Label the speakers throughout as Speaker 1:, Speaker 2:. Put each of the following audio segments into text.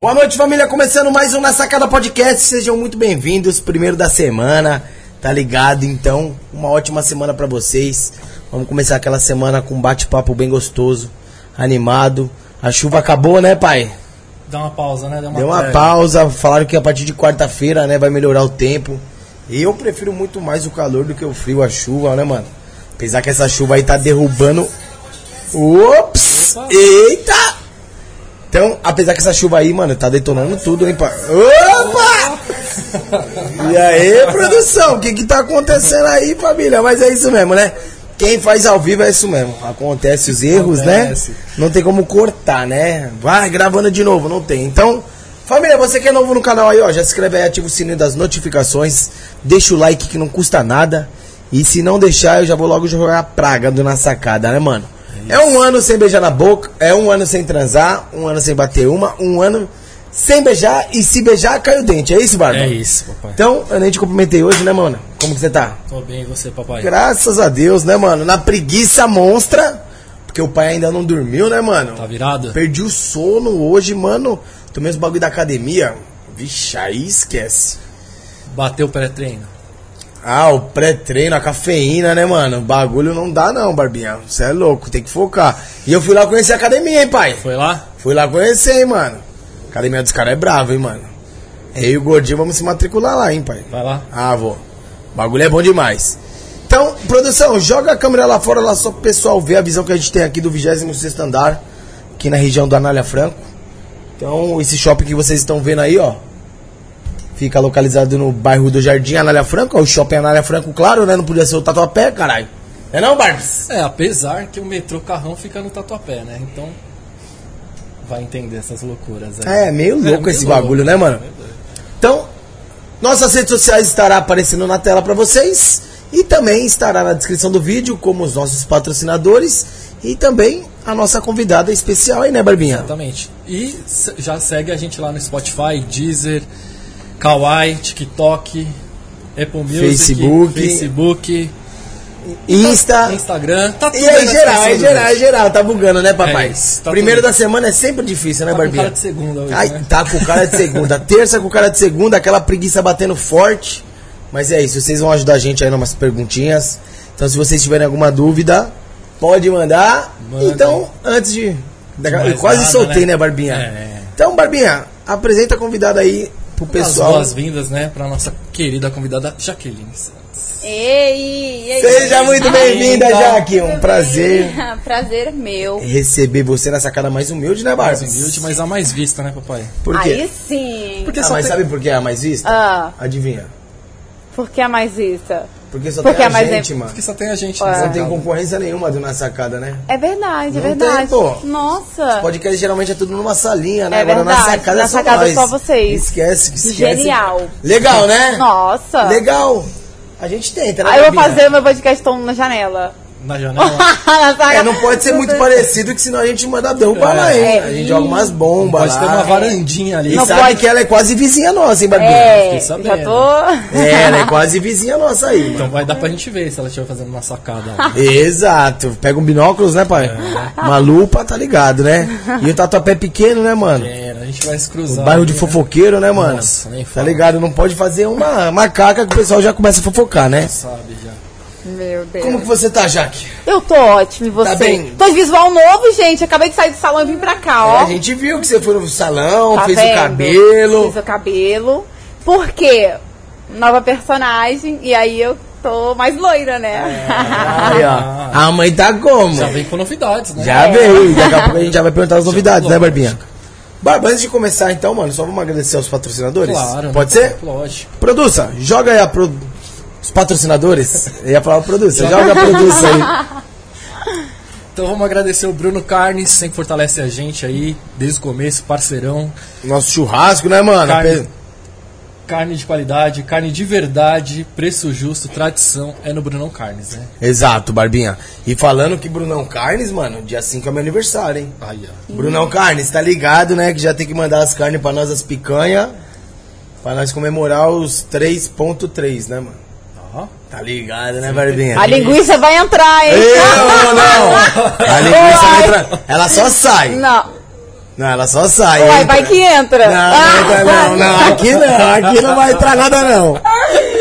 Speaker 1: Boa noite, família. Começando mais um Na Sacada Podcast. Sejam muito bem-vindos. Primeiro da semana, tá ligado? Então, uma ótima semana pra vocês. Vamos começar aquela semana com um bate-papo bem gostoso, animado. A chuva acabou, né, pai?
Speaker 2: Dá uma pausa, né? Dá uma,
Speaker 1: Deu uma
Speaker 2: é,
Speaker 1: pausa. Falaram que a partir de quarta-feira, né, vai melhorar o tempo. Eu prefiro muito mais o calor do que o frio, a chuva, né, mano? Apesar que essa chuva aí tá derrubando. Ops! Eita! Então, apesar que essa chuva aí, mano, tá detonando tudo, hein, pá? Opa! E aí, produção, o que que tá acontecendo aí, família? Mas é isso mesmo, né? Quem faz ao vivo é isso mesmo. Acontece os erros,
Speaker 2: Acontece.
Speaker 1: né? Não tem como cortar, né? Vai gravando de novo, não tem. Então, família, você que é novo no canal aí, ó, já se inscreve aí, ativa o sininho das notificações, deixa o like que não custa nada. E se não deixar, eu já vou logo jogar a praga do na sacada, né, mano? É um ano sem beijar na boca, é um ano sem transar, um ano sem bater uma, um ano sem beijar e se beijar cai o dente. É isso, Barba?
Speaker 2: É isso, papai.
Speaker 1: Então, eu nem te cumprimentei hoje, né, mano? Como que você tá?
Speaker 2: Tô bem, e você, papai?
Speaker 1: Graças a Deus, né, mano? Na preguiça monstra, porque o pai ainda não dormiu, né, mano?
Speaker 2: Tá virado?
Speaker 1: Perdi o sono hoje, mano. Tomei os bagulho da academia. Vixe, aí esquece.
Speaker 2: Bateu o pré-treino.
Speaker 1: Ah, o pré-treino, a cafeína, né, mano? O bagulho não dá não, Barbinha. Você é louco, tem que focar. E eu fui lá conhecer a academia, hein, pai?
Speaker 2: Foi lá?
Speaker 1: Fui lá conhecer, hein, mano. A academia dos caras é brava, hein, mano. Eu e o Gordinho vamos se matricular lá, hein, pai?
Speaker 2: Vai lá.
Speaker 1: Ah, vou. O bagulho é bom demais. Então, produção, joga a câmera lá fora lá só pro pessoal ver a visão que a gente tem aqui do 26 andar, aqui na região do Anália Franco. Então, esse shopping que vocês estão vendo aí, ó, fica localizado no bairro do Jardim Anália Franco, ó, o shopping Anália Franco, claro, né? Não podia ser o Tatuapé, caralho. É não, Barbs?
Speaker 2: É, apesar que o metrô carrão fica no tatuapé, né? Então. Vai entender essas loucuras né? aí.
Speaker 1: É, meio louco esse
Speaker 2: louco.
Speaker 1: bagulho, né, mano? Então, nossas redes sociais estará aparecendo na tela pra vocês e também estará na descrição do vídeo como os nossos patrocinadores e também a nossa convidada especial aí, né, Barbinha?
Speaker 2: Exatamente. E se- já segue a gente lá no Spotify, Deezer, Kawaii, TikTok, Apple Music,
Speaker 1: Facebook.
Speaker 2: Facebook,
Speaker 1: Insta.
Speaker 2: Instagram. Tá tudo
Speaker 1: E aí,
Speaker 2: na
Speaker 1: geral,
Speaker 2: descrição
Speaker 1: é
Speaker 2: do
Speaker 1: geral, é
Speaker 2: vídeo.
Speaker 1: geral, tá bugando, né,
Speaker 2: É
Speaker 1: papai?
Speaker 2: isso, tá
Speaker 1: Primeiro
Speaker 2: tudo.
Speaker 1: da semana é sempre difícil, né,
Speaker 2: Tá com
Speaker 1: Barbinha?
Speaker 2: cara de segunda hoje,
Speaker 1: Ai,
Speaker 2: né?
Speaker 1: tá com cara de segunda. Terça com cara de segunda, aquela preguiça batendo forte. Mas é isso, vocês vão ajudar a gente aí numas perguntinhas. Então, se vocês tiverem alguma dúvida, pode mandar.
Speaker 2: Manda.
Speaker 1: Então, antes de. da-
Speaker 2: Mais
Speaker 1: eu quase
Speaker 2: nada,
Speaker 1: soltei,
Speaker 2: né?
Speaker 1: né, Barbinha?
Speaker 2: É.
Speaker 1: Então, Barbinha, apresenta a convidada aí pro
Speaker 2: As
Speaker 1: pessoal.
Speaker 2: boas-vindas, né, pra nossa querida convidada Jaqueline Santos.
Speaker 3: Ei, e aí,
Speaker 1: Seja
Speaker 3: gente?
Speaker 1: muito
Speaker 3: Ai,
Speaker 1: bem-vinda,
Speaker 2: Bem-vinda.
Speaker 1: Jaque. Um prazer
Speaker 3: Prazer é meu.
Speaker 1: receber você nessa cara mais humilde, né, Barbie?
Speaker 2: Mais humilde, mas a mais vista, né, papai?
Speaker 1: Por quê?
Speaker 3: Aí sim.
Speaker 2: Porque
Speaker 1: Ah,
Speaker 2: só
Speaker 1: mas
Speaker 2: tem-
Speaker 1: sabe por que é a mais vista?
Speaker 3: Ah.
Speaker 1: Adivinha.
Speaker 3: Por que a mais vista?
Speaker 1: Porque só
Speaker 3: Porque
Speaker 1: tem a
Speaker 3: é mais
Speaker 1: gente, mano.
Speaker 2: Porque só tem a gente.
Speaker 3: Ué.
Speaker 2: né?
Speaker 1: Não tem concorrência nenhuma do Na Sacada, né?
Speaker 3: É verdade, é
Speaker 1: Não tem,
Speaker 3: verdade.
Speaker 1: pô.
Speaker 3: Nossa.
Speaker 1: Podcast geralmente é tudo numa salinha, né?
Speaker 3: É
Speaker 1: Agora na
Speaker 3: verdade,
Speaker 1: sacada,
Speaker 3: na
Speaker 1: é só
Speaker 3: sacada
Speaker 1: nós.
Speaker 3: só vocês.
Speaker 1: Esquece, esquece.
Speaker 3: Genial.
Speaker 1: Legal, né?
Speaker 3: Nossa.
Speaker 1: Legal. A gente tenta, né?
Speaker 3: Aí eu vou
Speaker 1: Gabinha?
Speaker 3: fazer o meu podcast todo na janela.
Speaker 2: Na janela.
Speaker 3: Na saga-
Speaker 1: É, não pode ser muito parecido, que senão a gente manda derrubar lá, hein?
Speaker 3: É.
Speaker 1: A gente joga umas bombas
Speaker 2: Pode
Speaker 1: lá.
Speaker 2: ter uma varandinha ali.
Speaker 1: E
Speaker 3: Não
Speaker 1: sabe
Speaker 3: pode.
Speaker 1: que ela é quase vizinha nossa, hein, Barbinha?
Speaker 3: É,
Speaker 2: Fiquei sabendo.
Speaker 3: já tô.
Speaker 1: É, ela é quase vizinha nossa aí, mano.
Speaker 2: Então vai dar pra gente ver se ela estiver fazendo uma sacada. lá.
Speaker 1: Exato. Pega um binóculos, né, pai?
Speaker 2: É.
Speaker 1: Uma lupa, tá ligado, né? E o tatuapé pequeno, né, mano?
Speaker 2: É, a gente vai se cruzar.
Speaker 1: Bairro de
Speaker 2: ali,
Speaker 1: fofoqueiro, né, mano?
Speaker 2: Nossa, nem
Speaker 1: tá
Speaker 2: fala.
Speaker 1: ligado? Não pode fazer uma macaca que o pessoal já começa a fofocar, né?
Speaker 2: né? Sabe já.
Speaker 3: Meu Deus.
Speaker 1: Como que você tá, Jaque?
Speaker 3: Eu tô ótimo, e você?
Speaker 1: Tá bem. É,
Speaker 3: Tô de visual novo, gente. Acabei de sair do salão e vim pra cá, ó.
Speaker 1: A gente viu que você foi no salão,
Speaker 3: Tá
Speaker 1: fez o
Speaker 3: vendo?
Speaker 1: cabelo.
Speaker 3: Fiz o cabelo. Por quê? Nova personagem. E aí eu tô mais loira,
Speaker 1: É.
Speaker 3: né?
Speaker 1: Aí, ó. A mãe tá como?
Speaker 2: Ah. Já vem com novidades, né?
Speaker 1: Já veio. Daqui a pouco a gente já vai perguntar as novidades, né,
Speaker 2: lógico.
Speaker 1: Barbinha? Barba, antes de começar, então, mano, só vamos agradecer aos patrocinadores.
Speaker 2: Claro.
Speaker 1: Pode
Speaker 2: né?
Speaker 1: ser?
Speaker 2: Lógico.
Speaker 1: Produça, joga aí a pro... os patrocinadores. Eu ia falar produça, joga a produça aí.
Speaker 2: Então vamos agradecer o Bruno Carnes, sempre fortalece a gente aí, desde o começo, parceirão.
Speaker 1: Nosso churrasco, né, mano?
Speaker 2: Carne.
Speaker 1: Pe-
Speaker 2: Carne de qualidade, carne de verdade, preço justo, tradição, é no Brunão Carnes, né?
Speaker 1: Exato, Barbinha. E falando que Brunão Carnes, mano, dia 5 é meu aniversário, hein?
Speaker 2: Aí, ó.
Speaker 1: Brunão Carnes, tá ligado, né? Que já tem que mandar as carnes pra nós, as picanha. Pra nós comemorar os 3.3, né, mano?
Speaker 2: Ó.
Speaker 1: Tá ligado, né, Barbinha?
Speaker 3: A linguiça vai entrar, hein?
Speaker 1: Eu não! A linguiça não entra. Ela só sai.
Speaker 3: Não.
Speaker 1: Não, ela só sai.
Speaker 3: Vai,
Speaker 1: entra.
Speaker 3: vai que entra. Ah,
Speaker 1: Não, não, entra, não, não, aqui não, aqui não vai entrar nada não.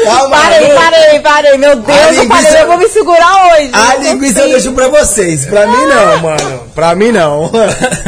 Speaker 1: Calma
Speaker 3: Parei,
Speaker 1: aí.
Speaker 3: parei, parei. Meu Deus, eu
Speaker 1: linguiça-
Speaker 3: parei. Eu vou me segurar hoje.
Speaker 1: A
Speaker 3: Eu Ah. não
Speaker 1: linguiça eu
Speaker 3: sei.
Speaker 1: deixo pra vocês. Pra mim não, mano. Pra mim não.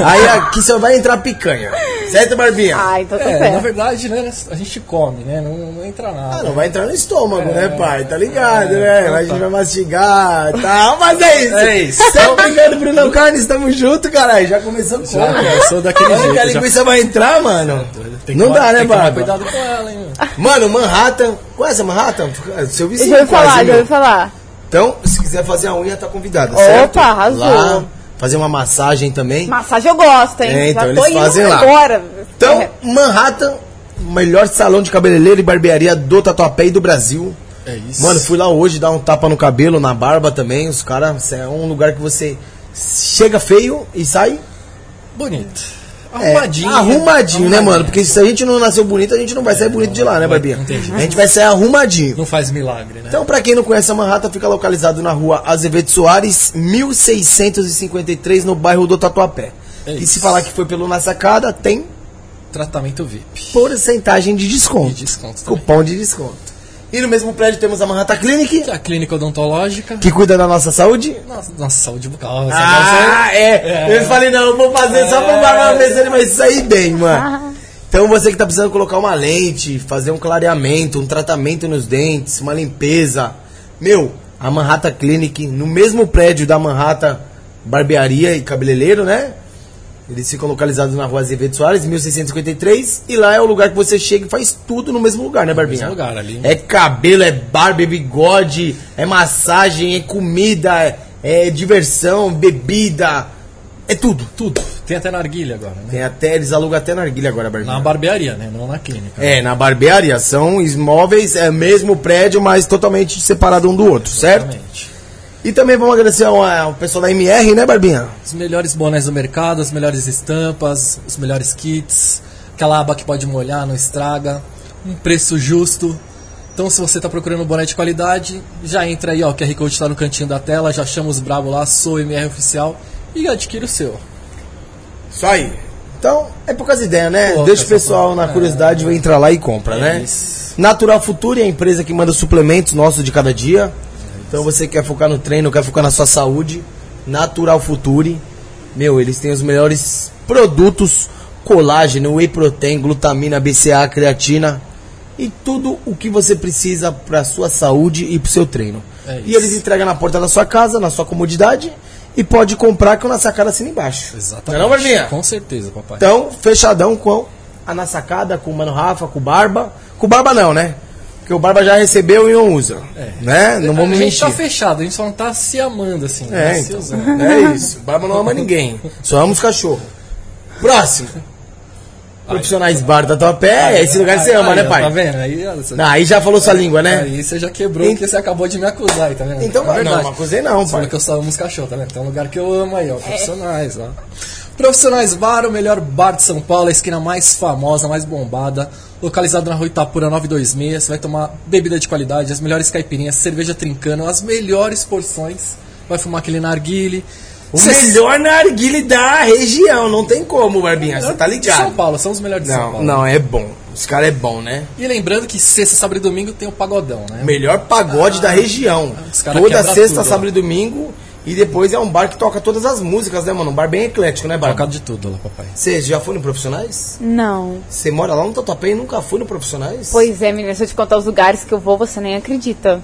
Speaker 1: Aí aqui só vai entrar picanha. Certo, Barbinha?
Speaker 3: Ah, então tá
Speaker 2: É, na
Speaker 3: certo.
Speaker 2: verdade, né, a gente come, né? Não, não entra nada.
Speaker 1: Ah, não vai entrar no estômago, né, pai? Tá ligado,
Speaker 2: É,
Speaker 1: né?
Speaker 2: então
Speaker 1: A gente
Speaker 2: É. tá.
Speaker 1: vai mastigar e tal. Mas é isso.
Speaker 2: É isso.
Speaker 1: Então, obrigado, Bruno Carnes. Tamo junto, caralho. Já começou com.
Speaker 2: Já começou daquele
Speaker 1: Olha
Speaker 2: jeito,
Speaker 1: que a
Speaker 2: já-
Speaker 1: linguiça vai entrar, mano.
Speaker 2: Tem que
Speaker 1: Não
Speaker 2: tomar-
Speaker 1: dá, né, Ah.
Speaker 2: tem que tomar
Speaker 1: Barba?
Speaker 2: Cuidado com ela, hein? meu?
Speaker 1: Mano, Manhattan. Conhece a Manhattan? Seu vizinho
Speaker 3: Já ouvi
Speaker 1: assim quase,
Speaker 3: falar, já
Speaker 1: meu.
Speaker 3: ouvi falar.
Speaker 1: Então, se quiser fazer a unha, tá convidada,
Speaker 3: Opa,
Speaker 1: certo?
Speaker 3: arrasou.
Speaker 1: Lá, fazer uma massagem também.
Speaker 3: Massagem eu gosto, hein?
Speaker 1: É, então,
Speaker 3: já
Speaker 1: eles
Speaker 3: tô indo
Speaker 1: fazem lá.
Speaker 3: agora.
Speaker 1: Então,
Speaker 3: É.
Speaker 1: Manhattan, melhor salão de cabeleireiro e barbearia do Tatuapé e do Brasil.
Speaker 2: É isso.
Speaker 1: Mano, fui lá hoje dar um tapa no cabelo, na barba também. Os caras, é um lugar que você chega feio e sai
Speaker 2: bonito.
Speaker 1: é,
Speaker 2: Arrumadinho.
Speaker 1: arrumadinho, né, mano? Porque se a gente não nasceu bonito, a gente não vai sair bonito de lá, né, Barbinha?
Speaker 2: entendi.
Speaker 1: A gente vai sair arrumadinho.
Speaker 2: Não faz milagre, né?
Speaker 1: Então, pra quem não conhece a Manhattan, fica localizado na rua Azevedo Soares, 1653, no bairro do Tatuapé.
Speaker 2: É
Speaker 1: e
Speaker 2: isso.
Speaker 1: se falar que foi pelo Na Sacada, tem
Speaker 2: Tratamento VIP.
Speaker 1: porcentagem de desconto.
Speaker 2: E desconto também.
Speaker 1: Cupom de desconto. E no mesmo prédio temos a Manhattan Clinic,
Speaker 2: A clínica odontológica.
Speaker 1: que cuida da nossa saúde.
Speaker 2: Nossa, nossa, saúde bucal. essa
Speaker 1: Ah, é. Eu falei, não, eu vou fazer só pra barba ver se ele vai sair bem, mano. Então você que tá precisando colocar uma lente, fazer um clareamento, um tratamento nos dentes, uma limpeza. Meu, a Manhattan Clinic, no mesmo prédio da Manhattan Barbearia e Cabeleireiro, né? Eles ficam localizados na rua Azevedo Soares, 1653. E lá é o lugar que você chega e faz tudo no mesmo lugar, né, Barbinha?
Speaker 2: mesmo lugar ali.
Speaker 1: É cabelo, é barba, é bigode, é massagem, é comida, é, é diversão, bebida. É tudo, tudo.
Speaker 2: Tem até narguilha agora, né?
Speaker 1: Tem até, eles alugam até narguilha agora, Barbinha.
Speaker 2: Na barbearia, né? Não na clínica.
Speaker 1: É, na barbearia. São imóveis, é mesmo prédio, mas totalmente separado um do outro, certo?
Speaker 2: Exatamente.
Speaker 1: E também vamos agradecer ao, ao pessoal da MR, né, Barbinha?
Speaker 2: Os melhores bonés do mercado, as melhores estampas, os melhores kits, aquela aba que pode molhar, não estraga, um preço justo. Então, se você está procurando um boné de qualidade, já entra aí, ó, o QR Code está no cantinho da tela, já chama os brabo lá, sou MR Oficial e adquira o seu.
Speaker 1: Isso aí. Então, é poucas ideias, né?
Speaker 2: Poucas,
Speaker 1: Deixa o pessoal
Speaker 2: só-
Speaker 1: na curiosidade, vai entrar lá e compra, né?
Speaker 2: É. isso.
Speaker 1: Natural Futuro é a empresa que manda suplementos nossos de cada dia. Então, você quer focar no treino, quer focar na sua saúde, Natural Futuri. Meu, eles têm os melhores produtos, colágeno, whey protein, glutamina, BCA, creatina e tudo o que você precisa para sua saúde e pro seu treino.
Speaker 2: É
Speaker 1: e
Speaker 2: isso.
Speaker 1: eles entregam na porta da sua casa, na sua comodidade e pode comprar com a nossa cara assina embaixo.
Speaker 2: Exatamente.
Speaker 1: Não, é não Barbinha?
Speaker 2: Com certeza, papai.
Speaker 1: Então, fechadão com a na sacada, com o Mano Rafa, com o Barba. Com o Barba não, né? Porque o Barba já recebeu e não usa.
Speaker 2: É.
Speaker 1: Né? Não vamos
Speaker 2: a gente
Speaker 1: mentir.
Speaker 2: tá fechado, a gente só não tá se amando assim, né?
Speaker 1: É,
Speaker 2: Se
Speaker 1: então.
Speaker 2: usando.
Speaker 1: É isso. O Barba não ama ninguém. Só ama os cachorros. Próximo. Profissionais Bar da tua pé, esse lugar você
Speaker 2: Aí,
Speaker 1: ama,
Speaker 2: aí,
Speaker 1: né,
Speaker 2: ó,
Speaker 1: pai?
Speaker 2: Tá vendo? Aí, ó, você-
Speaker 1: Não, aí já falou sua língua, né?
Speaker 2: aí você já quebrou
Speaker 1: Ent-
Speaker 2: porque você acabou de me acusar aí, tá vendo?
Speaker 1: Então,
Speaker 2: é
Speaker 1: não, não acusei não,
Speaker 2: Você falou
Speaker 1: pai.
Speaker 2: que eu só amo os cachorros, tá vendo? Tem um lugar que eu amo aí, ó.
Speaker 1: É.
Speaker 2: Profissionais, ó. Profissionais Bar, o melhor bar de São Paulo, a esquina mais famosa, mais bombada. Localizado na rua Itapura 926. Você vai tomar bebida de qualidade, as melhores caipirinhas, cerveja trincando, as melhores porções. Vai fumar aquele narguile.
Speaker 1: O
Speaker 2: Cê-
Speaker 1: melhor narguile da região, não tem como, Barbinha, você tá
Speaker 2: São
Speaker 1: ligado.
Speaker 2: Paulo, são os melhores de São
Speaker 1: Não,
Speaker 2: Paulo.
Speaker 1: não, é bom. Os caras é bom, né?
Speaker 2: E lembrando que sexta, sábado e domingo tem o pagodão, né?
Speaker 1: Melhor pagode da região.
Speaker 2: Ah, os cara
Speaker 1: Toda
Speaker 2: quebra
Speaker 1: sexta,
Speaker 2: tudo, ó.
Speaker 1: sábado e domingo. E depois é um bar que toca todas as músicas, né, mano? Um bar bem eclético, né,
Speaker 2: Por causa
Speaker 1: Barba?
Speaker 2: de tudo lá, papai.
Speaker 1: Você já foi no Profissionais?
Speaker 3: Não.
Speaker 1: Você mora lá no Tatuapé e nunca foi no Profissionais?
Speaker 3: Pois é, menina, se eu te contar os lugares que eu vou, você nem acredita.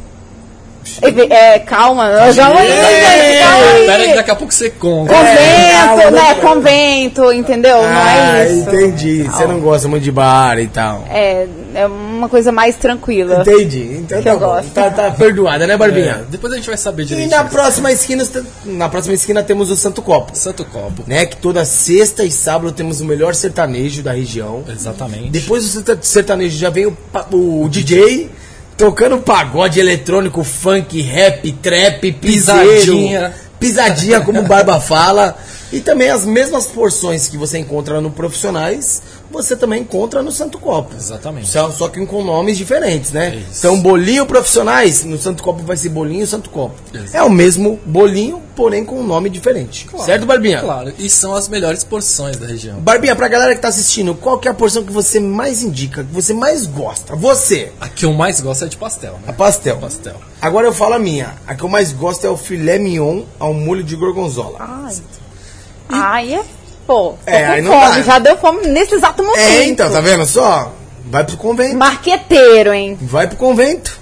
Speaker 3: É, é, calma, eu já vou indo, gente, calma aí.
Speaker 2: Pera aí, que daqui a pouco você conta. É,
Speaker 3: Convento,
Speaker 1: é, calma,
Speaker 3: né?
Speaker 1: calma.
Speaker 3: Convento, entendeu? não
Speaker 1: Ah,
Speaker 3: é isso.
Speaker 1: entendi. Você não gosta muito de bar e tal.
Speaker 3: É, é uma coisa mais tranquila.
Speaker 1: Entendi. Então tá
Speaker 3: É. Eu
Speaker 1: bom.
Speaker 3: gosto.
Speaker 1: Tá, tá perdoada, né,
Speaker 2: É,
Speaker 1: Barbinha?
Speaker 2: depois a gente vai saber
Speaker 1: E
Speaker 2: direitinho.
Speaker 1: na próxima esquina, na próxima esquina temos o Santo Copo.
Speaker 2: Santo Copo.
Speaker 1: Né, que toda sexta e sábado temos o melhor sertanejo da região.
Speaker 2: Exatamente.
Speaker 1: Depois do serta- sertanejo já vem o, pa- o DJ tocando pagode eletrônico, funk, rap, trap, piseiro,
Speaker 2: Pisadinha.
Speaker 1: Pisadinha, como o Barba fala. E também as mesmas porções que você encontra no Profissionais, você também encontra no Santo Copo.
Speaker 2: Exatamente.
Speaker 1: Só, só que com nomes diferentes, né?
Speaker 2: Isso.
Speaker 1: Então, bolinho profissionais, no Santo Copo vai ser bolinho Santo Copo.
Speaker 2: Exato.
Speaker 1: É o mesmo bolinho, porém com um nome diferente.
Speaker 2: Claro.
Speaker 1: Certo, Barbinha?
Speaker 2: Claro, e são as melhores porções da região.
Speaker 1: Barbinha, pra galera que tá assistindo, qual que é a porção que você mais indica, que você mais gosta? Você,
Speaker 2: A que eu mais gosto é de pastel, né?
Speaker 1: a pastel.
Speaker 2: Pastel.
Speaker 1: Agora eu falo a minha. A que eu mais gosto é o filé mignon ao molho de gorgonzola.
Speaker 2: Ah,
Speaker 3: Ai. Ai, é. Pô, tô
Speaker 1: É,
Speaker 3: com
Speaker 1: aí não
Speaker 3: fome,
Speaker 1: dá.
Speaker 3: já deu fome nesse exato momento.
Speaker 1: é, então, tá vendo só? Vai pro convento.
Speaker 3: Marqueteiro, hein?
Speaker 1: Vai pro convento.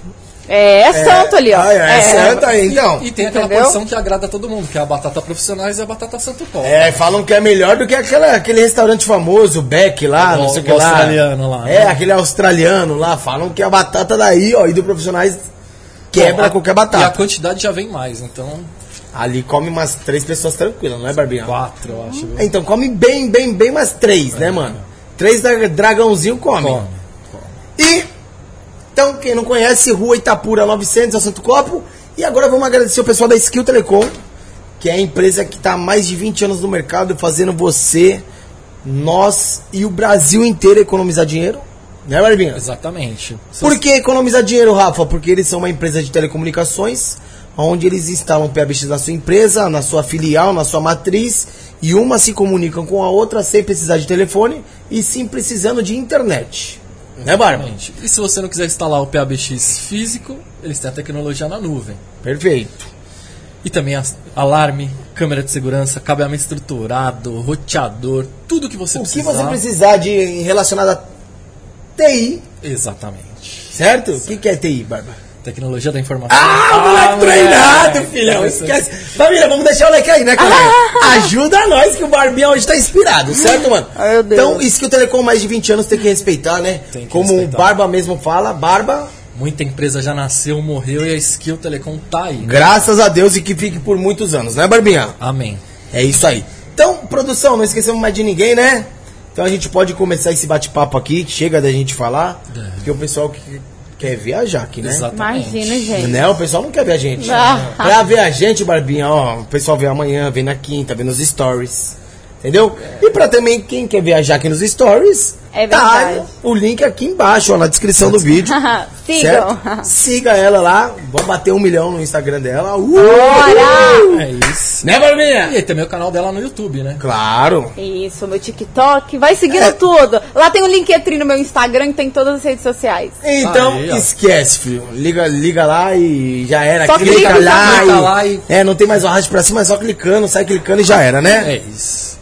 Speaker 3: É, é santo ali, ó.
Speaker 1: Ah, é, é santo aí, então.
Speaker 2: E, e tem aquela
Speaker 3: Entendeu?
Speaker 2: porção que agrada a todo mundo, que é a batata profissionais e a batata santo copo.
Speaker 1: É, falam que é melhor do que aquela- aquele restaurante famoso, Beck lá,
Speaker 2: O-
Speaker 1: não sei o
Speaker 2: o
Speaker 1: que lá.
Speaker 2: australiano lá,
Speaker 1: É,
Speaker 2: né?
Speaker 1: aquele australiano lá. Falam que a batata daí, ó, e do profissionais quebra
Speaker 2: Bom, a-
Speaker 1: qualquer
Speaker 2: E a
Speaker 1: batata.
Speaker 2: quantidade já vem mais, então
Speaker 1: Ali come umas três pessoas tranquilas, não é, Barbinha?
Speaker 2: quatro, eu acho. viu?
Speaker 1: Então, come bem, bem, bem umas três, né, mano? Três da- dragãozinho come.
Speaker 2: Come.
Speaker 1: E, então, quem não conhece, Rua Itapura 900, é o Santo Copo. E agora vamos agradecer o pessoal da Skill Telecom, que é a empresa que está há mais de 20 anos no mercado, fazendo você, nós e o Brasil inteiro economizar dinheiro. Né, Barbinha?
Speaker 2: Exatamente.
Speaker 1: Por que economizar dinheiro, Rafa? Porque eles são uma empresa de telecomunicações, onde eles instalam PBX na sua empresa, na sua filial, na sua matriz, e uma se comunicam com a outra sem precisar de telefone e sim precisando de internet. Né, Barba?
Speaker 2: Exatamente. E se você não quiser instalar o PABX físico, eles têm a tecnologia na nuvem.
Speaker 1: Perfeito.
Speaker 2: E também as- alarme, câmera de segurança, cabeamento estruturado, roteador, tudo que você
Speaker 1: O que
Speaker 2: precisar.
Speaker 1: você precisar de relacionado a TI,
Speaker 2: Exatamente.
Speaker 1: certo? O que, que é TI, Barba?
Speaker 2: Tecnologia da informação. é.
Speaker 1: Ah, o moleque treinado,
Speaker 2: moleque.
Speaker 1: filhão.
Speaker 2: Isso.
Speaker 1: Esquece. Família, vamos deixar o leque aí,
Speaker 3: Ah,
Speaker 1: né, colega? Ajuda nós que o Barbinha hoje tá inspirado, certo, mano?
Speaker 3: Ai, meu Deus.
Speaker 1: Então, isso que o Telecom mais de 20 anos tem que respeitar, né?
Speaker 2: Tem que
Speaker 1: Como
Speaker 2: respeitar.
Speaker 1: o Barba mesmo fala, Barba,
Speaker 2: Muita empresa já nasceu, morreu e a Skill Telecom tá aí.
Speaker 1: graças a Deus e que fique por muitos anos, né, Barbinha?
Speaker 2: Amém.
Speaker 1: É isso aí. Então, produção, não esquecemos mais de ninguém, né? Então a gente pode começar esse bate-papo aqui, que chega da gente falar,
Speaker 2: É.
Speaker 1: porque o pessoal que quer viajar aqui, né?
Speaker 2: Exatamente.
Speaker 3: Imagina, gente.
Speaker 1: Né? O pessoal não quer ver a gente. Né?
Speaker 3: Ah.
Speaker 1: Pra ver a gente, Barbinha, ó, o pessoal vê amanhã, vê na quinta, vê nos stories. Entendeu? E pra também quem quer viajar aqui nos stories,
Speaker 3: É
Speaker 1: tá
Speaker 3: verdade.
Speaker 1: o link aqui embaixo, ó, na descrição do vídeo.
Speaker 3: Sigam.
Speaker 1: certo? Siga ela lá, vamos bater um milhão no Instagram dela. Uh!
Speaker 3: Bora!
Speaker 2: É isso.
Speaker 1: Né, Barbinha?
Speaker 2: E aí também o canal dela no YouTube, né?
Speaker 1: Claro.
Speaker 3: Isso, no TikTok. Vai seguindo
Speaker 1: É.
Speaker 3: tudo. Lá tem o Linktree no meu Instagram que tem todas as redes sociais.
Speaker 1: Então,
Speaker 2: Aí, ó.
Speaker 1: esquece, filho. Liga, liga lá e já era.
Speaker 3: Só clica,
Speaker 1: lá,
Speaker 2: clica
Speaker 1: e...
Speaker 2: lá e-
Speaker 1: É, não tem mais o arrasto pra cima, é só clicando, sai clicando e já era, né?
Speaker 2: É isso.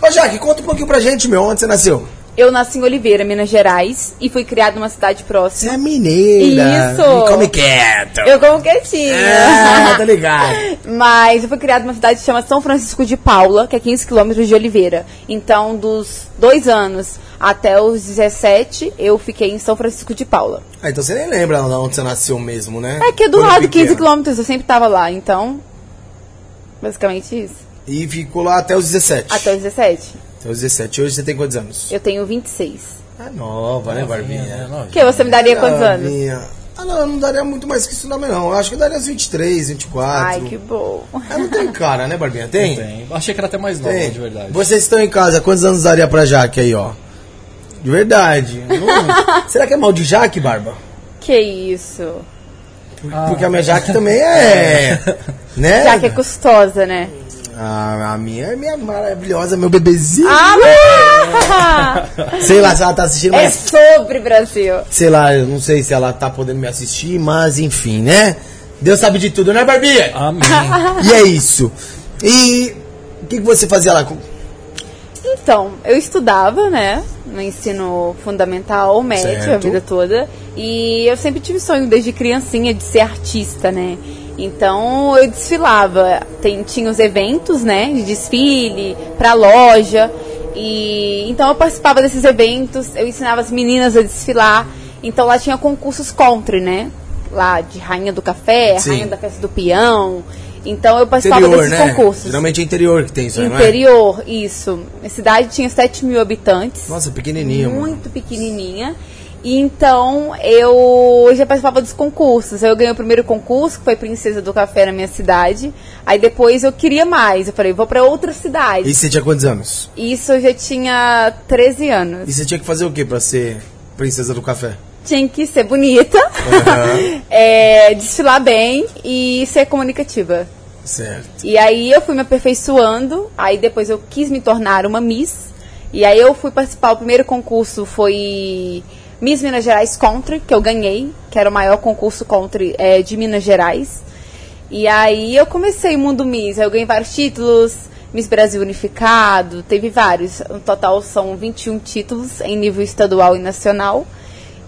Speaker 1: Ô, Jaque, conta um pouquinho pra gente, meu. Onde você nasceu?
Speaker 3: Eu nasci em Oliveira, Minas Gerais, e fui criada numa cidade
Speaker 1: Você
Speaker 3: próxima.
Speaker 1: é mineira.
Speaker 3: Isso.
Speaker 1: Não Come quieto.
Speaker 3: Eu como quietinha.
Speaker 1: É, tá ligado.
Speaker 3: Mas eu fui criada numa cidade que chama São Francisco de Paula, que é 15 quilômetros de Oliveira. Então, dos dois anos até os 17, eu fiquei em São Francisco de Paula.
Speaker 1: Ah, então você nem lembra de onde você nasceu mesmo, né?
Speaker 3: É que é do
Speaker 1: Quando
Speaker 3: lado,
Speaker 1: pequeno.
Speaker 3: 15 quilômetros, eu sempre tava lá. Então, basicamente isso.
Speaker 1: E ficou lá até os 17.
Speaker 3: Até os 17.
Speaker 1: Até os 17. Hoje você tem quantos anos?
Speaker 3: Eu tenho 26.
Speaker 1: Ah, nova, né,
Speaker 2: É,
Speaker 1: Barbinha?
Speaker 2: nove.
Speaker 3: Que você me daria quantos anos?
Speaker 1: Barbinha. Ah, não, eu não daria muito mais que isso também, não. Eu acho que eu daria uns 23, 24.
Speaker 3: Ai, que bom.
Speaker 1: Ah, não tem cara, né, Barbinha? Tem?
Speaker 2: Tem. Achei que era até mais nova,
Speaker 1: Tem.
Speaker 2: de verdade.
Speaker 1: Vocês estão em casa, quantos anos daria pra Jaque aí, ó? De verdade. Não- Será que é mal de Jaque, Barba?
Speaker 3: Que isso.
Speaker 1: Por-
Speaker 3: Ah.
Speaker 2: Ah,
Speaker 1: Porque a minha Jaque também é. né?
Speaker 3: Já que é custosa, né?
Speaker 1: A, a minha é minha maravilhosa, meu bebezinho.
Speaker 3: Ah, mas-
Speaker 1: Sei lá se ela tá assistindo,
Speaker 3: Ah! É
Speaker 1: mas.
Speaker 3: sobre Brasil.
Speaker 1: Sei lá, eu não sei se ela tá podendo me assistir, mas enfim, né? Deus sabe de tudo, né, Barbinha?
Speaker 2: Amém.
Speaker 3: Ah.
Speaker 1: E é isso. E o que, que você fazia lá? Com-
Speaker 3: Então, eu estudava, né? No ensino fundamental ou médio, a
Speaker 1: Certo.
Speaker 3: vida toda. E eu sempre tive sonho desde criancinha de ser artista, né? Então eu desfilava. Tem- tinha os eventos, né? De desfile, pra loja. E então eu participava desses eventos, eu ensinava as meninas a desfilar. Então lá tinha concursos country, né? Lá de Rainha do Café,
Speaker 1: Sim.
Speaker 3: Rainha da Festa do Peão. Então eu participava
Speaker 1: Interior,
Speaker 3: desses
Speaker 1: né?
Speaker 3: concursos.
Speaker 1: Geralmente é interior que tem isso, aí,
Speaker 3: Interior, isso. A cidade tinha 7 mil habitantes.
Speaker 1: não é? Nossa, pequenininho. mano.
Speaker 3: muito pequenininha. E então eu já participava dos concursos. Eu ganhei o primeiro concurso, que foi Princesa do Café na minha cidade. Aí depois eu queria mais. Eu falei, vou pra outra cidade.
Speaker 1: E você tinha quantos anos?
Speaker 3: Isso eu já tinha 13 anos.
Speaker 1: E você tinha que fazer o que pra ser princesa do café?
Speaker 3: Tinha que ser bonita, é, desfilar bem e ser comunicativa.
Speaker 1: Certo.
Speaker 3: E aí eu fui me aperfeiçoando, aí depois eu quis me tornar uma Miss. E aí eu fui participar, o primeiro concurso foi Miss Minas Gerais Country, que eu ganhei, que era o maior concurso country eh, de Minas Gerais. E aí eu comecei o Mundo Miss, aí eu ganhei vários títulos, Miss Brasil Unificado, teve vários. No total são 21 títulos em nível estadual e nacional.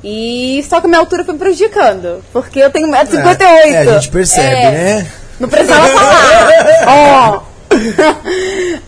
Speaker 3: E só que a minha altura foi prejudicando, porque eu tenho 1,58m.
Speaker 1: É, é, a gente percebe,
Speaker 3: É.
Speaker 1: né?
Speaker 3: Não precisava falar. Ó.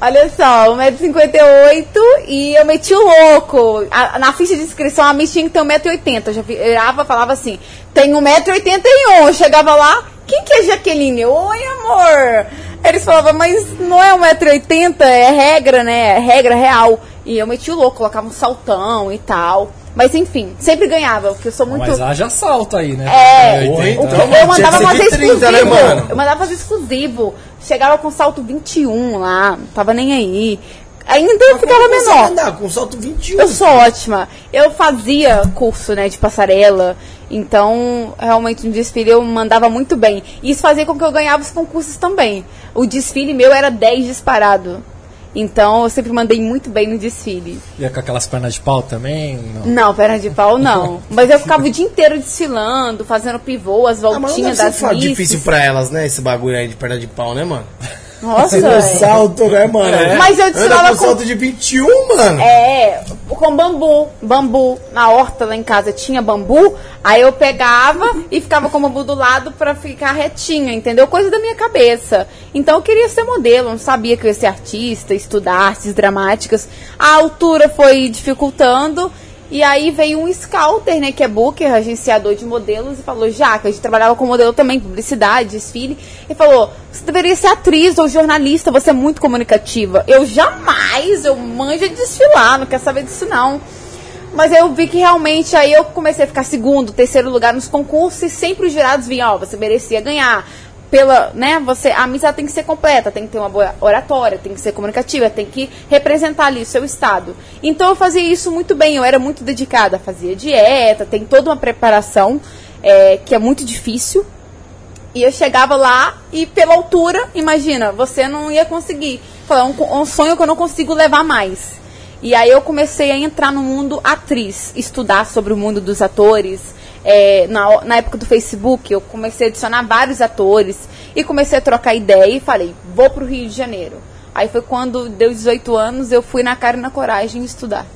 Speaker 3: Olha só, 1,58m e eu meti o louco. A- na ficha de inscrição, a Miss um tinha que ter 1,80m. Eu já virava falava assim: tem 1,81m. Eu chegava lá, quem que é Jaqueline? Eu, Oi, amor. Eles falavam, mas não é 1,80m, é regra, né? É regra real. E eu meti o louco, colocava um saltão e tal. Mas enfim, sempre ganhava, porque eu sou muito.
Speaker 2: Mas haja salto aí, né?
Speaker 3: É,
Speaker 2: Porra,
Speaker 3: o-
Speaker 2: então,
Speaker 1: mano, tinha
Speaker 3: eu
Speaker 1: que
Speaker 3: mandava
Speaker 1: ser de
Speaker 3: fazer
Speaker 1: 30,
Speaker 3: exclusivo.
Speaker 1: né, mano?
Speaker 3: eu mandava fazer exclusivo. Chegava com salto 21 lá, não tava nem aí. Ainda eu ficava
Speaker 1: Como você vai
Speaker 3: é menor.
Speaker 1: andar com salto 21.
Speaker 3: Eu sou ótima. Eu fazia curso, né, de passarela. Então, realmente, no desfile eu mandava muito bem. E isso fazia com que eu ganhava os concursos também. O desfile meu era 10 disparado. Então, eu sempre mandei muito bem no desfile.
Speaker 2: Ia com aquelas pernas de pau também? Não.
Speaker 3: Não, perna de pau, não. Mas eu ficava o dia inteiro desfilando, fazendo pivô, as
Speaker 1: Ah, mas não
Speaker 3: voltinhas
Speaker 1: deve ser
Speaker 3: das
Speaker 1: fa-
Speaker 3: misses.
Speaker 1: difícil pra elas, né? Esse bagulho aí de perna de pau, né, mano?
Speaker 3: Nossa,
Speaker 1: Você deu
Speaker 3: é.
Speaker 1: salto, né, mano?
Speaker 3: Mas eu desfilava
Speaker 1: Anda com
Speaker 3: com-
Speaker 1: salto de 21, mano.
Speaker 3: É, com bambu, bambu. Na horta lá em casa tinha bambu, aí eu pegava e ficava com o bambu do lado pra ficar retinho, entendeu? Coisa da minha cabeça. Então eu queria ser modelo, eu não sabia que eu ia ser artista, estudar artes dramáticas. A altura foi dificultando. E aí veio um scouter, né, que é booker, agenciador de modelos, e falou, já, que a gente trabalhava com modelo também, publicidade, desfile, e falou, você deveria ser atriz ou jornalista, você é muito comunicativa. Eu jamais, eu manjo de desfilar, não quero saber disso não. Mas aí eu vi que realmente, aí eu comecei a ficar segundo, terceiro lugar nos concursos, e sempre os jurados vinham, ó, você merecia ganhar. Pela, né, você, a missa tem que ser completa, tem que ter uma boa oratória, tem que ser comunicativa, tem que representar ali o seu estado. Então eu fazia isso muito bem, eu era muito dedicada, fazia dieta, tem toda uma preparação é, que é muito difícil, e eu chegava lá e pela altura, imagina, você não ia conseguir. Foi um, co- um sonho que eu não consigo levar mais. E aí eu comecei a entrar no mundo atriz, estudar sobre o mundo dos atores. É, na, o- na época do Facebook, eu comecei a adicionar vários atores e comecei a trocar ideia e falei, vou pro Rio de Janeiro. Aí foi quando deu 18 anos, eu fui na cara e na coragem estudar.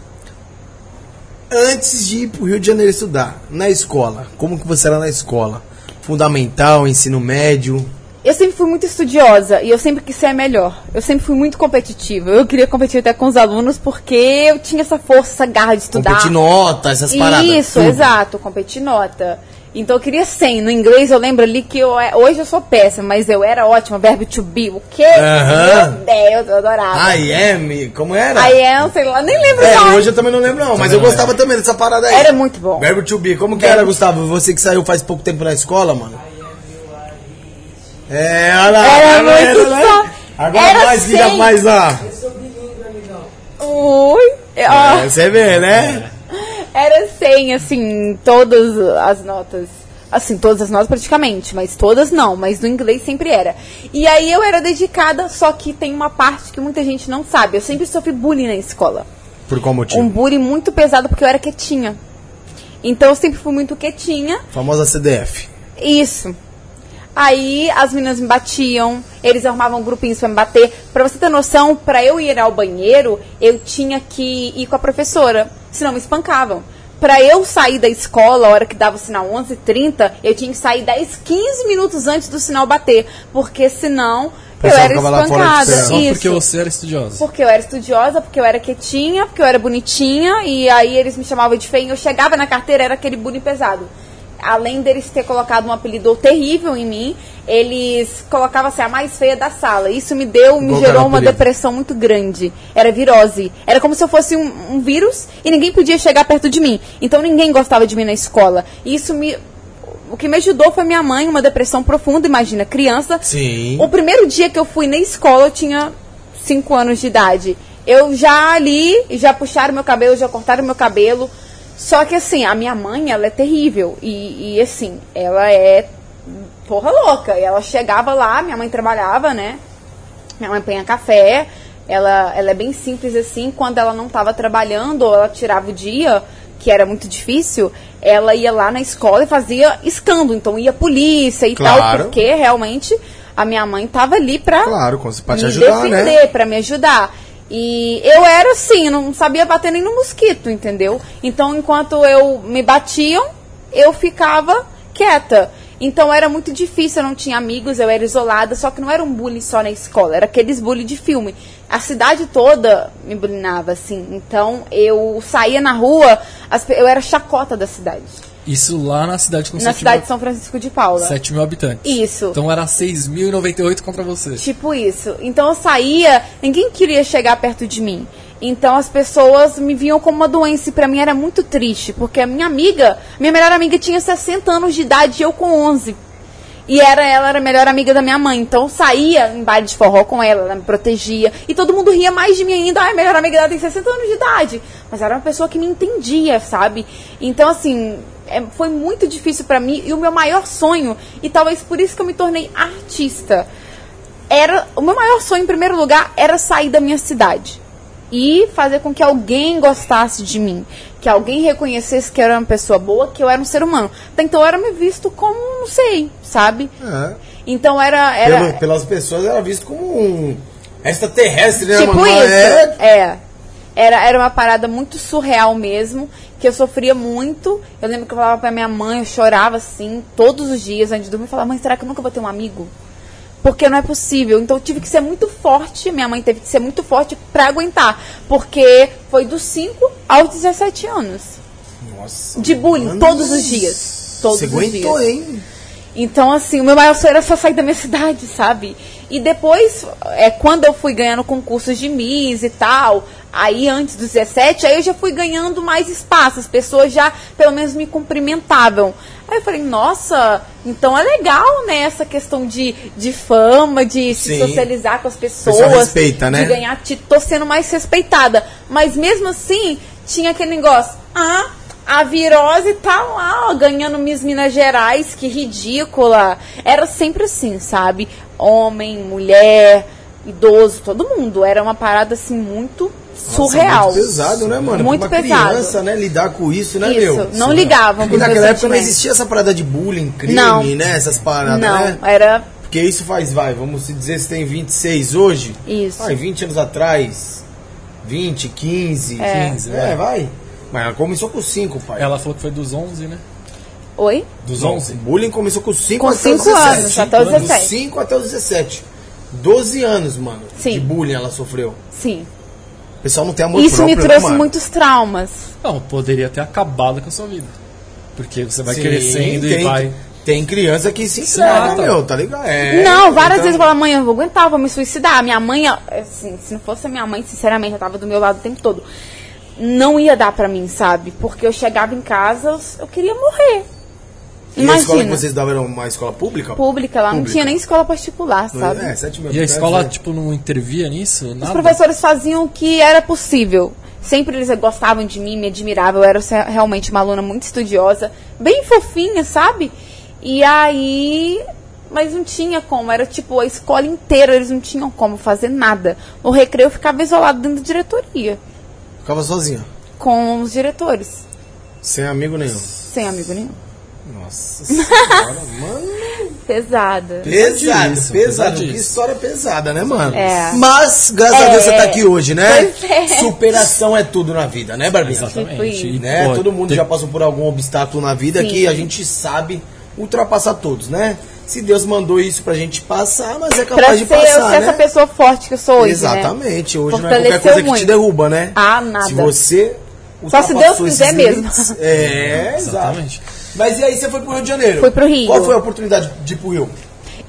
Speaker 1: Antes de ir pro Rio de Janeiro estudar, na escola, como que você era na escola? Fundamental, ensino médio.
Speaker 3: Eu sempre fui muito estudiosa e eu sempre quis ser a melhor. Eu sempre fui muito competitiva. Eu queria competir até com os alunos porque eu tinha essa força, essa garra de estudar.
Speaker 1: Competir nota, essas paradas.
Speaker 3: Isso,
Speaker 1: tudo.
Speaker 3: exato, competir nota. Então eu queria 100. No inglês eu lembro ali que eu, é- hoje eu sou péssima, mas eu era ótima. Verbo to be, o quê?
Speaker 1: Aham.
Speaker 3: Meu Deus, eu adorava.
Speaker 1: I am, é, como era?
Speaker 3: Aí é, sei lá, nem lembro
Speaker 1: É,
Speaker 3: mais.
Speaker 1: hoje eu também não lembro não, mas eu gostava também dessa parada aí.
Speaker 3: Era muito bom.
Speaker 1: Verbo to be, como que
Speaker 3: É.
Speaker 1: era, Gustavo? Você que saiu faz pouco tempo da escola, mano. É, olha lá.
Speaker 3: Era
Speaker 1: olha lá,
Speaker 3: muito
Speaker 1: olha lá.
Speaker 3: só-
Speaker 1: Agora
Speaker 3: era
Speaker 1: mais, vira
Speaker 3: cem.
Speaker 1: mais lá.
Speaker 3: Ui, ó.
Speaker 1: É, você vê, né?
Speaker 3: Era 100, assim, todas as notas. Assim, todas as notas praticamente, mas todas não, mas no inglês sempre era. E aí eu era dedicada, só que tem uma parte que muita gente não sabe. Eu sempre sofri bullying na escola.
Speaker 1: Por qual motivo?
Speaker 3: Um bullying muito pesado porque eu era quietinha. Então eu sempre fui muito quietinha
Speaker 1: Famosa CDF.
Speaker 3: isso. Aí as meninas me batiam, eles armavam grupinhos pra me bater. Pra você ter noção, pra eu ir ao banheiro, eu tinha que ir com a professora, senão me espancavam. Pra eu sair da escola, a hora que dava o sinal 11h30, eu tinha que sair 10, 15 minutos antes do sinal bater, porque
Speaker 1: O
Speaker 3: senão eu
Speaker 1: pessoal
Speaker 3: era
Speaker 1: ficava lá fora
Speaker 3: espancada.
Speaker 1: esperando.
Speaker 2: Só
Speaker 3: Isso.
Speaker 2: porque você era estudiosa.
Speaker 3: Porque eu era estudiosa, porque eu era quietinha, porque eu era bonitinha, e aí eles me chamavam de feia, e eu chegava na carteira, era aquele bullying pesado. além deles ter colocado um apelido terrível em mim, eles colocavam assim, a mais feia da sala. Isso me deu, me
Speaker 1: Colocaram
Speaker 3: gerou uma
Speaker 1: apelido.
Speaker 3: depressão muito grande. Era virose. Era como se eu fosse um, um vírus e ninguém podia chegar perto de mim. Então ninguém gostava de mim na escola. E isso me. O que me ajudou foi minha mãe, uma depressão profunda, imagina, criança.
Speaker 1: Sim.
Speaker 3: O primeiro dia que eu fui na escola, eu tinha 5 anos de idade. Eu já ali, já puxaram meu cabelo, já cortaram meu cabelo. Só que assim, a minha mãe, ela é terrível. E, e, assim, ela é porra louca. E ela chegava lá, minha mãe trabalhava, né? Minha mãe apanha café. Ela, ela é bem simples assim. Quando ela não estava trabalhando, ou ela tirava o dia, que era muito difícil, ela ia lá na escola e fazia escândalo. Então ia polícia e tal,
Speaker 1: Claro.
Speaker 3: porque realmente a minha mãe tava ali pra
Speaker 1: Claro, com- pra te
Speaker 3: me
Speaker 1: ajudar,
Speaker 3: defender,
Speaker 1: né?
Speaker 3: pra me ajudar. E eu era assim, não sabia bater nem no mosquito, entendeu? Então, enquanto eu me batiam, eu ficava quieta. Então era muito difícil, eu não tinha amigos, eu era isolada, só que não era um bullying só na escola, era aqueles bullying de filme. A cidade toda me bullyingava, assim. Então eu saía na rua, as pe- eu era chacota da cidade.
Speaker 2: Isso lá na cidade com
Speaker 3: na
Speaker 2: 7
Speaker 3: cidade de
Speaker 2: mil,
Speaker 3: São Francisco de Paula.
Speaker 2: 7 mil habitantes.
Speaker 3: Isso.
Speaker 2: Então era 6.098 contra você.
Speaker 3: Tipo isso. Então eu saía, ninguém queria chegar perto de mim. Então as pessoas me viam como uma doença e pra mim era muito triste, porque a minha amiga, minha melhor amiga tinha 60 anos de idade e eu com 11. E era ela era a melhor amiga da minha mãe, então eu saía em baile de forró com ela, ela me protegia. E todo mundo ria mais de mim ainda, ai, a melhor amiga dela tem 60 anos de idade. Mas era uma pessoa que me entendia, sabe? Então assim, é- foi muito difícil pra mim e o meu maior sonho, e talvez por isso que eu me tornei artista era o meu maior sonho em primeiro lugar era sair da minha cidade e fazer com que alguém gostasse de mim, que alguém reconhecesse que eu era uma pessoa boa, que eu era um ser humano. Até então eu era me visto como não sei, sabe?
Speaker 1: É.
Speaker 3: Então era era
Speaker 1: Pelo- pelas pessoas era visto como um extraterrestre, né,
Speaker 3: tipo
Speaker 1: mano?
Speaker 3: isso.
Speaker 1: É,
Speaker 3: É. Era, era uma parada muito surreal mesmo, que eu sofria muito. Eu lembro que eu falava pra minha mãe, eu chorava assim, todos os dias antes de dormir. Eu falava, mãe, será que eu nunca vou ter um amigo? Porque não é possível. Então eu tive que ser muito forte, minha mãe teve que ser muito forte pra aguentar. Porque foi dos 5 aos 17 anos.
Speaker 1: Nossa.
Speaker 3: De bullying,
Speaker 1: mano.
Speaker 3: todos os dias. Todos
Speaker 1: Você
Speaker 3: os
Speaker 1: aguentou,
Speaker 3: dias.
Speaker 1: hein?
Speaker 3: Então, assim, o meu maior sonho era só sair da minha cidade, sabe? E depois, é, quando eu fui ganhando concursos de Miss e tal, aí antes dos 17, aí eu já fui ganhando mais espaço, as pessoas já, pelo menos, me cumprimentavam. Aí eu falei, nossa, então é legal, né, essa questão de, de fama, de se
Speaker 1: Sim.
Speaker 3: socializar com as pessoas.
Speaker 1: pessoal respeita,
Speaker 3: de
Speaker 1: né?
Speaker 3: ganhar ganhar título, tô sendo mais respeitada. Mas mesmo assim, tinha aquele negócio, ah, a virose tá lá, ó, ganhando Miss Minas Gerais, que ridícula. Era sempre assim, sabe? Homem, mulher, idoso, todo mundo. Era uma parada assim muito surreal.
Speaker 1: é Muito pesado, né, mano? Pra
Speaker 3: Muito
Speaker 1: uma
Speaker 3: pesado.
Speaker 1: criança, né? Lidar com isso, né,
Speaker 3: Isso,
Speaker 1: meu?
Speaker 3: não ligavam
Speaker 1: E
Speaker 3: pros meus
Speaker 1: naquela época não
Speaker 3: sentimentos.
Speaker 1: existia essa parada de bullying, crime,
Speaker 3: Não.
Speaker 1: né? Essas paradas, né?
Speaker 3: Não, era
Speaker 1: Porque isso faz, vai, vamos dizer, você tem 26 hoje.
Speaker 3: Isso.
Speaker 1: Vai, 20 anos atrás. 20, 15,
Speaker 3: É.
Speaker 1: 15. É, vai. Mas ela começou com 5, pai.
Speaker 2: Ela falou que foi dos 11, né?
Speaker 3: Oi?
Speaker 1: Dos 11. Bullying começou com 5
Speaker 3: Com
Speaker 1: até os
Speaker 3: cinco
Speaker 1: 17.
Speaker 3: anos, até os
Speaker 1: Dos
Speaker 3: 17.
Speaker 1: 5 até os 17. 12 anos, mano,
Speaker 3: Sim.
Speaker 1: de bullying ela sofreu.
Speaker 3: Sim.
Speaker 1: O pessoal não tem amor
Speaker 3: Isso
Speaker 1: próprio,
Speaker 3: me trouxe
Speaker 1: né, mano?
Speaker 3: muitos traumas.
Speaker 2: Não, poderia ter acabado com a sua vida. Porque você vai
Speaker 1: Sim,
Speaker 2: crescendo
Speaker 1: tem,
Speaker 2: e vai.
Speaker 1: Tem criança que se
Speaker 2: Se
Speaker 1: entrega,
Speaker 2: mata.
Speaker 1: meu, tá ligado? É,
Speaker 3: não, várias
Speaker 1: então-
Speaker 3: vezes eu falava, mãe, eu vou aguentar, vou me suicidar. Minha mãe, assim, se não fosse a minha mãe, sinceramente, ela tava do meu lado o tempo todo. Não ia dar pra mim, sabe? Porque eu chegava em casa, eu- eu queria morrer.
Speaker 1: E a escola que
Speaker 3: Imagina.
Speaker 1: vocês davam era uma escola pública?
Speaker 3: Pública, lá não
Speaker 1: Pública.
Speaker 3: tinha nem escola particular, sabe?
Speaker 1: É, 7 mil
Speaker 2: E a
Speaker 1: habitantes,
Speaker 2: escola,
Speaker 1: né?
Speaker 2: tipo, não intervia nisso?
Speaker 3: Os
Speaker 2: Nada?
Speaker 3: professores faziam o que era possível. Sempre eles gostavam de mim, me admiravam. Eu era se- realmente uma aluna muito estudiosa, bem fofinha, sabe? E aí. Mas não tinha como, era tipo a escola inteira, eles não tinham como fazer nada. O recreio eu ficava isolado dentro da diretoria,
Speaker 2: tipo-
Speaker 1: Ficava sozinha.
Speaker 3: com os diretores,
Speaker 1: Sem amigo nenhum.
Speaker 3: sem amigo nenhum.
Speaker 1: Nossa senhora, mano.
Speaker 3: Pesada.
Speaker 1: Pesado,
Speaker 2: Pesadíssimo,
Speaker 1: pesado. Que
Speaker 2: pesadíssimo.
Speaker 1: história pesada, né, mano?
Speaker 3: É.
Speaker 1: Mas, graças a Deus, você tá aqui hoje, né?
Speaker 3: Pois é.
Speaker 1: Superação é tudo na vida, né, Barbinha?
Speaker 3: Tipo
Speaker 2: Exatamente.
Speaker 3: isso.
Speaker 2: E,
Speaker 1: Né?
Speaker 2: pô,
Speaker 1: Todo mundo
Speaker 2: tem-
Speaker 1: já passou por algum obstáculo na vida
Speaker 3: Sim.
Speaker 1: que a gente sabe ultrapassar todos, né? Se Deus mandou isso pra gente passar, mas é capaz
Speaker 3: Pra ser
Speaker 1: de
Speaker 3: eu
Speaker 1: passar,
Speaker 3: ser
Speaker 1: né?
Speaker 3: essa pessoa forte que eu sou hoje. né?
Speaker 1: Exatamente. Hoje não é qualquer
Speaker 3: Fortaleceu
Speaker 1: coisa que te
Speaker 3: muito.
Speaker 1: derruba, né?
Speaker 3: Ah, nada.
Speaker 1: Se você
Speaker 3: Só se
Speaker 1: ultrapassou
Speaker 3: Deus quiser
Speaker 1: esses limites-
Speaker 3: mesmo.
Speaker 1: É, exato.
Speaker 2: Exatamente.
Speaker 1: Mas e aí você foi pro Rio de Janeiro?
Speaker 3: Fui pro Rio.
Speaker 1: Qual foi a oportunidade de ir pro Rio?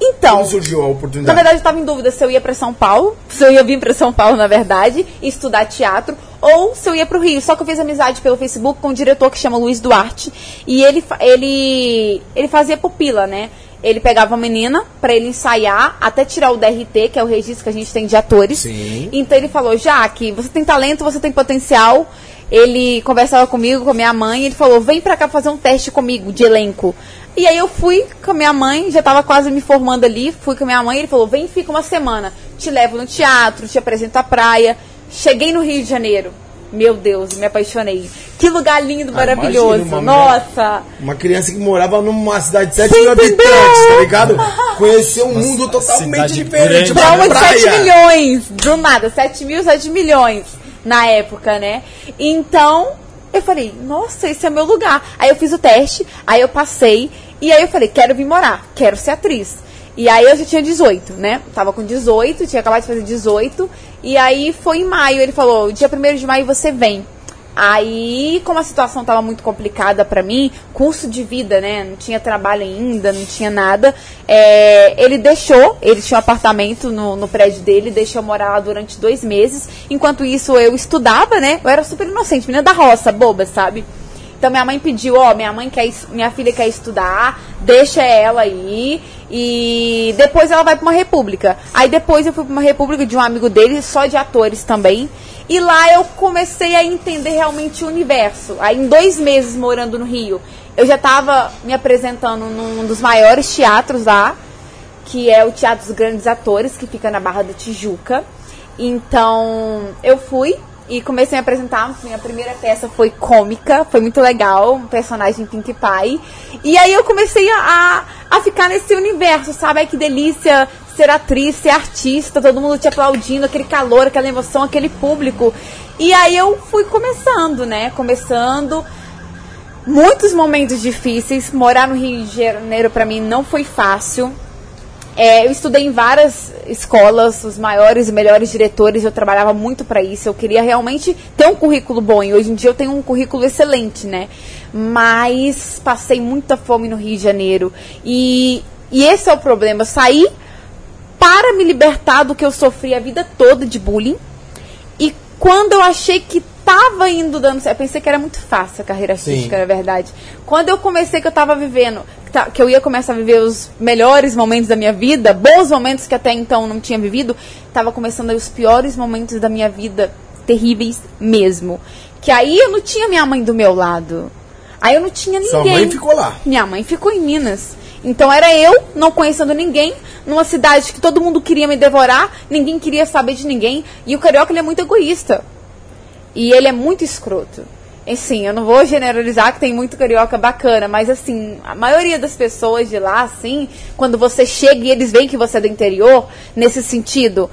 Speaker 3: Então,
Speaker 1: Como surgiu a
Speaker 3: na
Speaker 1: oportunidade?
Speaker 3: verdade, eu tava em dúvida se eu ia pra São Paulo, se eu ia vir pra São Paulo, na verdade, e estudar teatro, ou se eu ia pro Rio. Só que eu fiz amizade pelo Facebook com um diretor que chama Luiz Duarte, e ele, fa- ele, ele fazia pupila, né? Ele pegava a menina pra ele ensaiar, até tirar o DRT, que é o registro que a gente tem de atores.
Speaker 1: Sim.
Speaker 3: Então ele falou, Jaque, você tem talento, você tem potencial. Ele conversava comigo, com a minha mãe, e ele falou, vem pra cá fazer um teste comigo de elenco. E aí eu fui com a minha mãe, já tava quase me formando ali, fui com a minha mãe, ele falou, vem fica uma semana. Te levo no teatro, te apresento à praia. Cheguei no Rio de Janeiro. Meu Deus, me apaixonei. Que lugar lindo,
Speaker 1: Ah,
Speaker 3: maravilhoso.
Speaker 1: imagina uma mulher-
Speaker 3: Nossa!
Speaker 1: Uma criança que morava numa cidade de 7
Speaker 3: Você
Speaker 1: mil habitantes,
Speaker 3: entendeu?
Speaker 1: tá ligado? Conheceu um mundo
Speaker 2: cidade
Speaker 1: totalmente diferente.
Speaker 2: grande.
Speaker 3: Pra um
Speaker 1: uma
Speaker 3: uma de
Speaker 1: praia.
Speaker 3: 7 milhões. Do nada, 7 mil, 7 milhões na época, né? Então, eu falei, nossa, esse é meu lugar. Aí eu fiz o teste, aí eu passei, e aí eu falei, quero vir morar, quero ser atriz. E aí eu já tinha 18, né? Tava com 18, tinha acabado de fazer 18. E aí foi em maio, ele falou, dia 1 de maio você vem. Aí, como a situação tava muito complicada pra mim, curso de vida, né? Não tinha trabalho ainda, não tinha nada. é, ele deixou, ele tinha um apartamento no, no prédio dele, deixou eu morar lá durante dois meses. Enquanto isso, eu estudava, né? Eu era super inocente, menina da roça, boba, sabe? Então minha mãe pediu, ó, minha mãe quer, es- minha filha quer estudar, deixa ela aí e depois ela vai pra uma república. Aí depois eu fui pra uma república de um amigo dele, só de atores também. E lá eu comecei a entender realmente o universo. Aí em dois meses morando no Rio, eu já tava me apresentando num dos maiores teatros lá, que é o Teatro dos Grandes Atores, que fica na Barra da Tijuca. Então, eu fui e comecei a me apresentar. Minha primeira peça foi cômica, foi muito legal, um personagem Pink Pie. E aí eu comecei a, a, a ficar nesse universo, sabe? Ai, que delícia ser atriz, ser artista, todo mundo te aplaudindo, aquele calor, aquela emoção, aquele público. E aí eu fui começando, né? Começando muitos momentos difíceis. Morar no Rio de Janeiro pra mim não foi fácil. É, eu estudei em várias escolas, os maiores e melhores diretores, eu trabalhava muito pra isso. Eu queria realmente ter um currículo bom e hoje em dia eu tenho um currículo excelente, né? Mas passei muita fome no Rio de Janeiro e, e esse é o problema. Saí para me libertar do que eu sofri a vida toda de bullying. E quando eu achei que tava indo dando certo, eu pensei que era muito fácil a carreira artística, na verdade. Quando eu comecei que eu tava vivendo, que ta- que eu ia começar a viver os melhores momentos da minha vida, bons momentos que até então não tinha vivido, tava começando aí os piores momentos da minha vida, terríveis mesmo. Que aí eu não tinha minha mãe do meu lado. Aí eu não tinha ninguém.
Speaker 1: Sua mãe ficou lá.
Speaker 3: Minha mãe ficou em Minas. Então era eu, não conhecendo ninguém, numa cidade que todo mundo queria me devorar, ninguém queria saber de ninguém. E o carioca ele é muito egoísta. E ele é muito escroto. Assim, eu não vou generalizar que tem muito carioca bacana, mas assim, a maioria das pessoas de lá, assim, quando você chega e eles veem que você é do interior, nesse sentido,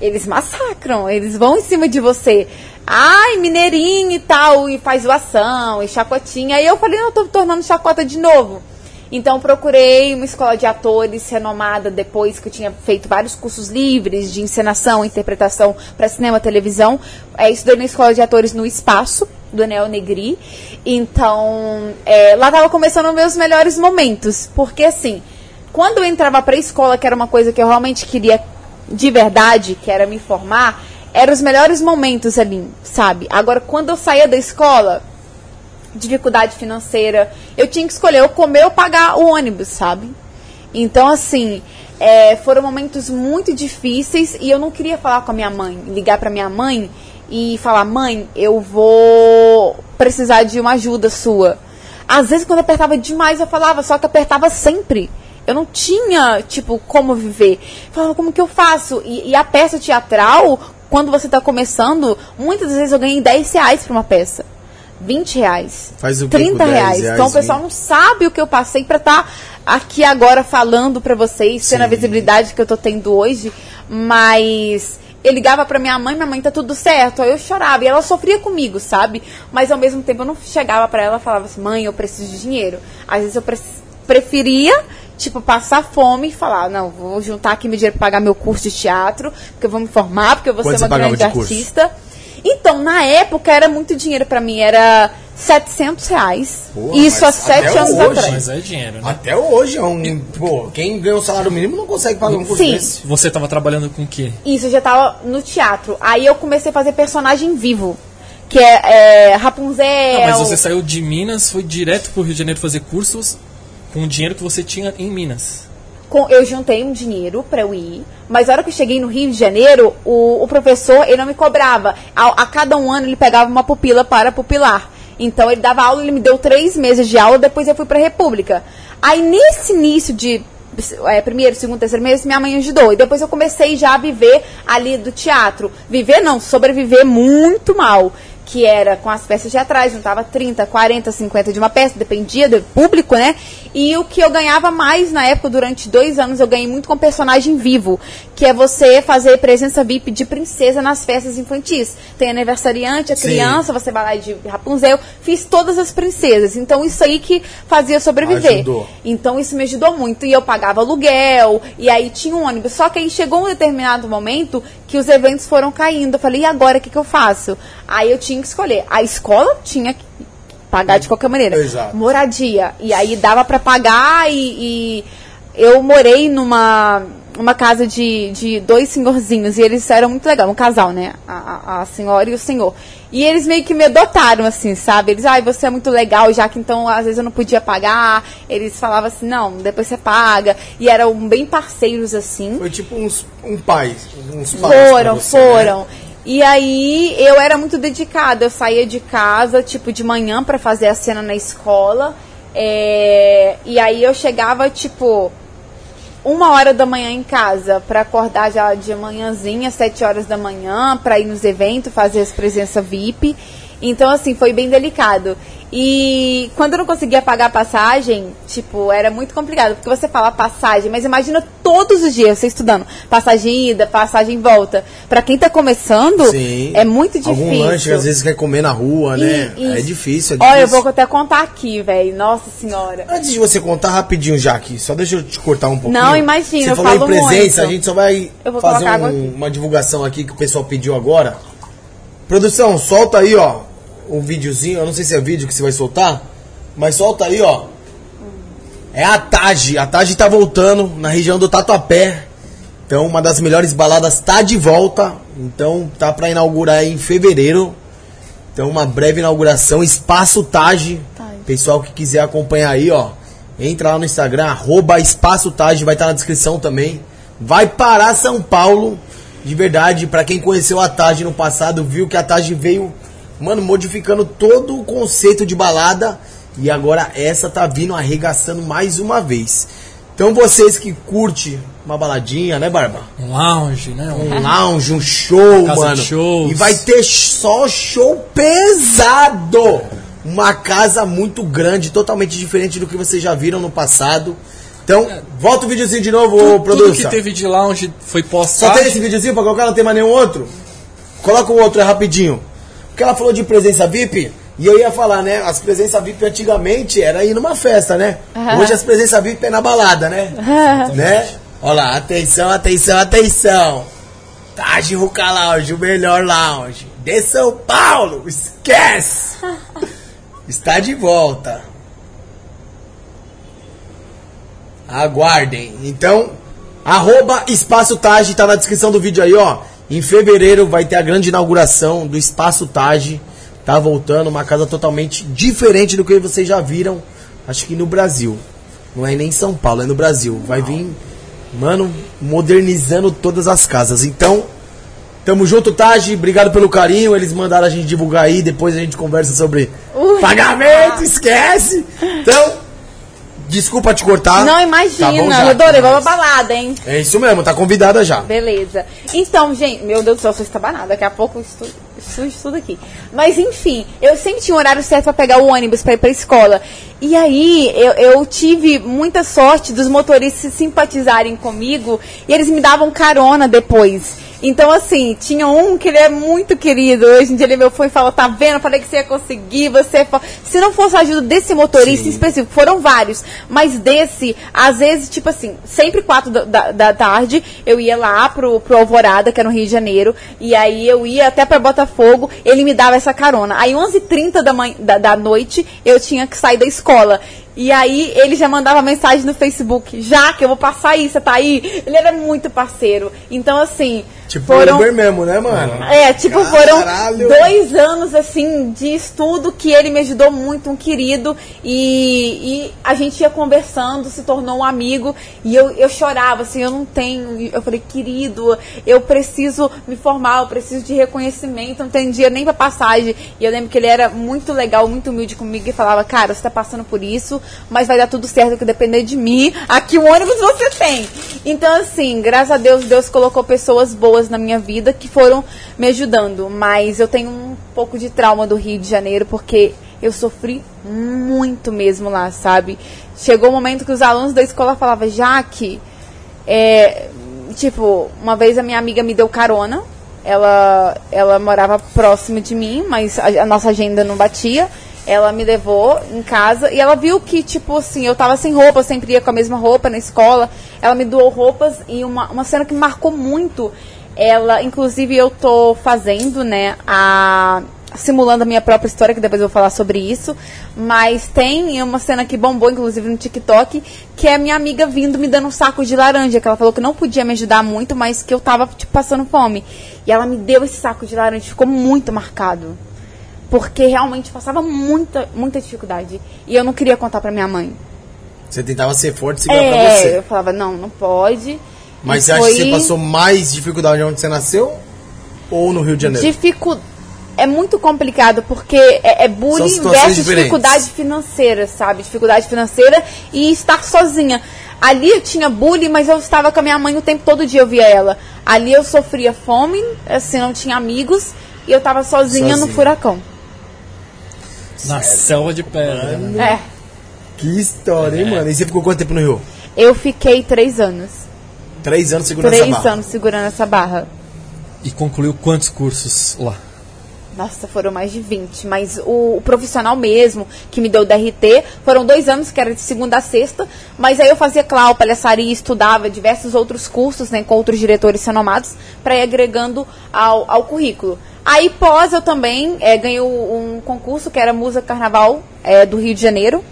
Speaker 3: eles massacram, eles vão em cima de você. Ai, mineirinho e tal, e faz zoação, e chacotinha. Aí eu falei, não, eu tô me tornando chacota de novo. Então procurei uma escola de atores renomada depois que eu tinha feito vários cursos livres de encenação, interpretação para cinema, televisão. É, estudei na escola de atores no Espaço, do Neo Negri. Então, é, lá tava começando meus melhores momentos. Porque assim, quando eu entrava pra escola, que era uma coisa que eu realmente queria de verdade, que era me formar, eram os melhores momentos ali, sabe? Agora, quando eu saía da escola, dificuldade financeira, eu tinha que escolher ou comer ou pagar o ônibus, sabe? Então, assim, é, foram momentos muito difíceis e eu não queria falar com a minha mãe, ligar pra minha mãe e falar: mãe, eu vou precisar de uma ajuda sua. Às vezes, quando apertava demais, eu falava, só que apertava sempre. Eu não tinha, tipo, como viver. Falava, como que eu faço? E, e a peça teatral, quando você tá começando, muitas vezes eu ganhei 10 reais pra uma peça. 20 reais.
Speaker 1: Faz o quê com
Speaker 3: 30
Speaker 1: 10
Speaker 3: reais. Então o
Speaker 1: reais,
Speaker 3: pessoal
Speaker 1: hein?
Speaker 3: não sabe o que eu passei pra estar aqui agora falando pra vocês, tendo a visibilidade que eu tô tendo hoje. Mas eu ligava pra minha mãe, minha mãe tá tudo certo. Aí eu chorava e ela sofria comigo, sabe? Mas ao mesmo tempo eu não chegava pra ela e falava assim: mãe, eu preciso de dinheiro. Às vezes eu pre- preferia. Tipo, passar fome e falar, não, vou juntar aqui meu dinheiro pra pagar meu curso de teatro, porque eu vou me formar, porque eu vou
Speaker 1: Quanto
Speaker 3: ser
Speaker 1: você
Speaker 3: uma
Speaker 1: pagava
Speaker 3: grande
Speaker 1: de curso?
Speaker 3: artista. Então, na época era muito dinheiro pra mim, era 700 reais.
Speaker 1: Pô,
Speaker 3: Isso há
Speaker 1: mas até
Speaker 3: sete anos
Speaker 1: hoje,
Speaker 3: atrás.
Speaker 2: Mas é dinheiro, né?
Speaker 1: Até hoje é um. Pô, quem ganha um salário mínimo não consegue pagar um curso
Speaker 3: Sim.
Speaker 1: desse.
Speaker 2: Você tava trabalhando com o quê?
Speaker 3: Isso, eu já tava no teatro. Aí eu comecei a fazer personagem vivo. Que é, é, Rapunzel.
Speaker 2: Ah, mas você saiu de Minas, foi direto pro Rio de Janeiro fazer cursos com o dinheiro que você tinha em Minas.
Speaker 3: Com- eu juntei um dinheiro pra eu ir, mas a hora que eu cheguei no Rio de Janeiro, o, o professor ele não me cobrava. A, a cada um ano ele pegava uma pupila para pupilar. Então ele dava aula, ele me deu três meses de aula, depois eu fui pra República. Aí nesse início de é, primeiro, segundo, terceiro mês, minha mãe ajudou. E depois eu comecei já a viver ali do teatro. Viver não, sobreviver muito mal. Que era com as peças de atrás, juntava 30, 40, 50 de uma peça, dependia do público, né? E o que eu ganhava mais na época, durante dois anos, eu ganhei muito com personagem vivo, que é você fazer presença VIP de princesa nas festas infantis. Tem aniversariante, a
Speaker 1: Sim.
Speaker 3: criança, você vai lá de Rapunzel, fiz todas as princesas. Então isso aí que fazia sobreviver.
Speaker 1: Ajudou.
Speaker 3: Então isso me ajudou muito. E eu pagava aluguel, e aí tinha um ônibus. Só que aí chegou um determinado momento que os eventos foram caindo. Eu falei, e agora o que, que eu faço? Aí eu tinha que escolher. A escola tinha que pagar de qualquer maneira.
Speaker 1: Exato.
Speaker 3: Moradia. E aí dava pra pagar e, e eu morei numa uma casa de, de dois senhorzinhos e eles eram muito legais, um casal, né? A, a- a senhora e o senhor. E eles meio que me adotaram, assim, sabe? Eles, ai, você é muito legal, já que então às vezes eu não podia pagar. Eles falavam assim, não, depois você paga. E eram bem parceiros, assim.
Speaker 1: Foi tipo uns um pai, uns pais. pra
Speaker 3: Foram,
Speaker 1: você,
Speaker 3: foram.
Speaker 1: né?
Speaker 3: E aí eu era muito dedicada, eu saía de casa, tipo, de manhã pra fazer a cena na escola. é, E aí eu chegava, tipo, uma hora da manhã em casa pra acordar já de manhãzinha, sete horas da manhã, pra ir nos eventos, fazer as presenças VIP. Então, assim, foi bem delicado. E quando eu não conseguia pagar a passagem, tipo, era muito complicado, porque você fala passagem, mas imagina todos os dias você estudando. Passagem ida, passagem volta. Pra quem tá começando,
Speaker 1: Sim.
Speaker 3: é muito difícil.
Speaker 1: Algum lanche que às vezes quer comer na rua, né?
Speaker 3: E- e-
Speaker 1: É difícil, é difícil.
Speaker 3: Olha, eu vou até contar aqui, velho. Nossa senhora.
Speaker 1: Antes de você contar rapidinho, Jaque, só deixa eu te cortar um pouquinho.
Speaker 3: Não, imagina,
Speaker 1: Você
Speaker 3: eu
Speaker 1: falou
Speaker 3: falo
Speaker 1: em presença,
Speaker 3: muito.
Speaker 1: a gente só vai
Speaker 3: Eu vou
Speaker 1: fazer
Speaker 3: colocar água
Speaker 1: um-
Speaker 3: aqui.
Speaker 1: uma divulgação aqui que o pessoal pediu agora. Produção, solta aí, ó, um videozinho, eu não sei se é vídeo que você vai soltar, mas solta aí, ó. É a Taj, a Taj tá voltando na região do Tatuapé. Então, uma das melhores baladas tá de volta. Então, tá pra inaugurar aí em fevereiro. Então, uma breve inauguração, Espaço Taj.
Speaker 3: Taj.
Speaker 1: Pessoal que quiser acompanhar aí, ó, entra lá no Instagram, arroba Espaço Taj, vai estar na descrição também. Vai parar São Paulo, de verdade, pra quem conheceu a Taj no passado, viu que a Taj veio, mano, modificando todo o conceito de balada. E agora essa tá vindo arregaçando mais uma vez. Então vocês que curte uma baladinha, né, Barba?
Speaker 2: Um lounge, né? Um-
Speaker 1: um lounge, um show,
Speaker 2: Casa de
Speaker 1: mano.
Speaker 2: shows.
Speaker 1: E vai ter só show pesado. Uma casa muito grande, totalmente diferente do que vocês já viram no passado. Então, volta o videozinho de novo, ô,
Speaker 2: Tudo
Speaker 1: produção.
Speaker 2: que teve de lounge foi
Speaker 1: Só
Speaker 2: postado.
Speaker 1: tem esse videozinho pra colocar, não tem mais nenhum outro? Coloca o outro, é rapidinho. Porque ela falou de presença VIP, e eu ia falar, né? As presenças VIP antigamente era ir numa festa, né?
Speaker 3: Aham.
Speaker 1: Hoje as presenças VIP é na balada, né? né? Olha lá, atenção, atenção, atenção. Taj Ruca Lounge, o melhor lounge. De São Paulo, esquece! Está de volta. Aguardem. Então, arroba Espaço Taj, tá na descrição do vídeo aí, ó. Em fevereiro vai ter a grande inauguração do Espaço Taj. Tá voltando, uma casa totalmente diferente do que vocês já viram. Acho que no Brasil. Não é nem em São Paulo, é no Brasil. Vai vir, mano, modernizando todas as casas. Então, tamo junto, Taj. Obrigado pelo carinho. Eles mandaram a gente divulgar aí. Depois a gente conversa sobre
Speaker 3: Ui.
Speaker 1: pagamento. Esquece! Então, desculpa te cortar.
Speaker 3: Não,
Speaker 1: Tá bom
Speaker 3: imagina.
Speaker 1: já.
Speaker 3: eu adorei, vou pra balada, hein?
Speaker 1: É isso mesmo, tá convidada já.
Speaker 3: Beleza. Então, gente, meu Deus do céu, eu sou estabanada. Daqui a pouco eu estu- sujo tudo aqui. Mas enfim, eu sempre tinha um horário certo pra pegar o ônibus pra ir pra escola. E aí eu, eu tive muita sorte dos motoristas se simpatizarem comigo e eles me davam carona depois. Então, assim, tinha um que ele é muito querido. Hoje em dia ele meu foi e fala: tá vendo? Falei que você ia conseguir, você é fo-". Se não fosse a ajuda desse motorista em específico, foram vários. Mas desse, às vezes, tipo assim, sempre quatro da, da- da tarde, eu ia lá pro, pro Alvorada, que é no Rio de Janeiro, e aí eu ia até pra Botafogo, ele me dava essa carona. Aí 11h30 da, manhã- da, da noite, eu tinha que sair da escola. E aí ele já mandava mensagem no Facebook, já que eu vou passar aí, você tá aí? Ele era muito parceiro. Então, assim.
Speaker 1: Tipo
Speaker 3: foram...
Speaker 1: Uber mesmo, né, mano?
Speaker 3: É, tipo,
Speaker 1: Caralho.
Speaker 3: foram dois anos, assim, de estudo que ele me ajudou muito, um querido. E, e a gente ia conversando, se tornou um amigo. E eu, eu chorava, assim, eu não tenho. e Eu falei, querido, eu preciso me formar, eu preciso de reconhecimento, eu não tenho dinheiro nem pra passagem. E eu lembro que ele era muito legal, muito humilde comigo e falava, cara, você tá passando por isso, mas vai dar tudo certo, que depender de mim, aqui o ônibus você tem. Então, assim, graças a Deus, Deus colocou pessoas boas na minha vida que foram me ajudando. Mas eu tenho um pouco de trauma do Rio de Janeiro, porque eu sofri muito mesmo lá, sabe? Chegou o momento que os alunos da escola falavam, Jaque, é, tipo, uma vez a minha amiga me deu carona. Ela, ela morava próximo de mim, mas a, a nossa agenda não batia. Ela me levou em casa e ela viu que, tipo assim, eu tava sem roupa, eu sempre ia com a mesma roupa na escola. Ela me doou roupas e uma, uma cena que me marcou muito. Ela, inclusive, eu tô fazendo, né, a simulando a minha própria história, que depois eu vou falar sobre isso. Mas tem uma cena que bombou, inclusive, no TikTok, que é minha amiga vindo me dando um saco de laranja, que ela falou que não podia me ajudar muito, mas que eu tava, tipo, passando fome. E ela me deu esse saco de laranja, ficou muito marcado. Porque realmente passava muita, muita dificuldade. E eu não queria contar pra minha mãe.
Speaker 1: Você tentava ser forte e segurar pra
Speaker 3: É,
Speaker 1: você.
Speaker 3: eu falava, não, não pode.
Speaker 1: Mas
Speaker 3: E
Speaker 1: você acha que
Speaker 3: foi-
Speaker 1: você passou mais dificuldade onde você nasceu? Ou no Rio de Janeiro?
Speaker 3: Dificu... É muito complicado porque é, é
Speaker 1: São
Speaker 3: bullying
Speaker 1: situações
Speaker 3: versus
Speaker 1: diferentes.
Speaker 3: dificuldade financeira, sabe? Dificuldade financeira e estar sozinha. Ali eu tinha bullying, mas eu estava com a minha mãe o tempo todo dia, eu via ela. Ali eu sofria fome, assim, não tinha amigos e eu estava sozinha, no
Speaker 1: Sozinha.
Speaker 3: furacão.
Speaker 1: É.
Speaker 2: Na selva de pedra. né?
Speaker 3: É.
Speaker 1: Que história,
Speaker 2: É.
Speaker 1: hein, mano? E você ficou quanto tempo no Rio?
Speaker 3: Eu fiquei três anos.
Speaker 1: Três anos segurando
Speaker 3: três
Speaker 1: essa barra.
Speaker 3: anos segurando essa barra.
Speaker 2: E concluiu quantos cursos lá?
Speaker 3: Nossa, foram mais de 20, mas o, o profissional mesmo, que me deu o DRT, foram dois anos, que era de segunda a sexta, mas aí eu fazia clau, palhaçaria, estudava diversos outros cursos, né, com outros diretores renomados, para ir agregando ao, ao currículo. Aí pós eu também eh, ganhei um concurso que era Musa Carnaval eh, do Rio de Janeiro,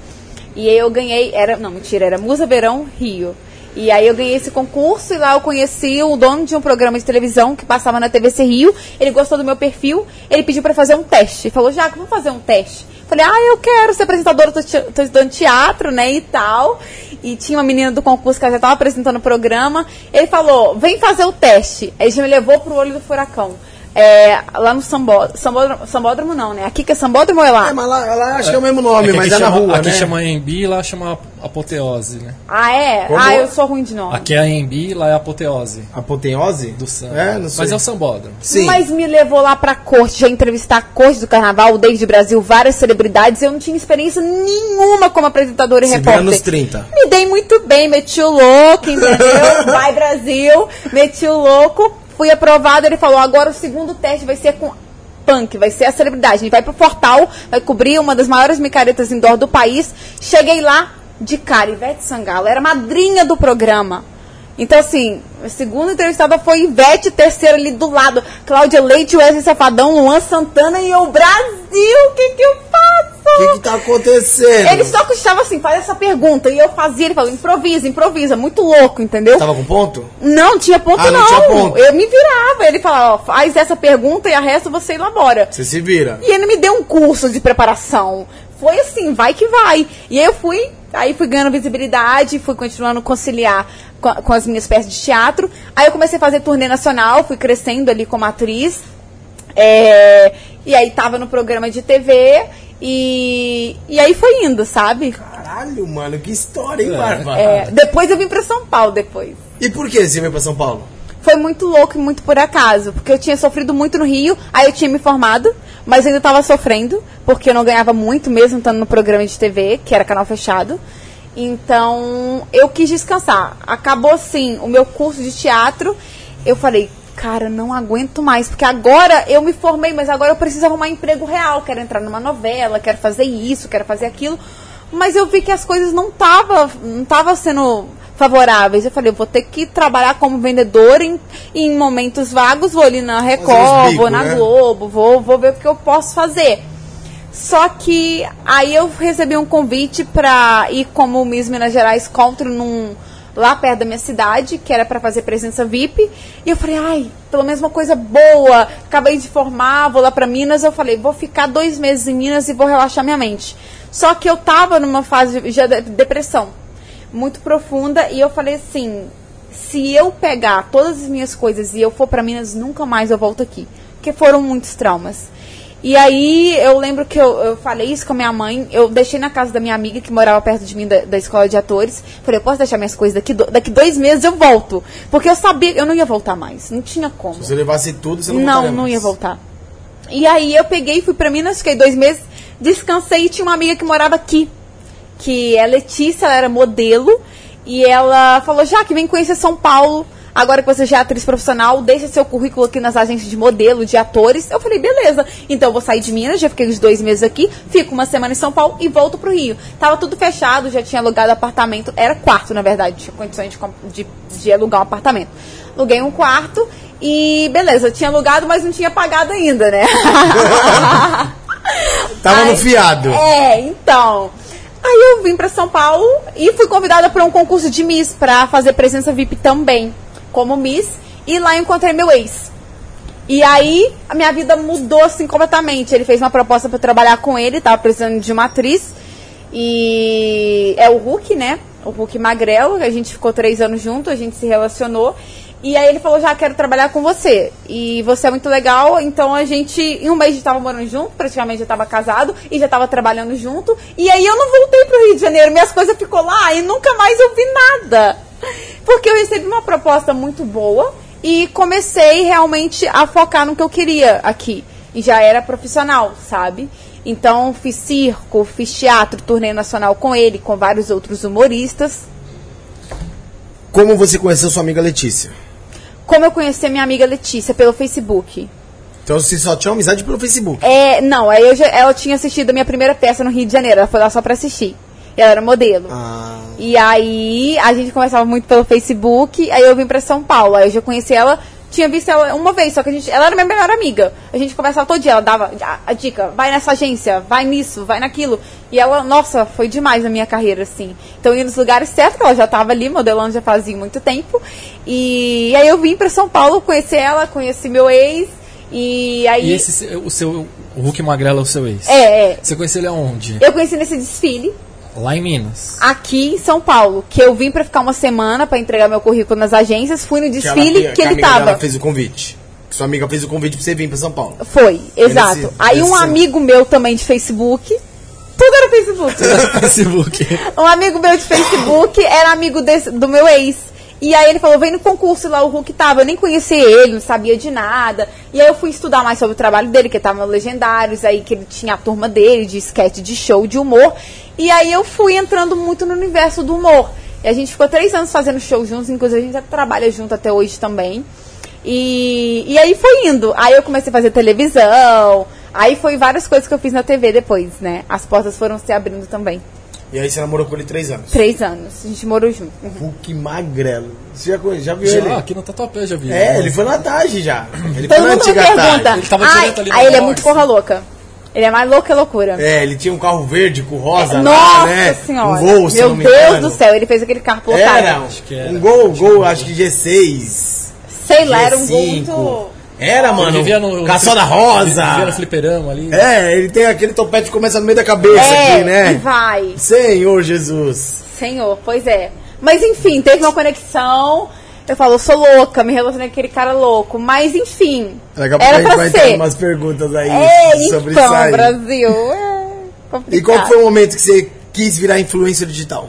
Speaker 3: e aí eu ganhei, era, não, mentira, era Musa Verão Rio. E aí eu ganhei esse concurso e lá eu conheci o dono de um programa de televisão que passava na TVC Rio. Ele gostou do meu perfil, ele pediu pra fazer um teste. Ele falou, Jaco, vamos fazer um teste. Falei, ah, eu quero ser apresentadora, tô, te- tô estudando teatro, né, e tal. E tinha uma menina do concurso que ela já tava apresentando o programa. Ele falou, vem fazer o teste. Aí já me levou pro olho do furacão. É, lá no sambó, sambódromo, sambódromo não, né? Aqui que é sambódromo ou é lá?
Speaker 1: É, mas lá, lá acho que é o mesmo nome,
Speaker 2: que
Speaker 1: mas
Speaker 2: aqui
Speaker 1: é na
Speaker 2: chama,
Speaker 1: rua,
Speaker 2: Aqui
Speaker 1: né?
Speaker 2: chama Embi, lá chama apoteose, né?
Speaker 3: Ah, é?
Speaker 1: Como?
Speaker 3: Ah, eu sou ruim de nome.
Speaker 2: Aqui é a Embi, lá é a apoteose
Speaker 1: Apoteose?
Speaker 2: do samba.
Speaker 1: É, não sei.
Speaker 2: Mas é o sambódromo.
Speaker 1: Sim.
Speaker 3: Mas me levou lá pra corte, já entrevistar a corte do carnaval, o David Brasil, várias celebridades. Eu não tinha experiência nenhuma como apresentadora e
Speaker 1: Se vira
Speaker 3: repórter.
Speaker 1: nos 30.
Speaker 3: Me dei muito bem, meti o louco, entendeu? Vai Brasil, meti o louco, fui aprovado. Ele falou: agora o segundo teste vai ser com punk, vai ser a celebridade. A gente vai pro Fortal, vai cobrir uma das maiores micaretas indoor do país. Cheguei lá de cara, Ivete Sangalo, era madrinha do programa. Então, assim, a segunda entrevistada foi Ivete, terceira ali do lado, Cláudia Leite, Wesley Safadão, Luan Santana e o Brasil, o que que eu faço?
Speaker 1: O que, que tá acontecendo?
Speaker 3: Ele só custava assim, faz essa pergunta, e eu fazia, ele falou, improvisa, improvisa, muito louco, entendeu?
Speaker 1: Tava com ponto?
Speaker 3: Não, tinha ponto
Speaker 1: Ah, não
Speaker 3: não,
Speaker 1: tinha ponto.
Speaker 3: eu me virava, ele falava, ó, faz essa pergunta e a resto você elabora.
Speaker 1: Você se vira.
Speaker 3: E ele me deu um curso de preparação. Foi assim, vai que vai. E aí eu fui, aí fui ganhando visibilidade, fui continuando conciliar co- com, as minhas peças de teatro. Aí eu comecei a fazer turnê nacional, fui crescendo ali como atriz. É, e aí tava no programa de TV. E, e aí foi indo, sabe?
Speaker 1: Caralho, mano, que história, hein,
Speaker 2: É.
Speaker 1: Barba?
Speaker 3: É, depois eu vim pra São Paulo depois.
Speaker 1: E por que você veio pra São Paulo?
Speaker 3: Foi muito louco e muito por acaso, porque eu tinha sofrido muito no Rio, aí eu tinha me formado, mas ainda estava sofrendo, porque eu não ganhava muito mesmo estando no programa de TV, que era canal fechado. Então, eu quis descansar. Acabou assim o meu curso de teatro. Eu falei, cara, não aguento mais, porque agora eu me formei, mas agora eu preciso arrumar emprego real, quero entrar numa novela, quero fazer isso, quero fazer aquilo. Mas eu vi que as coisas não tava, não tava sendo favoráveis. Eu falei, eu vou ter que trabalhar como vendedor em, em momentos vagos, vou ali na Record,
Speaker 1: bico,
Speaker 3: vou na
Speaker 1: né?
Speaker 3: Globo, vou, vou ver o que eu posso fazer. Só que aí eu recebi um convite pra ir como Miss Minas Gerais Country num, lá perto da minha cidade, que era pra fazer presença VIP. E eu falei, ai, pelo menos uma coisa boa, acabei de formar, vou lá pra Minas. Eu falei, vou ficar dois meses em Minas e vou relaxar minha mente. Só que eu tava numa fase já de depressão muito profunda e eu falei assim, se eu pegar todas as minhas coisas e eu for pra Minas, nunca mais eu volto aqui, porque foram muitos traumas. E aí eu lembro que eu, eu falei isso com a minha mãe, eu deixei na casa da minha amiga que morava perto de mim da, da escola de atores, falei, eu posso deixar minhas coisas daqui, do- daqui dois meses eu volto, porque eu sabia, eu não ia voltar mais, não tinha como.
Speaker 1: Se você levasse tudo, você não
Speaker 3: Não,
Speaker 1: voltaria
Speaker 3: não
Speaker 1: mais.
Speaker 3: ia voltar. E aí eu peguei, fui pra Minas, fiquei dois meses, descansei e tinha uma amiga que morava aqui, que é Letícia, ela era modelo, e ela falou, já que vem conhecer São Paulo, agora que você já é atriz profissional, deixa seu currículo aqui nas agências de modelo, de atores. Eu falei, beleza, então eu vou sair de Minas, já fiquei uns dois meses aqui, fico uma semana em São Paulo e volto pro Rio. Tava tudo fechado, já tinha alugado apartamento, era quarto, na verdade, tinha condições de comp- de, de alugar um apartamento aluguei um quarto e beleza, eu tinha alugado, mas não tinha pagado ainda, né?
Speaker 1: Tava
Speaker 3: Aí-
Speaker 1: no fiado.
Speaker 3: É, então. Aí eu vim pra São Paulo e fui convidada pra um concurso de Miss pra fazer presença VIP também, como Miss, e lá eu encontrei meu ex. E aí a minha vida mudou assim completamente. Ele fez uma proposta pra eu trabalhar com ele, tava precisando de uma atriz. E é o Hulk, né? O Hulk Magrelo, que a gente ficou três anos junto, a gente se relacionou. E aí ele falou, já quero trabalhar com você. E você é muito legal, então a gente, em um mês já tava morando junto, praticamente já tava casado e já tava trabalhando junto. E aí eu não voltei pro Rio de Janeiro, minhas coisas ficou lá e nunca mais eu vi nada. Porque eu recebi uma proposta muito boa e comecei realmente a focar no que eu queria aqui. E já era profissional, sabe? Então fiz circo, fiz teatro, turnê nacional com ele, com vários outros humoristas.
Speaker 1: Como você conheceu sua amiga Letícia?
Speaker 3: Como eu conheci a minha amiga Letícia pelo Facebook.
Speaker 1: Então você só tinha amizade pelo Facebook.
Speaker 3: É, não, aí eu já- ela tinha assistido a minha primeira peça no Rio de Janeiro, ela foi lá só pra assistir. E Ela era modelo.
Speaker 1: Ah,
Speaker 3: E aí a gente conversava muito pelo Facebook, aí eu vim pra São Paulo, aí eu já conheci ela, tinha visto ela uma vez, só que a gente, ela era minha melhor amiga. A gente conversava todo dia, ela dava a, a dica, vai nessa agência, vai nisso, vai naquilo. E ela, nossa, foi demais na minha carreira, assim. Então eu ia nos lugares certos, ela já tava ali, modelando já fazia muito tempo. E aí eu vim pra São Paulo conhecer ela, conheci meu ex, e aí.
Speaker 2: E esse, se- o seu, o Hulk Magrela é o seu ex?
Speaker 3: É, é.
Speaker 2: Você conheceu ele aonde?
Speaker 3: Eu conheci nesse desfile.
Speaker 2: Lá em Minas.
Speaker 3: aqui em São Paulo, que eu vim pra ficar uma semana pra entregar meu currículo nas agências, fui no
Speaker 1: ela-
Speaker 3: desfile que,
Speaker 1: a
Speaker 3: ele
Speaker 1: amiga
Speaker 3: tava.
Speaker 1: dela fez o convite. Que Sua amiga fez o convite pra você vir pra São Paulo.
Speaker 3: Foi, exato.
Speaker 1: nesse-
Speaker 3: Aí um
Speaker 1: nesse-
Speaker 3: amigo meu também de Facebook, tudo era Facebook.
Speaker 2: Facebook.
Speaker 3: um amigo meu de Facebook era amigo desse- do meu ex. E aí ele falou, vem no concurso lá, o Hulk tava, eu nem conhecia ele, não sabia de nada. E aí eu fui estudar mais sobre o trabalho dele, que ele tava no Legendários, aí que ele tinha a turma dele, de esquete, de show, de humor. E aí eu fui entrando muito no universo do humor. E a gente ficou três anos fazendo show juntos, inclusive a gente já trabalha junto até hoje também. E, e aí foi indo. Aí eu comecei a fazer televisão, aí foi várias coisas que eu fiz na TV depois, né? As portas foram se abrindo também.
Speaker 1: E aí você namorou com ele três anos.
Speaker 3: Três anos. A gente morou junto. Uhum.
Speaker 1: Hulk magrelo. Você já, conhe- já viu
Speaker 2: Já,
Speaker 1: ele?
Speaker 2: Ah, aqui no Tatuapé já vi.
Speaker 1: É, ele foi na tarde já. Ele foi
Speaker 3: Todo
Speaker 1: na é
Speaker 3: mundo me
Speaker 1: antiga tá?
Speaker 3: pergunta.
Speaker 1: tarde.
Speaker 2: Ele tava
Speaker 3: ai,
Speaker 2: direto ali no
Speaker 3: ai, ele é
Speaker 2: box.
Speaker 3: muito porra louca. Ele é mais louco que loucura.
Speaker 1: É, ele tinha um carro verde com rosa lá,
Speaker 3: Nossa
Speaker 1: né?
Speaker 3: senhora.
Speaker 1: Um gol, se
Speaker 3: Meu
Speaker 1: não me
Speaker 3: Deus
Speaker 1: engano.
Speaker 3: do céu, ele fez aquele carro plotado.
Speaker 1: Era,
Speaker 2: Acho que era.
Speaker 1: um gol, gol, acho que G6.
Speaker 3: Sei lá, era um gol
Speaker 1: G5.
Speaker 3: muito.
Speaker 1: Era, mano.
Speaker 2: Ele vivia no.
Speaker 1: Caçola
Speaker 2: Ele vivia no
Speaker 1: Rosa.
Speaker 2: fliperama ali.
Speaker 1: É, ele tem aquele topete que começa no meio da cabeça
Speaker 3: É,
Speaker 1: aqui, né?
Speaker 3: e vai.
Speaker 1: Senhor Jesus.
Speaker 3: Senhor, pois é. Mas enfim, teve uma conexão. Eu falo, eu sou louca, me relacionei com aquele cara louco. Mas enfim,
Speaker 1: Daqui a pouco a
Speaker 3: era
Speaker 1: gente
Speaker 3: pra
Speaker 1: vai ter
Speaker 3: ser.
Speaker 1: umas perguntas aí
Speaker 3: É,
Speaker 1: sobre
Speaker 3: então,
Speaker 1: isso aí.
Speaker 3: Brasil. É complicado.
Speaker 1: E qual foi o momento que você quis virar influencer digital?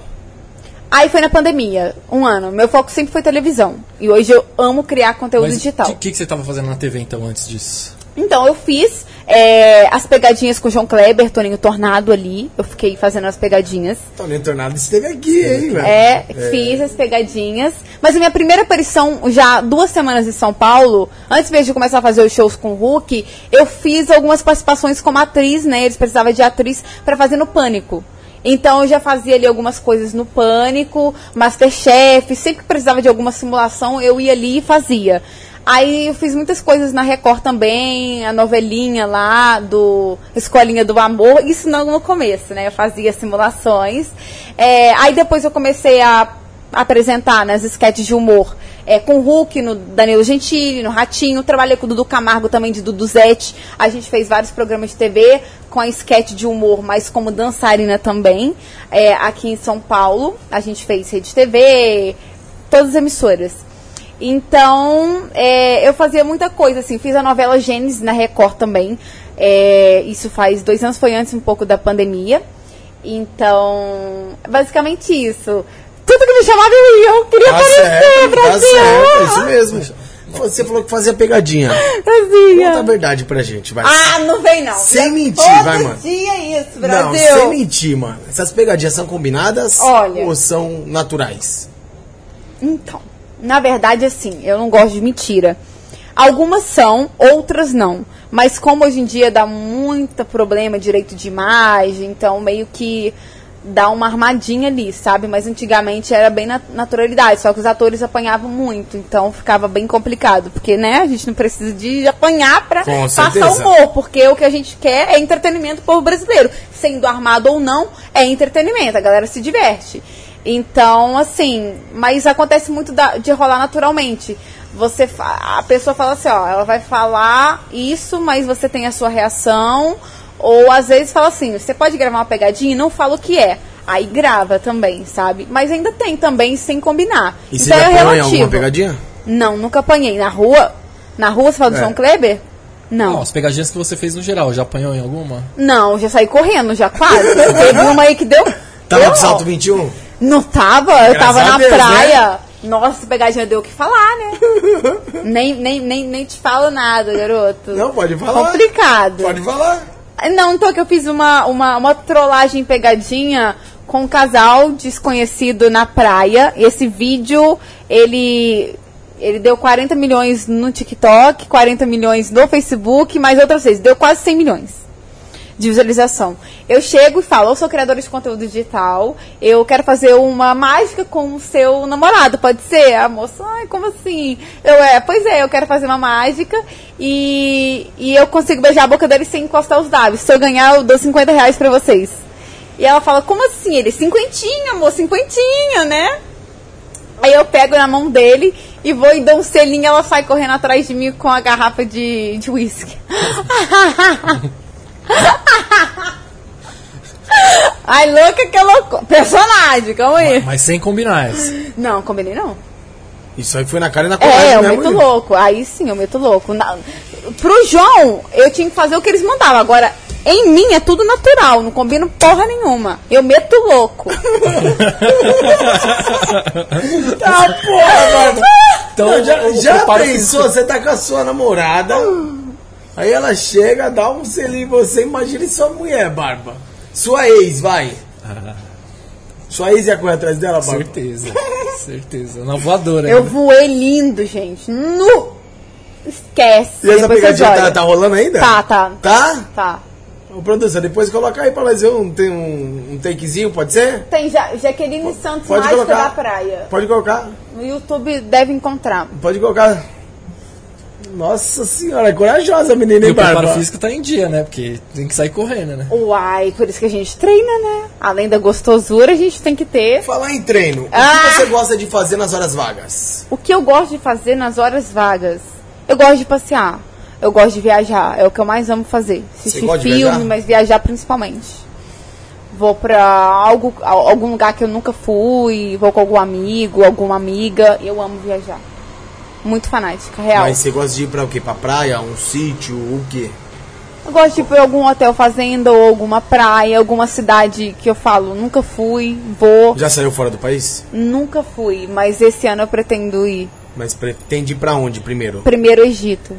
Speaker 3: Aí foi na pandemia, um ano. Meu foco sempre foi televisão. E hoje eu amo criar conteúdo
Speaker 2: Mas
Speaker 3: digital.
Speaker 2: O que, que você tava fazendo na TV então antes disso?
Speaker 3: Então, eu fiz é, as pegadinhas com o João Kleber, Toninho Tornado ali. Eu fiquei fazendo as pegadinhas.
Speaker 1: Toninho Tornado esteve aqui, hein, velho?
Speaker 3: É, fiz as pegadinhas. Mas a minha primeira aparição, já duas semanas em São Paulo, antes mesmo de começar a fazer os shows com o Hulk, eu fiz algumas participações como atriz, né? Eles precisavam de atriz pra fazer no Pânico. Então eu já fazia ali algumas coisas no Pânico, Masterchef, sempre que precisava de alguma simulação, eu ia ali e fazia. Aí eu fiz muitas coisas na Record também, a novelinha lá do Escolinha do Amor, isso não no começo, né? Eu fazia simulações. É, aí depois eu comecei a apresentar nas esquetes de humor é, com o Hulk, no Danilo Gentili, no Ratinho, trabalhei com o Dudu Camargo também de Duduzete. A gente fez vários programas de TV com a esquete de humor, mas como dançarina também, é, aqui em São Paulo. A gente fez Rede TV, todas as emissoras. Então, é, eu fazia muita coisa, assim, fiz a novela Gênesis na Record também. É, isso faz dois anos, foi antes um pouco da pandemia. Então, basicamente isso. Tudo que me chamava eu ia, eu queria aparecer,
Speaker 1: tá
Speaker 3: Brasil!
Speaker 1: certo, isso mesmo. Você falou que fazia pegadinha. Conta a
Speaker 3: Brasil!
Speaker 1: verdade pra gente, vai.
Speaker 3: Ah, não vem não.
Speaker 1: Sem
Speaker 3: É
Speaker 1: mentir,
Speaker 3: todo
Speaker 1: vai, mano.
Speaker 3: dia é isso, Brasil.
Speaker 1: não, sem mentir, mano. Essas pegadinhas são combinadas
Speaker 3: Olha.
Speaker 1: ou são naturais?
Speaker 3: Então, na verdade, assim, eu não gosto de mentira. Algumas são, outras não. Mas como hoje em dia dá muito problema direito de imagem, então meio que dá uma armadinha ali, sabe? Mas antigamente era bem na naturalidade, só que os atores apanhavam muito, então ficava bem complicado, porque né, a gente não precisa de apanhar pra
Speaker 1: Com
Speaker 3: passar
Speaker 1: certeza.
Speaker 3: o humor, porque o que a gente quer é entretenimento pro povo brasileiro. Sendo armado ou não, é entretenimento, a galera se diverte. Então, assim, mas acontece muito da- de rolar naturalmente. Você fa- a pessoa fala assim, ó, ela vai falar isso, mas você tem a sua reação, ou às vezes fala assim, você pode gravar uma pegadinha e não fala o que é. Aí grava também, sabe? Mas ainda tem também sem combinar.
Speaker 1: E
Speaker 3: isso
Speaker 1: você já apanhou em alguma pegadinha?
Speaker 3: Não, nunca apanhei. Na rua? Na rua você fala do
Speaker 1: É.
Speaker 3: João Kleber? Não.
Speaker 2: Não, Ah, as pegadinhas que você fez no geral, já apanhou em alguma?
Speaker 3: Não, já saí correndo, já quase. Teve uma aí que deu.
Speaker 1: Tava
Speaker 3: deu-
Speaker 1: Tá com salto 21?
Speaker 3: Não tava, eu
Speaker 1: Graças
Speaker 3: tava
Speaker 1: a
Speaker 3: na
Speaker 1: Deus, né?
Speaker 3: praia. Nossa, pegadinha deu o que falar, né? nem, nem, nem, nem te falo nada, garoto.
Speaker 1: Não, pode falar.
Speaker 3: Complicado.
Speaker 1: Pode falar.
Speaker 3: Não, então que eu fiz uma, uma, uma trollagem pegadinha com um casal desconhecido na praia. Esse vídeo, ele. Ele deu 40 milhões no TikTok, 40 milhões no Facebook, mais outras vezes. Deu quase 100 milhões de visualização. Eu chego e falo, eu sou criadora de conteúdo digital, eu quero fazer uma mágica com o seu namorado, pode ser? A moça, ai, como assim? Eu, é, pois é, eu quero fazer uma mágica e, e eu consigo beijar a boca dele sem encostar os lábios. Se eu ganhar, eu dou 50 reais pra vocês. E ela fala, como assim? Ele, cinquentinha, amor, cinquentinha, né? Aí eu pego na mão dele e vou e dou um selinho, ela sai correndo atrás de mim com a garrafa de, de uísque. Ai, louca que louco. Personagem, calma aí.
Speaker 2: Mas sem combinar essa.
Speaker 3: Não, combinei não.
Speaker 1: Isso aí foi na cara e na coragem
Speaker 3: É, eu
Speaker 1: mesmo,
Speaker 3: meto
Speaker 1: hein?
Speaker 3: louco. Aí sim, eu meto louco. Na- Pro João, eu tinha que fazer o que eles mandavam. Agora, em mim é tudo natural, não combino porra nenhuma. Eu meto louco.
Speaker 1: Tá, porra, mano.
Speaker 2: Então,
Speaker 1: já
Speaker 2: o
Speaker 1: já
Speaker 2: preparo
Speaker 1: pensou,
Speaker 2: físico.
Speaker 1: você tá com a sua namorada, aí ela chega, dá um selinho em você, imagine sua mulher, Barba. Sua ex, vai. Sua ex ia correr atrás dela, Barba?
Speaker 2: Ah, Certeza, certeza. Na voadora.
Speaker 3: Eu
Speaker 2: né?
Speaker 3: voei lindo, gente. Nu! Esquece.
Speaker 1: E essa
Speaker 3: Depois vocês
Speaker 1: pegadinha tá,
Speaker 3: olham.
Speaker 1: tá rolando ainda?
Speaker 3: Tá, tá.
Speaker 1: Tá?
Speaker 3: Tá.
Speaker 1: Ô, produção, depois coloca aí pra nós ver um, tem um, um takezinho, pode ser?
Speaker 3: Tem ja Jaqueline Santos
Speaker 1: Pode
Speaker 3: Mágica
Speaker 1: colocar.
Speaker 3: da Praia.
Speaker 1: Pode colocar,
Speaker 3: No YouTube deve encontrar.
Speaker 1: pode colocar. Nossa senhora, é corajosa a menina,
Speaker 2: E
Speaker 1: hein,
Speaker 2: o preparo
Speaker 1: Barba?
Speaker 2: físico tá em dia, né? Porque tem que sair correndo, né?
Speaker 3: Uai, por isso que a gente treina, né? Além da gostosura, a gente tem que ter.
Speaker 1: Falar em treino, o
Speaker 3: Ah!
Speaker 1: que você gosta de fazer nas horas vagas?
Speaker 3: O que eu gosto de fazer nas horas vagas? Eu gosto de passear. Eu gosto de viajar. É o que eu mais amo fazer. Assistir
Speaker 1: gosta de
Speaker 3: filme,
Speaker 1: viajar?
Speaker 3: mas viajar principalmente. Vou pra algo, al- algum lugar que eu nunca fui. Vou com algum amigo, alguma amiga. Eu amo viajar. Muito fanática, real.
Speaker 1: Mas você gosta de ir pra o quê? Pra praia, um sítio, o quê?
Speaker 3: Eu gosto de ir pra algum hotel fazenda ou alguma praia, alguma cidade que eu falo, nunca fui, vou,
Speaker 1: Já saiu fora do país?
Speaker 3: nunca fui, mas esse ano eu pretendo ir.
Speaker 1: Mas pretende ir pra onde primeiro?
Speaker 3: Primeiro Egito.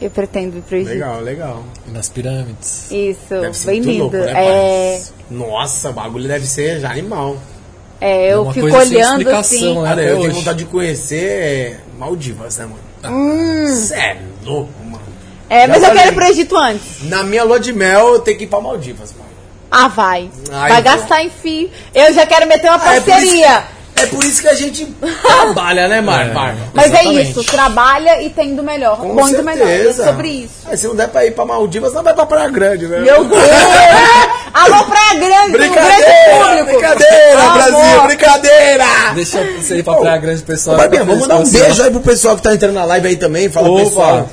Speaker 3: Eu pretendo ir pro Egito.
Speaker 1: Legal, legal.
Speaker 2: Nas pirâmides.
Speaker 3: Isso,
Speaker 1: Deve ser
Speaker 3: bem
Speaker 1: muito
Speaker 3: lindo.
Speaker 1: louco, né,
Speaker 3: é,
Speaker 1: parça? Nossa, o bagulho deve ser já animal.
Speaker 3: é,
Speaker 2: É
Speaker 3: eu
Speaker 2: uma
Speaker 3: fico
Speaker 2: coisa sem
Speaker 3: olhando
Speaker 2: explicação,
Speaker 3: assim.
Speaker 2: né?
Speaker 1: Cara,
Speaker 2: até
Speaker 1: eu tenho
Speaker 2: hoje. Ah.
Speaker 1: vontade de conhecer é, Maldivas, né, mano?
Speaker 3: Hum.
Speaker 1: Você é louco, mano.
Speaker 3: É,
Speaker 1: Já
Speaker 3: mas eu
Speaker 1: falei.
Speaker 3: quero ir pro Egito antes.
Speaker 1: Na minha lua de mel, eu tenho que ir pra Maldivas, mano.
Speaker 3: Ah, vai.
Speaker 1: Ai,
Speaker 3: vai
Speaker 1: então.
Speaker 3: gastar em fio. Eu já quero meter uma
Speaker 1: Ah, por, isso
Speaker 3: parceria.
Speaker 1: que, é por isso que a gente trabalha, né, Mar?
Speaker 2: É.
Speaker 1: Mar?
Speaker 3: Mas é
Speaker 2: Exatamente.
Speaker 3: isso, trabalha e tem do melhor.
Speaker 1: Com
Speaker 3: bom e do melhor. É
Speaker 1: certeza.
Speaker 3: sobre isso.
Speaker 1: Aí, se não der pra ir pra Maldivas, não vai pra Praia Grande, né?
Speaker 3: Meu Deus! Alô, Praia Grande, do grande
Speaker 1: Brincadeira!
Speaker 3: público!
Speaker 1: Brincadeira,
Speaker 3: Amor.
Speaker 1: Brasil! Brincadeira!
Speaker 2: Deixa você ir pra Praia Grande, pessoal.
Speaker 1: Ô, Barbinha,
Speaker 2: Fica
Speaker 1: vamos mandar um
Speaker 2: feliz com
Speaker 1: beijo
Speaker 2: você.
Speaker 1: aí pro pessoal que tá entrando na live aí também. Fala,
Speaker 2: Opa.
Speaker 1: pessoal.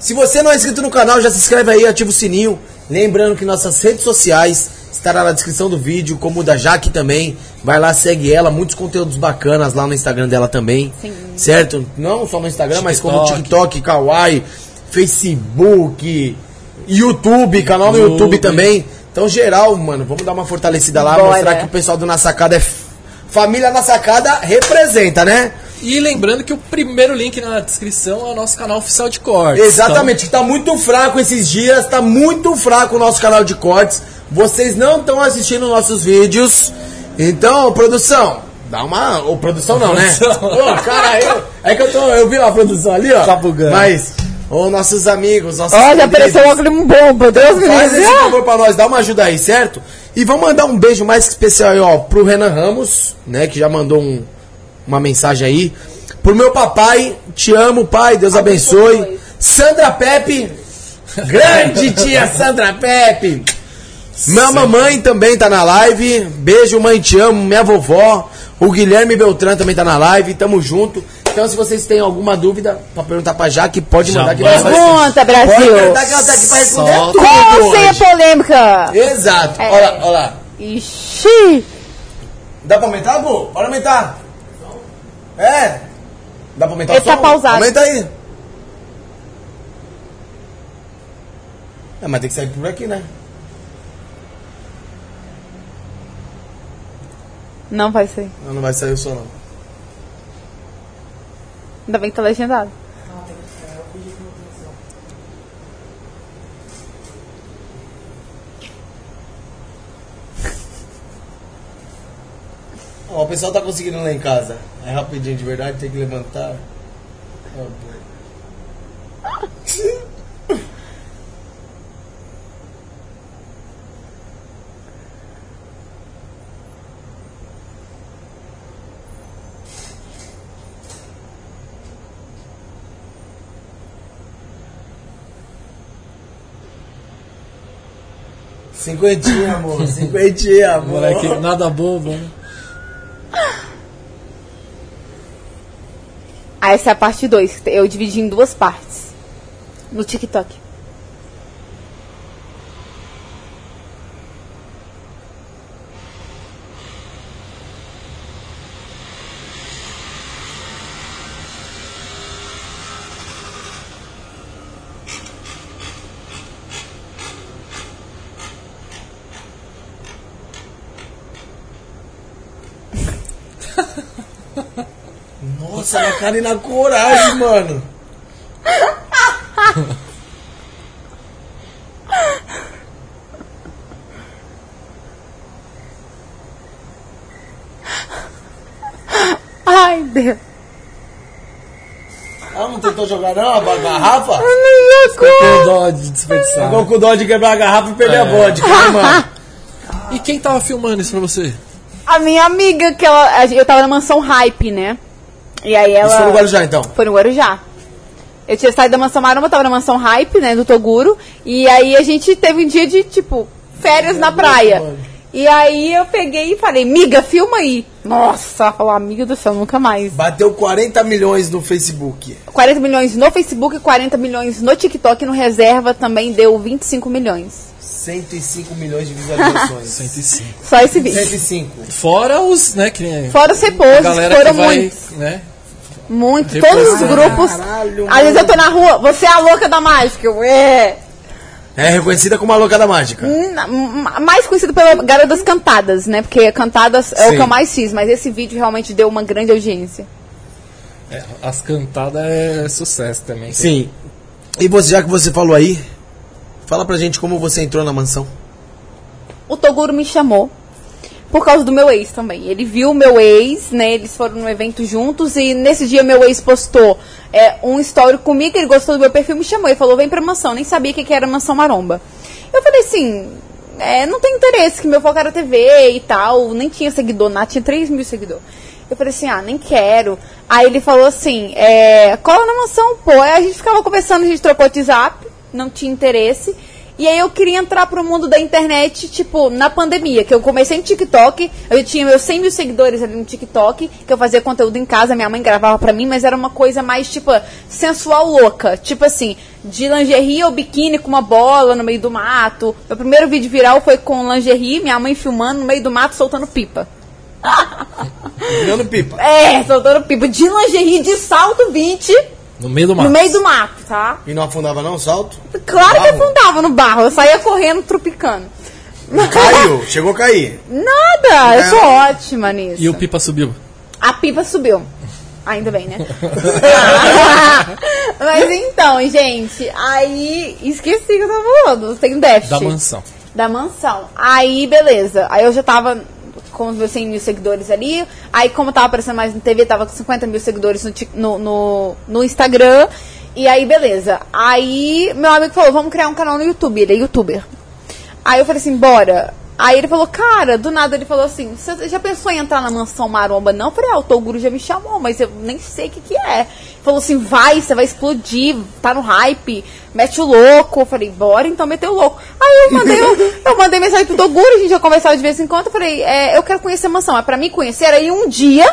Speaker 1: Se você não é inscrito no canal, já se inscreve aí, ativa o sininho. Lembrando que nossas redes sociais estará na descrição do vídeo, como o da Jaque também. Vai lá, segue ela, muitos conteúdos bacanas lá no Instagram dela também.
Speaker 3: Sim.
Speaker 1: Certo? Não só no Instagram, mas como no
Speaker 2: TikTok.
Speaker 1: TikTok, Kawaii, Facebook, YouTube, canal no
Speaker 2: YouTube.
Speaker 1: YouTube também. Então, geral, mano, vamos dar uma fortalecida lá,
Speaker 3: Bora.
Speaker 1: mostrar que o pessoal do Na Sacada é. f- Família Na Sacada representa, né?
Speaker 2: E lembrando que o primeiro link na descrição é o nosso canal oficial de cortes. então.
Speaker 1: Exatamente, que tá muito fraco esses dias, tá muito fraco o nosso canal de cortes. Vocês não estão assistindo nossos vídeos. Então, produção, dá uma. Ou produção não, né?
Speaker 2: Produção.
Speaker 1: Ô, cara, eu, é que eu tô. Eu vi a produção ali, ó.
Speaker 2: Tá bugando.
Speaker 1: Mas, ô, nossos amigos, nossos.
Speaker 3: Ó, já
Speaker 1: queridos,
Speaker 3: apareceu uma clima bomba, Deus me
Speaker 1: Faz
Speaker 3: livre.
Speaker 1: esse
Speaker 3: Ah!
Speaker 1: favor pra nós, dá uma ajuda aí, certo? E vamos mandar um beijo mais que especial aí, ó, pro Renan Ramos, né, que já mandou um- uma mensagem aí. Pro meu papai, te amo, pai, Deus abençoe.
Speaker 3: dois.
Speaker 1: Sandra Pepe, grande tia Sandra Pepe. Minha mamãe também tá na live. Beijo, mãe, te amo. Minha vovó. O Guilherme Beltrán também tá na live. Tamo junto. Então, se vocês têm alguma dúvida pra perguntar pra Jaque, pode
Speaker 2: Já
Speaker 1: mandar que
Speaker 2: manda.
Speaker 1: nós vamos-
Speaker 3: Pergunta,
Speaker 1: Pode
Speaker 3: Brasil.
Speaker 1: perguntar que ela tá aqui pra responder
Speaker 2: Solta.
Speaker 1: tudo.
Speaker 3: Qual
Speaker 1: hoje.
Speaker 3: sem a polêmica?
Speaker 1: Exato.
Speaker 3: É.
Speaker 1: Olha lá, olha lá.
Speaker 3: Ixi!
Speaker 1: Dá pra aumentar, Gu? Pode aumentar. É. Dá pra aumentar
Speaker 3: Ele
Speaker 1: o som?
Speaker 3: tá pausado.
Speaker 1: Aumenta aí. É, mas tem que sair por aqui, né?
Speaker 3: Não vai ser.
Speaker 1: Não, não vai sair o som, não.
Speaker 3: Ainda bem que tá legendado.
Speaker 1: Ó, o pessoal tá conseguindo lá em casa. É rapidinho, de verdade, tem que levantar. Ó, boi. Cinquentinha, amor. Cinquentinha, amor.
Speaker 2: tá? Moleque, nada bobo, né?
Speaker 3: Ah, essa é a parte 2. Eu dividi em duas partes. No TikTok.
Speaker 1: Nossa, a Karina coragem, mano.
Speaker 3: Ai, Deus.
Speaker 1: Ela não tentou jogar não, a garrafa?
Speaker 2: Tem dó de desperdiçar.
Speaker 1: Ficou com dó de quebrar a garrafa e perder a vodka, né, mano?
Speaker 2: E quem tava filmando isso pra você?
Speaker 3: A minha amiga, que ela. a gente- Eu tava na mansão hype, né? E aí ela.
Speaker 1: Isso foi no Guarujá, então.
Speaker 3: Foi no Guarujá. Eu tinha saído da mansão Maromba, tava na mansão Hype, né, do Toguro. E aí a gente teve um dia de, tipo, férias na praia. E aí eu peguei e falei, miga, filma aí. Nossa, ela falou, amiga do céu, nunca mais.
Speaker 1: Bateu 40 milhões no Facebook.
Speaker 3: 40 milhões no Facebook, 40 milhões no TikTok, no reserva também deu 25 milhões.
Speaker 1: 105 milhões de visualizações.
Speaker 2: 105.
Speaker 3: Só esse vídeo.
Speaker 1: 105.
Speaker 2: Fora os, né, que nem
Speaker 3: Fora os
Speaker 2: a
Speaker 3: repousos,
Speaker 2: galera
Speaker 3: foram
Speaker 2: que vai,
Speaker 3: muitos.
Speaker 2: né?
Speaker 3: Muito,
Speaker 2: Depois
Speaker 3: todos os
Speaker 2: da-
Speaker 3: grupos.
Speaker 1: Caralho,
Speaker 3: Às vezes eu tô na rua, você é a louca da mágica. Eu, é.
Speaker 1: É reconhecida como a louca da mágica.
Speaker 3: Na- ma- Mais conhecido pela Garota das Cantadas, né? Porque cantadas é
Speaker 1: Sim.
Speaker 3: o que eu mais fiz, mas esse vídeo realmente deu uma grande audiência.
Speaker 2: É, As cantadas é sucesso também.
Speaker 1: Sim. E você, já que você falou aí, fala pra gente como você entrou na mansão.
Speaker 3: O Toguro me chamou por causa do meu ex também. Ele viu o meu ex, né? Eles foram num evento juntos e nesse dia meu ex postou é, um story comigo, ele gostou do meu perfil, me chamou e falou, vem pra mansão. Nem sabia o que, que era mansão maromba. Eu falei assim, é, não tem interesse, que meu foco era TV e tal, nem tinha seguidor, nada, tinha 3 mil seguidor. Eu falei assim, ah, nem quero. Aí ele falou assim, é, cola na mansão, pô. Aí a gente ficava conversando, a gente trocou WhatsApp, não tinha interesse. E aí eu queria entrar pro mundo da internet, tipo, na pandemia, que eu comecei em TikTok, eu tinha meus 100 mil seguidores ali no TikTok, que eu fazia conteúdo em casa, minha mãe gravava pra mim, mas era uma coisa mais, tipo, sensual louca. Tipo assim, de lingerie ou biquíni com uma bola no meio do mato. Meu primeiro vídeo viral foi com lingerie, minha mãe filmando no meio do mato, soltando pipa.
Speaker 1: Virando pipa.
Speaker 3: É, soltando pipa. De lingerie de salto 20,
Speaker 2: No meio do
Speaker 3: no
Speaker 2: mato.
Speaker 3: meio do mato, tá?
Speaker 1: E não afundava não, o salto?
Speaker 3: Claro que
Speaker 1: Barro?
Speaker 3: afundava no barro, eu saía correndo, trupicando.
Speaker 1: Caiu, chegou a cair.
Speaker 3: Nada, eu sou ótima nisso.
Speaker 2: E o pipa subiu.
Speaker 3: A pipa subiu. Ainda bem, né? Mas então, gente, aí esqueci que eu tava falando, tem déficit.
Speaker 2: Da mansão.
Speaker 3: Da mansão. Aí, beleza. Aí eu já tava com os meus 100 mil seguidores ali. Aí, como eu tava aparecendo mais na TV, tava com 50 mil seguidores no, Tik- no, no, no Instagram. E aí, beleza. Aí, meu amigo falou, vamos criar um canal no YouTube. Ele é youtuber. Aí eu falei assim, bora. Aí ele falou, cara, do nada ele falou assim, você já pensou em entrar na mansão maromba? Não, eu falei, ah, o Toguro já me chamou, mas eu nem sei o que que é. Ele Falou assim, vai, você vai explodir, tá no hype, mete o louco. Eu falei, bora então meter o louco. Aí eu mandei, eu, eu mandei mensagem pro Toguro, a gente já conversava de vez em quando, eu falei, é, eu quero conhecer a mansão, é pra mim conhecer, era em um dia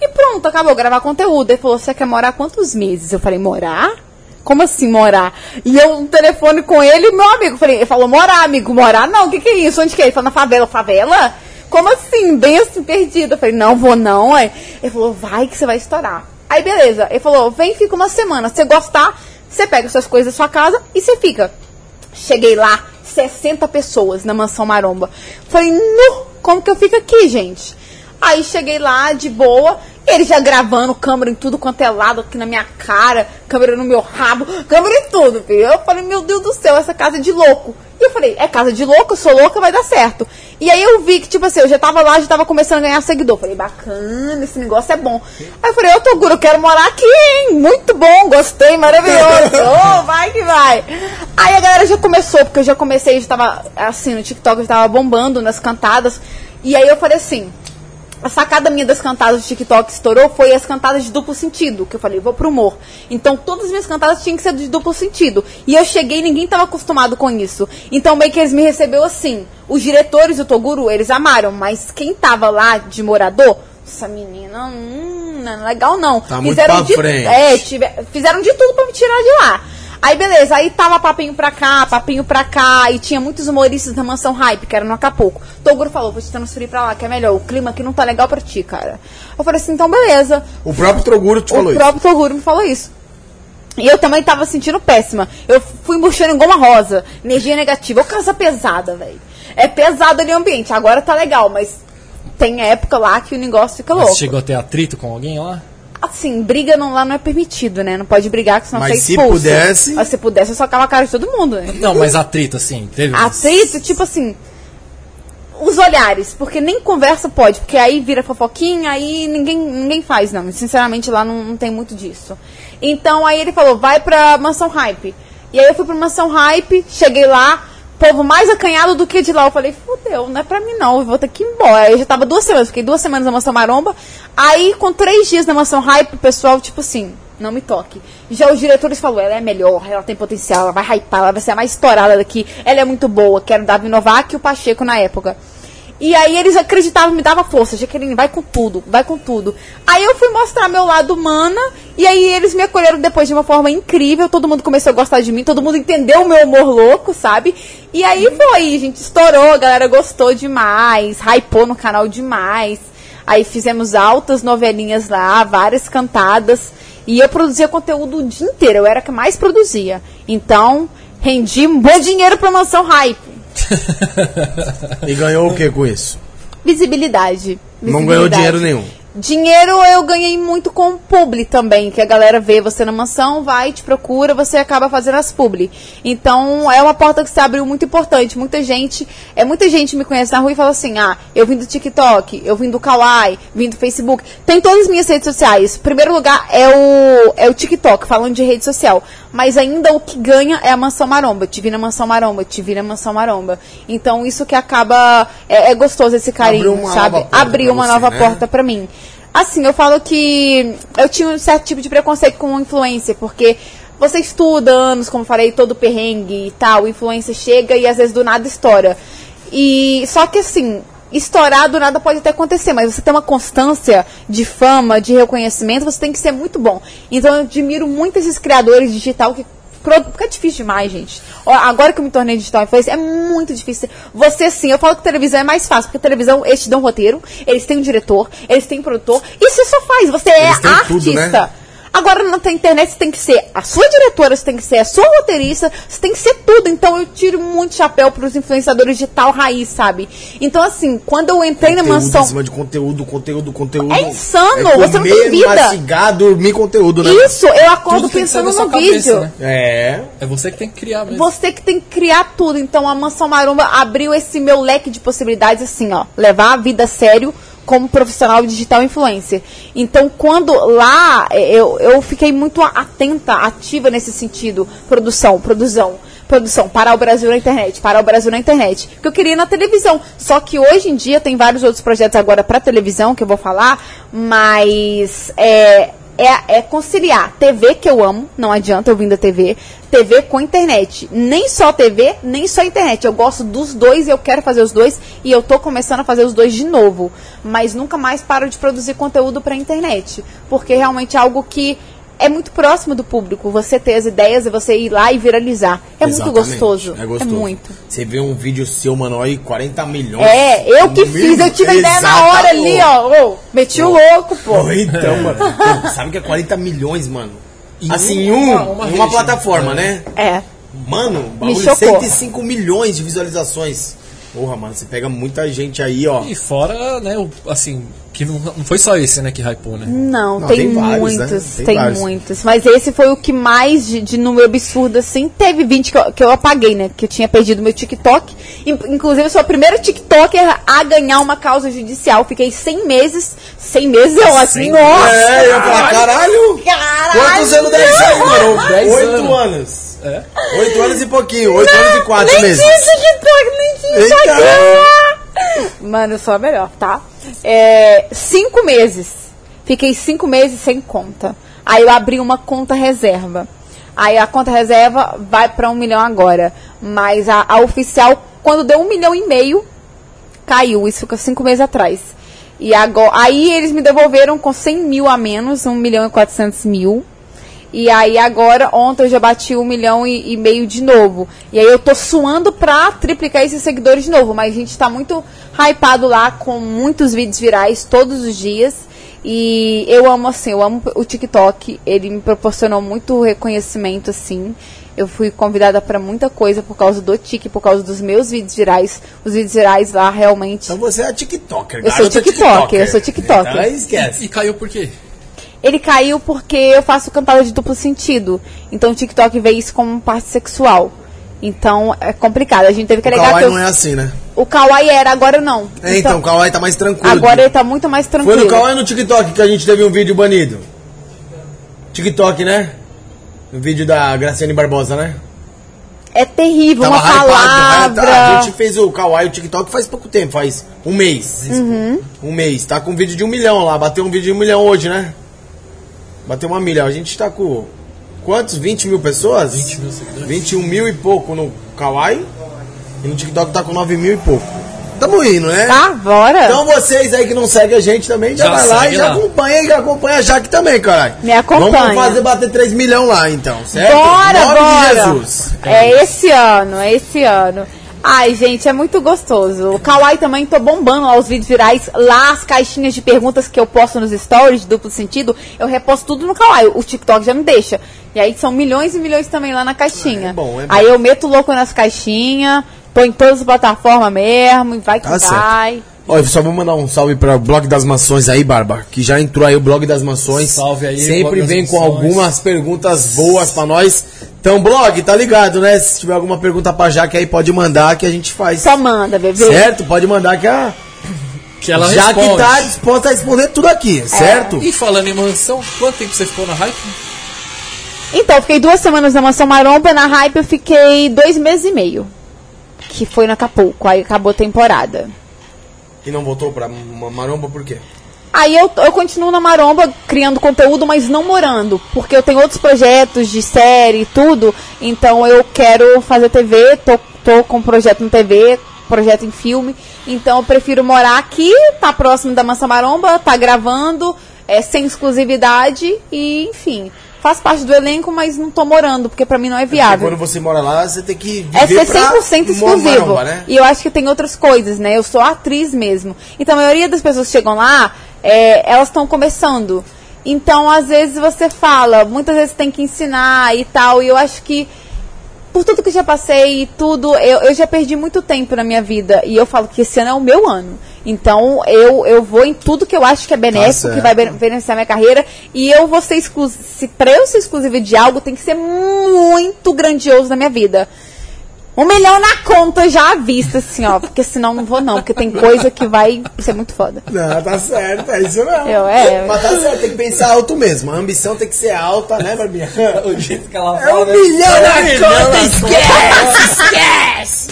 Speaker 3: e pronto, acabou, gravar conteúdo. Ele falou, você quer morar quantos meses? Eu falei, morar? Como assim morar? E eu no telefone com ele, meu amigo, falei, ele falou, morar, amigo, morar não, o que, que é isso? Onde que é? Ele falou, na favela, favela? Como assim? Bem assim, perdida. Eu falei, não, vou não, ué. Ele falou, vai que você vai estourar. Aí beleza, ele falou, vem, fica uma semana. Se você gostar, você pega suas coisas da sua casa e você fica. Cheguei lá, 60 pessoas na mansão maromba. Falei, nu, como que eu fico aqui, gente? Aí cheguei lá de boa, ele já gravando câmera em tudo quanto é lado, aqui na minha cara, câmera no meu rabo, câmera em tudo, filho. Eu falei, meu Deus do céu, essa casa é de louco. E eu falei, é casa de louco, eu sou louca, vai dar certo. E aí eu vi que, tipo assim, eu já tava lá, já tava começando a ganhar seguidor. Falei, bacana, esse negócio é bom. Aí eu falei, ô Toguro, eu quero morar aqui, hein? Muito bom, gostei, maravilhoso. Ô, vai que vai. Aí a galera já começou, porque eu já comecei, já tava, assim, no TikTok, eu já tava bombando nas cantadas. E aí eu falei assim, a sacada minha das cantadas de TikTok estourou foi as cantadas de duplo sentido, que eu falei, vou pro humor. Então todas as minhas cantadas tinham que ser de duplo sentido. E eu cheguei e ninguém tava acostumado com isso. Então meio que eles me recebeu assim. Os diretores do Toguro, eles amaram, mas quem tava lá de morador, essa menina, hum, não é legal não.
Speaker 1: Tá muito pra
Speaker 3: de,
Speaker 1: frente.
Speaker 3: É, tive- fizeram de tudo pra me tirar de lá. Aí beleza, aí tava papinho pra cá, papinho pra cá, e tinha muitos humoristas na mansão hype, que era no Acapulco. Toguro falou, vou te transferir pra lá, que é melhor, o clima aqui não tá legal pra ti, cara. Eu falei assim, então beleza.
Speaker 1: O próprio Troguro te falou
Speaker 3: o próprio Toguro me falou isso. E eu também tava sentindo péssima. Eu fui murchando em goma rosa, energia negativa. Ô, casa pesada, velho. É pesado ali o ambiente, agora tá legal, mas tem época lá que o negócio fica louco.
Speaker 2: Mas chegou a ter atrito com alguém lá?
Speaker 3: Assim, briga não, lá não é permitido, né? Não pode brigar, que senão
Speaker 1: Mas
Speaker 3: você é
Speaker 1: se
Speaker 3: expulso.
Speaker 1: pudesse-
Speaker 3: Mas se pudesse, eu socava a cara de todo mundo, né?
Speaker 2: Não, mas atrito, assim. Teve.
Speaker 3: Aceito, tipo assim. Os olhares, porque nem conversa pode, porque aí vira fofoquinha, aí ninguém, ninguém faz, não. Sinceramente, lá não, não tem muito disso. Então aí ele falou, vai pra mansão hype. E aí eu fui pra mansão hype, cheguei lá, povo mais acanhado do que de lá. Eu falei, fudeu, não é pra mim não, eu vou ter que ir embora. Aí Eu já tava duas semanas, fiquei duas semanas na mansão maromba. Aí, com três dias na mansão hype, o pessoal, tipo assim, não me toque. Já os diretores falaram, ela é melhor, ela tem potencial, ela vai hypar, ela vai ser a mais estourada daqui, ela é muito boa, que era o Davi Novak e o Pacheco na época. E aí eles acreditavam, me dava força, Jaqueline, vai com tudo, vai com tudo. Aí eu fui mostrar meu lado humana, e aí eles me acolheram depois de uma forma incrível, todo mundo começou a gostar de mim, todo mundo entendeu o meu humor louco, sabe? E aí foi, gente, estourou, a galera gostou demais, hypou no canal demais. Aí fizemos altas novelinhas lá, várias cantadas. E eu produzia conteúdo o dia inteiro, eu era a que mais produzia. Então, rendi um bom dinheiro pra mansão hype.
Speaker 1: E ganhou o que com isso?
Speaker 3: Visibilidade.
Speaker 1: Não
Speaker 3: Visibilidade.
Speaker 1: ganhou dinheiro nenhum.
Speaker 3: Dinheiro eu ganhei muito com publi também, que a galera vê você na mansão, vai, te procura, você acaba fazendo as publi. Então é uma porta que se abriu muito importante. Muita gente, é muita gente me conhece na rua e fala assim: ah, eu vim do TikTok, eu vim do Kawaii, vim do Facebook. Tem todas as minhas redes sociais. Primeiro lugar é o, é o TikTok, falando de rede social. Mas ainda o que ganha é a mansão maromba. Eu te vi na mansão maromba, eu te vi na mansão maromba. Então isso que acaba. É, é gostoso esse carinho,
Speaker 1: Abriu uma
Speaker 3: sabe?
Speaker 1: nova porta
Speaker 3: Abriu
Speaker 1: pra
Speaker 3: uma
Speaker 1: você,
Speaker 3: nova
Speaker 1: né?
Speaker 3: porta pra mim. Assim, eu falo que eu tinha um certo tipo de preconceito com influencer, porque você estuda anos, como falei, todo perrengue e tal, o influencer chega e às vezes do nada estoura. E só que assim, estourar do nada pode até acontecer, mas você tem uma constância de fama, de reconhecimento, você tem que ser muito bom. Então eu admiro muito esses criadores digital que Cro- Porque é difícil demais, gente. Ó, Agora que eu me tornei digital influencer, é muito difícil. Você, sim, eu falo que televisão é mais fácil, porque televisão, eles te dão roteiro, eles têm um diretor, eles têm um produtor, e você só faz, você é
Speaker 1: Eles têm
Speaker 3: artista.
Speaker 1: tudo, né?
Speaker 3: Agora na internet você tem que ser a sua diretora, você tem que ser a sua roteirista, você tem que ser tudo. Então eu tiro muito chapéu pros influenciadores digital raiz, sabe? Então assim, quando eu entrei na
Speaker 1: Conteúdo
Speaker 3: mansão,
Speaker 1: em cima de conteúdo, conteúdo, conteúdo.
Speaker 3: É insano,
Speaker 1: comer,
Speaker 3: você não tem vida.
Speaker 1: mastigar, dormir conteúdo, né?
Speaker 3: isso, eu acordo
Speaker 2: Tudo tem que sair
Speaker 3: pensando
Speaker 2: da sua
Speaker 3: no
Speaker 2: cabeça,
Speaker 3: vídeo.
Speaker 2: né?
Speaker 1: É.
Speaker 2: É você que tem que criar mesmo.
Speaker 3: Você que tem que criar tudo. Então a Mansão Maromba abriu esse meu leque de possibilidades, assim, ó. Levar a vida a sério como profissional digital influencer. Então, quando lá, eh, eu, eu fiquei muito atenta, ativa nesse sentido. Produção, produção, produção. Parar o Brasil na internet, parar o Brasil na internet. Porque eu queria ir na televisão. Só que hoje em dia tem vários outros projetos agora pra televisão que eu vou falar, mas. É, é, é conciliar TV que eu amo, não adianta eu vim da TV, TV com internet. Nem só TV, nem só internet. Eu gosto dos dois, eu quero fazer os dois e eu tô começando a fazer os dois de novo. Mas nunca mais paro de produzir conteúdo pra internet. Porque realmente é algo que é muito próximo do público. Você ter as ideias e você ir lá e viralizar. É muito
Speaker 1: Exatamente.
Speaker 3: gostoso.
Speaker 1: É gostoso.
Speaker 3: muito.
Speaker 1: Você vê um vídeo seu, mano, aí 40 milhões.
Speaker 3: É, eu que fiz, eu tive a ideia na hora ali, ó. Ô, meti o louco, pô.
Speaker 1: Pô, então, mano. Pô, Sabe que é 40 milhões, mano?
Speaker 2: Em
Speaker 1: assim, em
Speaker 2: uma-
Speaker 1: um,
Speaker 2: uma
Speaker 1: em
Speaker 2: rede,
Speaker 1: uma
Speaker 2: né?
Speaker 1: plataforma,
Speaker 2: É.
Speaker 1: né?
Speaker 3: É.
Speaker 1: Mano, bagulho
Speaker 3: chocou.
Speaker 1: 105 milhões de visualizações. Porra, mano, você pega muita gente aí, ó.
Speaker 2: E fora, né, o- assim, que não, não foi só esse, né, que hypou, né?
Speaker 3: Não,
Speaker 1: Não,
Speaker 3: tem,
Speaker 1: tem vários, né?
Speaker 3: muitos,
Speaker 1: Tem
Speaker 3: tem,
Speaker 1: vários.
Speaker 3: muitos. Mas esse foi o que mais de, de número absurdo, assim. Teve 20 que eu, que eu apaguei, né? Que eu tinha perdido meu TikTok. In- Inclusive, eu sou a primeira TikToker a ganhar uma causa judicial. Fiquei 100 meses. 100 meses é ótimo.
Speaker 1: Sim.
Speaker 3: Nossa!
Speaker 1: É, eu ia falar, caralho!
Speaker 3: Caralho!
Speaker 1: Quantos anos né? deve ser, mano?
Speaker 2: Dez
Speaker 1: Oito anos.
Speaker 3: É?
Speaker 1: Oito anos e pouquinho, oito anos e quatro
Speaker 3: nem
Speaker 1: meses.
Speaker 3: tinha TikTok, nem tinha
Speaker 1: Eita!
Speaker 3: Instagram. Mano, eu sou a melhor, tá? É, cinco meses. Fiquei cinco meses sem conta. Aí eu abri uma conta reserva. Aí a conta reserva vai pra um milhão agora. Mas a, a oficial, quando deu um milhão e meio, caiu. Isso ficou cinco meses atrás. E agora, aí eles me devolveram com 100 mil a menos, 1 milhão e 400 mil. E aí agora, ontem eu já bati 1 milhão e, e meio de novo. E aí eu tô suando pra triplicar esses seguidores de novo. Mas a gente tá muito hypado lá, com muitos vídeos virais todos os dias. E eu amo, assim, eu amo o TikTok. Ele me proporcionou muito reconhecimento, assim. Eu fui convidada pra muita coisa por causa do Tik, por causa dos meus vídeos virais. Os vídeos virais lá realmente.
Speaker 1: Então você é a TikToker,
Speaker 3: Eu sou
Speaker 1: garota
Speaker 3: TikToker, eu sou TikToker.
Speaker 1: Então esquece.
Speaker 2: E caiu por quê?
Speaker 3: Ele caiu porque eu faço cantada de duplo sentido. Então o TikTok vê isso como um parte sexual. Então é complicado. A gente teve que
Speaker 1: O
Speaker 3: alegar que
Speaker 1: Kawaii
Speaker 3: eu-
Speaker 1: não é assim, né?
Speaker 3: o Kawaii era, agora não.
Speaker 1: É, então, o Kawaii tá mais tranquilo.
Speaker 3: agora ele tá muito mais
Speaker 1: Foi
Speaker 3: tranquilo.
Speaker 1: no Kawaii ou no TikTok que a gente teve um vídeo banido? TikTok, né? O vídeo da Graciane Barbosa, né?
Speaker 3: É terrível, uma
Speaker 1: hypado,
Speaker 3: palavra.
Speaker 1: hypado. A gente fez o Kawaii e o TikTok faz pouco tempo, faz um mês.
Speaker 3: Uhum.
Speaker 1: Um mês. Tá com um vídeo de um milhão lá. Bateu um vídeo de um milhão hoje, né? Bateu uma milhão. A gente tá com quantos? 20 mil pessoas?
Speaker 2: 20 mil seguidores.
Speaker 1: 21 mil e pouco no Kawaii. E no TikTok tá com 9 mil e pouco. Tamo indo, né?
Speaker 3: Tá, bora.
Speaker 1: Então vocês aí que não seguem a gente também, já,
Speaker 2: Já
Speaker 1: vai lá
Speaker 2: segue
Speaker 1: e já
Speaker 2: lá.
Speaker 1: acompanha, e já acompanha a Jaque também, caralho.
Speaker 3: Me acompanha.
Speaker 1: Vamos fazer bater 3 milhão lá então, certo?
Speaker 3: Bora,
Speaker 1: Em nome
Speaker 3: bora.
Speaker 1: de Jesus.
Speaker 3: É esse ano, é esse ano. Ai, gente, é muito gostoso. O Kawaii também tô bombando lá os vídeos virais. Lá as caixinhas de perguntas que eu posto nos stories de duplo sentido, eu reposto tudo no Kawaii. O TikTok já me deixa. E aí são milhões e milhões também lá na caixinha.
Speaker 1: É bom, é bom.
Speaker 3: Aí eu meto o louco nas caixinhas, tô em todas as plataformas mesmo, e vai que
Speaker 1: Tá certo.
Speaker 3: vai.
Speaker 1: Olha, só vou mandar um salve para o Blog das Mansões aí, Barba, que já entrou aí o Blog das Mansões.
Speaker 2: Salve aí, Blog
Speaker 1: Sempre
Speaker 2: das
Speaker 1: vem com
Speaker 2: Mansões.
Speaker 1: algumas perguntas boas para nós. Então, Blog, tá ligado, né? Se tiver alguma pergunta pra Jaque aí, pode mandar que a gente faz.
Speaker 3: Só manda, bebê.
Speaker 1: Certo? Pode mandar que a
Speaker 2: Que ela
Speaker 1: Jaque
Speaker 2: responde.
Speaker 1: tá disposta a responder tudo aqui, certo?
Speaker 2: E falando em mansão, quanto tempo você ficou na hype?
Speaker 3: Então, eu fiquei duas semanas na Mansão Maromba, na Hype eu fiquei dois meses e meio. Que foi no Acapulco, aí acabou a temporada.
Speaker 1: E não voltou pra ma- Maromba por quê?
Speaker 3: Aí eu, eu continuo na Maromba criando conteúdo, mas não morando, porque eu tenho outros projetos de série e tudo, então eu quero fazer TV, tô, tô com um projeto no TV, projeto em filme, então eu prefiro morar aqui, tá próximo da Mansão Maromba, tá gravando, é sem exclusividade e enfim, faz parte do elenco, mas não tô morando, porque pra mim não é
Speaker 1: Porque
Speaker 3: viável.
Speaker 1: quando você mora lá, você tem que
Speaker 3: É
Speaker 1: viver
Speaker 3: ser
Speaker 1: pra
Speaker 3: 100%
Speaker 1: uma
Speaker 3: exclusivo.
Speaker 1: maromba, né?
Speaker 3: E eu acho que tem outras coisas, né? Eu sou atriz mesmo. Então, a maioria das pessoas que chegam lá, é, elas estão começando. Então, às vezes você fala, muitas vezes tem que ensinar e tal. E eu acho que, por tudo que já passei e tudo, eu, eu já perdi muito tempo na minha vida. E eu falo que esse ano é o meu ano. Então, eu, eu vou em tudo que eu acho que é benéfico,
Speaker 1: Tá certo.
Speaker 3: que vai bene- beneficiar minha carreira. E eu vou ser exclusiva. Se pra eu ser exclusiva de algo, tem que ser muito grandioso na minha vida. Um milhão na conta já à vista, assim, ó. Porque senão não vou, não. Porque tem coisa que vai ser muito foda.
Speaker 1: Não, tá certo, é isso mesmo.
Speaker 3: Eu, é.
Speaker 1: Mas tá certo, tem que pensar alto mesmo. A ambição tem que ser alta, né, Barbinha?
Speaker 2: O jeito que ela né?
Speaker 1: É um milhão na conta,
Speaker 3: Esquece! Esquece!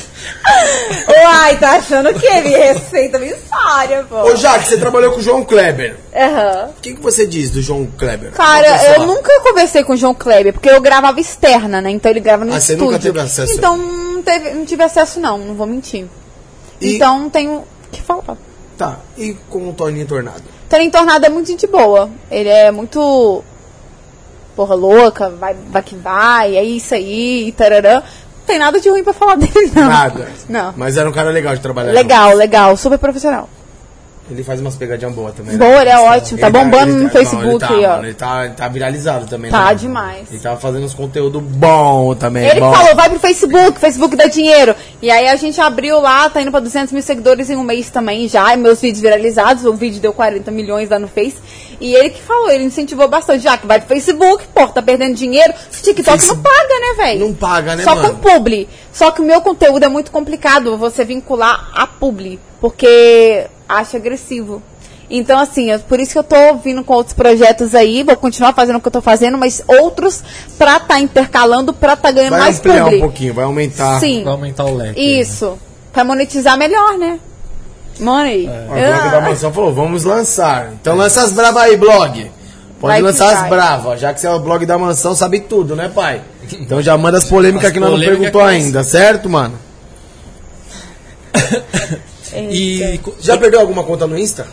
Speaker 3: Uai, tá achando o quê? Me receita misória, pô.
Speaker 1: Ô, Jaque, você trabalhou com o João Kleber.
Speaker 3: Aham.
Speaker 1: O que, que você diz do João Kleber?
Speaker 3: Cara,
Speaker 1: Vamos
Speaker 3: eu
Speaker 1: lá.
Speaker 3: nunca conversei com o João Kleber, porque eu gravava externa, né? Então ele grava no
Speaker 1: Ah, você
Speaker 3: estúdio.
Speaker 1: nunca teve acesso?
Speaker 3: Então não, teve, não tive acesso, não. Não vou mentir.
Speaker 1: E-
Speaker 3: Então não tenho o que falar.
Speaker 1: Tá, e com o Toninho Tornado?
Speaker 3: Toninho Tornado é muito gente boa. Ele é muito. Porra louca, vai, vai que vai, é isso aí, e tararã. Não tem nada de ruim pra falar dele, não.
Speaker 1: Nada.
Speaker 3: Não.
Speaker 1: Mas era um cara legal de trabalhar.
Speaker 3: Legal, legal, super profissional.
Speaker 1: João. Ele faz umas pegadinhas boas também. né?
Speaker 3: Boa, ele é
Speaker 1: Ele
Speaker 3: ótimo, tá bombando no
Speaker 1: ele
Speaker 3: Facebook
Speaker 1: não, ele tá,
Speaker 3: aí, ó.
Speaker 1: mano, ele, tá, ele tá viralizado também.
Speaker 3: Tá
Speaker 1: né?
Speaker 3: demais.
Speaker 1: Ele tava fazendo uns conteúdos bons também.
Speaker 3: Ele
Speaker 1: É bom.
Speaker 3: falou, vai pro Facebook, Facebook dá dinheiro. E aí a gente abriu lá, tá indo pra 200 mil seguidores em um mês também já. E meus vídeos viralizados, o vídeo deu 40 milhões lá no Face. E ele que falou, ele incentivou bastante. Já que vai pro Facebook, pô, tá perdendo dinheiro. TikTok não
Speaker 1: Facebook
Speaker 3: paga, né, velho?
Speaker 1: Não paga, né,
Speaker 3: Só
Speaker 1: mano?
Speaker 3: com publi. Só que o meu conteúdo é muito complicado você vincular a publi. Porque acha agressivo. Então, assim, eu- por isso que eu tô vindo com outros projetos aí, vou continuar fazendo o que eu tô fazendo, mas outros pra tá intercalando, pra tá ganhando
Speaker 1: Vai
Speaker 3: mais
Speaker 1: ampliar
Speaker 3: publi.
Speaker 1: um pouquinho, né? vai aumentar.
Speaker 3: Sim.
Speaker 2: Vai aumentar o leque.
Speaker 3: Isso. Pra monetizar melhor, né? Money.
Speaker 1: Ó, O
Speaker 3: Ah.
Speaker 1: blog da mansão falou, vamos lançar. Então lança as bravas aí, blog. Pode
Speaker 3: Vai que
Speaker 1: lançar as
Speaker 3: vai.
Speaker 1: bravas, já que você é o blog da mansão, sabe tudo, né, pai? Então já manda as polêmicas
Speaker 2: As
Speaker 1: que nós não
Speaker 2: polêmicas
Speaker 1: perguntou
Speaker 2: que nós-
Speaker 1: ainda, certo, mano?
Speaker 2: né?
Speaker 3: é,
Speaker 2: E co-
Speaker 1: Já perdeu alguma conta no Insta?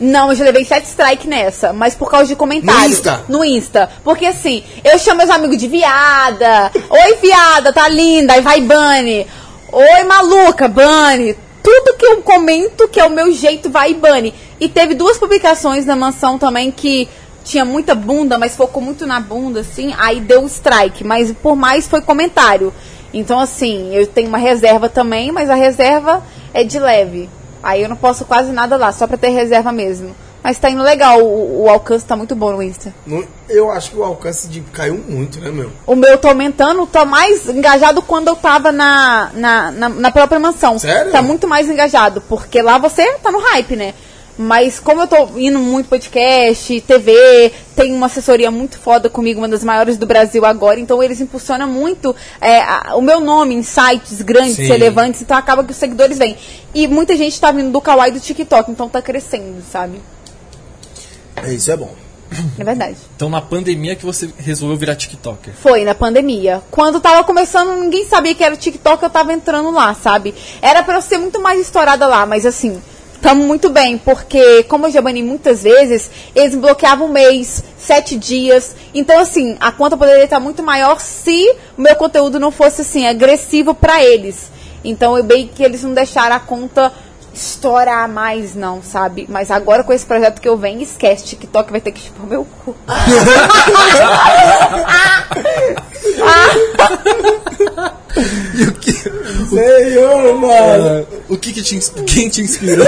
Speaker 3: Não, eu já levei sete strike nessa, mas por causa de comentário.
Speaker 1: No Insta?
Speaker 3: No Insta. Porque assim, eu chamo meus amigos de viada. Oi, viada, tá linda. Aí vai Bunny. Oi, maluca, Bunny. Tudo que eu comento que é o meu jeito vai Bunny. E teve duas publicações na mansão também que tinha muita bunda, mas focou muito na bunda, assim. Aí deu um strike, mas por mais foi comentário. Então, assim, eu tenho uma reserva também, mas a reserva é de leve. Aí eu não posso quase nada lá, só pra ter reserva mesmo. Mas tá indo legal, o, o alcance tá muito bom no Insta.
Speaker 1: No- Eu acho que o alcance de caiu muito, né, meu?
Speaker 3: O meu tá aumentando, tá mais engajado quando eu tava na, na, na, na própria mansão.
Speaker 1: Sério?
Speaker 3: Tá muito mais engajado, porque lá você tá no hype, né? Mas como eu tô indo muito podcast, TV, tem uma assessoria muito foda comigo, uma das maiores do Brasil agora, então eles impulsionam muito é, a- o meu nome em sites grandes,
Speaker 1: Sim.
Speaker 3: relevantes, então acaba que os seguidores vêm. E muita gente tá vindo do Kawaii e do TikTok, então tá crescendo, sabe?
Speaker 1: É, Isso é bom.
Speaker 3: É verdade.
Speaker 2: Então na pandemia que você resolveu virar TikToker.
Speaker 3: Foi na pandemia. Quando tava começando, ninguém sabia que era o TikTok, eu tava entrando lá, sabe? Era pra eu ser muito mais estourada lá, mas assim, tamo muito bem, porque como eu já bani muitas vezes, eles me bloqueavam um mês, sete dias. Então, assim, a conta poderia estar muito maior se o meu conteúdo não fosse, assim, agressivo pra eles. Então, eu bem que eles não deixaram a conta estourar mais, não, sabe? Mas agora com esse projeto que eu venho, esquece, TikTok vai ter que chupar meu cu.
Speaker 2: E o que,
Speaker 1: Senhor, mano.
Speaker 2: o que, que te, ins- quem te inspirou?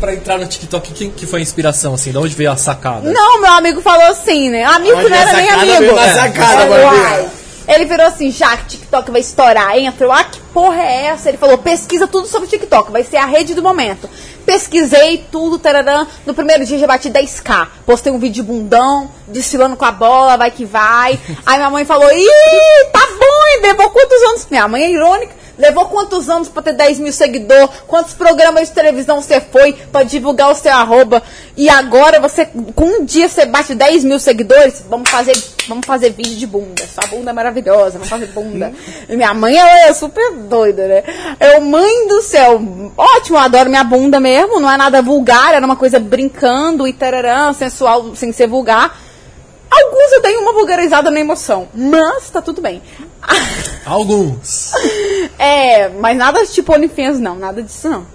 Speaker 2: pra entrar no TikTok, quem que foi a inspiração, assim? De onde veio a sacada?
Speaker 3: Não, meu amigo falou assim, né? Amigo
Speaker 1: Olha
Speaker 3: não era
Speaker 1: essa
Speaker 3: nem
Speaker 1: cara,
Speaker 3: amigo.
Speaker 1: veio na sacada,
Speaker 3: Uai.
Speaker 1: Barbie.
Speaker 3: Ele virou assim, já que TikTok vai estourar, hein? Eu falei, ah, que porra é essa? Ele falou, pesquisa tudo sobre TikTok, vai ser a rede do momento. Pesquisei tudo, tararã. No primeiro dia já bati 10k. Postei um vídeo de bundão, desfilando com a bola, vai que vai. Aí minha mãe falou, ih, tá bom, hein? Levou quantos anos? Minha mãe é irônica. Levou quantos anos pra ter 10 mil seguidores? Quantos programas de televisão você foi pra divulgar o seu arroba? E agora você, com um dia você bate 10 mil seguidores? Vamos fazer, vamos fazer vídeo de bunda. Sua bunda é maravilhosa, vamos fazer bunda. E minha mãe, ela é super doida, né? Eu, mãe do céu, ótimo, eu adoro minha bunda mesmo. Não é nada vulgar, era uma coisa brincando e tararã, sensual, sem ser vulgar. Alguns eu dei uma vulgarizada na emoção, mas tá tudo bem.
Speaker 2: Alguns.
Speaker 3: É, mas nada tipo OnlyFans, não, nada disso não.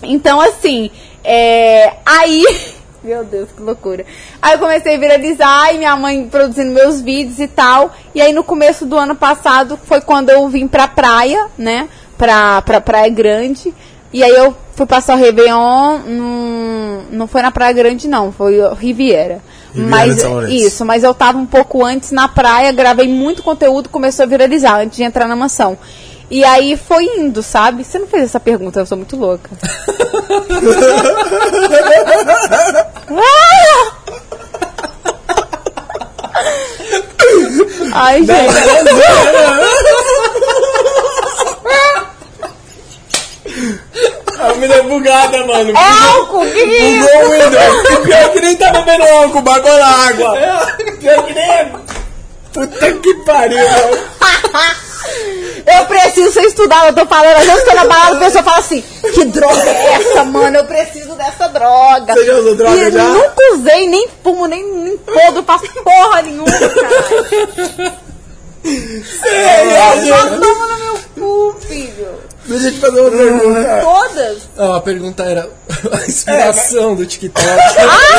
Speaker 3: Então, assim, é, aí. Meu Deus, que loucura. Aí eu comecei a viralizar e minha mãe produzindo meus vídeos e tal. E aí no começo do ano passado foi quando eu vim pra praia, né? Pra, pra Praia Grande. E aí eu fui passar o Réveillon. Num, não foi na Praia Grande, não, foi Riviera.
Speaker 1: Riviera de
Speaker 3: mas
Speaker 1: São Lourenço.
Speaker 3: isso, mas eu tava um pouco antes na praia, gravei muito conteúdo, começou a viralizar antes de entrar na mansão. E aí foi indo, sabe? Você não fez essa pergunta, eu sou muito louca. Ai, gente.
Speaker 1: A mina é bugada, mano.
Speaker 3: É álcool, que que é isso?
Speaker 1: Bugou o um Windows. Pior que nem tá bebendo álcool, bagou na água. Pior que nem. é. Puta que pariu, mano.
Speaker 3: Eu preciso ser estudada, eu tô falando, às vezes tô na balada, a pessoa fala assim, que droga é essa, mano? Eu preciso dessa droga.
Speaker 1: Você já usou droga
Speaker 3: e
Speaker 1: já?
Speaker 3: nunca usei, nem fumo, nem, nem podo, faço porra nenhuma, cara.
Speaker 1: É,
Speaker 3: Só toma no meu cu, filho.
Speaker 1: Ah, Deixa eu te fazer uma pergunta.
Speaker 3: Todas.
Speaker 2: Não, a pergunta era a inspiração
Speaker 1: É.
Speaker 2: do TikTok.
Speaker 1: Tá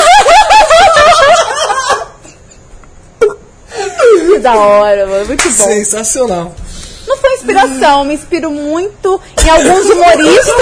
Speaker 3: Que da hora, mano, muito bom.
Speaker 2: Sensacional.
Speaker 3: Não foi inspiração, me inspiro muito em alguns humoristas.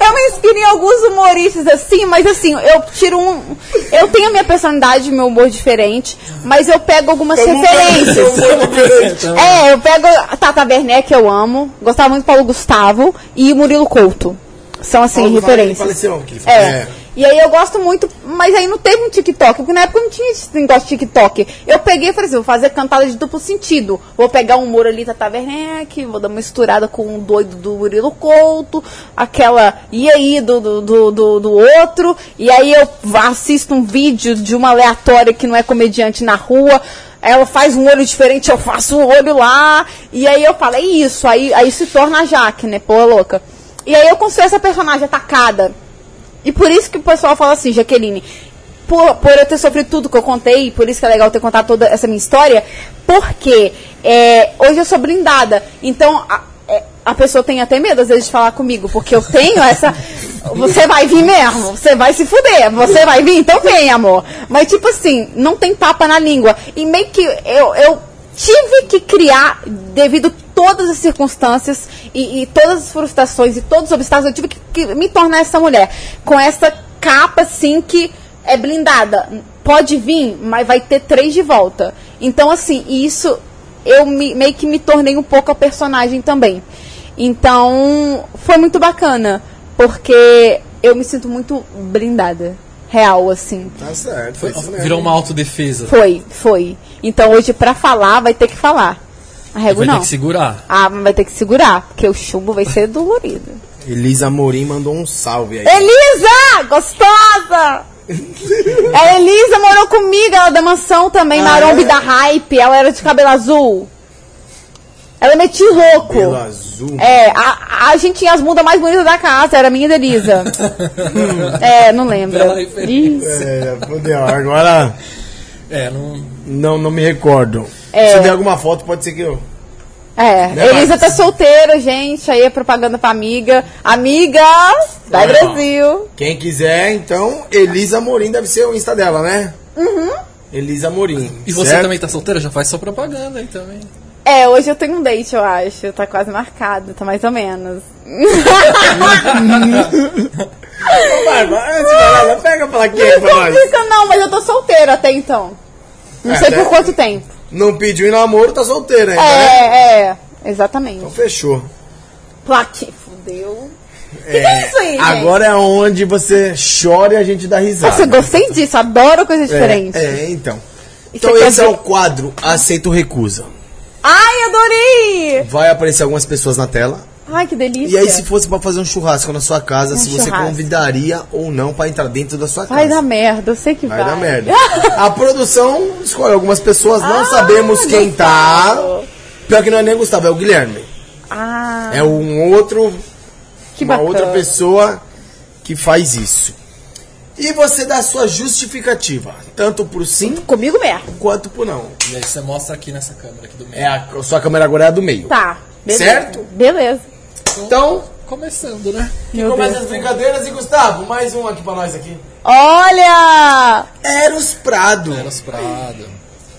Speaker 3: Eu me inspiro em alguns humoristas, assim, mas assim, eu tiro um. Eu tenho a minha personalidade, meu humor diferente, mas eu pego algumas referências.
Speaker 1: um
Speaker 2: Então,
Speaker 1: né?
Speaker 3: É, eu pego a Tata Werneck, que eu amo, gostava muito do Paulo Gustavo e Murilo Couto. São, assim,
Speaker 1: Paulo Gustavo, ele
Speaker 3: referências.
Speaker 1: faleceu, que ele
Speaker 3: é.
Speaker 1: faleceu.
Speaker 3: E aí eu gosto muito, mas aí não teve um TikTok, porque na época não tinha esse negócio de TikTok. Eu peguei e falei assim, vou fazer cantada de duplo sentido. Vou pegar um humor ali da Taverneck, vou dar uma misturada com um doido do Murilo Couto, aquela e aí do, do, do, do- do outro. E aí eu assisto um vídeo de uma aleatória que não é comediante na rua. Ela faz um olho diferente, eu faço um olho lá. E aí eu falo, é isso. Aí, aí se torna a Jaque, né? Pô, louca. E aí eu construí essa personagem atacada. E por isso que o pessoal fala assim, Jaqueline, por, por eu ter sofrido tudo que eu contei, por isso que é legal ter contado toda essa minha história, porque é, hoje eu sou blindada. Então a, é, a pessoa tem até medo, às vezes, de falar comigo, porque eu tenho essa. Você vai vir mesmo, você vai se fuder, você vai vir, então vem, amor. Mas tipo assim, não tem papa na língua. E meio que eu, eu tive que criar, devido a todas as circunstâncias e, e todas as frustrações e todos os obstáculos, eu tive que, que me tornar essa mulher. Com essa capa, assim, que é blindada. Pode vir, mas vai ter três de volta. Então, assim, isso eu me- meio que me tornei um pouco a personagem também. Então, foi muito bacana, porque eu me sinto muito blindada. Real, assim.
Speaker 1: Tá certo, foi isso mesmo.
Speaker 2: então, virou uma autodefesa.
Speaker 3: Foi, foi. Então hoje pra falar vai ter que falar. Arrego
Speaker 2: Vai
Speaker 3: não.
Speaker 2: ter que segurar.
Speaker 3: Ah, mas vai ter que segurar, porque o chumbo vai ser dolorido.
Speaker 1: Elisa Morim mandou um salve
Speaker 2: É.
Speaker 1: aí.
Speaker 3: Elisa! Gostosa! a Elisa morou comigo, ela é da mansão
Speaker 2: Ah,
Speaker 3: também,
Speaker 2: é?
Speaker 3: marombe da hype, ela era de cabelo azul. Ela metia o louco.
Speaker 1: Pelo azul.
Speaker 3: É, a, a gente tinha as bundas mais bonitas da casa, era minha e da Elisa. é, não lembro.
Speaker 2: Bela referência.
Speaker 3: Ih.
Speaker 1: É, fodeu. Agora,
Speaker 2: É, não.
Speaker 1: não, não me recordo.
Speaker 3: É.
Speaker 1: Se der alguma foto, pode ser que eu...
Speaker 3: É,
Speaker 1: Né,
Speaker 3: Elisa
Speaker 1: Marcos?
Speaker 3: tá solteira, gente. Aí é propaganda pra amiga. Amiga! Vai
Speaker 2: Olha lá.
Speaker 3: Brasil!
Speaker 1: Quem quiser, então, Elisa Morim deve ser o Insta dela, né? Uhum. Elisa Morim.
Speaker 2: E você
Speaker 1: certo?
Speaker 2: também tá solteira? Já faz sua propaganda aí também.
Speaker 3: É, hoje eu tenho um date, eu acho. Tá quase marcado, tá mais ou menos.
Speaker 1: Ô, Barba, antes de falar, já pega pra quê pra nós?
Speaker 3: Fica não, mas eu tô solteira até então. Não
Speaker 1: É,
Speaker 3: sei
Speaker 1: né?
Speaker 3: por quanto tempo.
Speaker 1: Não pediu em namoro, tá solteiro ainda, né?
Speaker 3: É, é,
Speaker 1: Então
Speaker 3: exatamente.
Speaker 1: fechou.
Speaker 3: Plati, fudeu.
Speaker 1: É,
Speaker 3: é isso aí, gente?
Speaker 1: Agora é onde você chora e a gente dá risada.
Speaker 3: Nossa, eu gostei disso, adoro coisa
Speaker 1: É,
Speaker 3: diferente.
Speaker 1: É, então.
Speaker 3: E
Speaker 1: Então
Speaker 3: você quer
Speaker 1: esse é
Speaker 3: ver-
Speaker 1: o quadro Aceito ou Recusa.
Speaker 3: Ai, adorei!
Speaker 1: Vai aparecer algumas pessoas na tela.
Speaker 3: Ai, que delícia.
Speaker 1: E aí, se fosse pra fazer um churrasco na sua casa,
Speaker 3: Um
Speaker 1: se você
Speaker 3: churrasco.
Speaker 1: convidaria ou não pra entrar dentro da sua
Speaker 3: Vai
Speaker 1: casa.
Speaker 3: dar merda, eu sei que vai.
Speaker 1: Vai dar merda. A produção escolhe algumas pessoas, não
Speaker 3: Ah,
Speaker 1: sabemos quem tá.
Speaker 3: Gustavo.
Speaker 1: Pior que não é nem o Gustavo, é o Guilherme.
Speaker 3: Ah,
Speaker 1: É um outro,
Speaker 3: que
Speaker 1: uma
Speaker 3: bacana.
Speaker 1: outra pessoa que faz isso. E você dá a sua justificativa, tanto pro sim
Speaker 3: Comigo mesmo.
Speaker 1: quanto pro não.
Speaker 2: E aí você mostra aqui nessa câmera aqui do meio.
Speaker 1: É a sua câmera agora é a do meio.
Speaker 3: Tá. Beleza.
Speaker 1: Certo?
Speaker 3: Beleza.
Speaker 1: Então,
Speaker 2: Começando, né?
Speaker 3: Meu
Speaker 1: começa
Speaker 3: Deus.
Speaker 1: as brincadeiras e Gustavo, mais um aqui pra nós aqui.
Speaker 3: Olha!
Speaker 1: Eros Prado.
Speaker 2: Eras Prado.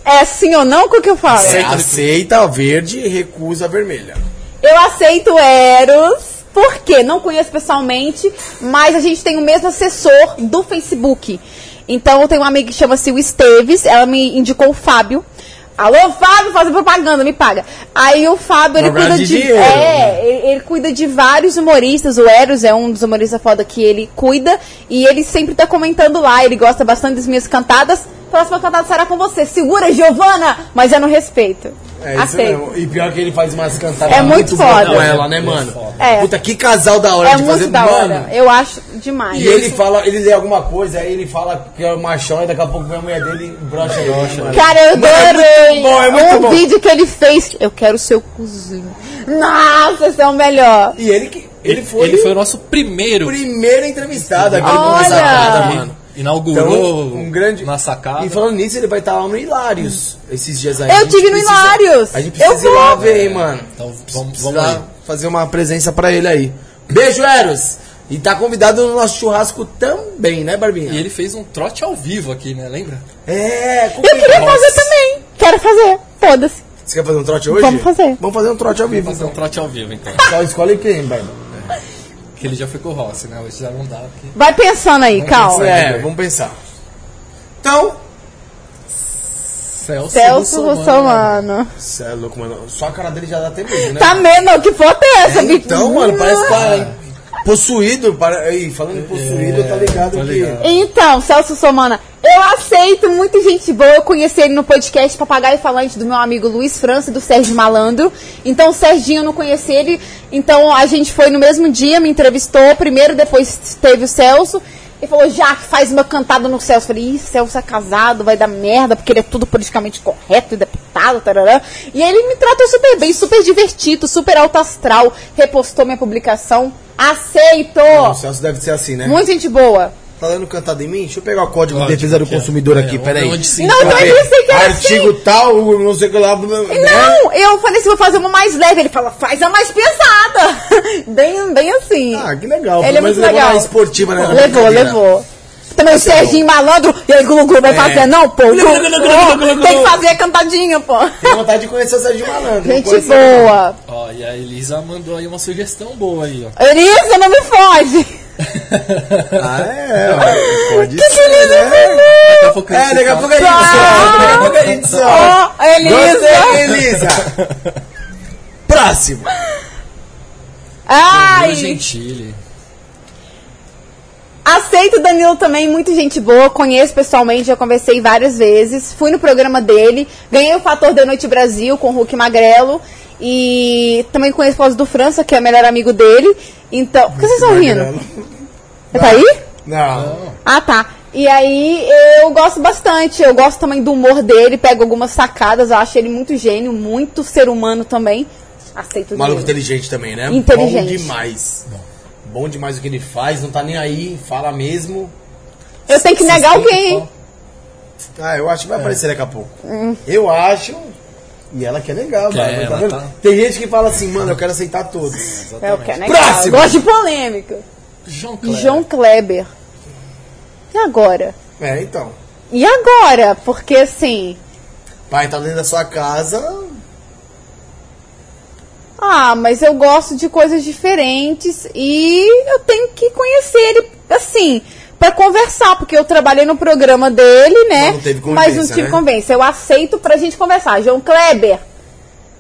Speaker 3: É sim ou não com o que eu falo?
Speaker 1: Você aceita a verde e recusa a vermelha.
Speaker 3: Eu aceito o Eros, porque não conheço pessoalmente, mas a gente tem o mesmo assessor do Facebook. Então eu tenho uma amiga que chama-se o Esteves, ela me indicou o Fábio. Alô, Fábio, fazendo propaganda, me paga. Aí o Fábio, ele
Speaker 1: Na verdade,
Speaker 3: cuida de.
Speaker 1: dinheiro.
Speaker 3: É, ele, ele cuida de vários humoristas. O Eros é um dos humoristas foda que ele cuida. E ele sempre tá comentando lá. Ele gosta bastante das minhas cantadas. Próxima cantada será com você. Segura, Giovana! Mas eu não respeito.
Speaker 1: É isso
Speaker 3: aceito.
Speaker 1: mesmo. E pior que ele faz umas cantadas
Speaker 3: É muito
Speaker 1: boa
Speaker 3: foda.
Speaker 1: com ela, né,
Speaker 2: É
Speaker 1: mano?
Speaker 2: foda.
Speaker 3: É.
Speaker 1: Puta, que casal da hora
Speaker 3: É
Speaker 1: de
Speaker 3: muito
Speaker 1: fazer.
Speaker 3: da
Speaker 1: mano,
Speaker 3: hora. Eu acho demais.
Speaker 1: E ele fala, ele lê alguma coisa, aí ele fala que é o machão, e daqui a pouco vem a mulher dele e brocha ele. né, mano?
Speaker 3: Cara, eu
Speaker 1: Mano, é
Speaker 3: adorei.
Speaker 1: muito bom, é muito
Speaker 3: um
Speaker 1: bom.
Speaker 3: vídeo que ele fez. Eu quero o seu cozinho. Nossa, esse é o melhor.
Speaker 1: E ele que. Ele foi,
Speaker 2: Ele foi o nosso primeiro.
Speaker 1: o primeiro entrevistado aqui no
Speaker 3: Olha!
Speaker 1: Sacada,
Speaker 2: Ele
Speaker 1: mano.
Speaker 2: Inaugurou
Speaker 1: Então, um grande.
Speaker 2: na sacada.
Speaker 1: E falando nisso, ele vai estar lá no Hilários esses dias aí.
Speaker 3: Eu
Speaker 1: A gente
Speaker 3: tive no
Speaker 1: precisa-
Speaker 3: Hilários.
Speaker 1: A gente
Speaker 3: Eu
Speaker 1: precisa ir lá
Speaker 3: vou.
Speaker 1: ver, hein, mano.
Speaker 2: Então vamos, vamos
Speaker 1: Precisar
Speaker 2: aí.
Speaker 1: fazer uma presença pra ele aí. Beijo, Eros! E tá convidado no nosso churrasco também, né, Barbinha?
Speaker 2: E ele fez um trote ao vivo aqui, né? Lembra?
Speaker 1: É, com
Speaker 3: Eu
Speaker 1: quem?
Speaker 3: queria
Speaker 1: Nossa.
Speaker 3: fazer também. Quero fazer. Foda-se.
Speaker 1: Você quer fazer um trote hoje?
Speaker 3: Vamos fazer.
Speaker 1: Vamos fazer um trote ao vivo.
Speaker 2: Fazer um trote ao vivo, então.
Speaker 1: Só escolhe quem, Barbinha.
Speaker 2: Porque ele já foi com o Rossi, né? Hoje já não dá. Porque...
Speaker 3: Vai pensando aí, calma.
Speaker 2: pensar.
Speaker 1: É, vamos pensar. Então.
Speaker 2: Celso,
Speaker 3: Celso
Speaker 2: Russomano.
Speaker 3: Russomano.
Speaker 1: Você é louco, mano. Só a cara dele já dá até medo, né?
Speaker 3: Tá vendo? Que foto é essa, bicho?
Speaker 1: Então, mano, parece que tá hein, possuído. Para... Aí, falando em possuído, tá ligado
Speaker 2: tô
Speaker 1: que.
Speaker 2: É, ligado.
Speaker 3: Então, Celso Somana, eu aceito muita gente boa. Eu conheci ele no podcast Papagaio Falante do meu amigo Luiz França e do Sérgio Malandro. Então, o Serginho, eu não conheci ele. Então, a gente foi no mesmo dia, me entrevistou. Primeiro, depois teve o Celso. Ele falou, já faz uma cantada no Celso. Eu falei, Ih, Celso é casado, vai dar merda, porque ele é tudo politicamente correto e deputado, tarará. E ele me tratou super bem, super divertido, super alto astral. Repostou minha publicação. Aceito!
Speaker 1: O Celso deve ser assim, né?
Speaker 3: Muita gente boa.
Speaker 1: Tá dando cantada em mim? Deixa eu pegar o código de
Speaker 2: Código
Speaker 1: defesa do
Speaker 2: aqui, ó.
Speaker 1: consumidor
Speaker 2: É,
Speaker 1: aqui,
Speaker 2: onde-
Speaker 1: peraí.
Speaker 2: onde se
Speaker 3: Não,
Speaker 1: Pra
Speaker 3: então
Speaker 1: ver.
Speaker 3: eu pensei que era
Speaker 1: Artigo tal, não sei o que lá. Né?
Speaker 3: Não, eu falei assim, vou fazer uma mais leve. Ele fala, faz a mais pesada. bem, bem assim.
Speaker 1: Ah, que legal.
Speaker 3: Ele é muito
Speaker 1: levou
Speaker 3: legal.
Speaker 1: na esportiva, né? na
Speaker 3: Levou,
Speaker 1: brincadeira. Tá É.
Speaker 3: levou. Também o Serginho Malandro, e aí Glu Glu vai fazer, não, pô. Glu,
Speaker 1: Glu, glu, glu, glu, glu.
Speaker 3: Tem que fazer cantadinha, pô.
Speaker 1: Tenho vontade de conhecer o Sérgio Malandro. não
Speaker 3: Gente
Speaker 1: conheço ele, não.
Speaker 3: boa.
Speaker 2: Ó, e a Elisa mandou aí uma sugestão boa aí, ó.
Speaker 3: Elisa, não me foge.
Speaker 1: Ah, é, ó, pode
Speaker 3: Que
Speaker 1: ser,
Speaker 3: beleza,
Speaker 1: né?
Speaker 2: Daqui a pouco
Speaker 1: É,
Speaker 2: gente
Speaker 1: daqui a
Speaker 2: fala-
Speaker 1: pouco a gente solta, daqui a pouco a gente solta.
Speaker 3: Ó, Elisa.
Speaker 1: Gostei, Ah. Elisa. Próximo.
Speaker 3: Ai.
Speaker 2: Danilo Gentili.
Speaker 3: Aceito o Danilo também, muito gente boa, conheço pessoalmente, já conversei várias vezes, fui no programa dele, ganhei o Fator da Noite Brasil com o Hulk Magrelo e também conheço por causa do França, que é o melhor amigo dele. Então, por que vocês estão rindo? Você tá aí?
Speaker 1: Não.
Speaker 3: Ah, tá. E aí eu gosto bastante, eu gosto também do humor dele, pego algumas sacadas, eu acho ele muito gênio, muito ser humano também. Aceito o
Speaker 1: Maluco
Speaker 3: Danilo.
Speaker 1: inteligente também, né?
Speaker 3: Inteligente.
Speaker 1: Bom demais. Bom demais o que ele faz, não tá nem aí, fala mesmo.
Speaker 3: Eu tenho que negar alguém, hein?
Speaker 1: Ah, eu acho que vai aparecer daqui a pouco.
Speaker 3: Hum.
Speaker 1: Eu acho. E ela quer negar,
Speaker 2: Quer,
Speaker 1: mano. Tá
Speaker 2: ela
Speaker 1: vendo?
Speaker 2: tá-
Speaker 1: Tem gente que fala assim, mano, eu quero aceitar todos.
Speaker 3: É, eu quero negar.
Speaker 1: Próximo!
Speaker 3: Eu gosto de polêmica.
Speaker 2: João Cleber.
Speaker 3: João Kleber. E agora?
Speaker 1: É, então.
Speaker 3: E agora? Porque assim.
Speaker 1: Pai, tá dentro da sua casa.
Speaker 3: Ah, mas eu gosto de coisas diferentes e eu tenho que conhecer ele assim, para conversar, porque eu trabalhei no programa dele, né?
Speaker 1: Mas não teve
Speaker 3: Mas não
Speaker 1: convivência,
Speaker 3: tive
Speaker 1: né?
Speaker 3: convênio. Eu aceito pra gente conversar. João Kleber,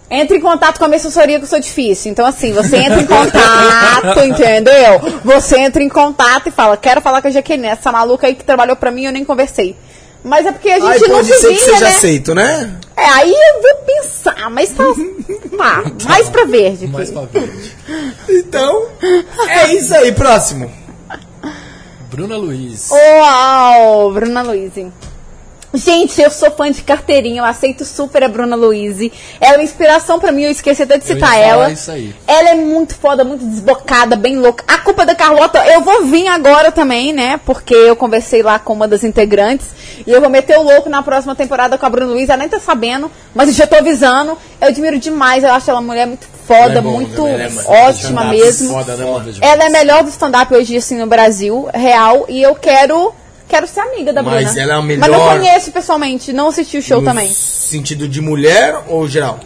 Speaker 3: entre em contato com a minha assessoria que eu sou difícil. Então, assim, você entra em contato, entendeu? Você entra em contato e fala, quero falar com a Jaqueline, essa maluca aí que trabalhou pra mim, eu nem conversei. Mas é porque a gente
Speaker 1: Aí
Speaker 3: não
Speaker 1: pode
Speaker 3: se
Speaker 1: ser que
Speaker 3: vinha,
Speaker 1: seja
Speaker 3: né?
Speaker 1: aceito, né?
Speaker 3: É, aí eu vou pensar, mas tá. tá, mais pra verde. aqui.
Speaker 2: Mais pra frente.
Speaker 1: Então, é isso aí, próximo.
Speaker 2: Bruna Luiz.
Speaker 3: Uau, Bruna Luiz. Gente, eu sou fã de carteirinha, eu aceito super a Bruna Luiz. Ela é uma inspiração pra mim, eu esqueci até de
Speaker 2: Eu ia
Speaker 3: citar
Speaker 2: falar
Speaker 3: tá ela.
Speaker 2: isso aí.
Speaker 3: Ela é muito foda, muito desbocada, bem louca. A culpa é da Carlota, eu vou vir agora também, né? Porque eu conversei lá com uma das integrantes e eu vou meter o louco na próxima temporada com a Bruna Luiz. Ela nem tá sabendo, mas eu já tô avisando. Eu admiro demais, eu acho ela uma mulher muito foda,
Speaker 2: Ela é bom,
Speaker 3: muito
Speaker 2: ela é
Speaker 3: ótima mesmo.
Speaker 1: Foda, né, mano?
Speaker 2: Foda demais.
Speaker 3: Ela é a melhor do stand-up hoje, assim, no Brasil, real, e eu quero. Quero ser amiga da
Speaker 1: Mas
Speaker 3: Bruna.
Speaker 1: ela é a melhor-
Speaker 3: Mas não conheço pessoalmente, não assisti o show também.
Speaker 1: No sentido de mulher ou geral?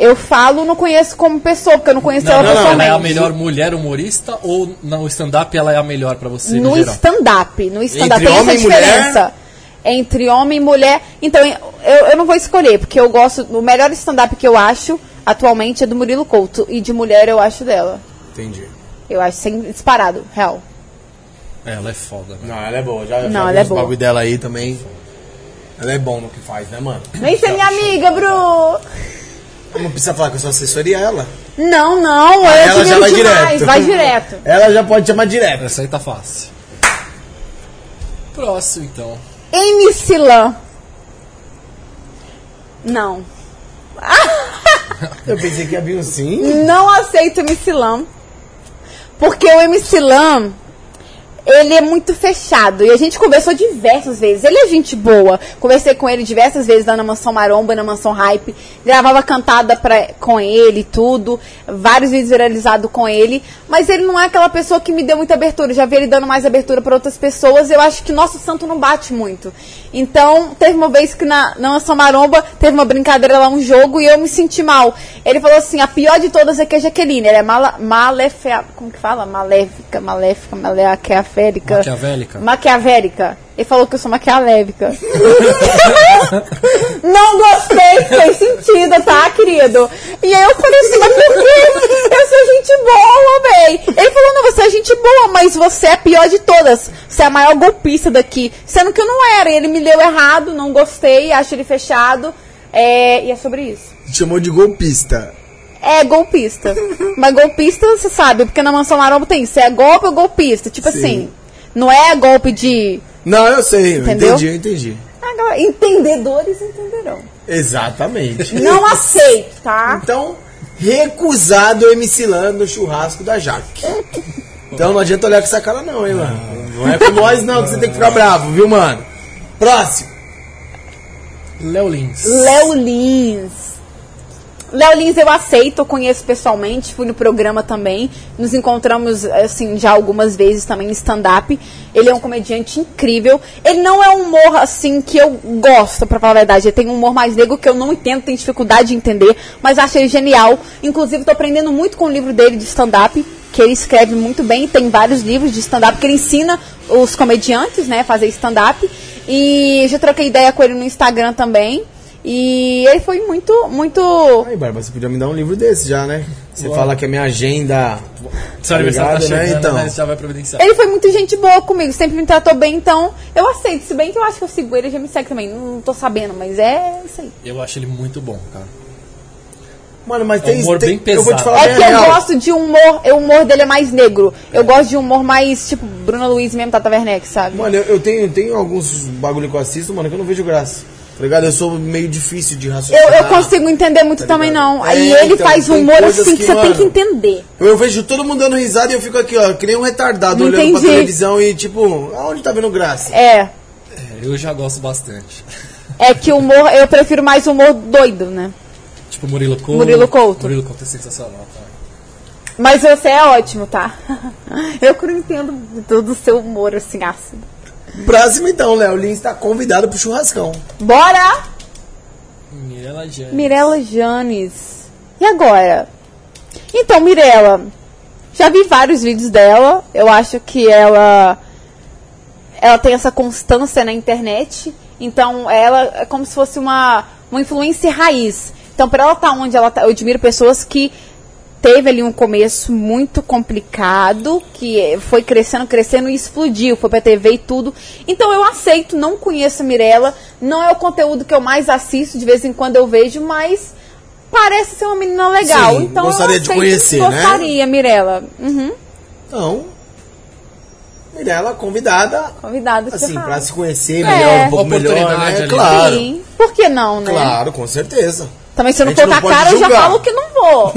Speaker 3: Eu falo, não conheço como pessoa, porque eu não conheço ela
Speaker 1: não, não,
Speaker 2: ela é
Speaker 3: pessoalmente.
Speaker 2: a melhor mulher humorista ou no stand-up ela é a melhor pra você, no
Speaker 3: no
Speaker 2: geral?
Speaker 3: stand-up. No stand-up
Speaker 1: Entre
Speaker 3: tem essa
Speaker 1: homem e mulher?
Speaker 3: diferença. Entre homem e mulher. Então, eu, eu não vou escolher, porque eu gosto. O melhor stand-up que eu acho atualmente é do Murilo Couto. E de mulher eu acho dela.
Speaker 1: Entendi.
Speaker 3: Eu acho sem disparado, real.
Speaker 2: Ela é foda, né?
Speaker 1: Não, ela é boa. Já,
Speaker 3: Não,
Speaker 1: já
Speaker 3: ela é
Speaker 1: vi uns
Speaker 3: boa.
Speaker 1: bagulho dela aí também. Ela é bom no que faz, né, mano?
Speaker 3: Vem ser minha amiga, Bru!
Speaker 1: Não precisa falar com a sua assessoria, ela.
Speaker 3: Não, não, eu
Speaker 1: Ela
Speaker 3: admiro
Speaker 1: já vai
Speaker 3: demais.
Speaker 1: direto.
Speaker 3: Vai direto.
Speaker 1: Ela já pode chamar direto.
Speaker 2: Essa aí tá fácil. Próximo, então.
Speaker 3: MC Lan. Não.
Speaker 1: Eu pensei que ia vir um sim.
Speaker 3: Não aceito MC Lan. Porque o MC Lan, ele é muito fechado. E a gente conversou diversas vezes. Ele é gente boa. Conversei com ele diversas vezes lá na Mansão Maromba, na Mansão Hype. Gravava cantada pra, com ele e tudo. Vários vídeos viralizados com ele. Mas ele não é aquela pessoa que me deu muita abertura. Eu Já vi ele dando mais abertura pra outras pessoas. Eu acho que nosso santo não bate muito. Então, teve uma vez que na, na Mansão Maromba teve uma brincadeira lá, um jogo, e eu me senti mal. Ele falou assim: a pior de todas é que a Jaqueline. Ela é mala, malefia, como que fala? Maléfica, maléfica, maléfica.
Speaker 2: Maquiavélica.
Speaker 3: Maquiavélica. Ele falou que eu sou maquiavélica. Não gostei, fez sentido, tá, querido? E aí eu falei assim, mas por quê? Eu sou gente boa, véi. Ele falou, não, você é gente boa, mas você é a pior de todas. Você é a maior golpista daqui. Sendo que eu não era. E ele me leu errado, não gostei, acho ele fechado. É, e é sobre isso.
Speaker 1: Chamou de golpista.
Speaker 3: É golpista. Mas golpista você sabe, porque na mansão maromba tem, se é golpe ou golpista. Tipo
Speaker 1: Sim.
Speaker 3: assim, não é golpe de.
Speaker 1: Não, eu sei, eu
Speaker 3: Entendeu?
Speaker 1: entendi, eu entendi.
Speaker 3: Ah, galera, entendedores entenderão.
Speaker 1: Exatamente.
Speaker 3: Não aceito, tá?
Speaker 1: Então, recusado o MC Lan no churrasco da Jaque. Então não adianta olhar com essa cara não, hein, mano. Não é com nós não que você tem que ficar bravo, viu, mano? Próximo.
Speaker 2: Léo Lins.
Speaker 3: Léo Lins. Léo Lins eu aceito, eu conheço pessoalmente, fui no programa também. Nos encontramos, assim, já algumas vezes também em stand-up. Ele é um comediante incrível. Ele não é um humor, assim, que eu gosto, pra falar a verdade. Ele tem um humor mais negro que eu não entendo, tenho dificuldade de entender, mas acho ele genial. Inclusive, tô aprendendo muito com o livro dele de stand-up, que ele escreve muito bem, tem vários livros de stand-up que ele ensina os comediantes, né, a fazer stand-up. E já troquei ideia com ele no Instagram também. E ele foi muito, muito.
Speaker 1: Aí, Barba, você podia me dar um livro desse já, né? Você fala que a minha agenda.
Speaker 2: Seu aniversário
Speaker 1: Obrigado,
Speaker 2: tá
Speaker 1: né,
Speaker 2: chegando, né?
Speaker 1: então?
Speaker 2: Você já vai providenciar.
Speaker 3: Ele foi muito gente boa comigo, sempre me tratou bem, então eu aceito. Se bem que eu acho que eu sigo ele, ele já me segue também. Não tô sabendo, mas é isso aí.
Speaker 2: Eu acho ele muito bom, cara.
Speaker 1: Mano, mas
Speaker 2: É um
Speaker 1: tem.
Speaker 2: humor
Speaker 1: tem-
Speaker 2: bem pesado.
Speaker 1: Eu vou te falar
Speaker 3: É
Speaker 1: bem
Speaker 3: que
Speaker 1: a
Speaker 3: eu
Speaker 1: real.
Speaker 3: gosto de humor, o humor dele é mais negro. Eu gosto de humor mais, tipo, Bruna Luiz mesmo, Tata Werneck, sabe?
Speaker 1: Mano, eu, eu tenho, tenho alguns bagulho que eu assisto, mano, que eu não vejo graça. Tá ligado? Eu sou meio difícil de raciocinar.
Speaker 3: Eu, eu consigo entender muito
Speaker 1: Ah, Tá
Speaker 3: também,
Speaker 1: ligado?
Speaker 3: não.
Speaker 1: É,
Speaker 3: Aí ele
Speaker 1: então,
Speaker 3: faz um
Speaker 1: tem
Speaker 3: humor
Speaker 1: coisas
Speaker 3: assim que,
Speaker 1: que,
Speaker 3: você tem
Speaker 1: mano,
Speaker 3: que entender.
Speaker 1: Eu vejo todo mundo dando risada e eu fico aqui, ó, que nem um retardado
Speaker 3: Não
Speaker 1: olhando pra
Speaker 3: entendi.
Speaker 1: televisão e tipo, aonde tá vendo graça?
Speaker 3: É.
Speaker 2: É, eu já gosto bastante.
Speaker 3: É que o humor, eu prefiro mais humor doido, né?
Speaker 2: Tipo Murilo Couto.
Speaker 3: Murilo Couto.
Speaker 2: Murilo Couto é sensacional, cara.
Speaker 3: Mas você é ótimo, tá? Eu que não entendo do, do seu humor, assim, ácido.
Speaker 1: Próximo então, Léo Lins está convidado pro churrascão.
Speaker 3: Bora!
Speaker 2: Mirella Janes.
Speaker 3: Mirella Janes. E agora? Então, Mirella, já vi vários vídeos dela. Eu acho que ela ela tem essa constância na internet. Então, ela é como se fosse uma, uma influência raiz. Então, para ela estar onde ela está, eu admiro pessoas que teve ali um começo muito complicado, que é, foi crescendo, crescendo e explodiu, foi pra TV e tudo. Então eu aceito, não conheço a Mirella, não é o conteúdo que eu mais assisto, de vez em quando eu vejo, mas parece ser uma menina legal.
Speaker 1: Sim,
Speaker 3: então
Speaker 1: gostaria
Speaker 3: eu
Speaker 1: de
Speaker 3: aceito,
Speaker 1: conhecer, né?
Speaker 3: gostaria, Mirella. Uhum,
Speaker 1: Então, Mirella convidada,
Speaker 3: convidada de
Speaker 1: assim,
Speaker 3: falar.
Speaker 1: pra se conhecer melhor, um pouco melhor,
Speaker 2: Oportunidade
Speaker 1: né?
Speaker 2: ali.
Speaker 1: Claro,
Speaker 3: É. Sim, por que não, né?
Speaker 1: claro, com certeza.
Speaker 3: Também se eu
Speaker 1: A
Speaker 3: não
Speaker 1: gente
Speaker 3: for
Speaker 1: não
Speaker 3: na
Speaker 1: pode
Speaker 3: cara, eu já
Speaker 1: julgar.
Speaker 3: falo que não vou.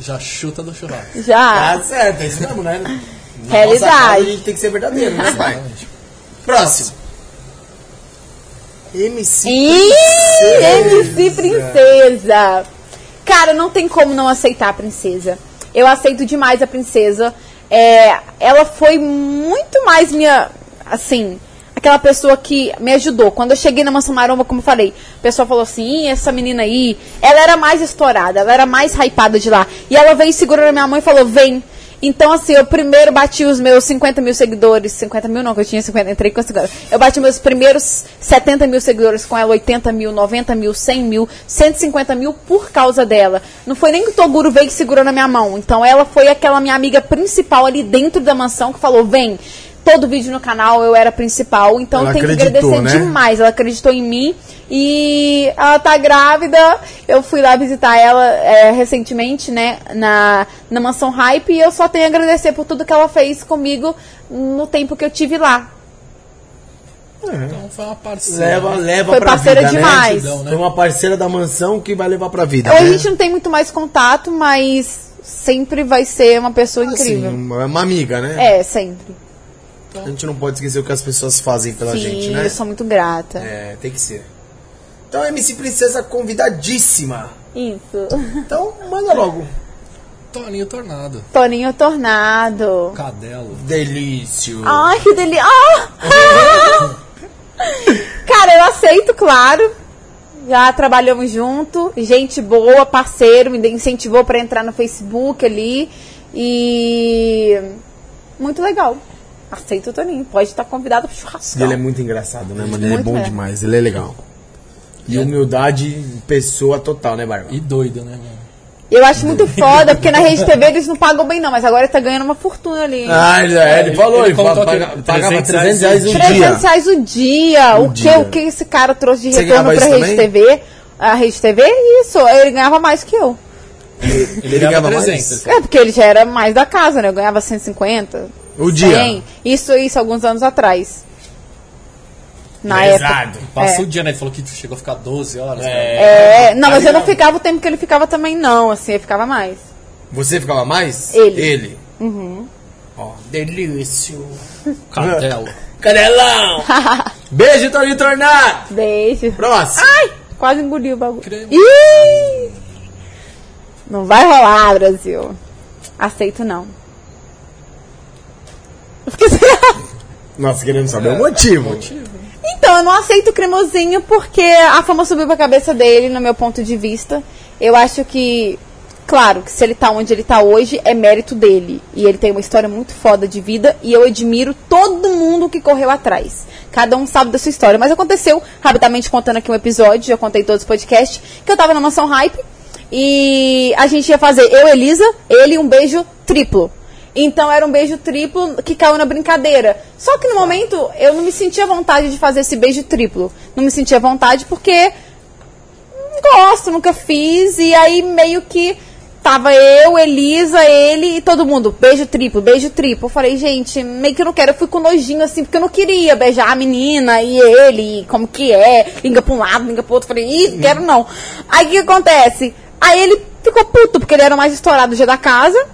Speaker 2: Já chuta do churrasco.
Speaker 3: Já.
Speaker 1: Tá certo, é isso mesmo, né? Na nossa
Speaker 3: Ah. Realidade.
Speaker 1: casa a gente tem que ser verdadeiro, né, pai? Próximo. MC
Speaker 3: Ih, MC Princesa. Cara, não tem como não aceitar a princesa. Eu aceito demais a princesa. É, ela foi muito mais minha. Assim, aquela pessoa que me ajudou. Quando eu cheguei na Mansão Maromba, como eu falei, o pessoal falou assim: "Ih, essa menina aí, ela era mais estourada, ela era mais hypada de lá. E ela veio segurando a minha mãe e falou: vem. Então, assim, eu primeiro bati os meus 50 mil seguidores. 50 mil não, que eu tinha 50, entrei com 50. Eu bati meus primeiros 70 mil seguidores com ela, 80 mil, 90 mil, 100 mil, 150 mil por causa dela. Não foi nem que o Toguro veio que segurou na minha mão. Então, ela foi aquela minha amiga principal ali dentro da mansão que falou: vem, todo vídeo no canal eu era principal. Então,
Speaker 1: Ela
Speaker 3: eu tenho que
Speaker 1: acreditou,
Speaker 3: agradecer
Speaker 1: né?
Speaker 3: demais mais. Ela acreditou em mim e ela tá grávida. Eu fui lá visitar ela é, recentemente, né, na, na Mansão Hype e eu só tenho a agradecer por tudo que ela fez comigo no tempo que eu tive lá.
Speaker 2: Então foi uma parceira.
Speaker 1: leva, leva
Speaker 3: Foi
Speaker 1: pra
Speaker 3: parceira
Speaker 1: vida, né?
Speaker 3: demais.
Speaker 2: Gratidão, né?
Speaker 1: Foi uma parceira da mansão que vai levar pra vida.
Speaker 3: Hoje a
Speaker 1: né?
Speaker 3: gente não tem muito mais contato, mas sempre vai ser uma pessoa
Speaker 1: Assim,
Speaker 3: é incrível.
Speaker 1: uma, uma amiga, né?
Speaker 3: É, sempre.
Speaker 1: A gente não pode esquecer o que as pessoas fazem pela
Speaker 3: Sim,
Speaker 1: gente, né?
Speaker 3: eu sou muito grata.
Speaker 1: É, tem que ser. Então, MC Princesa convidadíssima.
Speaker 3: Isso.
Speaker 1: Então, manda logo.
Speaker 2: Toninho Tornado.
Speaker 3: Toninho Tornado.
Speaker 2: Cadelo.
Speaker 1: Delício.
Speaker 3: Ai, que delícia. Cara, eu aceito, claro. Já trabalhamos junto. Gente boa, parceiro, me incentivou pra entrar no Facebook ali. E. Muito legal. Aceito o Toninho. Pode estar convidado pro
Speaker 1: E
Speaker 3: churrascão.
Speaker 1: ele é muito engraçado, né, mano? Ele é
Speaker 3: Muito
Speaker 1: bom
Speaker 3: mesmo.
Speaker 1: demais, ele é legal. E humildade, pessoa total, né, Barba?
Speaker 2: E doido, né, mano?
Speaker 3: Eu acho muito foda, porque na Rede TV eles não pagam bem, não. Mas agora ele tá ganhando uma fortuna ali.
Speaker 1: Ah, ele, é, ele falou, ele,
Speaker 2: ele
Speaker 1: falou,
Speaker 2: contou
Speaker 1: paga-
Speaker 2: que
Speaker 1: pagava
Speaker 2: 300
Speaker 1: 300 reais um dia.
Speaker 3: 300 reais o dia.
Speaker 1: O
Speaker 3: o que
Speaker 1: dia.
Speaker 3: o que esse cara trouxe de
Speaker 1: Você
Speaker 3: retorno
Speaker 1: ganhava
Speaker 3: pra
Speaker 1: isso
Speaker 3: Rede TV? A Rede TV, isso. Ele ganhava mais que eu.
Speaker 1: Ele,
Speaker 2: ganhava
Speaker 1: ganhava mais?
Speaker 2: 300.
Speaker 3: É, porque ele já era mais da casa, né? Eu ganhava 150.
Speaker 1: O dia.
Speaker 3: Isso, isso, alguns anos atrás. Na época.
Speaker 1: Pesado.
Speaker 2: Passa
Speaker 3: É.
Speaker 2: o dia, né? Ele falou que chegou a ficar 12 horas. né?
Speaker 1: É.
Speaker 3: É, não, mas
Speaker 1: Aí
Speaker 3: eu não
Speaker 1: não.
Speaker 3: ficava o tempo que ele ficava também, não. Assim, eu ficava mais.
Speaker 1: Você ficava mais?
Speaker 3: Ele.
Speaker 1: Ele. Uhum. Ó, delício.
Speaker 2: cara. Cadelo.
Speaker 1: Canelão! Beijo, Toninho Tornado!
Speaker 3: Beijo.
Speaker 1: Próximo.
Speaker 3: Ai, quase engoliu o bagulho.
Speaker 2: Creme.
Speaker 3: Ih! Não vai rolar, Brasil. Aceito, não. Eu fiquei sem ar.
Speaker 1: Nossa, querendo saber Ah. É, o motivo.
Speaker 3: Então, eu não aceito o cremosinho porque a fama subiu pra cabeça dele, no meu ponto de vista. Eu acho que, claro, que se ele tá onde ele tá hoje, é mérito dele. E ele tem uma história muito foda de vida e eu admiro todo mundo que correu atrás. Cada um sabe da sua história. Mas aconteceu, rapidamente contando aqui um episódio, já contei todos os podcasts, que eu tava na Mansão Hype e a gente ia fazer eu, Elisa, ele, um beijo triplo. Então era um beijo triplo que caiu na brincadeira. Só que no momento eu não me sentia vontade de fazer esse beijo triplo. Não me sentia vontade porque não gosto, nunca fiz. E aí meio que tava eu, Elisa, ele e todo mundo. Beijo triplo, beijo triplo. Eu falei, gente, meio que eu não quero. Eu fui com nojinho assim, porque eu não queria beijar a menina e ele, e como que é. Liga pra um lado, liga pro outro. Falei, ih, não quero não. Aí o que acontece? Aí ele ficou puto, porque ele era o mais estourado do dia da casa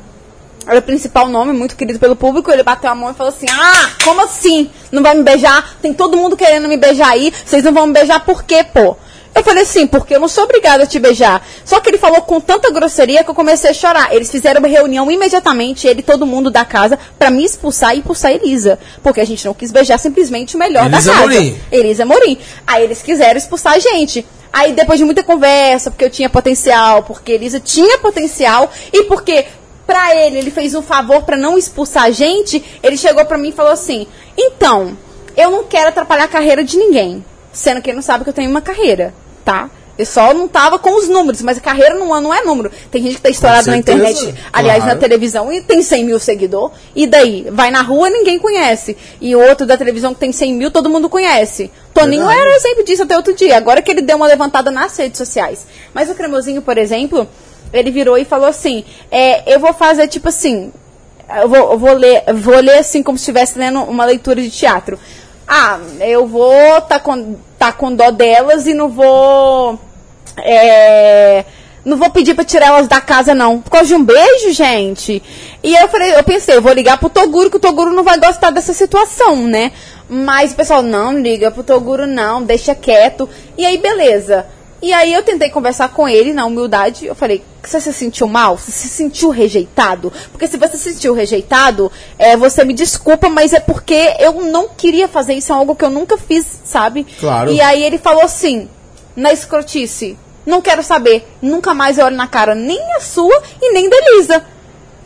Speaker 3: era o principal nome, muito querido pelo público. Ele bateu a mão e falou assim: Ah, como assim? Não vai me beijar? Tem todo mundo querendo me beijar aí. Vocês não vão me beijar por quê, pô? Eu falei assim, porque eu não sou obrigada a te beijar. Só que ele falou com tanta grosseria que eu comecei a chorar. Eles fizeram uma reunião imediatamente, ele e todo mundo da casa, pra me expulsar e expulsar a Elisa. Porque a gente não quis beijar simplesmente o melhor
Speaker 1: Elisa
Speaker 3: da casa.
Speaker 1: Morim.
Speaker 3: Elisa Morim. Aí eles quiseram expulsar a gente. Aí depois de muita conversa, porque eu tinha potencial, porque Elisa tinha potencial e porque pra ele ele fez um favor pra não expulsar a gente, ele chegou pra mim e falou assim: "Então, eu não quero atrapalhar a carreira de ninguém, sendo que ele não sabe que eu tenho uma carreira, tá?" Eu só não tava com os números, mas a carreira não, é- não é número. Tem gente que tá estourado na
Speaker 1: certeza,
Speaker 3: internet, aliás, na
Speaker 1: claro.
Speaker 3: televisão e tem 100 mil seguidor. E daí? Vai na rua ninguém conhece. E o outro da televisão que tem 100 mil, todo mundo conhece. Toninho
Speaker 1: Verdade.
Speaker 3: era exemplo disso até outro dia. Agora que ele deu uma levantada nas redes sociais. Mas o Cremosinho, por exemplo, ele virou e falou assim: é, eu vou fazer tipo assim. Eu vou, eu vou ler, vou ler assim como se estivesse lendo uma leitura de teatro. Ah, eu vou tá com, tá com dó delas e não vou. É, não vou pedir pra tirar elas da casa, não. Por causa de um beijo, gente. E eu falei, eu pensei, eu vou ligar pro Toguro, que o Toguro não vai gostar dessa situação, né? Mas o pessoal, não liga pro Toguro, não, deixa quieto. E aí, beleza. E aí eu tentei conversar com ele na humildade. Eu falei, você se sentiu mal? Você se sentiu rejeitado? Porque se você se sentiu rejeitado, é, você me desculpa, mas é porque eu não queria fazer isso, é algo que eu nunca fiz, sabe?
Speaker 1: Claro.
Speaker 3: E aí ele falou assim, na escrotice, não quero saber, nunca mais eu olho na cara nem a sua e nem da Elisa.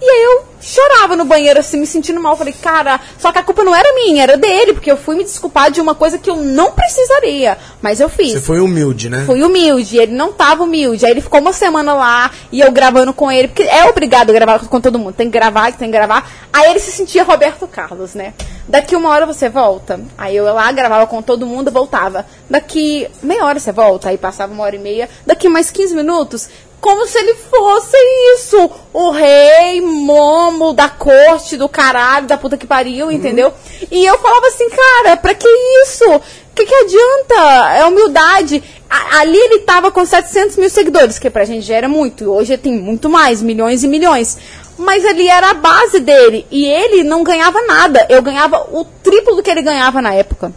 Speaker 3: E aí eu chorava no banheiro, assim, me sentindo mal. Falei, cara, só que a culpa não era minha, era dele, porque eu fui me desculpar de uma coisa que eu não precisaria. Mas eu fiz.
Speaker 1: Você foi humilde, né?
Speaker 3: Fui humilde, ele não tava humilde. Aí ele ficou uma semana lá e eu gravando com ele, porque é obrigado a gravar com todo mundo, tem que gravar, tem que gravar. Aí ele se sentia Roberto Carlos, né? Daqui uma hora você volta. Aí eu ia lá gravava com todo mundo, voltava. Daqui meia hora você volta, aí passava uma hora e meia, daqui mais 15 minutos. Como se ele fosse isso, o rei momo da corte, do caralho, da puta que pariu, entendeu? E eu falava assim, cara, pra que isso? O que, que adianta? É humildade. A- ali ele tava com 700 mil seguidores, que pra gente já era muito. e Hoje tem muito mais, milhões e milhões. Mas ali era a base dele. E ele não ganhava nada. Eu ganhava o triplo do que ele ganhava na época.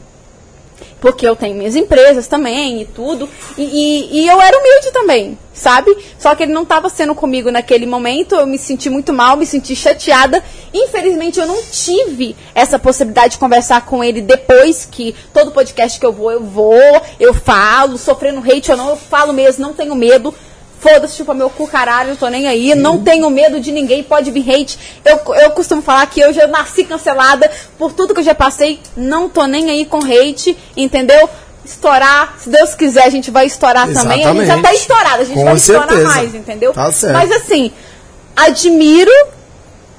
Speaker 3: Porque eu tenho minhas empresas também e tudo. E, e- e eu era humilde também, sabe? Só que ele não tava sendo comigo naquele momento. Eu me senti muito mal, me senti chateada. Infelizmente, eu não tive essa possibilidade de conversar com ele depois que todo podcast que eu vou, eu vou, eu falo. Sofrendo hate ou não, eu falo mesmo, não tenho medo. Foda-se, chupa meu cu, caralho, tô nem aí. Não tenho medo de ninguém, pode vir hate. Eu, eu costumo falar que eu já nasci cancelada por tudo que eu já passei. Não tô nem aí com hate, entendeu? Estourar, se Deus quiser, a gente vai estourar também. A gente já tá
Speaker 1: Exatamente.
Speaker 3: estourado, a gente
Speaker 1: Com
Speaker 3: vai estourar
Speaker 1: certeza.
Speaker 3: mais, entendeu?
Speaker 1: Tá certo.
Speaker 3: Mas assim, admiro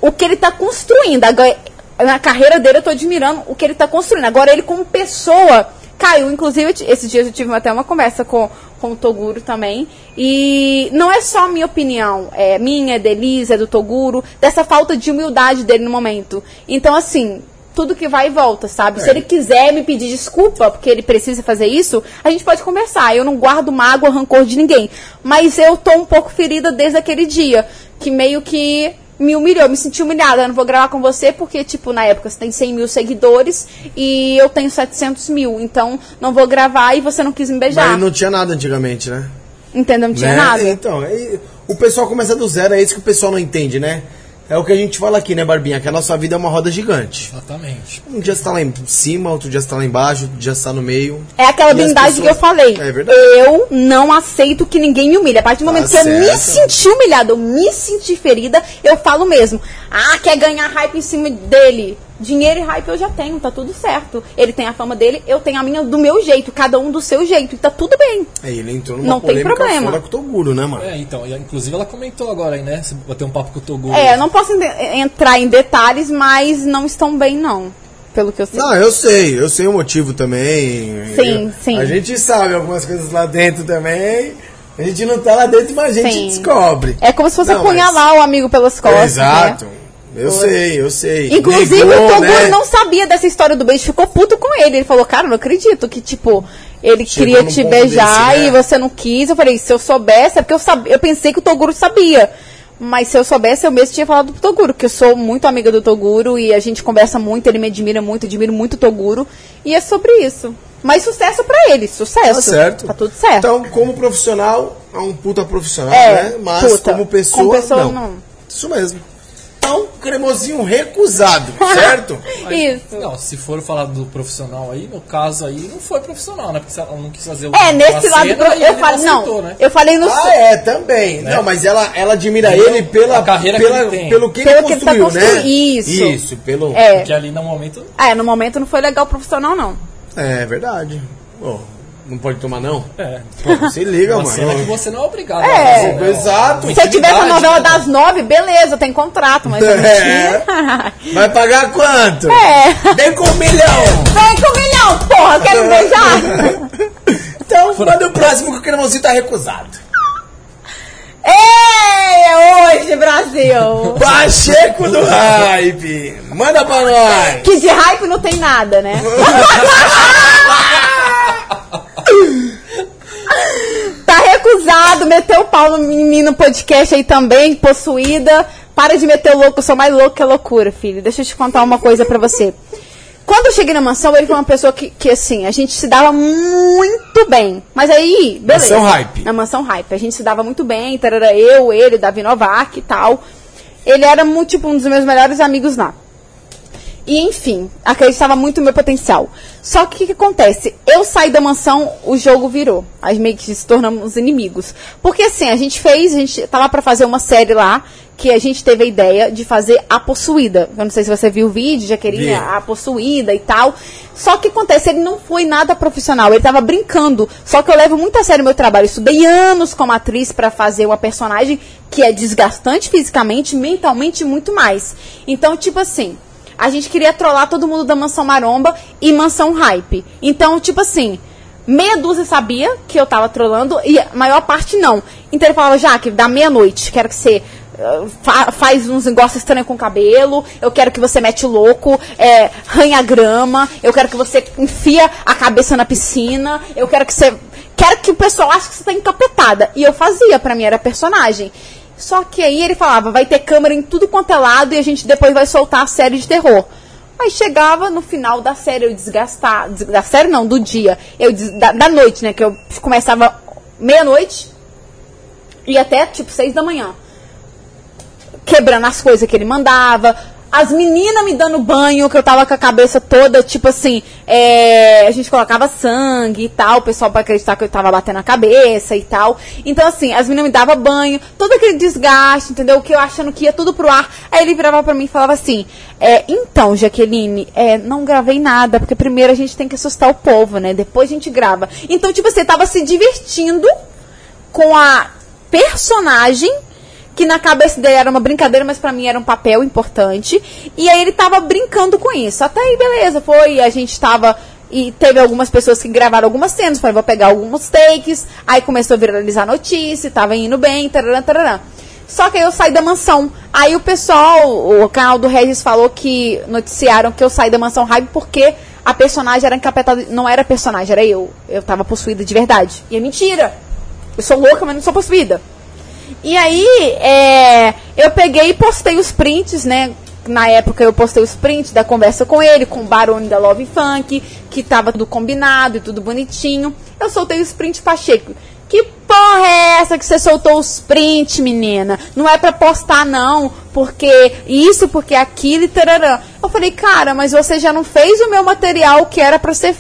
Speaker 3: o que ele tá construindo. Agora, na carreira dele, eu tô admirando o que ele tá construindo. Agora, ele como pessoa caiu. Inclusive, eu ti- esses dias eu tive até uma conversa com, com o Toguro também. E não é só a minha opinião. É minha, da Elisa, do Toguro. Dessa falta de humildade dele no momento. Então, assim... Tudo que vai e volta, sabe?
Speaker 1: É.
Speaker 3: Se ele quiser me pedir desculpa, porque ele precisa fazer isso, a gente pode conversar. Eu não guardo mágoa, rancor de ninguém. Mas eu tô um pouco ferida desde aquele dia. Que meio que me humilhou, me senti humilhada. Eu não vou gravar com você porque, tipo, na época você tem 100 mil seguidores e eu tenho 700 mil. Então, não vou gravar e você não quis me
Speaker 1: Mas
Speaker 3: beijar.
Speaker 1: não tinha nada antigamente, né?
Speaker 3: Entendeu? Não tinha
Speaker 1: Né?
Speaker 3: nada.
Speaker 1: Então, aí, o pessoal começa do zero, é isso que o pessoal não entende, né? É o que a gente fala aqui, né, Barbinha? Que a nossa vida é uma roda gigante.
Speaker 2: Exatamente.
Speaker 1: Um dia você tá lá em cima, outro dia você tá lá embaixo, outro dia você tá no meio.
Speaker 3: É
Speaker 1: E
Speaker 3: aquela
Speaker 1: as
Speaker 3: blindagem
Speaker 1: pessoas-
Speaker 3: que eu falei.
Speaker 1: É verdade. Tá
Speaker 3: Eu não aceito que ninguém me humilhe. A partir do momento que eu me
Speaker 1: certo.
Speaker 3: senti humilhada, eu me senti ferida, eu falo mesmo. Ah, quer ganhar hype em cima dele. Dinheiro e hype eu já tenho, tá tudo certo. Ele tem a fama dele, eu tenho a minha do meu jeito, cada um do seu jeito, e tá tudo bem.
Speaker 1: Aí ele entrou numa
Speaker 3: Não tem
Speaker 1: polêmica
Speaker 3: problema.
Speaker 1: foda com o Toguro, né, mano?
Speaker 2: É, então, e, inclusive ela comentou agora aí, né? Você bater um papo com o Toguro.
Speaker 3: É, eu não posso en- entrar em detalhes, mas não estão bem, não. Pelo que eu sei.
Speaker 1: Não, eu sei, eu sei o motivo também.
Speaker 3: Sim,
Speaker 1: Eu-
Speaker 3: sim.
Speaker 1: A gente sabe algumas coisas lá dentro também. A gente não tá lá dentro, mas a gente
Speaker 3: Sim.
Speaker 1: descobre.
Speaker 3: É como se fosse
Speaker 1: Não, mas-
Speaker 3: apunhalar o amigo pelas costas.
Speaker 1: Exato.
Speaker 3: né?
Speaker 1: Eu sei, eu sei.
Speaker 3: Inclusive,
Speaker 1: Negou,
Speaker 3: o Toguro
Speaker 1: né?
Speaker 3: não sabia dessa história do beijo, ficou puto com ele. Ele falou, cara, eu não acredito que, tipo, ele
Speaker 1: Chegou
Speaker 3: queria
Speaker 1: num
Speaker 3: te
Speaker 1: ponto
Speaker 3: beijar
Speaker 1: desse, né?
Speaker 3: e você não quis. Eu falei, se eu soubesse, é porque eu sabia. Eu pensei que o Toguro sabia. Mas se eu soubesse, eu mesmo tinha falado pro Toguro, que eu sou muito amiga do Toguro e a gente conversa muito, ele me admira muito, admiro muito o Toguro. E é sobre isso. Mas sucesso pra ele, sucesso.
Speaker 1: Tá certo.
Speaker 3: Tá tudo certo.
Speaker 1: Então, como profissional, é um puta profissional,
Speaker 3: É,
Speaker 1: né? Mas
Speaker 3: puta.
Speaker 1: como pessoa,
Speaker 3: Como pessoa,
Speaker 1: não.
Speaker 3: não.
Speaker 1: Isso mesmo. Então, cremosinho recusado, Então, certo?
Speaker 3: Isso.
Speaker 2: Não, se for falar do profissional aí, no caso aí, não foi profissional, né? Porque se ela não quis fazer o
Speaker 3: É, nesse
Speaker 2: a
Speaker 3: lado
Speaker 2: cena,
Speaker 3: pro-
Speaker 2: e
Speaker 3: eu
Speaker 2: ele
Speaker 3: falei,
Speaker 2: aceitou,
Speaker 3: não, Né?
Speaker 2: né?
Speaker 3: eu falei no
Speaker 1: Ah, é, também. Não, mas ela, ela admira ele pela,
Speaker 2: A carreira que
Speaker 1: pela
Speaker 2: ele tem.
Speaker 1: pelo que
Speaker 3: Pelo
Speaker 1: ele
Speaker 3: que ele tá
Speaker 1: construiu, né?
Speaker 3: construindo, isso.
Speaker 1: Isso, pelo.
Speaker 3: é.
Speaker 2: Porque ali no momento.
Speaker 3: É, no momento não foi legal profissional, não.
Speaker 1: É verdade. Pô, não pode tomar, não?
Speaker 2: É.
Speaker 1: Pô, se liga,
Speaker 2: Uma
Speaker 1: mano.
Speaker 2: cena que você não é obrigado a
Speaker 3: É.
Speaker 2: fazer, né?
Speaker 1: Exato.
Speaker 3: Se eu tivesse a
Speaker 1: intimidade,
Speaker 3: novela
Speaker 1: né?
Speaker 3: das nove, beleza, tem contrato, mas eu não
Speaker 1: É.
Speaker 3: tinha.
Speaker 1: Vai pagar quanto?
Speaker 3: É.
Speaker 1: Vem com um milhão.
Speaker 3: Vem com um milhão, porra, quer me beijar?
Speaker 1: Então, manda o próximo que o cremosinho tá recusado.
Speaker 3: Ei, é hoje, Brasil!
Speaker 1: Pacheco do Hype. Manda pra nós.
Speaker 3: Que de hype não tem nada, né? tá recusado, meteu o pau no menino podcast aí também, possuída. Para de meter o louco, eu sou mais louco que a loucura, filho. Deixa eu te contar uma coisa pra você. Quando eu cheguei na mansão, ele foi uma pessoa que, que, assim, a gente se dava muito bem. Mas aí, beleza.
Speaker 1: Mansão Hype.
Speaker 3: Na mansão hype. A gente se dava muito bem, tarara, eu, ele, Davi Novak e tal. Ele era muito, tipo, um dos meus melhores amigos lá. E enfim, acreditava muito no meu potencial. Só que o que, que acontece? Eu saí da mansão, o jogo virou. As meio que se tornamos inimigos. Porque assim, a gente fez, a gente tava pra fazer uma série lá, que a gente teve a ideia de fazer A Possuída. Eu não sei se você viu o vídeo, já queria
Speaker 1: Vi.
Speaker 3: A Possuída e tal. Só que acontece, ele não foi nada profissional, ele tava brincando. Só que eu levo muito a sério o meu trabalho. Eu estudei anos como atriz pra fazer uma personagem que é desgastante fisicamente, mentalmente e muito mais. Então, tipo assim, a gente queria trollar todo mundo da Mansão Maromba e Mansão Hype. Então, tipo assim, meia dúzia sabia que eu tava trollando e a maior parte não. Então ele falava, Jaque, dá meia-noite, quero que você ah, fa- faz uns negócios estranhos com o cabelo, eu quero que você mete o louco, é, ranha a grama, eu quero que você enfia a cabeça na piscina, eu quero que você... Quero que o pessoal ache que você tá encapetada. E eu fazia, pra mim era personagem. Só que aí ele falava, vai ter câmera em tudo quanto é lado e a gente depois vai soltar a série de terror. Aí chegava no final da série, eu desgastar, des- da série não, do dia, eu des- da, da noite, né, que eu começava meia-noite e até tipo seis da manhã quebrando as coisas que ele mandava. As meninas me dando banho, que eu tava com a cabeça toda, tipo assim, é, a gente colocava sangue e tal, o pessoal pra acreditar que eu tava batendo a cabeça e tal. Então, assim, as meninas me davam banho, todo aquele desgaste, entendeu? Que eu achando que ia tudo pro ar. Aí ele virava pra mim e falava assim, é, então, Jaqueline, é, não gravei nada, porque primeiro a gente tem que assustar o povo, né? Depois a gente grava. Então, tipo assim, tava se divertindo com a personagem que na cabeça dele era uma brincadeira, mas pra mim era um papel importante. E aí ele tava brincando com isso. Até aí, beleza, foi. A gente tava. E teve algumas pessoas que gravaram algumas cenas. Falei, vou pegar alguns takes. Aí começou a viralizar a notícia, tava indo bem, tarará, tarará. Só que aí eu saí da mansão. Aí o pessoal, o canal do Regis falou que noticiaram que eu saí da mansão hype porque a personagem era encapetada. Não era personagem, era eu. Eu tava possuída de verdade. E é mentira. Eu sou louca, mas não sou possuída. E aí, é, eu peguei e postei os prints, né? Na época eu postei os prints da conversa com ele, com o Barone da Love Funk, que tava tudo combinado e tudo bonitinho. Eu soltei os prints Pacheco. Que porra é essa que você soltou os prints, menina? Não é pra postar, não, porque isso, porque aquilo e tararã. Eu falei, cara, mas você já não fez o meu material que era pra ser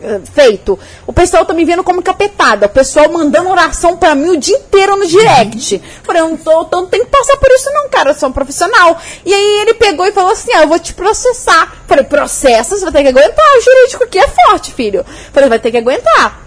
Speaker 3: eh, feito. O pessoal tá me vendo como capetada. O pessoal mandando oração pra mim o dia inteiro no direct. Falei, eu não tô, tô- não tem que passar por isso não, cara. Eu sou um profissional. E aí ele pegou e falou assim, ah, eu vou te processar. Falei, processa? Você vai ter que aguentar. O jurídico aqui é forte, filho. Falei, vai ter que aguentar.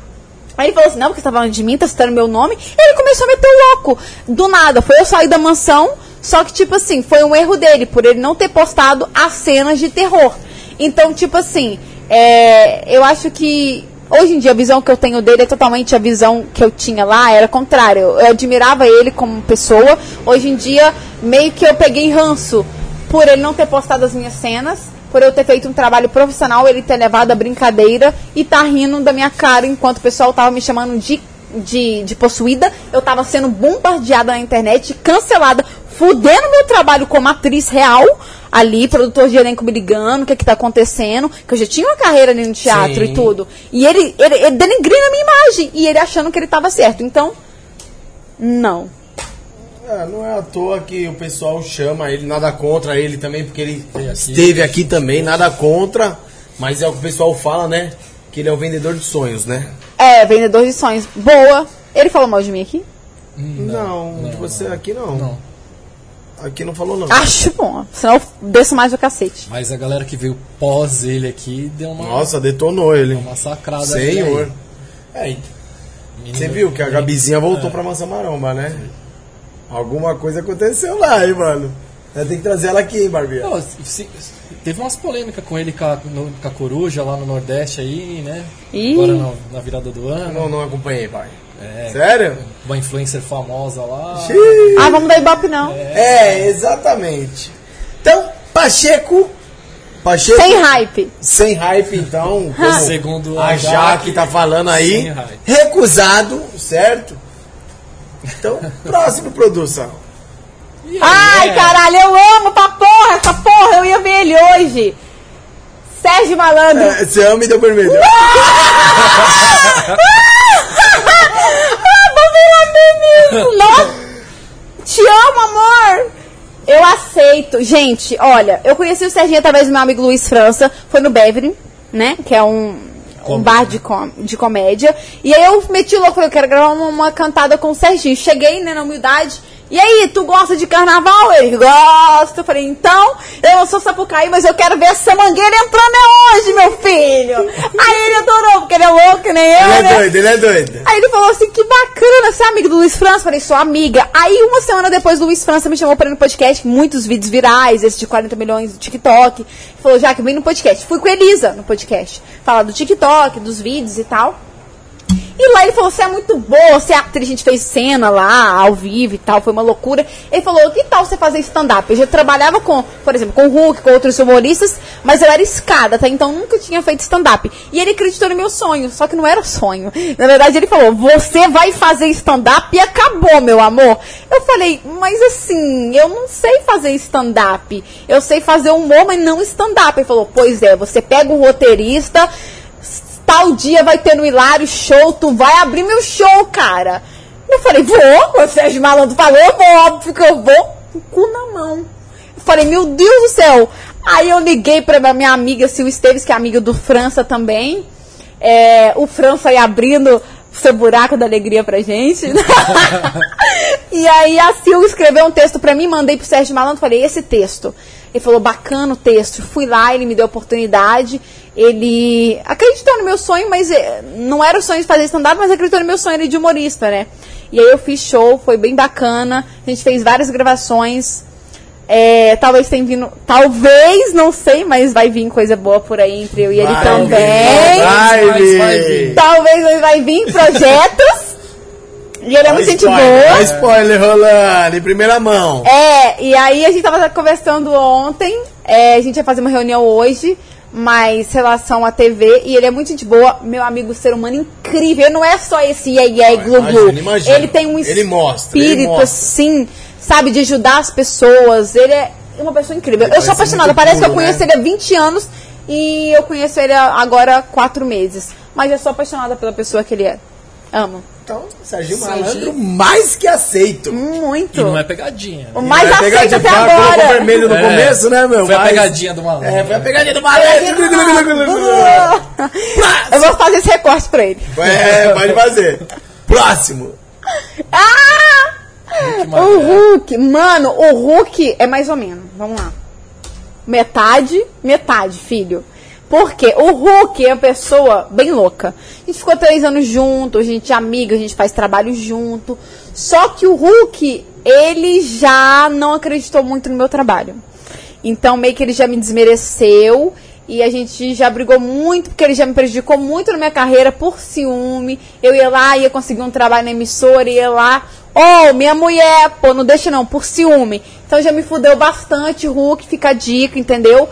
Speaker 3: Aí ele falou assim, não, porque você tá falando de mim, tá citando meu nome. E ele começou a meter o louco. Do nada, foi eu sair da mansão, só que, tipo assim, foi um erro dele, por ele não ter postado as cenas de terror. Então, tipo assim, é, eu acho que hoje em dia a visão que eu tenho dele é totalmente a visão que eu tinha lá, era contrária. Eu, eu admirava ele como pessoa. Hoje em dia, meio que eu peguei ranço por ele não ter postado as minhas cenas por eu ter feito um trabalho profissional, ele ter levado a brincadeira e tá rindo da minha cara enquanto o pessoal tava me chamando de, de, de possuída. Eu tava sendo bombardeada na internet, cancelada. fudendo meu trabalho como atriz real ali, produtor de elenco me ligando, o que é que tá acontecendo, que eu já tinha uma carreira ali no teatro
Speaker 2: Sim.
Speaker 3: e tudo. E ele, ele, ele denigrindo a minha imagem e ele achando que ele tava certo. Então, não.
Speaker 1: É, não é à toa que o pessoal chama ele, nada contra ele também, porque ele
Speaker 2: aqui.
Speaker 1: esteve aqui também, nada contra, mas é o que o pessoal fala, né? Que ele é um vendedor de sonhos, né?
Speaker 3: É, vendedor de sonhos, boa. Ele falou mal de mim aqui?
Speaker 1: Não, de você aqui não.
Speaker 2: Não.
Speaker 1: Aqui não falou não.
Speaker 3: Acho bom, senão eu desço mais o cacete.
Speaker 2: Mas a galera que veio pós ele aqui deu uma,
Speaker 1: Nossa, detonou ele.
Speaker 2: uma sacrada.
Speaker 1: Senhor.
Speaker 2: nele.
Speaker 1: É, e
Speaker 2: né, Menino,
Speaker 1: você viu que a Gabizinha voltou pra Mansão Maromba, né? Alguma coisa aconteceu lá, hein, mano? Vai ter que trazer ela aqui, hein, Barbie?
Speaker 2: Não, se- se- teve umas polêmicas com ele com a, no- com a coruja lá no Nordeste aí, né?
Speaker 3: Ih.
Speaker 2: Agora na, na virada do ano.
Speaker 1: Não, não acompanhei, pai.
Speaker 2: É,
Speaker 1: Sério?
Speaker 2: uma influencer famosa lá.
Speaker 1: Ih!
Speaker 3: Ah, vamos dar ibope não.
Speaker 1: É, exatamente. Então, Pacheco. Pacheco.
Speaker 3: Sem hype.
Speaker 1: Sem hype, então. como
Speaker 2: Segundo
Speaker 1: a
Speaker 2: a
Speaker 1: Jaque tá falando aí.
Speaker 2: Sem hype.
Speaker 1: Recusado, certo? Então, próximo produção.
Speaker 2: E aí,
Speaker 3: Ai,
Speaker 2: é,
Speaker 3: caralho, eu amo pra porra, essa porra, eu ia ver ele hoje. Sérgio Malandro.
Speaker 1: É, Você ama e deu vermelho.
Speaker 3: Ah, vou ver lá mesmo. Não. Te amo, amor. Eu aceito. Gente, olha, eu conheci o Serginho através do meu amigo Luiz França. Foi no Beverly, né? Que é um, um bar de, com, de comédia. E aí eu meti o louco, falei, eu quero gravar uma, uma cantada com o Serginho. Cheguei, né, na humildade. E aí, tu gosta de carnaval? Ele gosta. Eu falei, então, eu não sou sapucaí, mas eu quero ver essa mangueira entrando é hoje, meu filho. Aí ele adorou, porque ele é louco, que nem eu,
Speaker 1: Ele é
Speaker 3: né?
Speaker 1: doido, ele é doido.
Speaker 3: Aí ele falou assim, que bacana, você é amigo do Luiz França? Eu Falei, sou amiga. Aí uma semana depois, o Luiz França me chamou pra ir no podcast, muitos vídeos virais, esse de 40 milhões do TikTok. Falou, Jaque, vem no podcast. Fui com a Elisa no podcast, falar do TikTok, dos vídeos e tal. E lá ele falou, você é muito boa, você é atriz, a gente fez cena lá, ao vivo e tal, foi uma loucura. Ele falou, que tal você fazer stand-up? Eu já trabalhava com, por exemplo, com o Hulk, com outros humoristas, mas eu era escada, tá? Então nunca tinha feito stand-up. E ele acreditou no meu sonho, só que não era sonho. Na verdade, ele falou, você vai fazer stand-up e acabou, meu amor. Eu falei, mas assim, eu não sei fazer stand-up. Eu sei fazer humor, mas não stand-up. Ele falou, pois é, você pega o roteirista tal dia vai ter no Hilário show, tu vai abrir meu show, cara. Eu falei, vou, o Sérgio Malandro falou, eu vou, óbvio que eu vou, com o cu na mão. Eu falei, meu Deus do céu. Aí eu liguei pra minha amiga Sil Esteves, que é amiga do França também. É, o França aí abrindo seu buraco da alegria pra gente. e aí a Sil escreveu um texto pra mim, mandei pro Sérgio Malandro, falei, esse texto. Ele falou, bacana o texto. Fui lá, ele me deu a oportunidade. Ele acreditou no meu sonho, mas eh, não era o sonho de fazer stand-up, mas acreditou no meu sonho ele de humorista, né? E aí eu fiz show, foi bem bacana. A gente fez várias gravações. É, talvez tenha vindo. Talvez, não sei, mas vai vir coisa boa por aí entre eu e ele
Speaker 1: Vai,
Speaker 3: também.
Speaker 1: Vai,
Speaker 2: Vai,
Speaker 1: Vi.
Speaker 2: vai, Vi.
Speaker 3: Talvez ele vai vir projetos. e ele é muito gente
Speaker 1: Spoiler, né?
Speaker 3: boa.
Speaker 1: olha spoiler rolando, em primeira mão.
Speaker 3: É, e aí a gente tava conversando ontem, é, a gente ia fazer uma reunião hoje, mas relação à TV, e ele é muito gente boa, meu amigo ser humano incrível, ele não é só esse iê iê glu glu,
Speaker 1: imagina, imagina.
Speaker 3: ele tem um
Speaker 1: Ele
Speaker 3: espírito
Speaker 1: mostra, ele mostra.
Speaker 3: assim, sabe, de ajudar as pessoas, ele é uma pessoa incrível, eu sou
Speaker 1: parece
Speaker 3: apaixonada,
Speaker 1: muito
Speaker 3: parece que eu
Speaker 1: puro,
Speaker 3: conheço
Speaker 1: né?
Speaker 3: ele há 20 anos, e eu conheço ele há- agora há 4 meses, mas eu sou apaixonada pela pessoa que ele é, amo,
Speaker 1: Então, Serginho
Speaker 2: Serginho.
Speaker 1: Malandro, mais que aceito.
Speaker 2: E
Speaker 3: muito.
Speaker 2: não é pegadinha. né?
Speaker 3: O mais
Speaker 1: Vai pegar
Speaker 3: aceito
Speaker 1: de
Speaker 3: até
Speaker 1: cara, colocou
Speaker 3: agora.
Speaker 1: né? vermelho no
Speaker 2: É,
Speaker 1: começo, né, meu?
Speaker 2: Foi a
Speaker 1: Mas-
Speaker 2: pegadinha do malandro. né?
Speaker 1: É, foi a pegadinha do malandro.
Speaker 3: Eu vou fazer esse recorte pra ele.
Speaker 1: É, pode fazer. Próximo.
Speaker 3: Ah!
Speaker 2: Que
Speaker 3: O
Speaker 2: maravilha.
Speaker 3: Hulk, mano, o Hulk é mais ou menos. Vamos lá. Metade, metade, filho. Porque o Hulk é uma pessoa bem louca. A gente ficou três anos junto, a gente é amigo, a gente faz trabalho junto. Só que o Hulk, ele já não acreditou muito no meu trabalho. Então meio que ele já me desmereceu e a gente já brigou muito porque ele já me prejudicou muito na minha carreira por ciúme. Eu ia lá, ia conseguir um trabalho na emissora, ia lá, oh, minha mulher, pô, não deixa não, por ciúme. Então já me fudeu bastante, Hulk, fica a dica, entendeu?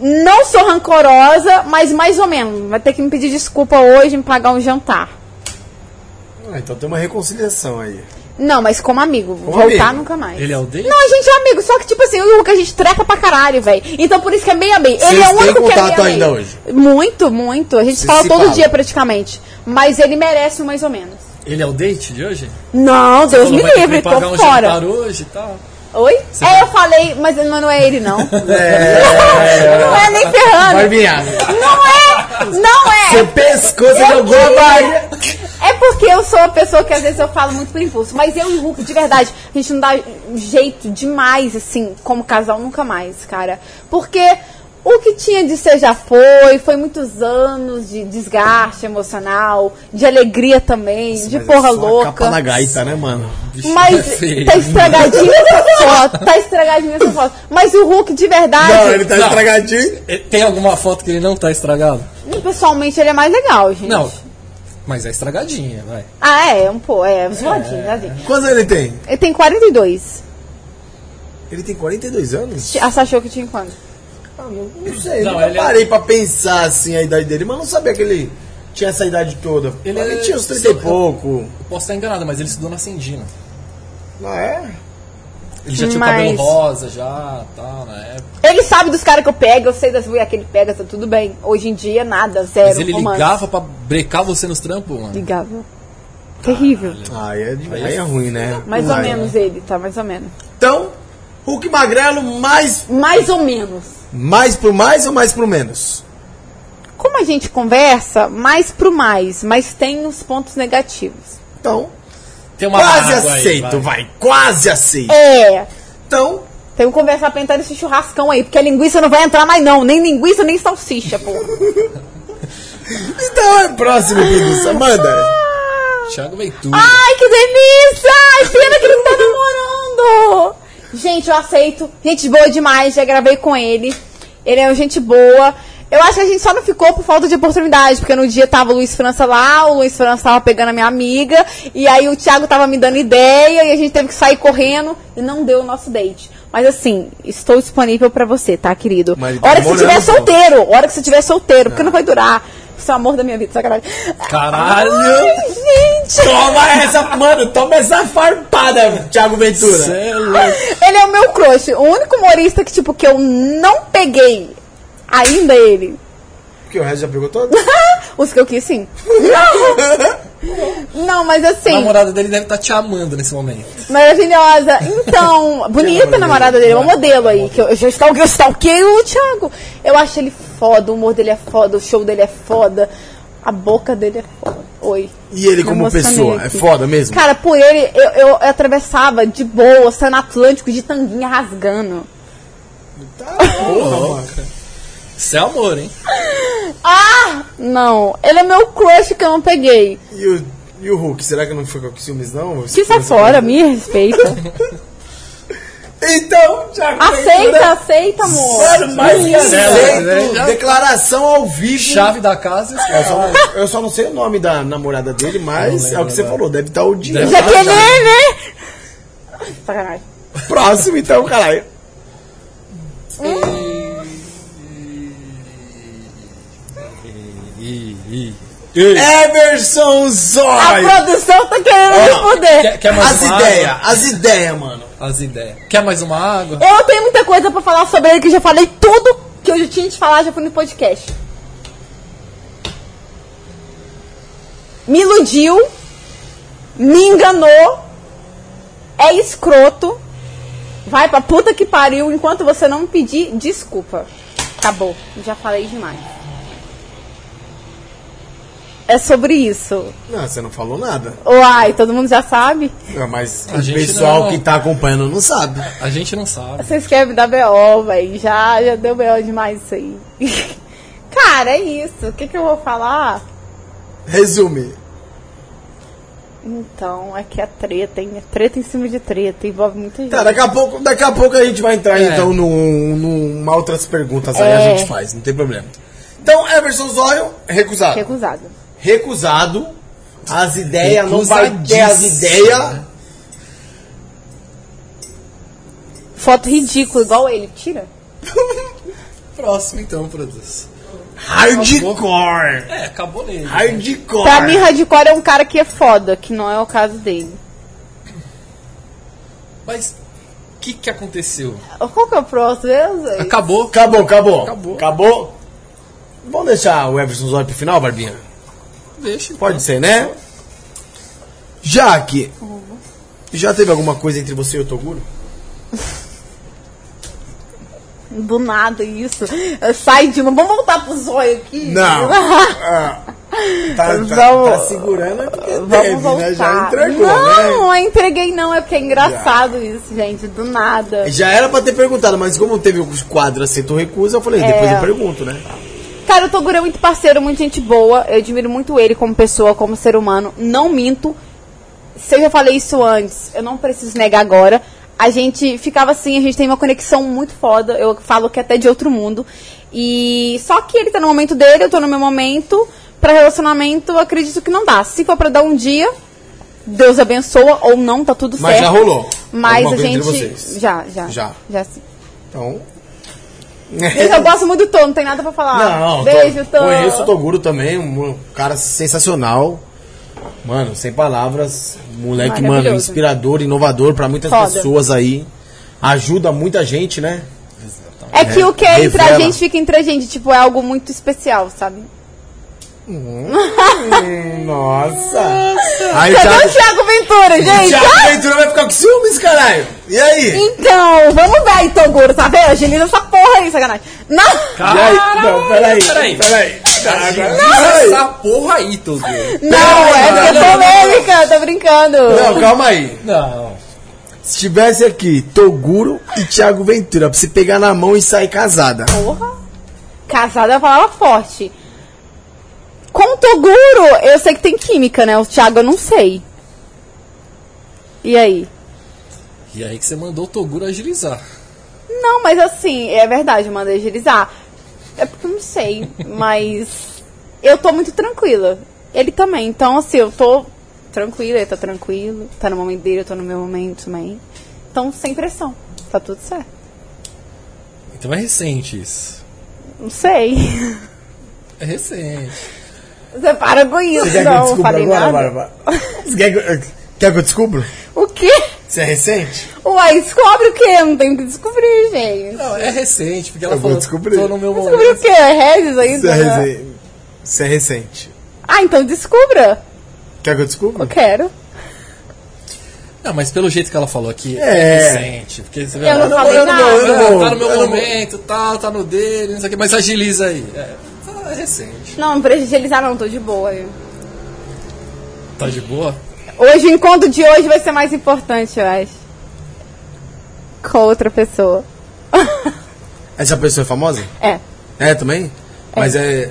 Speaker 3: Não sou rancorosa, mas mais ou menos. Vai ter que me pedir desculpa hoje, me pagar um jantar.
Speaker 1: Ah, então tem uma reconciliação aí.
Speaker 3: Não, mas como amigo.
Speaker 1: Como
Speaker 3: Voltar
Speaker 1: amigo.
Speaker 3: nunca mais.
Speaker 2: Ele é o dele?
Speaker 3: Não, a gente é amigo, só que tipo assim, o Lucas a gente trepa pra caralho, velho. Então por isso que é meio a meio. Ele
Speaker 1: Vocês
Speaker 3: é o
Speaker 1: têm
Speaker 3: único que é meio
Speaker 1: contato
Speaker 3: a meio.
Speaker 1: ainda hoje?
Speaker 3: Muito, muito. A gente
Speaker 1: Vocês
Speaker 3: fala
Speaker 1: se
Speaker 3: todo
Speaker 1: falam?
Speaker 3: dia praticamente. Mas ele merece um mais ou menos.
Speaker 2: Ele é o date de hoje?
Speaker 3: Não, Deus
Speaker 2: Falou,
Speaker 3: me
Speaker 2: vai ter que
Speaker 3: livre, tô
Speaker 2: pagar um
Speaker 3: fora.
Speaker 2: jantar hoje tá?" e tal.
Speaker 3: Oi? É, eu falei, mas ele- mas não é ele, não.
Speaker 1: É.
Speaker 3: não é nem ferrando.
Speaker 1: Barbinha,
Speaker 3: Não é! Não é!
Speaker 1: você pescou, você
Speaker 3: Eu
Speaker 1: jogou a
Speaker 3: queria.
Speaker 1: Bahia.
Speaker 3: É porque eu sou uma pessoa que às vezes eu falo muito por impulso, mas eu e o Hulk, de verdade, a gente não dá jeito demais, assim, como casal, nunca mais, cara. Porque o que tinha de ser já foi, foi muitos anos de desgaste emocional, de alegria também, de
Speaker 1: Mas
Speaker 3: porra
Speaker 1: é só uma
Speaker 3: louca.
Speaker 1: Capa na gaita, né, mano?
Speaker 3: Mas
Speaker 2: É feio.
Speaker 3: tá estragadinha essa foto, tá estragadinha essa foto. Mas o Hulk, de verdade,
Speaker 1: Não, ele tá
Speaker 2: Não.
Speaker 1: estragadinho.
Speaker 2: E- É, Tem alguma foto que ele não tá estragado?
Speaker 3: pessoalmente, ele é mais legal, gente.
Speaker 2: Não. Mas é estragadinha, vai.
Speaker 3: Ah, é, um pô, é, zoadinho, zoadinho.
Speaker 1: Quantos anos ele tem?
Speaker 3: Ele tem 42.
Speaker 1: Ele tem 42 anos?
Speaker 3: A Sasha achou que tinha quando?
Speaker 1: Ah, não, não sei,
Speaker 2: Não,
Speaker 1: nunca
Speaker 2: ele é-
Speaker 1: parei pra pensar assim a idade dele, mas não sabia que ele tinha essa idade toda.
Speaker 2: Ele
Speaker 1: Ele,
Speaker 2: é-
Speaker 1: tinha uns 30 e pouco.
Speaker 2: Eu posso estar enganado, mas ele estudou na Sendina.
Speaker 1: Não é?
Speaker 2: Ele já tinha
Speaker 3: Mas-
Speaker 2: o cabelo rosa, já, tal, na época.
Speaker 3: Ele sabe dos caras que eu pego, eu sei das mulheres que ele pega, tá tudo bem. Hoje em dia, nada, zero.
Speaker 2: Mas ele
Speaker 3: romance.
Speaker 2: ligava pra brecar você nos trampos, mano.
Speaker 3: Ligava. Terrível.
Speaker 1: Ah, é, aí é ruim, né?
Speaker 3: Mais
Speaker 1: Ah,
Speaker 3: ou
Speaker 1: é.
Speaker 3: menos ele, tá? Mais ou menos.
Speaker 1: Então, Hulk Magrelo, mais,
Speaker 3: Mais ou menos.
Speaker 1: mais pro mais ou mais pro menos?
Speaker 3: Como a gente conversa, mais pro mais, mas tem os pontos negativos.
Speaker 1: Então,
Speaker 2: Tem uma
Speaker 1: quase
Speaker 2: mágoa aí,
Speaker 1: aceito,
Speaker 2: vai.
Speaker 1: vai. Quase aceito.
Speaker 3: É.
Speaker 1: Então,
Speaker 3: Tem que conversar pra entrar nesse churrascão aí, porque a linguiça não vai entrar mais, não. Nem linguiça, nem salsicha, pô.
Speaker 1: então é próximo, Bidusa. Manda.
Speaker 2: Thiago Ventura.
Speaker 3: Ai, que delícia! Ai, Pena que ele tá namorando! Gente, eu aceito. Gente boa demais, já gravei com ele. Ele é um gente boa. Eu acho que a gente só não ficou por falta de oportunidade, porque no dia tava o Luiz França lá, o Luiz França tava pegando a minha amiga, e aí o Thiago tava me dando ideia, e a gente teve que sair correndo, e não deu o nosso date. Mas assim, estou disponível pra você, tá, querido?
Speaker 1: Mas ele tá
Speaker 3: Hora que você
Speaker 1: namorando,
Speaker 3: tiver
Speaker 1: pô.
Speaker 3: solteiro, hora que você tiver solteiro, porque não vai durar. Você é o amor da minha vida, sacanagem.
Speaker 2: Caralho!
Speaker 3: Ai, gente!
Speaker 1: Toma essa, mano, toma essa farpada, Thiago Ventura.
Speaker 2: Cê é louco.
Speaker 3: Ele é o meu crush. O único humorista que, tipo, que eu não peguei ainda é ele.
Speaker 1: Porque o resto já pegou todo?
Speaker 3: Os que eu quis, sim. Não, mas
Speaker 2: A
Speaker 3: assim,
Speaker 2: namorada dele deve estar te amando nesse momento.
Speaker 3: maravilhosa. Então, bonita a namorada dele, é um modelo aí. Que eu, eu já stalkei, eu stalkei o Thiago. Eu acho ele foda, o humor dele é foda, o show dele é foda. A boca dele é foda. Oi.
Speaker 1: E ele
Speaker 3: Me
Speaker 1: como
Speaker 3: emocionei
Speaker 1: pessoa,
Speaker 3: aqui.
Speaker 1: é foda mesmo?
Speaker 3: Cara, por ele, eu, eu atravessava de boa, Oceano Atlântico, de tanguinha rasgando.
Speaker 1: Tá,
Speaker 2: Isso é amor, hein?
Speaker 3: Ah! Não, ele é meu crush que eu não peguei.
Speaker 1: E o, e o Hulk, será que não ficou com ciúmes, não?
Speaker 3: Que sai fora, me respeita.
Speaker 1: Então, Thiago
Speaker 3: Aceita, aceita, amor.
Speaker 1: Mano, mais que
Speaker 2: né?
Speaker 1: aceito.
Speaker 2: Já-
Speaker 1: Declaração ao vivo.
Speaker 2: Chave da casa.
Speaker 1: Eu só, não, eu só não sei o nome da namorada dele, mas
Speaker 2: Não
Speaker 1: é o que você
Speaker 2: lembro, tá.
Speaker 1: falou, deve estar o dia.
Speaker 3: Já que né? Sacanagem.
Speaker 1: Próximo, então, caralho. Everson
Speaker 3: A
Speaker 1: Zóio.
Speaker 3: produção tá querendo me
Speaker 2: Quer,
Speaker 3: foder.
Speaker 2: quer mais
Speaker 1: As
Speaker 2: uma
Speaker 1: ideias,
Speaker 2: água?
Speaker 1: as ideias, mano.
Speaker 2: É, As ideias. Quer mais uma água?
Speaker 3: Eu tenho muita coisa pra falar sobre ele, que eu já falei tudo que eu já tinha de falar, já fui no podcast. Me iludiu, me enganou, é escroto. Vai pra puta que pariu enquanto você não me pedir desculpa. Acabou, já falei demais. É sobre isso.
Speaker 1: Não, você não falou nada.
Speaker 3: Uai, todo mundo já sabe?
Speaker 1: Ah, Mas
Speaker 2: A
Speaker 1: o
Speaker 2: gente
Speaker 1: pessoal
Speaker 2: não.
Speaker 1: que tá acompanhando não sabe.
Speaker 2: A gente não sabe.
Speaker 3: Vocês querem me dar BO, velho. Já, já deu BO demais isso aí. Cara, é isso. O que, que eu vou falar?
Speaker 1: Resume.
Speaker 3: Então, é que é treta, hein? É treta em cima de treta. Envolve muita gente.
Speaker 1: Tá, daqui a pouco, daqui a, pouco a gente vai entrar
Speaker 2: É.
Speaker 1: então num, numa outras perguntas aí
Speaker 3: É.
Speaker 1: a gente faz, não tem problema. Então, Everson Zóio,
Speaker 3: é
Speaker 1: recusado.
Speaker 3: Recusado.
Speaker 1: recusado. As ideias não vai ter as ideias.
Speaker 3: Foto ridícula, igual ele. Tira.
Speaker 2: Próximo então, produz.
Speaker 1: Hardcore.
Speaker 2: É, acabou nele.
Speaker 1: Hardcore.
Speaker 3: Pra mim, Hardcore é um cara que é foda, que não é o caso dele.
Speaker 2: Mas o que, que aconteceu?
Speaker 3: Qual que é o próximo? Eu não sei.
Speaker 2: Acabou.
Speaker 1: Acabou, acabou.
Speaker 2: Acabou.
Speaker 1: Acabou. Vamos deixar o Everson Zóio pro final, Barbinha?
Speaker 2: Deixa. então.
Speaker 1: Pode ser, né? Jaque, já teve alguma coisa entre você e o Toguro?
Speaker 3: Do nada isso. Sai de novo. Vamos voltar pro zóio aqui?
Speaker 1: Não. Ah, tá, tá-
Speaker 3: Vamos-
Speaker 1: tá segurando é porque
Speaker 3: Vamos
Speaker 1: deve,
Speaker 3: voltar.
Speaker 1: né? Já entregou, né?
Speaker 3: não, eu entreguei não. É porque é engraçado isso, gente. Do nada.
Speaker 1: Já era pra ter perguntado, mas como teve os quadros aceito ou recusa, eu falei, depois
Speaker 3: É.
Speaker 1: eu pergunto, né?
Speaker 3: Cara, o Toguro é muito parceiro, muito gente boa. Eu admiro muito ele como pessoa, como ser humano. Não minto. Se eu já falei isso antes, eu não preciso negar agora. A gente ficava assim, a gente tem uma conexão muito foda. Eu falo que é até de outro mundo. E só que ele tá no momento dele, eu tô no meu momento. Pra relacionamento, eu acredito que não dá. Se for pra dar um dia, Deus abençoa ou não, tá tudo
Speaker 1: Mas
Speaker 3: certo.
Speaker 1: já rolou.
Speaker 3: Mas
Speaker 1: Alguma
Speaker 3: a
Speaker 1: coisa entre
Speaker 3: gente.
Speaker 1: vocês?
Speaker 3: Já, já.
Speaker 1: Já.
Speaker 3: Já sim.
Speaker 1: Então.
Speaker 3: Gente, Eu gosto muito do Tom, não tem nada pra falar.
Speaker 1: Não,
Speaker 3: Beijo,
Speaker 1: Tô-
Speaker 3: Tom.
Speaker 1: Conheço o Toguro também, um cara sensacional. Mano, sem palavras. Moleque, mano,
Speaker 3: Maravilhoso.
Speaker 1: inspirador, inovador pra muitas
Speaker 3: Foda.
Speaker 1: pessoas aí. Ajuda muita gente, né?
Speaker 3: É que o que é entre a
Speaker 1: Revela.
Speaker 3: gente fica entre a gente, tipo, é algo muito especial, sabe?
Speaker 1: Nossa! Aí o
Speaker 3: Cadê
Speaker 1: Thiago,
Speaker 3: tá- o Thiago Ventura, gente?
Speaker 1: Thiago
Speaker 3: Ah!
Speaker 1: Ventura vai ficar com ciúmes, caralho! E aí?
Speaker 3: Então, vamos ver aí, Toguro, tá vendo? Agiliza essa porra aí, sacanagem. Não, é
Speaker 1: E aí? Não, peraí,
Speaker 2: Peraí.
Speaker 1: peraí. peraí.
Speaker 2: Diz essa porra aí, Toguro.
Speaker 3: não, é porque é polêmica, tô brincando.
Speaker 1: Não, calma aí.
Speaker 2: Não.
Speaker 1: Se tivesse aqui Toguro e Thiago Ventura pra se pegar na mão e sair casada.
Speaker 3: Porra. Casada é uma palavra forte. Com o Toguro, eu sei que tem química, né? O Thiago eu não sei. E aí?
Speaker 2: E aí que você mandou o Toguro agilizar.
Speaker 3: Não, mas assim, é verdade, eu mandei agilizar. É porque eu não sei, mas eu tô muito tranquila. Ele também, então assim, eu tô tranquila, ele tá tranquilo, tá no momento dele, eu tô no meu momento também. Então, sem pressão, tá tudo certo.
Speaker 2: Então é recente isso.
Speaker 3: Não sei.
Speaker 2: É recente.
Speaker 3: Você para com isso,
Speaker 1: Você quer que eu
Speaker 3: não,
Speaker 1: descubra
Speaker 3: falei
Speaker 1: agora,
Speaker 3: nada.
Speaker 1: Bárbara? Você quer que eu, quer que eu descubra?
Speaker 3: O quê?
Speaker 1: Você é recente?
Speaker 3: Uai, descobre o quê? Não tem o que descobrir, gente.
Speaker 2: Não, é recente, porque ela
Speaker 1: Eu vou
Speaker 2: falou.
Speaker 1: descobrir.
Speaker 2: Tô no meu
Speaker 3: Descobrir o
Speaker 2: momento.
Speaker 3: quê? Regis
Speaker 1: Você é,
Speaker 3: ainda? né?
Speaker 1: rece- você é recente.
Speaker 3: Ah, então descubra.
Speaker 1: Quer que eu descubra?
Speaker 3: Eu quero.
Speaker 2: Não, mas pelo jeito que ela falou aqui, é,
Speaker 1: É.
Speaker 2: recente. Porque você vê
Speaker 3: Eu
Speaker 2: ela-
Speaker 3: não falei
Speaker 1: eu não vou, eu
Speaker 3: nada.
Speaker 1: não vou.
Speaker 2: tá no meu
Speaker 1: eu não vou.
Speaker 2: momento, tá, tá no dele, não sei o que, mas agiliza aí. É, tá, é recente.
Speaker 3: Não, não precisa agilizar não, tô de boa. Eu.
Speaker 2: Tá de boa?
Speaker 3: Hoje, o encontro de hoje vai ser mais importante, eu acho. Com outra pessoa.
Speaker 1: Essa pessoa é famosa?
Speaker 3: É.
Speaker 1: É, também? Mas é.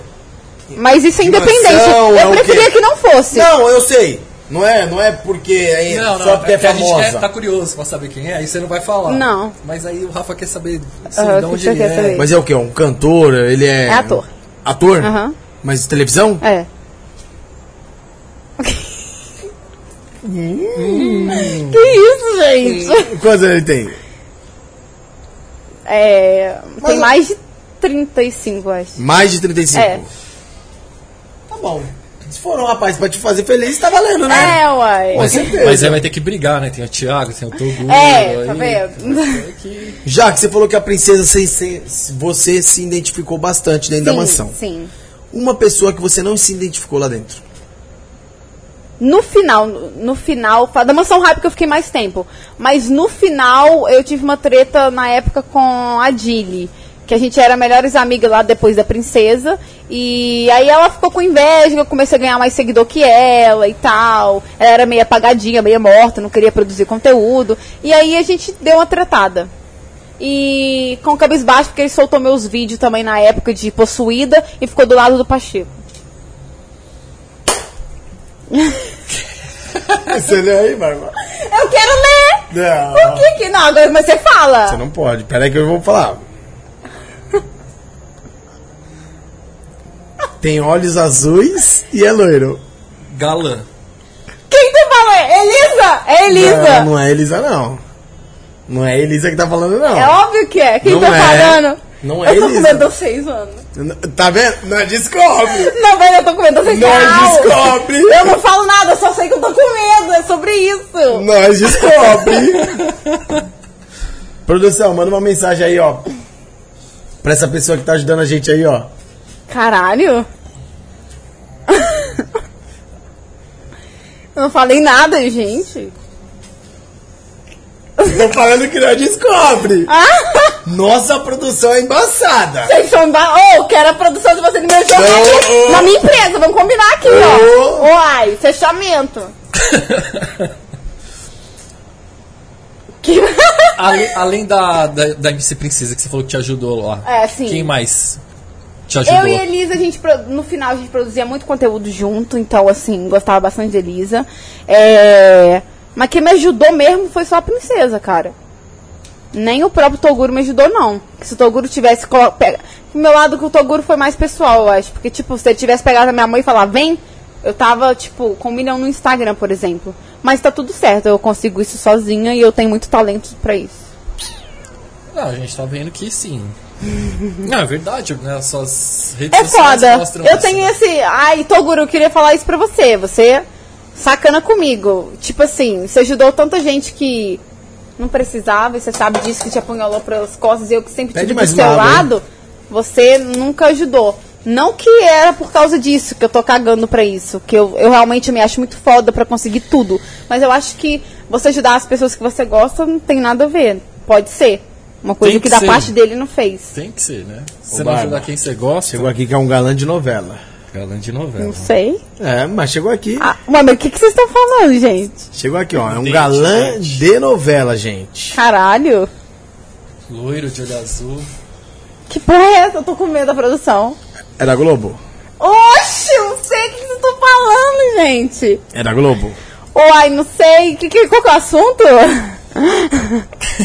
Speaker 3: Mas isso é
Speaker 1: Dimensão,
Speaker 3: independente. Eu
Speaker 1: é o
Speaker 3: preferia
Speaker 1: quê?
Speaker 3: que não fosse.
Speaker 1: Não, eu sei. Não é, não é porque é só porque é
Speaker 2: que a gente
Speaker 1: famosa.
Speaker 2: quer- tá curioso pra saber quem é, aí você não vai falar.
Speaker 3: Não.
Speaker 2: Mas aí o Rafa quer saber se de
Speaker 3: Ah, que
Speaker 2: onde
Speaker 3: você
Speaker 2: ele
Speaker 3: quer
Speaker 2: é.
Speaker 3: saber.
Speaker 1: Mas é o quê? Um cantor? Ele é.
Speaker 3: É ator.
Speaker 1: Ator?
Speaker 3: Aham.
Speaker 1: Mas televisão?
Speaker 3: É.
Speaker 1: Hum.
Speaker 3: que isso, gente?
Speaker 1: Quantos anos ele tem?
Speaker 3: É,
Speaker 1: Mas-
Speaker 3: tem mais de 35, eu acho.
Speaker 1: Mais de 35.
Speaker 3: É.
Speaker 1: Tá bom. Se for um rapaz pra te fazer feliz, tá valendo, né?
Speaker 3: É, uai.
Speaker 1: Com certeza.
Speaker 2: Mas aí vai ter que brigar, né? Tem o Thiago, tem o Toguro.
Speaker 3: É, tá
Speaker 2: aí-
Speaker 3: vendo?
Speaker 1: Já que você falou que a princesa, se- se- você se identificou bastante dentro da
Speaker 3: Sim,
Speaker 1: mansão.
Speaker 3: Sim.
Speaker 1: Uma pessoa que você não se identificou lá dentro.
Speaker 3: No final, no no final, fa- da mansão rápida que eu fiquei mais tempo. Mas no final eu tive uma treta na época com a Dilly. Que a gente era melhores amigas lá depois da princesa. E aí ela ficou com inveja, eu comecei a ganhar mais seguidor que ela e tal. Ela era meio apagadinha, meio morta, não queria produzir conteúdo. E aí a gente deu uma tretada. E com o cabisbaixo, porque ele soltou meus vídeos também na época de possuída e ficou do lado do Pacheco.
Speaker 1: É, Você leu aí, Bárbara?
Speaker 3: Eu quero ler!
Speaker 1: Não.
Speaker 3: Por que que não? Agora mas você fala.
Speaker 1: Você não pode. Peraí que eu vou falar. Tem olhos azuis e é loiro.
Speaker 2: Galã.
Speaker 3: Quem tá falando? É Elisa! É Elisa!
Speaker 1: Não, não é Elisa, não. Não é Elisa que tá falando, não.
Speaker 3: É óbvio que é. Quem
Speaker 1: não
Speaker 3: tá
Speaker 1: é.
Speaker 3: falando?
Speaker 1: Não é
Speaker 3: Eu tô
Speaker 1: eles.
Speaker 3: com medo de vocês, mano.
Speaker 1: Tá vendo? Não descobre.
Speaker 3: Não, velho, eu tô com medo de vocês.
Speaker 1: Nós
Speaker 3: real.
Speaker 1: descobre.
Speaker 3: Eu não falo nada, eu só sei que eu tô com medo. É sobre isso.
Speaker 1: Nós descobre. Produção, manda uma mensagem aí, ó. Pra essa pessoa que tá ajudando a gente aí, ó.
Speaker 3: Caralho. Eu não falei nada, gente.
Speaker 1: Tô falando que nós descobre.
Speaker 3: Ah!
Speaker 1: Nossa produção é embaçada.
Speaker 3: Vocês são ba... Ô, quero a produção de vocês no meu jogo aqui,
Speaker 1: Ô, ô.
Speaker 3: na minha empresa. Vamos combinar aqui,
Speaker 1: Ô.
Speaker 3: ó. Uai, fechamento. que...
Speaker 2: Ale- além da, da, da MC Princesa que você falou que te ajudou lá.
Speaker 3: É, sim.
Speaker 2: Quem mais te ajudou?
Speaker 3: Eu e a Elisa, a gente, pro- no final, a gente produzia muito conteúdo junto, então, assim, gostava bastante de Elisa. É, Mas quem me ajudou mesmo foi só a princesa, cara. Nem o próprio Toguro me ajudou, não. Que se o Toguro tivesse. colo- Pega... Pro meu lado, que o Toguro foi mais pessoal, eu acho. Porque, tipo, se ele tivesse pegado a minha mãe e falar, vem, eu tava, tipo, com um milhão no Instagram, por exemplo. Mas tá tudo certo, eu consigo isso sozinha e eu tenho muito talento pra isso.
Speaker 2: Não, a gente tá vendo que sim. Não, é verdade, né? As suas redes
Speaker 3: É
Speaker 2: sociais
Speaker 3: foda.
Speaker 2: mostram
Speaker 3: Eu
Speaker 2: isso,
Speaker 3: tenho
Speaker 2: né?
Speaker 3: esse. Ai, Toguro, eu queria falar isso pra você. Você sacana comigo. Tipo assim, você ajudou tanta gente que não precisava, e você sabe disso, que te apunhalou pelas costas, e eu que sempre
Speaker 1: Pede
Speaker 3: tive do
Speaker 1: mais
Speaker 3: seu
Speaker 1: nada, hein?
Speaker 3: lado. Você nunca ajudou. Não que era por causa disso que eu tô cagando pra isso, que eu, eu realmente me acho muito foda pra conseguir tudo. Mas eu acho que você ajudar as pessoas que você gosta não tem nada a ver. Pode ser. Uma coisa
Speaker 2: Tem
Speaker 3: que,
Speaker 2: que
Speaker 3: da
Speaker 2: ser.
Speaker 3: parte dele não fez.
Speaker 2: Tem que ser, né? Se
Speaker 1: Ô,
Speaker 2: você não
Speaker 1: Barba.
Speaker 2: ajudar quem você gosta,
Speaker 1: Chegou aqui que é um galã de novela.
Speaker 2: galã de
Speaker 3: Não
Speaker 2: novela.
Speaker 3: sei.
Speaker 1: É, mas chegou aqui.
Speaker 3: Ah, mano, o que, que vocês estão falando, gente?
Speaker 1: Chegou aqui, ó. É um
Speaker 2: Dente,
Speaker 1: galã
Speaker 2: dente.
Speaker 1: de novela, gente.
Speaker 3: Caralho.
Speaker 2: Loiro de olho azul.
Speaker 3: Que porra é essa? Eu tô com medo da produção.
Speaker 1: É da Globo?
Speaker 3: Oxe, eu não sei o que vocês estão falando, gente.
Speaker 1: É da Globo.
Speaker 3: Uai, não sei. Que, que, qual que é o assunto?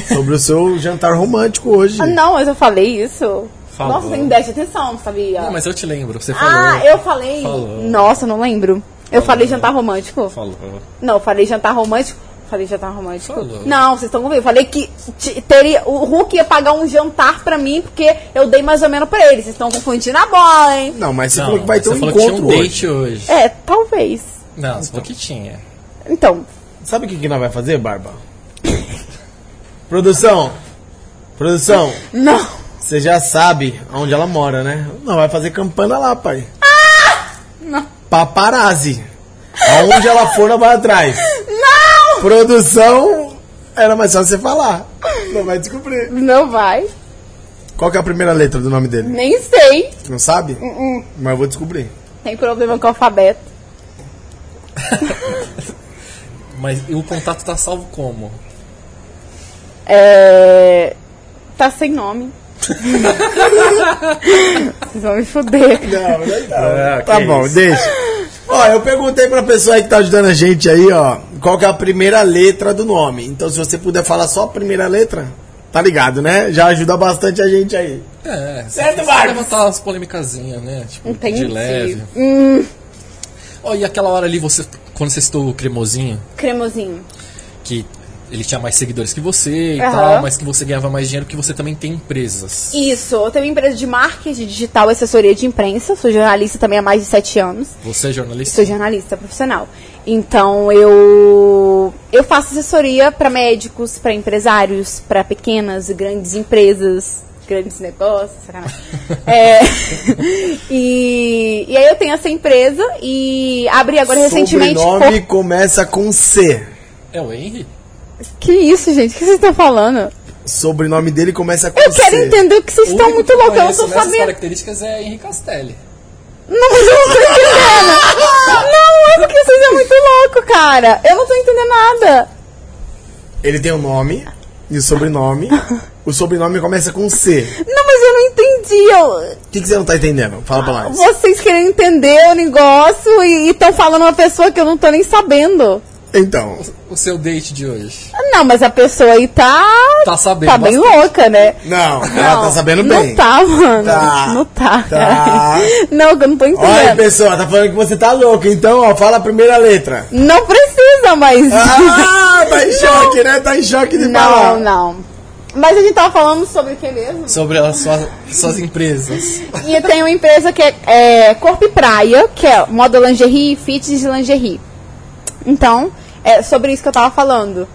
Speaker 1: Sobre o seu jantar romântico hoje.
Speaker 3: Ah, não, mas eu falei isso.
Speaker 2: Falou.
Speaker 3: Nossa, tem 10 de atenção, não sabia?
Speaker 2: Não, Ah, mas eu te lembro, você falou.
Speaker 3: ah, eu falei.
Speaker 2: Falou. né?
Speaker 3: Nossa, não lembro. Eu falei jantar romântico.
Speaker 2: Falou.
Speaker 3: Não, eu falei jantar romântico. Falei jantar romântico.
Speaker 2: Falou.
Speaker 3: Não, vocês estão comigo. Eu falei que te- teria, o Hulk ia pagar um jantar pra mim, porque eu dei mais ou menos pra ele. Vocês estão confundindo a bola, hein?
Speaker 1: Não, mas você
Speaker 2: Não,
Speaker 1: falou que vai ter um
Speaker 2: você falou que tinha
Speaker 1: encontro
Speaker 2: um
Speaker 1: hoje.
Speaker 2: date hoje.
Speaker 3: É, talvez.
Speaker 2: Não, você falou que tinha.
Speaker 3: Então,
Speaker 1: Sabe o que, que nós vai fazer, Barba? Produção. Produção.
Speaker 3: não.
Speaker 1: Você já sabe onde ela mora, né? Não, vai fazer campana lá, pai. Ah! Paparazzi. Aonde ela for, ela vai atrás.
Speaker 3: Não!
Speaker 1: Produção, era mais fácil você falar. Não vai descobrir.
Speaker 3: Não vai.
Speaker 1: Qual que é a primeira letra do nome dele?
Speaker 3: Nem sei.
Speaker 1: Não sabe? Mas eu vou descobrir.
Speaker 3: Tem problema com o alfabeto.
Speaker 2: Mas e o contato tá salvo como?
Speaker 3: É. Tá sem nome. Vocês vão me foder.
Speaker 1: Não, não
Speaker 2: Ah,
Speaker 1: Tá
Speaker 2: que
Speaker 1: bom,
Speaker 2: isso.
Speaker 1: deixa. Ó, eu perguntei pra pessoa aí que tá ajudando a gente aí, ó, qual que é a primeira letra do nome. Então, se você puder falar só a primeira letra, tá ligado, né? Já ajuda bastante a gente aí.
Speaker 2: É, você
Speaker 1: Certo,
Speaker 2: tem que
Speaker 1: Marcos?
Speaker 2: levantar umas polêmicazinhas, né? Tipo,
Speaker 3: Entendi. Um
Speaker 2: de leve. Ó, e aquela hora ali, você, quando você citou o cremosinho,
Speaker 3: Cremosinho.
Speaker 2: que ele tinha mais seguidores que você e
Speaker 3: Aham.
Speaker 2: tal, mas que você ganhava mais dinheiro que você também tem empresas.
Speaker 3: Isso, eu tenho uma empresa de marketing digital e assessoria de imprensa. Sou jornalista também há mais de sete anos.
Speaker 2: Você é jornalista?
Speaker 3: Sou jornalista profissional. Então eu eu faço assessoria para médicos, para empresários, para pequenas e grandes empresas, grandes negócios, sacanagem. É, e, e aí eu tenho essa empresa e abri agora recentemente.
Speaker 1: O nome começa com C.
Speaker 2: É o Henry?
Speaker 3: Que isso, gente? O que vocês estão falando?
Speaker 1: Sobrenome dele começa com
Speaker 3: Eu
Speaker 1: C.
Speaker 3: quero entender o que vocês
Speaker 2: O
Speaker 3: estão
Speaker 2: único
Speaker 3: muito
Speaker 2: que
Speaker 3: loucos. Eu não
Speaker 2: conheço
Speaker 3: tô
Speaker 2: nessas
Speaker 3: sabendo.
Speaker 2: características é Henry Castelli.
Speaker 3: Não, mas eu não tô entendendo. Não, é porque vocês é muito louco, cara. Eu não tô entendendo nada.
Speaker 1: Ele tem o nome e o sobrenome. o sobrenome começa com C.
Speaker 3: Não, mas eu não entendi. Eu,
Speaker 1: O que, que você não tá entendendo? Fala pra nós.
Speaker 3: Vocês querem entender o negócio e estão falando uma pessoa que eu não tô nem sabendo.
Speaker 1: Então,
Speaker 2: O seu date de hoje.
Speaker 3: Não, mas a pessoa aí tá.
Speaker 2: Tá sabendo
Speaker 3: Tá bem
Speaker 2: bastante.
Speaker 3: louca, né?
Speaker 1: não, ela tá sabendo
Speaker 3: não
Speaker 1: bem.
Speaker 3: Não tá, mano.
Speaker 1: Tá.
Speaker 3: Não tá.
Speaker 1: Tá.
Speaker 3: cara. Não, que eu não tô
Speaker 1: Olha,
Speaker 3: entendendo.
Speaker 1: pessoal, tá falando que você tá louco, então, ó, fala a primeira letra.
Speaker 3: não precisa, mas.
Speaker 1: Ah, tá em choque, né? Tá em choque de
Speaker 3: não,
Speaker 1: falar.
Speaker 3: não. Mas a gente tava falando sobre o que mesmo?
Speaker 2: Sobre as suas, suas empresas.
Speaker 3: E eu tenho uma empresa que é, é Corpo e Praia, que é moda lingerie, fitness de lingerie. Então, é sobre isso que eu tava falando.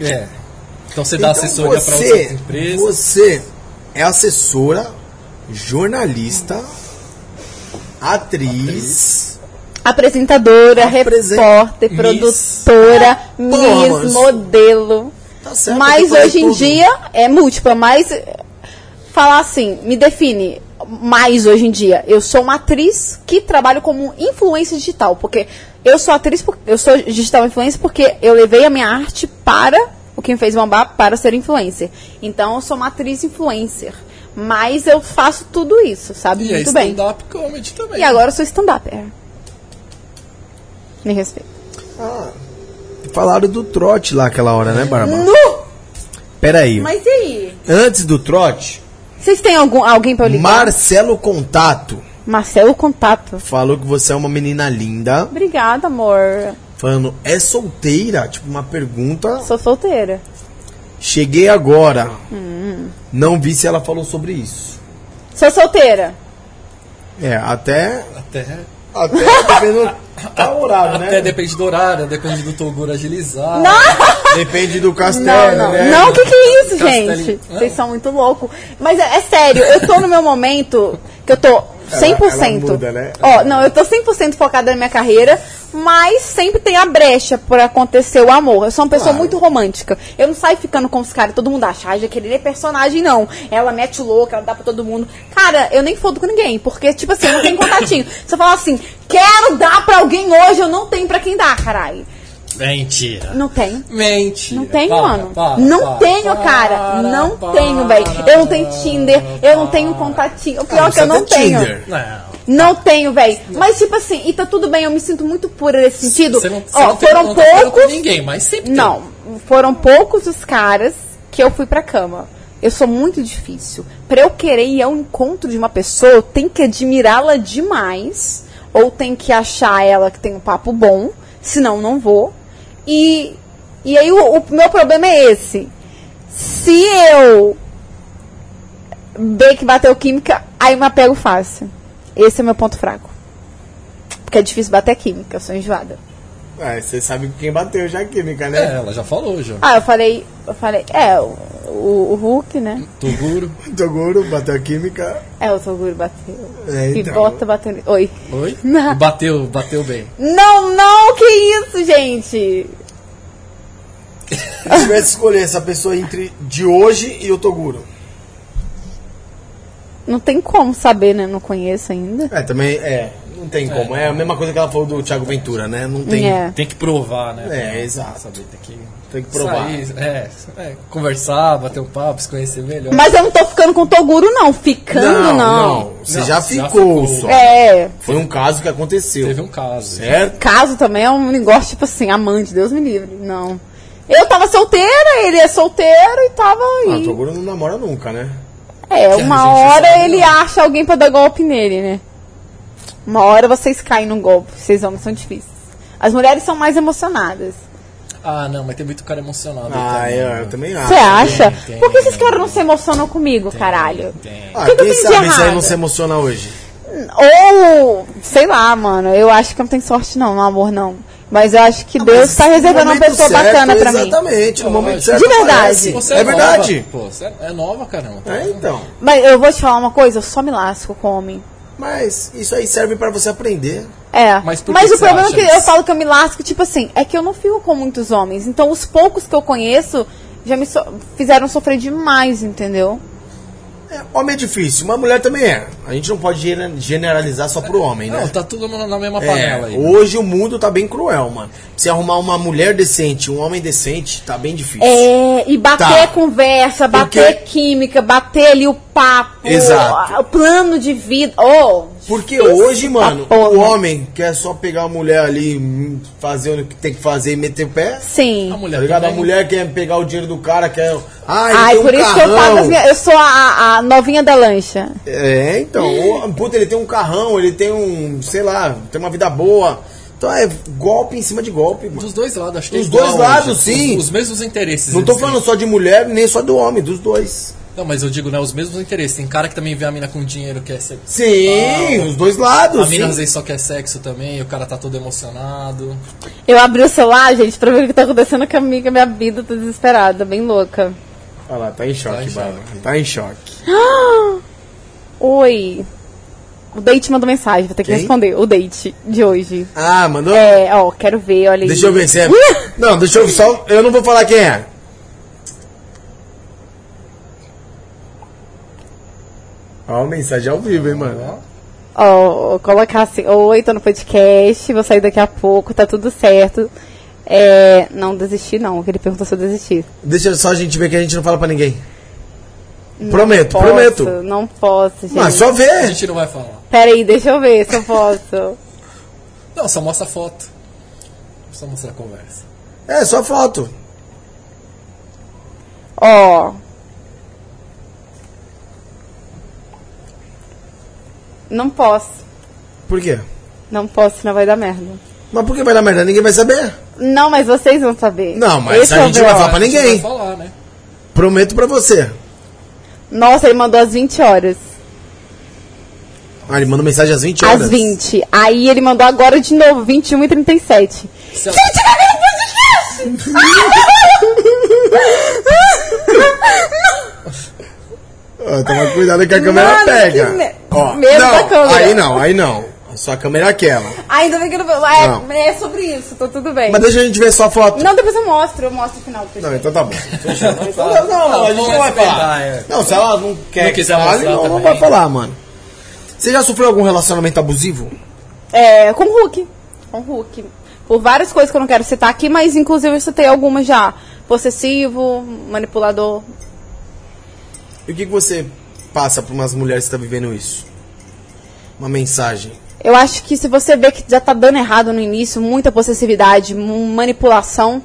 Speaker 2: É. Então você dá assessoria para outras
Speaker 1: você,
Speaker 2: empresas.
Speaker 1: você é assessora, jornalista, atriz.
Speaker 3: Apresentadora,
Speaker 1: Apresen-
Speaker 3: repórter,
Speaker 2: Miss.
Speaker 3: produtora,
Speaker 1: Porra,
Speaker 3: Miss,
Speaker 1: mas-
Speaker 3: modelo.
Speaker 1: Tá certo, eu
Speaker 3: mas
Speaker 1: falei
Speaker 3: hoje em
Speaker 1: tudo.
Speaker 3: dia é múltipla, mas eh, falar assim, me define mais hoje em dia. Eu sou uma atriz que trabalho como influência digital, porque eu sou atriz, por- eu sou digital influencer porque eu levei a minha arte para o que me fez bombar para ser influencer. Então eu sou uma atriz influencer, mas eu faço tudo isso, sabe?
Speaker 2: E é
Speaker 3: Muito bem.
Speaker 2: stand-up comedy também.
Speaker 3: E agora eu sou stand-up. É. Me respeita.
Speaker 1: Falaram do trote lá aquela hora, né,
Speaker 2: Tá
Speaker 1: Barba?
Speaker 3: Nu!
Speaker 1: Pera aí.
Speaker 3: Mas e aí?
Speaker 1: Antes do trote,
Speaker 3: Vocês têm algum, alguém pra eu ligar?
Speaker 1: Marcelo Contato
Speaker 3: Marcelo Contato.
Speaker 1: falou que você é uma menina linda.
Speaker 3: Obrigada, amor.
Speaker 1: Falando, é solteira? Tipo, uma pergunta.
Speaker 3: Sou solteira.
Speaker 1: Cheguei agora.
Speaker 3: Hum.
Speaker 1: Não vi se ela falou sobre isso.
Speaker 3: Sou solteira.
Speaker 1: É, até.
Speaker 2: Até, né?
Speaker 1: Até dependendo. Tá horário, né?
Speaker 2: até depende do horário, depende do Toguro agilizar.
Speaker 1: Depende do
Speaker 3: Não,
Speaker 1: castelo,
Speaker 3: não.
Speaker 1: né?
Speaker 3: Não, o que, que é isso,
Speaker 2: Castelinho.
Speaker 3: gente?
Speaker 2: Não.
Speaker 3: Vocês são muito loucos. Mas é, é sério, eu tô no meu momento que eu tô 100%.
Speaker 1: ela muda, né?
Speaker 3: Ó, não, eu tô 100% focada na minha carreira, mas sempre tem a brecha pra acontecer o amor. Eu sou uma pessoa muito romântica. Eu não saio ficando com os caras, todo mundo acha, ai, Jaqueline é personagem, não. Ela mete o louco, ela dá pra todo mundo. Cara, eu nem fodo com ninguém, porque, tipo assim, eu não tenho contatinho. Se eu falar assim, quero dar pra alguém hoje, eu não tenho pra quem dar, caralho.
Speaker 2: Mentira.
Speaker 3: Não tenho.
Speaker 2: Mentira.
Speaker 3: Não tenho,
Speaker 2: Para,
Speaker 3: mano.
Speaker 2: para,
Speaker 3: não
Speaker 2: para,
Speaker 3: tenho,
Speaker 2: para,
Speaker 3: cara. não
Speaker 2: para,
Speaker 3: tenho, velho. Eu não tenho Tinder, eu não tenho um contatinho. O
Speaker 2: Ah,
Speaker 3: pior é que eu
Speaker 1: Você
Speaker 3: não
Speaker 1: tem
Speaker 3: tenho.
Speaker 1: Tinder.
Speaker 2: Não.
Speaker 3: Não tenho, velho. Mas tipo assim, e tá tudo bem, eu me sinto muito pura nesse sentido.
Speaker 2: Você não, você
Speaker 3: Ó,
Speaker 2: não tem
Speaker 3: foram
Speaker 2: contato com
Speaker 3: poucos.
Speaker 2: ninguém, mas sempre tem.
Speaker 3: Não, foram poucos os caras que eu fui pra cama. Eu sou muito difícil. Pra eu querer ir ao encontro de uma pessoa, eu tenho que admirá-la demais. Ou tem que achar ela que tem um papo bom. Senão, não vou. E, e aí, o, o meu problema é esse. Se eu ver que bateu química, aí me apego fácil. Esse é meu ponto fraco. Porque é difícil bater química, eu sou enjoada.
Speaker 1: Ah, você sabe quem bateu já a química,
Speaker 2: É,
Speaker 1: né?
Speaker 2: ela já falou já.
Speaker 3: Ah, eu falei, eu falei, é, o, o, o Hulk, né?
Speaker 2: Toguro.
Speaker 1: Toguro bateu a química.
Speaker 3: É, o Toguro bateu.
Speaker 1: É,
Speaker 3: E
Speaker 1: então.
Speaker 3: bota batendo. Oi.
Speaker 2: Oi?
Speaker 3: Não.
Speaker 2: Bateu, bateu bem.
Speaker 3: Não, não, que isso, gente?
Speaker 1: Se tivesse que escolher essa pessoa entre de hoje e o Toguro.
Speaker 3: Não tem como saber, né? Não conheço ainda.
Speaker 1: É, também, é. Não tem como. É a mesma coisa que ela falou do Thiago Ventura, né? Não tem.
Speaker 3: É.
Speaker 2: Tem que provar, né?
Speaker 1: É, exato.
Speaker 2: Saber, tem que
Speaker 1: Tem que provar.
Speaker 2: sair, é, é, conversar, bater um papo, se conhecer melhor.
Speaker 3: Mas eu não tô ficando com o Toguro, não. Ficando, não.
Speaker 1: Você
Speaker 2: Não,
Speaker 1: já
Speaker 2: você já
Speaker 1: ficou
Speaker 2: ficou.
Speaker 1: só.
Speaker 3: É.
Speaker 1: Foi um caso que aconteceu.
Speaker 2: Teve um caso.
Speaker 1: Certo?
Speaker 3: Caso também é um negócio, tipo assim, amante, Deus me livre. Não. Eu tava solteira, ele é solteiro e tava
Speaker 1: Ah, o
Speaker 3: aí.
Speaker 1: Toguro não namora nunca, né?
Speaker 2: Que
Speaker 3: É,
Speaker 2: a gente
Speaker 3: uma hora
Speaker 2: sabe,
Speaker 3: ele
Speaker 2: não.
Speaker 3: acha alguém pra dar golpe nele, né? Uma hora vocês caem num golpe. Vocês homens são difíceis. As mulheres são mais emocionadas.
Speaker 2: Ah, não, mas tem muito cara emocionado.
Speaker 1: Ah,
Speaker 2: também,
Speaker 1: eu,
Speaker 2: né?
Speaker 1: eu também acho.
Speaker 3: Você acha?
Speaker 2: tem,
Speaker 3: Por que esses caras não se emocionam comigo, caralho?
Speaker 2: Tem.
Speaker 1: Ah,
Speaker 3: O que que eu
Speaker 1: quem
Speaker 3: fiz de
Speaker 1: sabe isso aí
Speaker 3: errado?
Speaker 1: não se emociona hoje?
Speaker 3: Ou, sei lá, mano, eu acho que eu não tenho sorte não, no amor não. Mas eu acho que Deus tá reservando uma
Speaker 1: Momento
Speaker 3: pessoa
Speaker 1: certo,
Speaker 3: bacana pra mim.
Speaker 1: Exatamente, no momento
Speaker 2: De
Speaker 1: certo.
Speaker 3: verdade.
Speaker 1: aparece.
Speaker 2: Você
Speaker 1: É verdade.
Speaker 2: Nova, pô, você é nova, caramba.
Speaker 1: É, então.
Speaker 3: Mas eu vou te falar uma coisa, eu só me lasco com homem.
Speaker 1: Mas isso aí serve pra você aprender.
Speaker 3: É,
Speaker 2: Mas
Speaker 3: mas,
Speaker 2: por que você
Speaker 3: o problema é
Speaker 2: acha
Speaker 3: que eu
Speaker 2: isso?
Speaker 3: falo que eu me lasco, tipo assim, é que eu não fico com muitos homens. Então os poucos que eu conheço já me so- fizeram sofrer demais, entendeu?
Speaker 1: É, homem é difícil, mas mulher também é. A gente não pode gene- generalizar só pro homem, né?
Speaker 2: Não, tá todo mundo na mesma
Speaker 1: É,
Speaker 2: panela aí. né?
Speaker 1: hoje o mundo tá bem cruel, mano. Se arrumar uma mulher decente, um homem decente, tá bem difícil.
Speaker 3: É, e bater
Speaker 1: Tá.
Speaker 3: conversa,
Speaker 1: Porque-
Speaker 3: bater química, bater ali o papo,
Speaker 1: Exato.
Speaker 3: a- o plano de vida. Oh,
Speaker 1: Porque hoje, mano,
Speaker 3: porra.
Speaker 1: o homem quer só pegar a mulher ali, hum, fazer o que tem que fazer e meter o pé.
Speaker 3: sim.
Speaker 2: A
Speaker 1: Tá
Speaker 2: mulher,
Speaker 1: ligado? A
Speaker 2: também.
Speaker 1: mulher quer pegar o dinheiro do cara, quer. Ai,
Speaker 3: Ai,
Speaker 1: tem um
Speaker 3: por isso que eu
Speaker 1: carrão.
Speaker 3: falo das minhas, Eu sou a, a novinha da lancha.
Speaker 1: É, então. o- puta, ele tem um carrão, ele tem um. sei lá, tem uma vida boa. Então é golpe em cima de golpe, mano.
Speaker 2: Dos dois lados, acho que é
Speaker 1: Dos
Speaker 2: igual
Speaker 1: dois lados,
Speaker 2: os-
Speaker 1: sim.
Speaker 2: Os, mesmos interesses.
Speaker 1: Não tô
Speaker 2: eles têm.
Speaker 1: falando só de mulher, nem só do homem, dos dois.
Speaker 2: Não, mas eu digo, né? Os mesmos interesses. Tem cara que também vê a mina com dinheiro, quer ser.
Speaker 1: Sim, os dois lados.
Speaker 2: A
Speaker 1: sim.
Speaker 2: mina às vezes só quer sexo também, o cara tá todo emocionado.
Speaker 3: Eu abri o celular, gente, pra ver o que tá acontecendo comigo, a minha vida, tô desesperada, bem louca.
Speaker 1: Olha lá, tá em choque,
Speaker 2: em
Speaker 1: Bárbara. Tá em choque.
Speaker 3: Oi. O date mandou mensagem, vou ter que
Speaker 1: Quem?
Speaker 3: responder. O date de hoje.
Speaker 1: Ah, mandou?
Speaker 3: É, ó, quero ver, olha aí.
Speaker 1: Deixa eu ver se é. Não, deixa eu só. Eu não vou falar quem é. Ó, a mensagem é ao vivo, hein, mano.
Speaker 3: Ó, colocar assim, oi, tô no podcast, vou sair daqui a pouco, tá tudo certo. É, não desisti não, que ele perguntou se eu desisti.
Speaker 1: Deixa só a gente ver que a gente não fala pra ninguém. prometo,
Speaker 3: Posso,
Speaker 1: prometo.
Speaker 3: Não posso, gente.
Speaker 1: Mas só
Speaker 2: A
Speaker 1: ver.
Speaker 2: gente não vai falar.
Speaker 3: Pera aí, deixa eu ver se eu posso.
Speaker 2: Não, só mostra a foto. Só mostra a conversa.
Speaker 1: É, só foto.
Speaker 3: Ó. Não posso.
Speaker 1: Por quê?
Speaker 3: Não posso, senão vai dar merda.
Speaker 1: Mas por que vai dar merda? Ninguém vai saber.
Speaker 3: Não, mas vocês vão saber.
Speaker 1: Não, mas
Speaker 3: Esse
Speaker 1: a
Speaker 3: é o
Speaker 1: gente não vai
Speaker 3: B.O.
Speaker 1: falar pra
Speaker 2: A gente não
Speaker 1: ninguém.
Speaker 2: vai falar, né?
Speaker 1: Prometo pra você.
Speaker 3: Nossa, ele mandou às 20 horas.
Speaker 1: Ah, ele manda mensagem às 20 horas.
Speaker 3: Às 20. Aí ele mandou agora de novo, 21 e 37.
Speaker 2: Se ela-
Speaker 3: Gente, vai ver o podcast!
Speaker 1: Ó, toma cuidado que a câmera
Speaker 3: Mano,
Speaker 1: pega.
Speaker 3: que me-
Speaker 1: Ó,
Speaker 3: medo
Speaker 1: não,
Speaker 3: da câmera.
Speaker 1: aí não, aí não. Só a câmera é aquela.
Speaker 3: Ainda bem que eu não...
Speaker 1: Não.
Speaker 3: É, é sobre isso, tô tudo bem.
Speaker 1: Mas deixa a gente ver só a foto.
Speaker 3: Não, depois eu mostro, eu mostro o final. pra
Speaker 1: Não,
Speaker 3: gente.
Speaker 1: então tá bom. não, não, não, é. a gente não vai falar. Não, se ela não quer
Speaker 2: Não
Speaker 1: que
Speaker 2: quiser
Speaker 1: fale,
Speaker 2: mostrar
Speaker 1: não, não
Speaker 2: também.
Speaker 1: vai falar, mano. Você já sofreu algum relacionamento abusivo?
Speaker 3: É, com o Hulk. Com o Hulk. Por várias coisas que eu não quero citar aqui, mas inclusive eu citei algumas já. Possessivo, manipulador.
Speaker 1: E o que, que você passa pra umas mulheres que tá vivendo isso? Uma mensagem.
Speaker 3: Eu acho que se você vê que já tá dando errado no início, muita possessividade, mu- manipulação,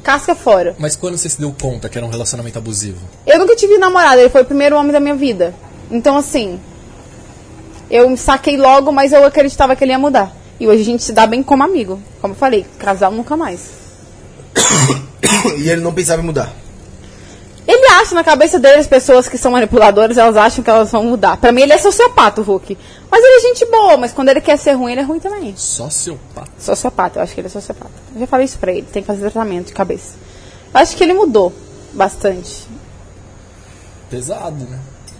Speaker 3: casca fora.
Speaker 2: Mas quando você se deu conta que era um relacionamento abusivo?
Speaker 3: Eu nunca tive namorado, ele foi o primeiro homem da minha vida. Então, assim, eu me saquei logo, mas eu acreditava que ele ia mudar. E hoje a gente se dá bem como amigo. Como eu falei, casal nunca mais.
Speaker 1: e ele não pensava em mudar.
Speaker 3: Ele acha na cabeça dele as pessoas que são manipuladoras, elas acham que elas vão mudar. Pra mim, ele é sociopata, o Hulk. Mas ele é gente boa, mas quando ele quer ser ruim, ele é ruim também.
Speaker 2: Sociopata.
Speaker 3: Sociopata, eu acho que ele é sociopata. Eu já falei isso pra ele, tem que fazer tratamento de cabeça. Eu acho que ele mudou bastante.
Speaker 2: Pesado,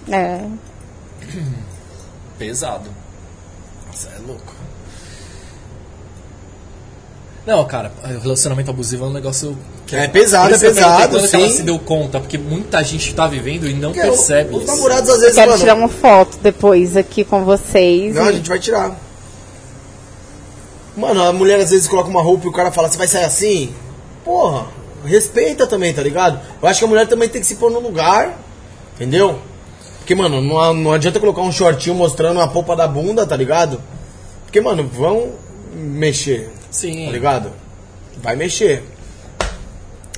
Speaker 2: né?
Speaker 3: É.
Speaker 2: Pesado. Nossa, é louco. Não, cara, o relacionamento abusivo é um negócio que
Speaker 1: É pesado,
Speaker 2: Por
Speaker 1: é
Speaker 2: isso que eu perguntei
Speaker 1: pesado,
Speaker 2: Quando que ela
Speaker 1: sim.
Speaker 2: se deu conta, porque muita gente tá vivendo e não
Speaker 1: Porque
Speaker 2: percebe
Speaker 1: Os
Speaker 2: isso.
Speaker 1: namorados às
Speaker 3: Eu
Speaker 1: vezes,
Speaker 3: quero
Speaker 1: mano,
Speaker 3: Tá, tirar um uma foto depois aqui com vocês.
Speaker 1: Não, a gente vai tirar. Mano, a mulher às vezes coloca uma roupa e o cara fala, você vai sair assim? Porra, respeita também, tá ligado? Eu acho que a mulher também tem que se pôr no lugar, entendeu? Porque, mano, não, a- não adianta colocar um shortinho mostrando a polpa da bunda, tá ligado? Porque, mano, vão mexer,
Speaker 2: Sim.
Speaker 1: tá ligado? Vai mexer.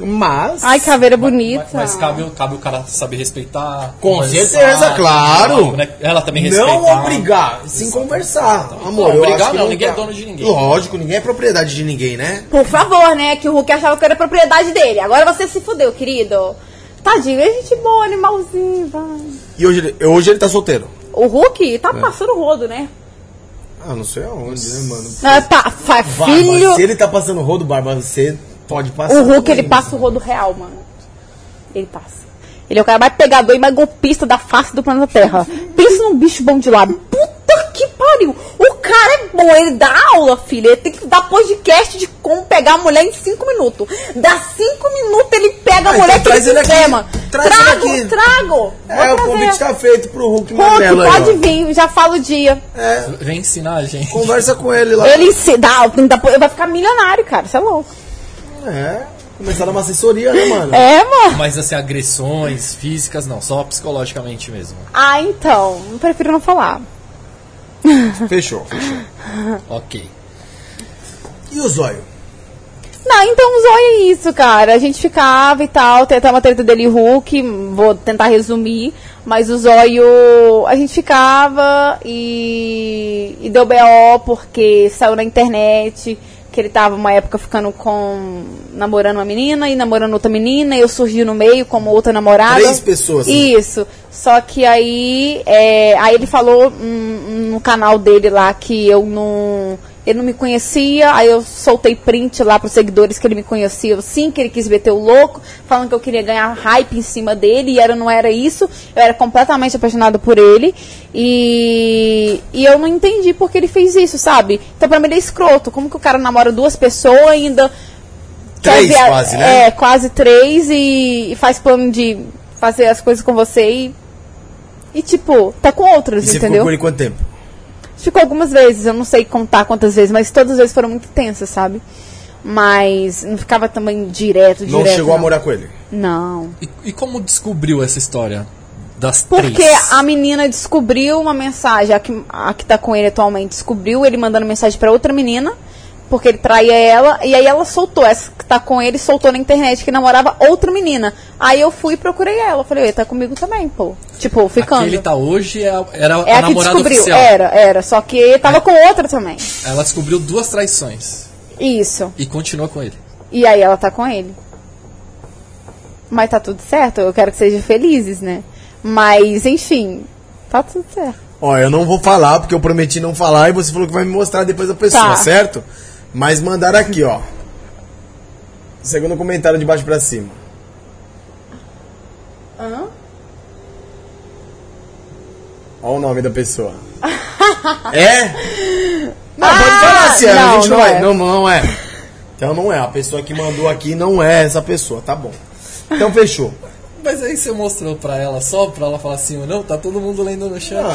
Speaker 1: Mas...
Speaker 3: Ai, caveira É bonita.
Speaker 2: Mas, mas cabe, o- cabe o cara saber respeitar.
Speaker 1: Com
Speaker 2: conversar,
Speaker 1: certeza, claro.
Speaker 2: né? Ela também respeitar.
Speaker 1: Não obrigar, sim conversar. Amor,
Speaker 2: Não,
Speaker 1: eu
Speaker 2: obrigar
Speaker 1: acho que
Speaker 2: não, ninguém é
Speaker 1: dá.
Speaker 2: dono de ninguém.
Speaker 1: Lógico, ninguém é propriedade de ninguém, né?
Speaker 3: Por favor, né? Que o Hulk achava que era propriedade dele. Agora você se fudeu, querido. Tadinho, é gente boa, animalzinho, vai.
Speaker 1: E hoje ele, hoje ele tá solteiro.
Speaker 3: O Hulk tá passando o rodo, né?
Speaker 1: Ah, não sei aonde, né, mano?
Speaker 3: Não, é pa- fa-
Speaker 1: Barba,
Speaker 3: filho.
Speaker 1: se ele tá passando rodo, Barba, você pode passar.
Speaker 3: O Hulk, ele
Speaker 1: também.
Speaker 3: passa o rodo real, mano. Ele passa. Ele é o cara mais pegador e mais golpista da face do planeta Terra. Pensa num bicho bom de lado. Puta que pariu. O cara é bom, ele dá aula, filho. Ele tem que dar podcast de como pegar a mulher em 5 minutos. Dá 5 minutos, ele pega a
Speaker 1: Ah,
Speaker 3: mulher
Speaker 1: então
Speaker 3: que
Speaker 1: traz
Speaker 3: ele
Speaker 1: ele aqui.
Speaker 3: sistema.
Speaker 1: Traz ele
Speaker 3: trago,
Speaker 1: aqui.
Speaker 3: trago.
Speaker 1: É,
Speaker 3: Vou
Speaker 1: o
Speaker 3: trazer.
Speaker 1: convite tá feito pro Hulk
Speaker 3: Hulk,
Speaker 1: Mandela. aí,
Speaker 3: pode
Speaker 1: ó.
Speaker 3: vir, já fala o dia.
Speaker 1: É,
Speaker 2: Vem ensinar a gente.
Speaker 1: conversa com ele lá.
Speaker 3: Ele se dá, ele vai ficar milionário, cara. Isso é louco.
Speaker 1: É, começaram uma assessoria, né, mano?
Speaker 3: É, mano.
Speaker 2: Mas assim, agressões físicas não, só psicologicamente mesmo.
Speaker 3: Ah, então. Eu prefiro não falar. É. Ah.
Speaker 1: Fechou, fechou.
Speaker 2: Ok.
Speaker 1: E o zóio?
Speaker 3: Não, Ah, então o zóio é isso, cara. A gente ficava e tal, tentava a treta dele e Hulk, vou tentar resumir, mas o zóio a gente ficava e, e deu BO porque saiu na internet que ele tava uma época ficando com namorando uma menina e namorando outra menina, e eu surgi no meio como outra namorada.
Speaker 1: Três pessoas. assim,
Speaker 3: Isso. Só que aí, é, aí ele falou hum, no canal dele lá que eu não. Ele não me conhecia, aí eu soltei print lá pros seguidores que ele me conhecia sim, que ele quis meter o louco, falando que eu queria ganhar hype em cima dele, e era, não era isso, eu era completamente apaixonada por ele, e, e eu não entendi porque ele fez isso, sabe? Então pra mim ele é escroto, como que o cara namora duas pessoas e ainda... quer
Speaker 1: Três
Speaker 3: a-
Speaker 1: quase, né?
Speaker 3: É, quase três, e, e faz plano de fazer as coisas com você e... E tipo, tá com
Speaker 1: E
Speaker 3: outras,
Speaker 1: você ficou
Speaker 3: entendeu?
Speaker 1: com ele quanto tempo?
Speaker 3: Ficou algumas vezes, eu não sei contar quantas vezes, mas todas as vezes foram muito intensas, sabe? Mas não ficava também direto, direto.
Speaker 1: não chegou a
Speaker 3: não.
Speaker 1: morar com ele.
Speaker 3: Não.
Speaker 2: E, e como descobriu essa história das
Speaker 3: Porque
Speaker 2: três?
Speaker 3: a menina descobriu uma mensagem, a que, a que tá com ele atualmente descobriu ele mandando mensagem pra outra menina, porque ele traía ela, e aí ela soltou, essa que tá com ele soltou na internet que namorava outra menina. Aí eu fui e procurei ela, falei, "Ué, tá comigo também, pô. Tipo, ficando.
Speaker 2: Que ele tá hoje é a- era
Speaker 3: É
Speaker 2: a,
Speaker 3: a que
Speaker 2: namorada
Speaker 3: descobriu, é.
Speaker 2: oficial. É.
Speaker 3: era, era, só que tava com outra também.
Speaker 2: Ela descobriu duas traições
Speaker 3: Isso.
Speaker 2: e continua com ele.
Speaker 3: E aí ela tá com ele. Mas tá tudo certo, eu quero que sejam felizes, né? Mas, enfim, tá tudo certo.
Speaker 1: Ó, eu não vou falar porque eu prometi não falar e você falou que vai me mostrar depois a pessoa,
Speaker 3: Tá.
Speaker 1: certo? Mas mandaram aqui, ó. Segundo comentário de baixo pra cima. Ó o nome da pessoa. é? Não, pode falar, Ciara, a
Speaker 3: Ah, não,
Speaker 1: gente não,
Speaker 3: não
Speaker 1: vai.
Speaker 3: é.
Speaker 1: Não, não é. Então não é. A pessoa que mandou aqui não é essa pessoa, tá bom. Então fechou.
Speaker 2: Mas aí você mostrou pra ela só pra ela falar assim ou não? Tá todo mundo lendo no chat.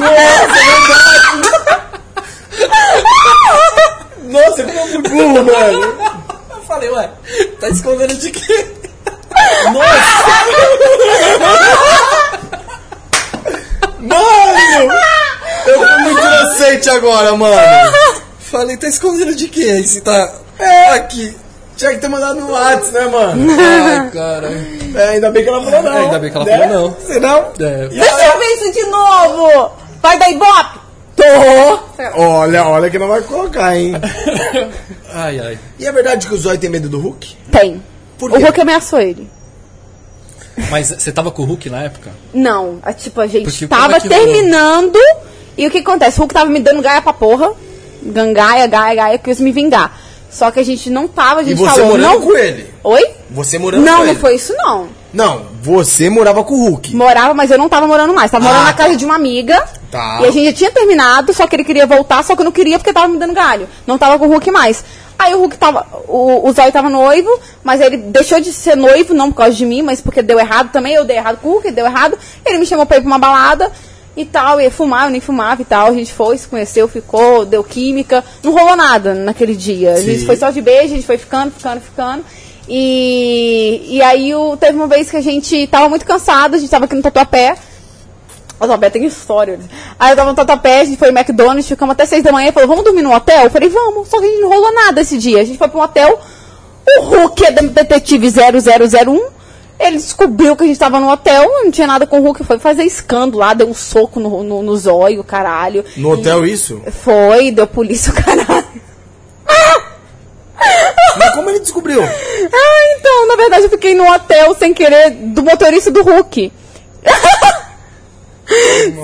Speaker 1: Mano. Nossa, verdade!
Speaker 2: é
Speaker 1: Nossa, como eu fui burro, Uh, mano!
Speaker 2: Eu falei, ué, tá escondendo de quê?
Speaker 1: Nossa! Mano! Eu fui muito inocente agora, mano!
Speaker 2: Falei, tá escondendo de quê? Aí você tá.
Speaker 1: É, aqui! Tinha que ter mandado no Whats, né, mano?
Speaker 2: Ai, cara.
Speaker 1: É, ainda bem que ela falou não.
Speaker 2: Ainda bem que ela
Speaker 1: né?
Speaker 2: falou não.
Speaker 1: Se não...
Speaker 2: É,
Speaker 3: Deixa eu ver isso de novo! Vai dar ibope! Tô!
Speaker 1: Olha, olha que não vai colocar, hein?
Speaker 2: ai, ai.
Speaker 1: E é verdade que o Zói tem medo do Hulk?
Speaker 3: Tem.
Speaker 1: Por
Speaker 3: o
Speaker 1: quê?
Speaker 3: Hulk ameaçou ele.
Speaker 2: Mas você tava com o Hulk na época?
Speaker 3: Não, a- tipo, a gente
Speaker 2: Porque como
Speaker 3: tava
Speaker 2: é que rolou?
Speaker 3: terminando e o que acontece? O Hulk tava me dando gaia pra porra. Gangaia, gaia, gaia, quis me vingar. Só que a gente não tava, a gente
Speaker 1: E você
Speaker 3: falou,
Speaker 1: morando
Speaker 3: não.
Speaker 1: com ele?
Speaker 3: Oi?
Speaker 1: Você morando com
Speaker 3: Não, não
Speaker 1: ele?
Speaker 3: foi isso não.
Speaker 1: Não, você morava com o Hulk.
Speaker 3: Morava, mas eu não tava morando mais. Tava
Speaker 1: Ah,
Speaker 3: morando na
Speaker 1: tá.
Speaker 3: casa de uma amiga.
Speaker 1: Tá.
Speaker 3: E a gente já tinha terminado, só que ele queria voltar, só que eu não queria porque tava me dando galho. Não tava com o Hulk mais. Aí o Hulk tava. O, o Zóio tava noivo, mas ele deixou de ser noivo, não por causa de mim, mas porque deu errado também. Eu dei errado com o Hulk, deu errado. Ele me chamou pra ir pra uma balada e tal. E fumar, eu nem fumava e tal. A gente foi, se conheceu, ficou, deu química. Não rolou nada naquele dia. A gente
Speaker 1: Sim.
Speaker 3: foi só de beijo, a gente foi ficando, ficando, ficando. E, e aí o, teve uma vez que a gente tava muito cansado, a gente tava aqui no Tatuapé. O Tatuapé tem história. Aí eu tava no Tatuapé, a gente foi no McDonald's, ficamos até seis da manhã, ele falou, vamos dormir no hotel? Eu falei, vamos. Só que a gente não rolou nada esse dia. A gente foi pra um hotel, o Hulk é da- detetive 0001. Ele descobriu que a gente tava no hotel, não tinha nada com o Hulk, foi fazer escândalo lá, deu um soco no, no, no zóio, caralho.
Speaker 1: No hotel, isso?
Speaker 3: Foi, deu polícia, o caralho.
Speaker 1: Mas como ele descobriu?
Speaker 3: Ah, então, na verdade eu fiquei no hotel sem querer do motorista do Hulk.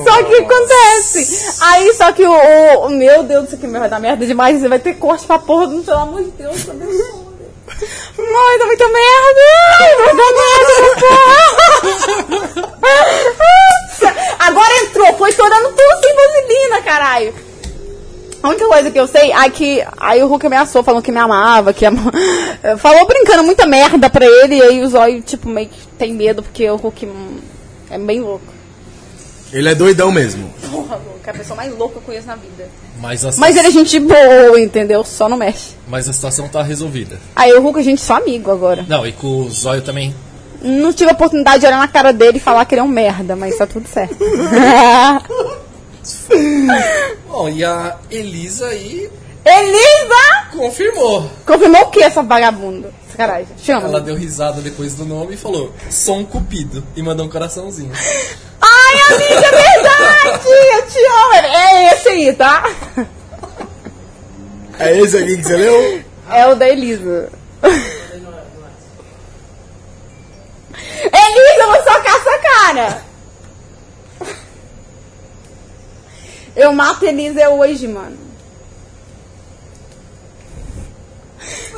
Speaker 3: só que acontece. Aí, só que o, o- Meu Deus, isso aqui vai dar merda demais. Você vai ter corte pra porra, do- pelo amor de Deus. meu Deus. Mãe, dá muita merda. Ai, vai dar merda, porra. Agora entrou, foi estourando tudo sem vaselina, caralho. A única coisa que eu sei é que aí o Hulk ameaçou, falando que me amava, que ama... falou brincando muita merda pra ele, e aí o Zóio, tipo, meio que tem medo, porque o Hulk hum, é bem louco.
Speaker 1: Ele é doidão mesmo.
Speaker 3: Porra, louco, é a pessoa mais louca que eu conheço na vida.
Speaker 2: Mas a,
Speaker 3: Mas ele é gente boa, entendeu? Só não mexe.
Speaker 2: mas a situação tá resolvida.
Speaker 3: Aí o Hulk a gente é só amigo agora.
Speaker 2: Não, e com o Zóio também.
Speaker 3: Não tive a oportunidade de olhar na cara dele e falar que ele é um merda, mas tá tudo certo.
Speaker 2: Bom, e a Elisa aí
Speaker 3: Elisa!
Speaker 2: Confirmou.
Speaker 3: Confirmou o que essa vagabunda? Sacanagem. Chama.
Speaker 2: Ela deu risada depois do nome e falou: Sou um cupido. E mandou um coraçãozinho.
Speaker 3: Ai, amiga, é verdade! Eu te amo. É esse aí, tá?
Speaker 1: É esse aqui que você leu?
Speaker 3: É o da Elisa. Elisa, eu vou socar essa cara! Eu mato Elisa hoje, mano.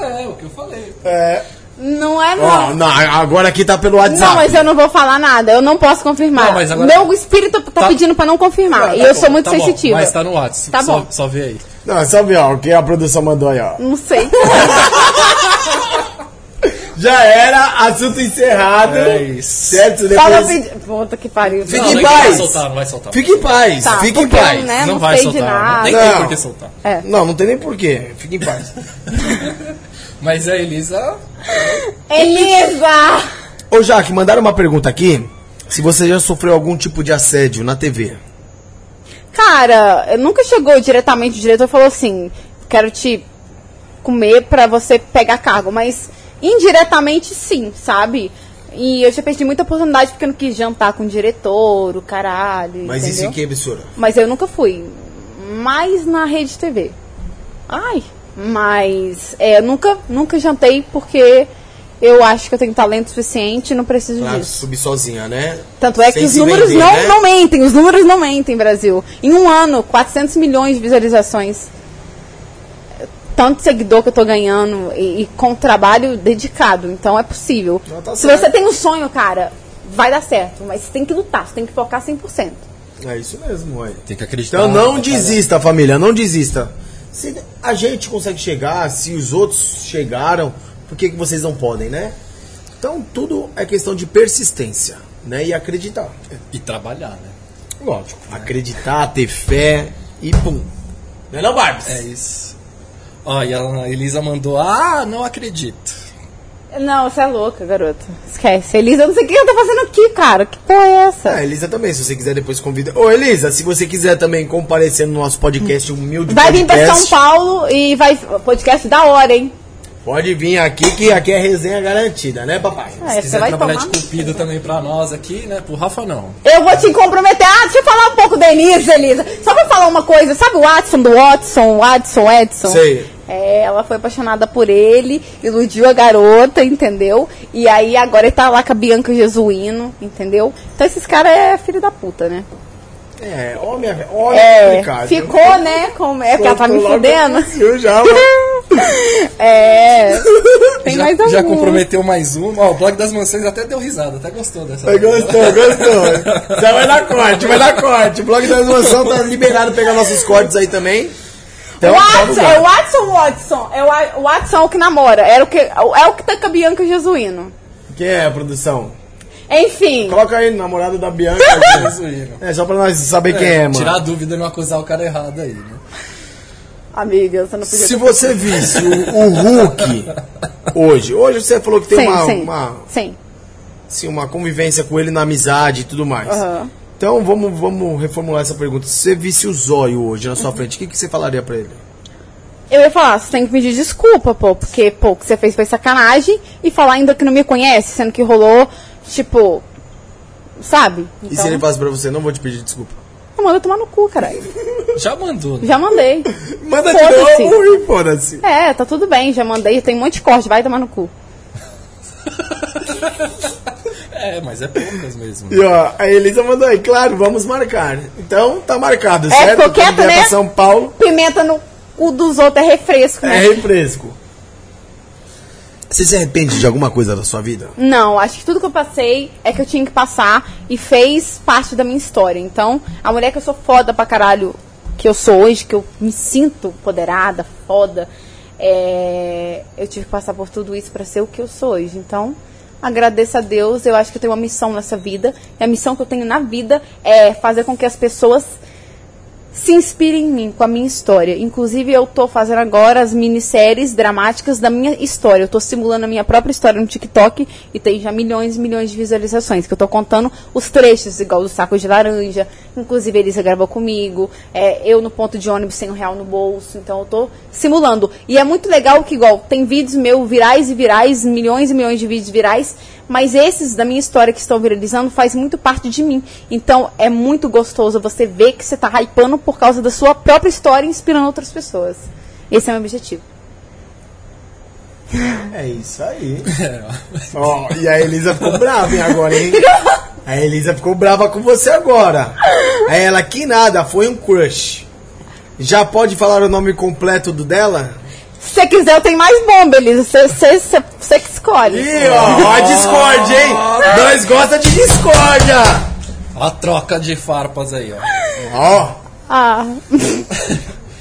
Speaker 2: É, o que eu falei.
Speaker 1: É.
Speaker 3: Não é
Speaker 1: Ó,
Speaker 3: não.
Speaker 1: não, agora aqui tá pelo WhatsApp.
Speaker 3: Não, mas eu não vou falar nada. Eu não posso confirmar.
Speaker 2: Não, mas agora-
Speaker 3: Meu espírito tá,
Speaker 2: Tá-
Speaker 3: pedindo pra não confirmar.
Speaker 2: Ah,
Speaker 3: e
Speaker 2: tá
Speaker 3: eu
Speaker 2: bom,
Speaker 3: sou É muito
Speaker 2: tá bom,
Speaker 3: sensitiva.
Speaker 2: Mas tá no WhatsApp.
Speaker 3: Tá
Speaker 2: só,
Speaker 3: bom.
Speaker 2: Só vê aí.
Speaker 1: Não, só ver, ó, o que a produção mandou aí, ó.
Speaker 3: Não sei.
Speaker 1: Já era, assunto encerrado.
Speaker 2: É isso.
Speaker 1: Certo?
Speaker 3: Fala
Speaker 1: Depois...
Speaker 3: pedi- Puta que pariu.
Speaker 1: Fique
Speaker 2: Não,
Speaker 1: em
Speaker 2: não vai
Speaker 1: paz.
Speaker 2: soltar, não vai soltar.
Speaker 1: Fique em paz,
Speaker 3: Tá,
Speaker 1: fique em
Speaker 3: porque eu,
Speaker 1: paz.
Speaker 3: né?
Speaker 2: não
Speaker 3: não
Speaker 2: vai
Speaker 3: sei de
Speaker 2: soltar.
Speaker 3: nada.
Speaker 2: Nem tem
Speaker 1: Não.
Speaker 2: por que soltar.
Speaker 3: É.
Speaker 1: Não, não tem nem porquê. Fique em paz.
Speaker 2: Mas a Elisa.
Speaker 3: Elisa!
Speaker 1: Ô, Jaque, mandaram uma pergunta aqui. Se você já sofreu algum tipo de assédio na TV.
Speaker 3: Cara, nunca chegou diretamente, o diretor falou assim, quero te comer pra você pegar cargo, mas indiretamente sim, sabe? E eu já perdi muita oportunidade porque eu não quis jantar com o diretor, o caralho,
Speaker 1: Mas isso
Speaker 3: entendeu?
Speaker 1: em que emissora?
Speaker 3: Mas eu nunca fui. Mais na rede TV. Ai, mas é, eu nunca, nunca jantei porque eu acho que eu tenho talento suficiente e não preciso
Speaker 1: Claro,
Speaker 3: disso.
Speaker 1: subir sozinha, né?
Speaker 3: Tanto é que
Speaker 1: Sem
Speaker 3: os
Speaker 1: se
Speaker 3: números
Speaker 1: vender,
Speaker 3: não,
Speaker 1: né?
Speaker 3: não mentem, os números não mentem, Brasil. Em um ano, 400 milhões de visualizações. Tanto seguidor que eu tô ganhando e, e com trabalho dedicado, então é possível.
Speaker 1: Não, tá
Speaker 3: Se
Speaker 1: certo.
Speaker 3: você tem um sonho, cara, vai dar certo, mas você tem que lutar, você tem que focar 100%.
Speaker 1: É isso mesmo, ué.
Speaker 2: Tem que acreditar.
Speaker 1: Então não
Speaker 2: tá
Speaker 1: desista, família, não desista. Se a gente consegue chegar, se os outros chegaram, por que, que vocês não podem, né? Então tudo é questão de persistência, né? E acreditar.
Speaker 2: ligado? E trabalhar, né?
Speaker 1: Lógico. né? Acreditar, ter fé e pum. Não é não, Barbs?
Speaker 2: É isso. Ó, e a Elisa mandou: Ah, não acredito.
Speaker 3: Não, você é louca, garota. Esquece. Elisa, eu não sei o que eu tô fazendo aqui, cara. Que porra é
Speaker 1: Ah,
Speaker 3: essa?
Speaker 1: Elisa também, se você quiser depois convida. Ô, Elisa, se você quiser também comparecer no nosso podcast um humilde
Speaker 3: Vai vir pra
Speaker 1: podcast,
Speaker 3: São Paulo e vai. Podcast da hora, hein?
Speaker 1: Pode vir aqui que aqui é resenha garantida, né, papai?
Speaker 3: Ah,
Speaker 2: Se
Speaker 3: é, você
Speaker 2: quiser
Speaker 3: vai
Speaker 2: trabalhar
Speaker 3: tomar. né?
Speaker 2: de cupido também pra nós aqui, né? Pro Rafa não.
Speaker 3: Eu vou te comprometer. Ah, deixa eu falar um pouco da Elisa, Elisa. Só pra falar uma coisa, sabe o Watson do Watson, o Watson, Edson?
Speaker 1: Sei.
Speaker 3: É, ela foi apaixonada por ele, iludiu a garota, entendeu? E aí agora ele tá lá com a Bianca Jesuíno, entendeu? Então esses caras é filho da puta, né?
Speaker 1: É, homem, olha é,
Speaker 3: É,
Speaker 1: complicado.
Speaker 3: ficou, né? Como é que ela tá me
Speaker 1: Logo
Speaker 3: fudendo?
Speaker 1: Eu já, mano.
Speaker 3: É. Tem
Speaker 2: já,
Speaker 3: mais algum.
Speaker 2: já comprometeu mais uma. Ó, o blog das mansões até deu risada, até gostou dessa.
Speaker 1: Gostou, gostou. Já vai dar corte, vai dar corte. O blog da Expansão tá liberado pegar nossos cortes aí também. Então,
Speaker 3: Watson,
Speaker 1: vamos
Speaker 3: é o
Speaker 1: lá.
Speaker 3: Watson Watson. É o Wa- o Watson o que namora. Era o que, é o que tá com a Bianca Jesuíno.
Speaker 1: Que é, produção?
Speaker 3: Enfim.
Speaker 1: Coloca aí, namorado da Bianca.
Speaker 2: Jesuíno.
Speaker 1: é, só pra nós saber quem é, mano.
Speaker 2: Tirar a dúvida e não acusar o cara errado aí, né?
Speaker 3: Amiga, você não podia.
Speaker 1: Se você visse o, o Hulk hoje, hoje você falou que tem
Speaker 3: sim,
Speaker 1: uma,
Speaker 3: sim.
Speaker 1: Uma,
Speaker 3: Sim.
Speaker 1: assim, uma convivência com ele na amizade e tudo mais.
Speaker 3: Aham.
Speaker 1: Então vamos, vamos reformular essa pergunta. Se você visse o zóio hoje na sua frente, o que, que você falaria pra ele?
Speaker 3: Eu ia falar, você tem que pedir desculpa, pô, porque, pô, o que você fez foi sacanagem e falar ainda que não me conhece, sendo que rolou, tipo. Sabe? Então,
Speaker 1: E se ele falasse pra você, não vou te pedir desculpa.
Speaker 3: Eu mando tomar no cu, caralho.
Speaker 2: Já mandou, né?
Speaker 3: Já mandei.
Speaker 1: Manda de
Speaker 3: Foda-se.
Speaker 1: novo e foda-se.
Speaker 3: É, tá tudo bem, já mandei, tem um monte de corte, vai tomar no cu.
Speaker 2: É, mas é poucas mesmo.
Speaker 1: E ó, a Elisa mandou aí, claro, vamos marcar. Então tá marcado,
Speaker 3: É,
Speaker 1: certo?
Speaker 3: ficou quieto,
Speaker 1: Quando vier
Speaker 3: né?
Speaker 1: pra São Paulo,
Speaker 3: Pimenta no cu dos outros é refresco,
Speaker 1: é
Speaker 3: né?
Speaker 1: refresco. Você se arrepende de alguma coisa da sua vida?
Speaker 3: Não, acho que tudo que eu passei é que eu tinha que passar e fez parte da minha história. Então, a mulher que eu sou foda pra caralho, que eu sou hoje, que eu me sinto empoderada, foda, é, eu tive que passar por tudo isso pra ser o que eu sou hoje. Então, agradeço a Deus, eu acho que eu tenho uma missão nessa vida. E a missão que eu tenho na vida é fazer com que as pessoas se inspire em mim, com a minha história. Inclusive, eu tô fazendo agora as minisséries dramáticas da minha história. Eu tô simulando a minha própria história no TikTok e tem já milhões e milhões de visualizações. Que eu tô contando os trechos, igual do saco de laranja, Inclusive, a Elisa gravou comigo. É, eu no ponto de ônibus sem um real no bolso. Então, eu tô simulando. E é muito legal que, igual, tem vídeos meus virais e virais, milhões e milhões de vídeos virais. Mas esses da minha história que estão viralizando faz muito parte de mim. Então, é muito gostoso você ver que você tá hypando por causa da sua própria história e inspirando outras pessoas. Esse é o meu objetivo.
Speaker 1: É isso aí. Ó, e a Elisa ficou brava, hein, agora, hein? A Elisa ficou brava com você agora. Aí ela, que nada, foi um crush. Já pode falar o nome completo do dela?
Speaker 3: Se você quiser, eu tenho mais bomba, Elisa. Você- Você você- você que escolhe.
Speaker 1: Ih, ó, ó a discórdia, hein? Nós gosta de discórdia.
Speaker 2: A troca de farpas aí, ó.
Speaker 1: Ó,
Speaker 3: Ah,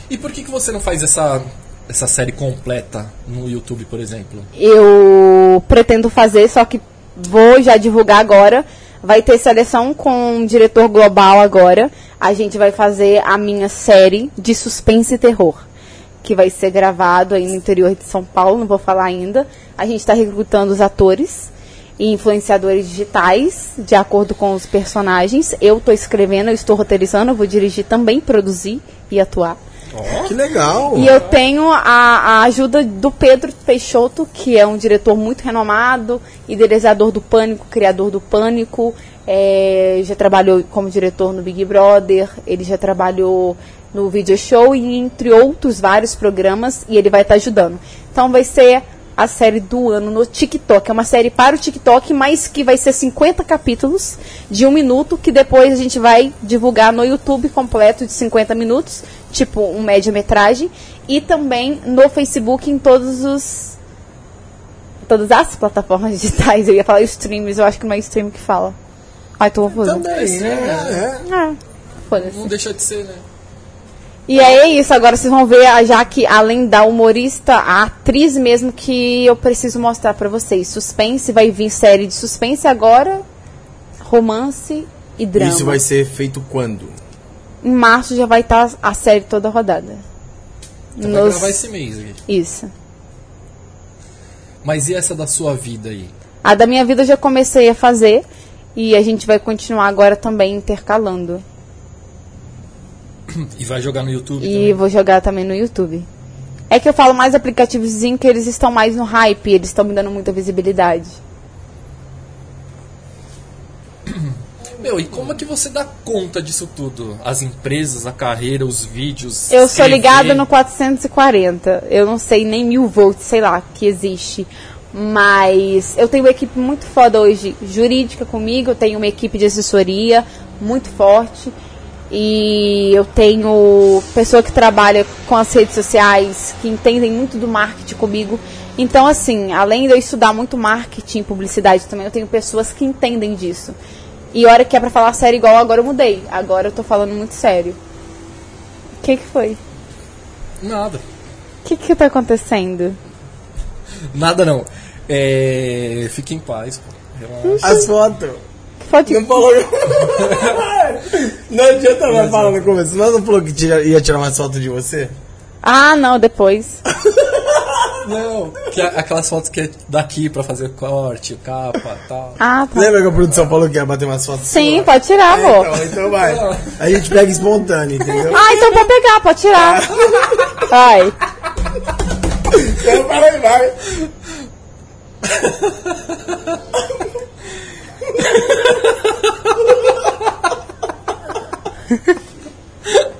Speaker 2: E por que, que você não faz essa, essa série completa no YouTube, por exemplo?
Speaker 3: eu pretendo fazer, só que vou já divulgar agora. Vai ter seleção com o diretor global agora. A gente vai fazer a minha série de suspense e terror. Que vai ser gravado aí no interior de São Paulo, não vou falar ainda. A gente está recrutando os atores e influenciadores digitais, de acordo com os personagens. Eu estou escrevendo, eu estou roteirizando, eu vou dirigir também, produzir e atuar.
Speaker 1: que legal.
Speaker 3: E eu tenho a, a ajuda do Pedro Peixoto, que é um diretor muito renomado, idealizador do Pânico, criador do Pânico. é, já trabalhou como diretor no Big Brother, ele já trabalhou no Video Show e entre outros vários programas, e ele vai estar ajudando. Então vai ser a série do ano no TikTok. É uma série para o TikTok, mas que vai ser 50 capítulos de um minuto, que depois a gente vai divulgar no YouTube completo de 50 minutos, tipo um média-metragem, e também no Facebook em todos os. Todas as plataformas digitais, eu ia falar streams, eu acho que não é stream que fala. Ai, tô
Speaker 2: Então
Speaker 3: confusa.
Speaker 1: Também, né?
Speaker 3: Ah, foda-se.
Speaker 2: Não deixa de ser, né?
Speaker 3: E aí é isso, agora vocês vão ver, a- já que além da humorista, a atriz mesmo que eu preciso mostrar pra vocês. Suspense, vai vir série de suspense agora, romance e
Speaker 1: É.
Speaker 3: drama.
Speaker 1: Isso vai ser feito quando?
Speaker 3: Em março já vai estar a série toda rodada.
Speaker 2: Então vai
Speaker 3: Nos-
Speaker 2: gravar esse mês aí.
Speaker 3: Isso.
Speaker 2: Mas e essa da sua vida aí?
Speaker 3: A da minha vida eu já comecei a fazer e a gente vai continuar agora também intercalando.
Speaker 2: E vai jogar no YouTube
Speaker 3: E vou jogar também no YouTube. É que eu falo mais aplicativos que eles estão mais no hype, eles estão me dando muita visibilidade.
Speaker 2: também? Meu, e como é que você dá conta disso tudo? As empresas, a carreira, os vídeos.
Speaker 3: Eu sou
Speaker 2: TV?
Speaker 3: ligada no 440. Eu não sei nem mil volts, sei lá, que existe. Mas eu tenho uma equipe muito foda hoje, jurídica comigo, eu tenho uma equipe de assessoria muito forte. E eu tenho pessoa que trabalha com as redes sociais, que entendem muito do marketing comigo. Então, assim, além de eu estudar muito marketing e publicidade também, eu tenho pessoas que entendem disso. E hora que é pra falar sério igual, agora eu mudei. Agora eu tô falando muito sério. O que, que foi?
Speaker 2: Nada.
Speaker 3: O que que tá acontecendo?
Speaker 2: Nada não. É... Fique em paz, pô. Relaxa.
Speaker 1: As fotos.
Speaker 3: Pode...
Speaker 1: Não falou. não adianta mais falar no começo. Nós não falou que tira- ia tirar mais foto de você?
Speaker 3: Ah, não, depois.
Speaker 2: Não, que a- aquelas fotos que é daqui pra fazer corte, capa tal.
Speaker 3: Ah, tá.
Speaker 1: Lembra que a produção falou que ia bater umas fotos?
Speaker 3: Sim,
Speaker 1: suas?
Speaker 3: pode tirar, amor.
Speaker 1: Então, então vai. A gente pega espontâneo, entendeu?
Speaker 3: Ah, então pode pegar, pode tirar. Vai.
Speaker 1: Então vai, vai.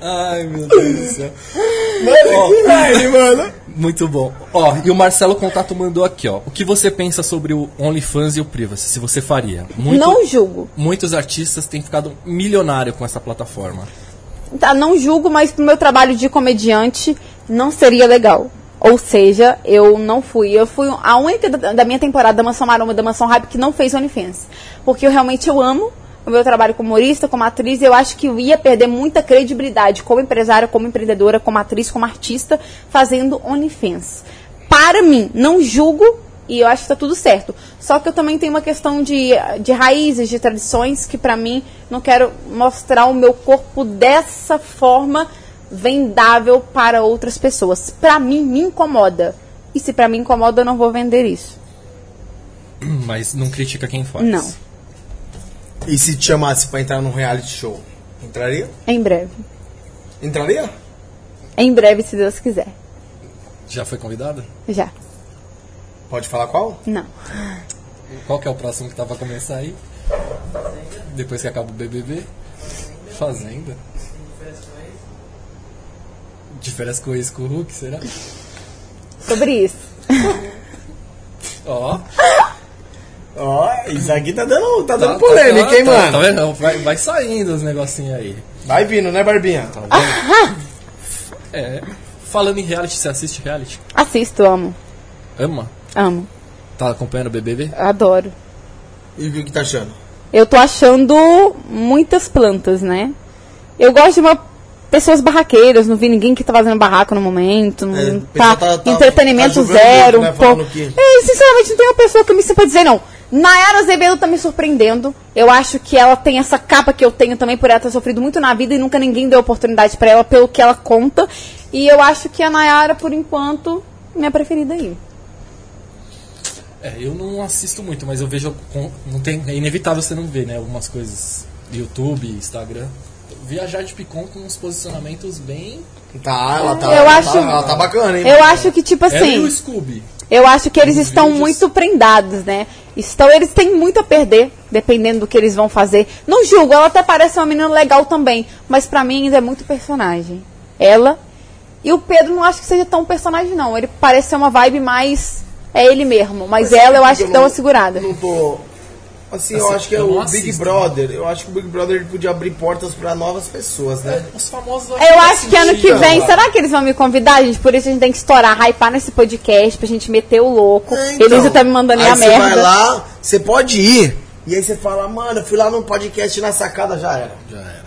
Speaker 2: Ai, meu Deus do céu.
Speaker 1: Mano, que live, mano.
Speaker 2: Muito bom. Ó, e o Marcelo Contato mandou aqui, ó. O que você pensa sobre o OnlyFans e o Privacy, se você faria? Muito-
Speaker 3: Não julgo.
Speaker 2: Muitos artistas têm ficado milionário com essa plataforma.
Speaker 3: Tá, não julgo, mas pro meu trabalho de comediante não seria legal. Ou seja, eu não fui. Eu fui a única da, da minha temporada da Mansão Maroma, da Mansão Hype, que não fez OnlyFans. Porque eu realmente eu amo o meu trabalho como humorista, como atriz, e eu acho que eu ia perder muita credibilidade como empresária, como empreendedora, como atriz, como artista, fazendo OnlyFans. para mim, não julgo e eu acho que tá tudo certo. Só que eu também tenho uma questão de, de raízes, de tradições, que pra mim não quero mostrar o meu corpo dessa forma vendável para outras pessoas. Pra mim, me incomoda. E se pra mim incomoda, eu não vou vender isso.
Speaker 2: Mas não critica quem faz.
Speaker 3: Não.
Speaker 1: E se te chamasse pra entrar num reality show? Entraria?
Speaker 3: Em breve.
Speaker 1: Entraria?
Speaker 3: Em breve, se Deus quiser.
Speaker 2: Já foi convidada?
Speaker 3: Já.
Speaker 1: Pode falar qual?
Speaker 3: Não.
Speaker 2: Qual que é o próximo que tá pra começar aí? Depois que acaba o BBB? Fazenda? De férias com o ex com o Hulk, será?
Speaker 3: Sobre isso.
Speaker 2: Ó, tá,
Speaker 1: Ó, isso aqui tá dando, tá
Speaker 2: tá-
Speaker 1: dando polêmica,
Speaker 2: tá-
Speaker 1: hein,
Speaker 2: tá-
Speaker 1: mano?
Speaker 2: Tá vendo? Vai, vai saindo os negocinhos aí.
Speaker 1: Vai vindo, né, Barbinha?
Speaker 2: Tá vendo? É. Falando em reality, você assiste reality?
Speaker 3: Assisto, amo.
Speaker 2: Ama?
Speaker 3: Amo.
Speaker 2: Tá acompanhando o BBB?
Speaker 3: Adoro.
Speaker 1: E o que, que tá achando?
Speaker 3: Eu tô achando muitas plantas, né? Eu gosto de uma pessoas barraqueiras, não vi ninguém que tá fazendo barraco no momento, não
Speaker 1: É, o pessoal
Speaker 3: tá,
Speaker 1: tá- tá-
Speaker 3: entretenimento
Speaker 1: tá julgando
Speaker 3: zero,
Speaker 1: o outro, né,
Speaker 3: um pouco.
Speaker 1: falando que-
Speaker 3: É, sinceramente, não tem uma pessoa que eu me simpatizei, não. Nayara Azevedo tá me surpreendendo. Eu acho que ela tem essa capa que eu tenho também por ela ter sofrido muito na vida e nunca ninguém deu oportunidade pra ela pelo que ela conta. E eu acho que a Nayara, por enquanto, é minha preferida aí.
Speaker 2: É, eu não assisto muito, mas eu vejo. com- Não tem, é inevitável você não ver, né? Algumas coisas. YouTube, Instagram. Viajar de Picon com uns posicionamentos bem.
Speaker 1: Tá, ela tá.
Speaker 3: Eu
Speaker 1: ela
Speaker 3: acho-
Speaker 1: Tá, ela tá bacana, hein?
Speaker 3: Eu
Speaker 1: mano?
Speaker 3: acho que, tipo
Speaker 2: Ela e
Speaker 3: assim.
Speaker 2: o Scooby.
Speaker 3: Eu acho que eles
Speaker 2: Os
Speaker 3: estão
Speaker 2: vídeos-
Speaker 3: muito prendados, né? Estão, eles têm muito a perder, dependendo do que eles vão fazer. Não julgo, ela até parece uma menina legal também, mas pra mim ainda é muito personagem. Ela e o Pedro não acho que seja tão personagem não. Ele parece ser uma vibe mais é ele mesmo, mas ela eu acho que
Speaker 1: Assim,
Speaker 3: dá
Speaker 1: não-
Speaker 3: uma segurada.
Speaker 1: Não tô. Assim, eu
Speaker 2: Assim,
Speaker 1: acho que é
Speaker 2: eu
Speaker 1: o
Speaker 2: não
Speaker 1: Big
Speaker 2: assisto.
Speaker 1: Brother. Eu acho que o Big Brother ele podia abrir portas pra novas pessoas, né?
Speaker 2: Os famosos. assim,
Speaker 3: Eu acho que ano que
Speaker 2: assistiam,
Speaker 3: vem,
Speaker 2: lá.
Speaker 3: será que eles vão me convidar, gente? Por isso a gente tem que estourar, hypar nesse podcast pra gente meter o louco.
Speaker 1: É,
Speaker 3: Elisa tá me mandando aí
Speaker 1: aí
Speaker 3: a
Speaker 1: você
Speaker 3: merda.
Speaker 1: vai lá, você pode ir. E aí você fala, mano, eu fui lá num podcast na sacada, já era.
Speaker 2: Já era.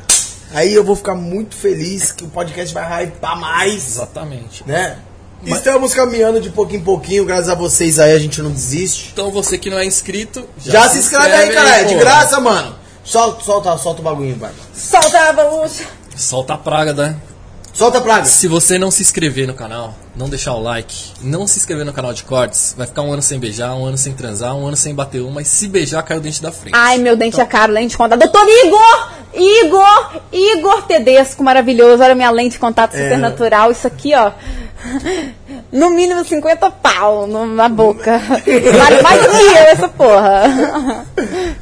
Speaker 1: Aí eu vou ficar muito feliz que o podcast vai hypar mais,
Speaker 2: Exatamente.
Speaker 1: né? Estamos caminhando de pouquinho em pouquinho, graças a vocês aí, a gente não desiste.
Speaker 2: Então você que não é inscrito.
Speaker 1: Já, se inscreve aí, cara, é de
Speaker 2: pô.
Speaker 1: graça, mano. Solta, solta, solta o bagulho, vai.
Speaker 3: Solta a balança.
Speaker 2: Solta a praga, né?
Speaker 1: Solta a praga.
Speaker 2: Se você não se inscrever no canal, não deixar o like, não se inscrever no canal de cortes, vai ficar um ano sem beijar, um ano sem transar, um ano sem bater uma, e se beijar, cai o dente da frente.
Speaker 3: Ai, meu dente é caro, lente de contato. Doutor Igor! Igor! Igor Tedesco, maravilhoso. Olha minha lente de contato
Speaker 1: É.
Speaker 3: super natural. Isso aqui, ó. No mínimo 50 pau no- na boca. Vale mais que eu essa porra.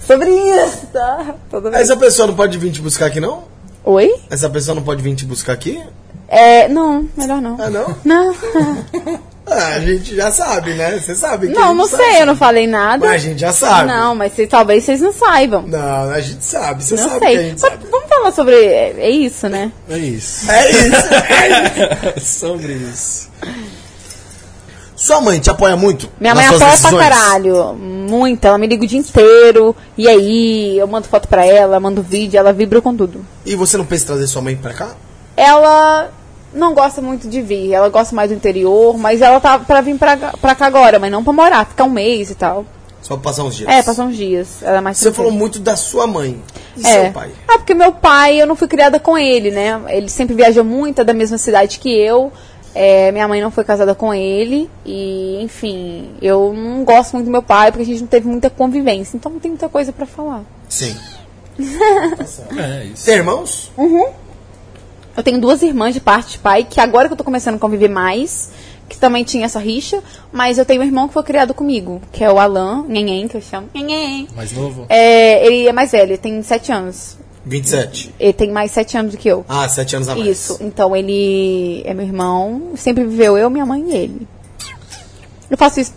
Speaker 3: Sobre isso. tá? Tudo bem.
Speaker 1: Essa pessoa não pode vir te buscar aqui, não?
Speaker 3: Oi?
Speaker 1: Essa pessoa não pode vir te buscar aqui?
Speaker 3: É, não, melhor não.
Speaker 1: Ah, não?
Speaker 3: Não,
Speaker 1: Ah, a gente já sabe, né? Você sabe que a
Speaker 3: não,
Speaker 1: gente
Speaker 3: não
Speaker 1: sabe.
Speaker 3: sei, eu não falei nada.
Speaker 1: Mas a gente já sabe.
Speaker 3: Não, mas vocês- talvez vocês não saibam.
Speaker 1: Não, a gente sabe. Você
Speaker 3: Não
Speaker 1: sabe que a
Speaker 3: sei.
Speaker 1: gente
Speaker 3: Mas
Speaker 1: sabe.
Speaker 3: vamos falar sobre. É, é isso, né?
Speaker 2: É isso.
Speaker 1: É isso, é isso.
Speaker 2: Sobre isso.
Speaker 1: Sua mãe te apoia muito?
Speaker 3: Minha
Speaker 1: nas
Speaker 3: mãe
Speaker 1: suas
Speaker 3: apoia
Speaker 1: decisões?
Speaker 3: pra caralho. Muito. Ela me liga o dia inteiro. E aí, eu mando foto pra ela, mando vídeo, ela vibra com tudo.
Speaker 1: E você não pensa em trazer sua mãe pra cá?
Speaker 3: Ela não gosta muito de vir. Ela gosta mais do interior, mas ela tá pra vir pra, pra cá agora, mas não pra morar. Ficar um mês e tal.
Speaker 1: Só pra passar uns dias?
Speaker 3: É, passar uns dias. Ela é mais
Speaker 1: Você
Speaker 3: tranquila.
Speaker 1: falou muito da sua mãe e
Speaker 3: é.
Speaker 1: seu pai.
Speaker 3: Ah, porque meu pai, eu não fui criada com ele, né? Ele sempre viajou muito, é da mesma cidade que eu. É, minha mãe não foi casada com ele. E, enfim, eu não gosto muito do meu pai, porque a gente não teve muita convivência. Então não tem muita coisa pra falar.
Speaker 1: Sim.
Speaker 2: É isso.
Speaker 1: Tem irmãos?
Speaker 3: Eu tenho duas irmãs de parte de pai, que agora que eu tô começando a conviver mais, que também tinha essa rixa, mas eu tenho um irmão que foi criado comigo, que é o Alan, Nhenhen, que eu chamo. Nhenhen.
Speaker 2: Mais novo?
Speaker 3: É, ele é mais velho, ele tem sete anos.
Speaker 1: 27.
Speaker 3: Ele tem mais sete anos do que eu.
Speaker 1: Ah, 7 anos a mais.
Speaker 3: Isso, então ele é meu irmão, sempre viveu eu, minha mãe e ele. Eu faço isso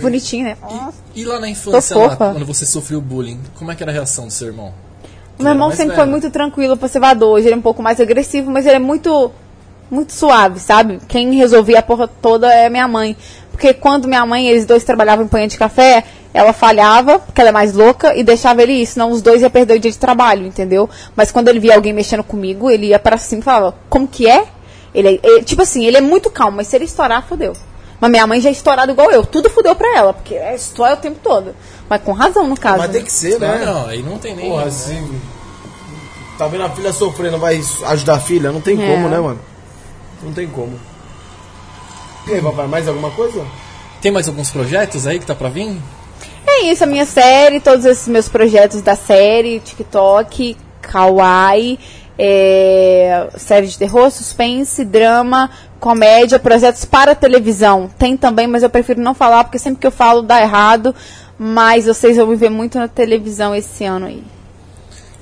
Speaker 3: bonitinho, né? Nossa.
Speaker 2: E lá na infância,
Speaker 3: Tô
Speaker 2: lá,
Speaker 3: fofa.
Speaker 2: quando você sofreu bullying, como é que era a reação do seu irmão?
Speaker 3: Meu irmão
Speaker 2: mais
Speaker 3: sempre
Speaker 2: velho.
Speaker 3: foi muito tranquilo, conservador. Hoje ele é um pouco mais agressivo, mas ele é muito muito suave, sabe? Quem resolvia a porra toda é minha mãe. Porque quando minha mãe, eles dois trabalhavam em panha de café, ela falhava, porque ela é mais louca, e deixava ele ir, senão os dois iam perder o dia de trabalho, entendeu? Mas quando ele via alguém mexendo comigo, ele ia pra cima e falava, como que é? Ele, é- ele- tipo assim, ele é muito calmo, mas se ele estourar, fodeu. Mas minha mãe já é estourada igual eu, tudo fodeu pra ela, porque é estoura o tempo todo. Mas com razão, no caso.
Speaker 1: Mas
Speaker 3: né?
Speaker 1: tem que ser,
Speaker 2: Ah,
Speaker 1: né?
Speaker 2: não, aí não tem nem.
Speaker 1: Porra, assim. Tá vendo a filha sofrendo, vai ajudar a filha? Não tem
Speaker 3: É.
Speaker 1: como, né, mano? Não tem como. E aí, papai, mais alguma coisa?
Speaker 2: Tem mais alguns projetos aí que tá pra vir?
Speaker 3: É isso, a minha série, todos esses meus projetos da série, TikTok, kawaii, é, série de terror, suspense, drama, comédia, projetos para televisão. Tem também, mas eu prefiro não falar, porque sempre que eu falo dá errado. Mas vocês vão me ver muito na televisão esse ano aí.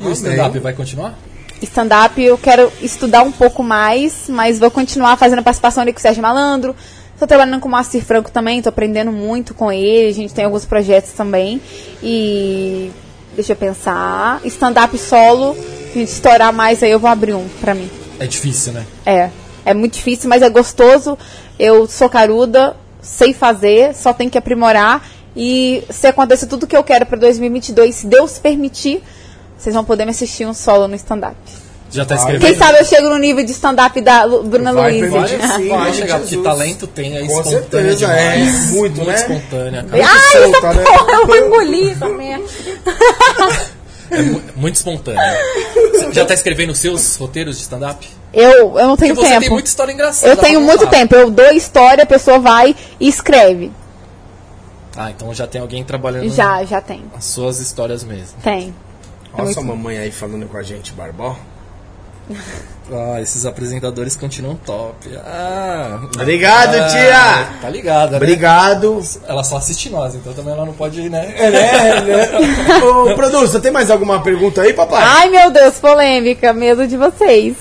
Speaker 2: E o stand-up vai continuar?
Speaker 3: Stand-up eu quero estudar um pouco mais, mas vou continuar fazendo participação ali com o Sérgio Malandro. Estou trabalhando com o Márcio Franco também, estou aprendendo muito com ele. A gente tem alguns projetos também. E deixa eu pensar. Stand-up solo, se a gente estourar mais aí, eu vou abrir um pra mim.
Speaker 2: É difícil, né?
Speaker 3: É, é muito difícil, mas é gostoso. Eu sou caruda, sei fazer, só tem que aprimorar. E se acontecer tudo que eu quero pra 2022, se Deus permitir, vocês vão poder me assistir um solo no stand-up.
Speaker 2: Já tá
Speaker 3: Quem
Speaker 2: escrevendo?
Speaker 3: sabe eu chego no nível de stand-up da Lu- Bruna
Speaker 1: Vai,
Speaker 3: Luiz.
Speaker 1: permite
Speaker 3: gente.
Speaker 1: sim,
Speaker 2: Vai
Speaker 1: meu
Speaker 2: chegar, porque
Speaker 1: Jesus.
Speaker 2: talento tem, é
Speaker 1: Com
Speaker 2: espontânea
Speaker 1: certeza, é.
Speaker 2: demais.
Speaker 1: Muito, né?
Speaker 2: espontânea, cara.
Speaker 3: Ai, essa
Speaker 1: solta, né?
Speaker 3: porra, eu vou engolir essa merda.
Speaker 2: É mu- muito espontânea. Você já tá escrevendo os seus roteiros de stand-up?
Speaker 3: Eu, eu não
Speaker 2: Porque
Speaker 3: tenho
Speaker 2: você
Speaker 3: tempo.
Speaker 2: tem muita história engraçada.
Speaker 3: Eu tenho
Speaker 2: pra
Speaker 3: muito
Speaker 2: contar.
Speaker 3: tempo. Eu dou história, a pessoa vai e escreve.
Speaker 2: Ah, então já tem alguém trabalhando
Speaker 3: Já, já tem.
Speaker 2: as suas histórias mesmo.
Speaker 3: Tem.
Speaker 1: Olha sua mamãe aí falando com a gente, Barbó.
Speaker 2: Ah, esses apresentadores continuam top. Ah,
Speaker 1: Obrigado,
Speaker 2: ah,
Speaker 1: tia!
Speaker 2: Tá ligada, né?
Speaker 1: Obrigado.
Speaker 2: Ela só assiste nós, então também ela não pode ir, né?
Speaker 1: É, né? Ô, produção, tem mais alguma pergunta aí, papai?
Speaker 3: Ai, meu Deus, polêmica. Medo de vocês.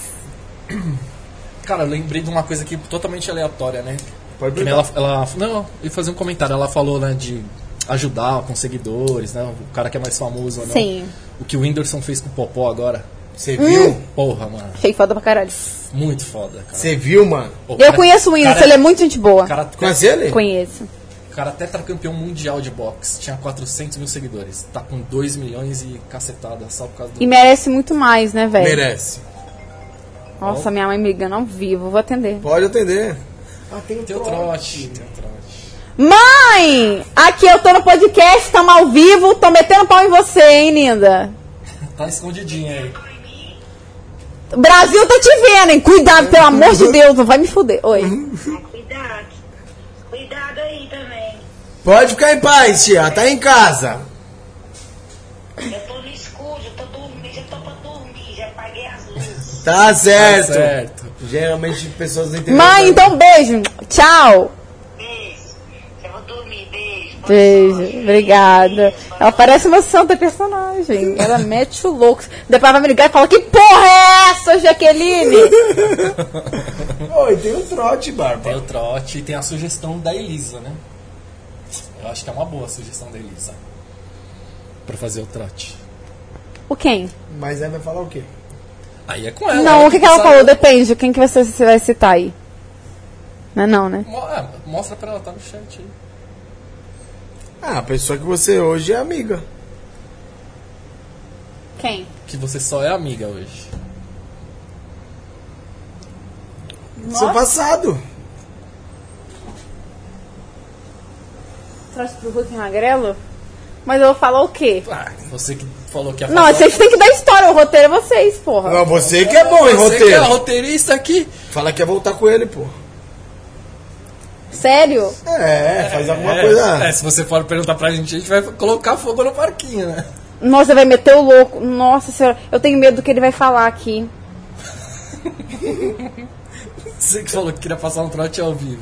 Speaker 2: Cara, eu lembrei de uma coisa aqui totalmente aleatória, né?
Speaker 1: Pode
Speaker 2: Que nem
Speaker 1: perguntar.
Speaker 2: ela, ela, não, e fazer um comentário. Ela falou, né, de ajudar com seguidores, né? O cara que é mais famoso, né?
Speaker 3: Sim.
Speaker 2: O que o Whindersson fez com o Popó agora.
Speaker 1: Você viu?
Speaker 2: Hum. Porra, mano.
Speaker 3: Achei foda pra caralho.
Speaker 2: Muito foda, cara.
Speaker 1: Você viu, mano?
Speaker 2: Pô, o
Speaker 3: Eu
Speaker 2: cara-
Speaker 3: conheço o Windows,
Speaker 2: cara-
Speaker 3: ele é muito gente boa.
Speaker 2: cara,
Speaker 1: Conhece ele?
Speaker 3: Conheço.
Speaker 2: cara tetracampeão mundial de boxe. Tinha 400 mil seguidores. Tá com 2 milhões e cacetada só por causa do...
Speaker 3: E merece muito mais, né, velho?
Speaker 1: Merece.
Speaker 3: Nossa, minha mãe me ligando ao vivo, vou atender.
Speaker 1: Pode atender.
Speaker 2: Ah, tem o teu trote. Tem o trote.
Speaker 3: Mãe! Aqui eu tô no podcast, tamo ao vivo, tô metendo pau em você, hein, linda?
Speaker 2: Tá escondidinho aí.
Speaker 3: Brasil tá te vendo, hein? Cuidado, pelo amor de Deus, não vai me fuder. Oi.
Speaker 4: Cuidado. Cuidado aí também.
Speaker 1: Pode ficar em paz, tia. Tá em casa.
Speaker 4: Eu tô no escuro, eu tô dormindo, já tô pra dormir, já apaguei as luzes.
Speaker 1: Tá certo.
Speaker 2: Tá certo.
Speaker 1: Geralmente pessoas da internet-
Speaker 3: Mãe, então beijo. Tchau.
Speaker 4: Beijo. Já vou dormir, beijo. Boa
Speaker 3: Beijo,
Speaker 4: sorte.
Speaker 3: obrigada. É Ela parece uma santa personagem. Ela mete o louco. Depois vai me ligar e fala: Que porra é essa, Jaqueline?
Speaker 1: Oi, tem um trote,
Speaker 2: Tem
Speaker 1: Barba.
Speaker 2: o trote e tem a sugestão da Elisa, né? Eu acho que é uma boa a sugestão da Elisa. Pra fazer o trote.
Speaker 3: O quem?
Speaker 1: Mas aí vai falar o quê?
Speaker 2: Aí é com ela.
Speaker 3: não, o que, que ela
Speaker 2: sabe.
Speaker 3: falou? Depende. Quem que você, você vai citar aí? Não é não, né?
Speaker 2: Mo- ah, Mostra pra ela, tá no chat aí.
Speaker 1: Ah, a pessoa que você hoje é amiga.
Speaker 3: Quem?
Speaker 2: Que você só é amiga hoje.
Speaker 1: Seu passado.
Speaker 3: Trouxe pro Hulk Magrelo? Mas eu vou falar o quê?
Speaker 2: Ah, você que falou que é ia
Speaker 3: Não,
Speaker 2: fazer.
Speaker 3: vocês têm que dar história, o roteiro é vocês, porra.
Speaker 1: Ah, você que é bom em
Speaker 2: Você que é
Speaker 1: roteiro.
Speaker 2: roteirista aqui.
Speaker 1: Fala que ia voltar com ele, pô.
Speaker 3: Sério?
Speaker 1: É, faz alguma
Speaker 2: é,
Speaker 1: coisa.
Speaker 2: é, se você for perguntar pra gente, a gente vai colocar fogo no parquinho, né?
Speaker 3: Nossa, vai meter o louco. Nossa senhora, eu tenho medo do que ele vai falar aqui.
Speaker 2: Você que falou que queria passar um trote ao vivo.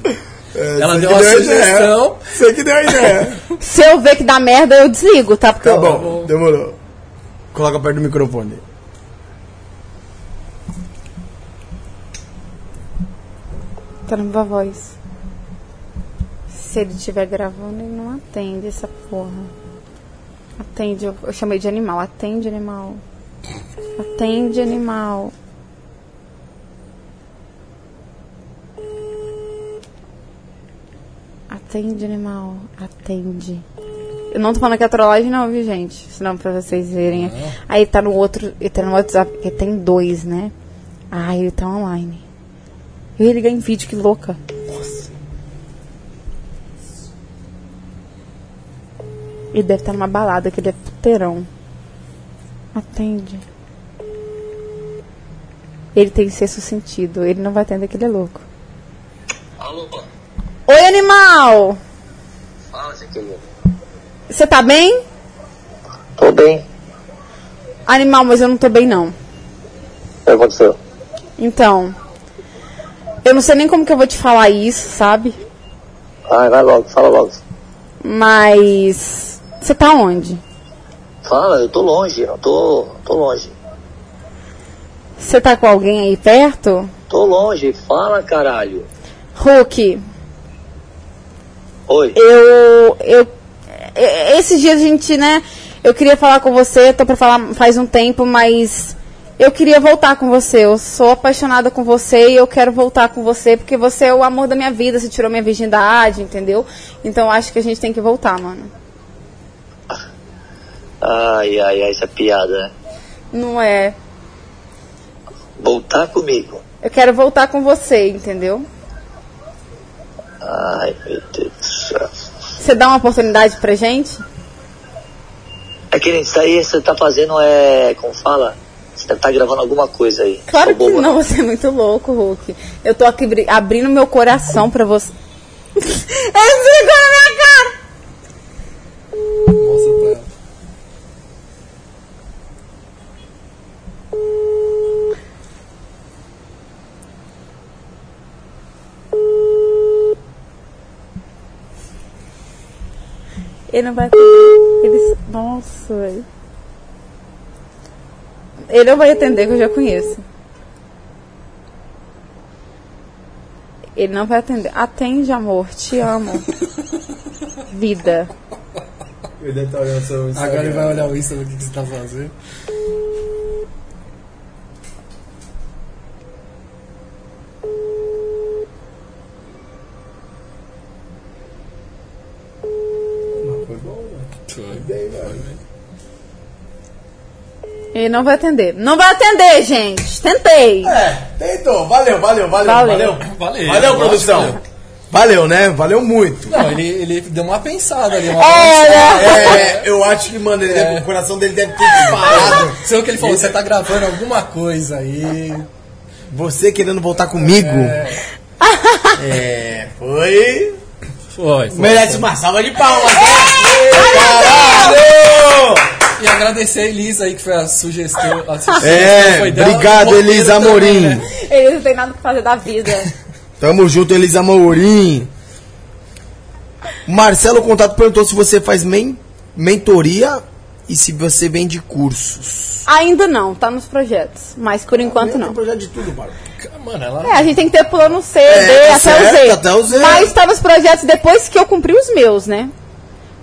Speaker 1: É,
Speaker 2: Ela
Speaker 1: você
Speaker 2: deu
Speaker 1: que
Speaker 2: uma
Speaker 1: a
Speaker 2: sugestão.
Speaker 1: Ideia. Você que deu a ideia.
Speaker 3: Se eu ver que dá merda, eu desligo, tá? Porque
Speaker 1: tá
Speaker 3: eu-
Speaker 1: bom, demorou. Coloca perto do microfone.
Speaker 3: Tá no Viva Voz. Se ele estiver gravando, ele não atende essa porra. Atende, eu, eu chamei de animal. Atende, animal. Atende, animal. Atende, animal. Atende. Eu não tô falando que é trollagem, não, viu, gente? Senão pra vocês verem. Aí tá no outro. Ele tá no WhatsApp, porque tem dois, né? Ah, ele tá online. Eu ia ligar em vídeo, que louca. Nossa. Ele deve estar numa balada, que ele é puteirão. Atende. Ele tem sexto sentido. Ele não vai atender que ele é louco.
Speaker 5: Alô,
Speaker 3: Oi, animal!
Speaker 5: fala, Jaqueline.
Speaker 3: Você tá bem?
Speaker 5: Tô bem.
Speaker 3: Animal, mas eu não tô bem não.
Speaker 6: O que aconteceu?
Speaker 3: Então. Eu não sei nem como que eu vou te falar isso, sabe?
Speaker 6: Ai, vai logo, fala logo.
Speaker 3: Mas. Você tá onde?
Speaker 6: Fala, eu tô longe, eu tô, tô longe.
Speaker 3: Você tá com alguém aí perto?
Speaker 6: Tô longe, fala caralho.
Speaker 3: Hulk,
Speaker 6: Oi,
Speaker 3: eu, eu e- esses dias a gente, né, eu queria falar com você, tô pra falar faz um tempo, mas eu queria voltar com você. Eu sou apaixonada com você e eu quero voltar com você porque você é o amor da minha vida, você tirou minha virgindade, entendeu? Então eu acho que a gente tem que voltar, mano.
Speaker 6: ai, ai, ai, essa piada, né?
Speaker 3: Não é.
Speaker 6: Voltar comigo.
Speaker 3: Eu quero voltar com você, entendeu?
Speaker 6: Ai, meu Deus do céu.
Speaker 3: Você dá uma oportunidade pra gente?
Speaker 6: É que isso aí você tá fazendo é. Como fala? Você deve tá gravando alguma coisa aí. Tá né?
Speaker 3: Claro
Speaker 6: Sou
Speaker 3: que
Speaker 6: boba.
Speaker 3: não, você é muito louco, Hulk. Eu tô aqui bri- abrindo meu coração pra você. Ele ficou na minha cara!
Speaker 2: Mostra pra ela.
Speaker 3: Ele não vai atender. Ele... Nossa, velho. Ele não vai atender, que eu já conheço. Ele não vai atender. Atende, amor. Te amo. Vida.
Speaker 1: Ele deve estar olhando seu Instagram.
Speaker 2: Agora ele vai olhar o Insta do que que você tá fazendo.
Speaker 1: Foi bom, velho.
Speaker 2: Foi.
Speaker 1: Bem, velho.
Speaker 3: Ele não vai atender. Não vai atender, gente. Tentei.
Speaker 1: É, tentou. Valeu, valeu, valeu,
Speaker 3: Valeu.
Speaker 1: valeu.
Speaker 2: Valeu,
Speaker 1: Valeu,
Speaker 2: lógico,
Speaker 1: produção.
Speaker 2: valeu.
Speaker 1: Valeu, né? Valeu muito.
Speaker 2: Não, ele, ele deu uma pensada ali. Uma
Speaker 1: Ah!
Speaker 3: Era.
Speaker 1: É, eu acho que, mano, ele deve- o coração dele deve ter disparado.
Speaker 2: Sei o que ele falou, você tá gravando alguma coisa aí.
Speaker 1: Você querendo voltar comigo? É, foi.
Speaker 2: Foi, foi.
Speaker 1: Merece uma salva de palmas. né? Caralho!
Speaker 2: E agradecer a Elisa aí, que foi a sugestão. A sugestão
Speaker 1: É,
Speaker 2: foi dela.
Speaker 1: obrigado,
Speaker 2: O roteiro
Speaker 1: Elisa
Speaker 2: também,
Speaker 1: Amorim.
Speaker 2: né?
Speaker 3: Ele não tem nada pra fazer da vida.
Speaker 1: Tamo junto, Elisa Mourim. Marcelo Contato perguntou se você faz men- mentoria e se você vende cursos. é
Speaker 3: Ainda não. Tá nos projetos. Mas por enquanto não.
Speaker 1: projeto de tudo, Marcos.
Speaker 2: Mano, ela
Speaker 3: É, a gente tem que ter plano C, D,
Speaker 1: É, tá
Speaker 3: até,
Speaker 1: certo,
Speaker 3: o Z.
Speaker 1: até o Z.
Speaker 3: Mas tá nos projetos depois que eu cumpri os meus, né?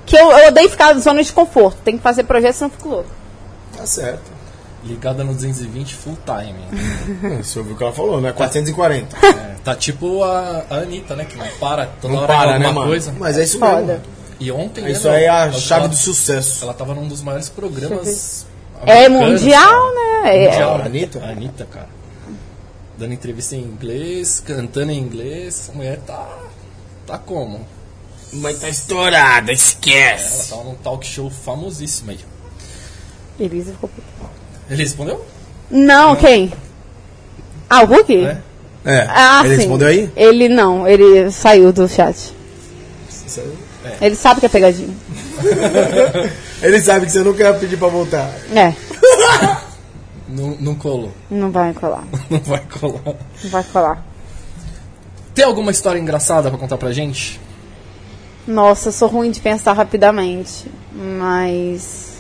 Speaker 3: Que eu, eu odeio ficar na zona de conforto. Tem que fazer projeto, senão eu fico louco.
Speaker 1: Tá certo.
Speaker 2: é ligada no 220 full time.
Speaker 1: É, Você ouviu o que ela falou, né? 440.
Speaker 2: É, tá tipo a, a Anitta, né? Que não para toda
Speaker 1: Não
Speaker 2: hora
Speaker 1: para,
Speaker 2: com
Speaker 1: né,
Speaker 2: alguma
Speaker 1: mano?
Speaker 2: coisa.
Speaker 1: Mas é isso mesmo.
Speaker 3: Foda.
Speaker 1: mano.
Speaker 2: E ontem.
Speaker 1: Isso
Speaker 2: né,
Speaker 1: aí é
Speaker 2: ela-
Speaker 1: a
Speaker 2: ela
Speaker 1: chave
Speaker 2: tava-
Speaker 1: do sucesso.
Speaker 2: Ela tava num dos maiores programas.
Speaker 3: É
Speaker 2: americanos,
Speaker 3: mundial, né? É.
Speaker 2: Mundial,
Speaker 1: É. Anitta?
Speaker 2: A Anitta, cara. Dando entrevista em inglês, cantando em inglês. A mulher tá. Tá como?
Speaker 1: Mas tá estourada, esquece.
Speaker 2: Ela tava num talk show famosíssimo aí.
Speaker 3: Elisa ficou... puta.
Speaker 2: Ele respondeu?
Speaker 3: Não, quem? Ah, o Hulk?
Speaker 2: É.
Speaker 1: É.
Speaker 3: Ah,
Speaker 1: ele
Speaker 3: sim.
Speaker 1: respondeu aí?
Speaker 3: Ele não, ele saiu do chat. Ele sabe que é pegadinha.
Speaker 1: Ele sabe que você nunca ia pedir pra voltar.
Speaker 3: É,
Speaker 2: Não, não colou.
Speaker 3: não vai colar.
Speaker 2: Não vai colar.
Speaker 3: Não vai colar.
Speaker 2: Tem alguma história engraçada pra contar pra gente?
Speaker 3: Nossa, eu sou ruim de pensar rapidamente. Mas.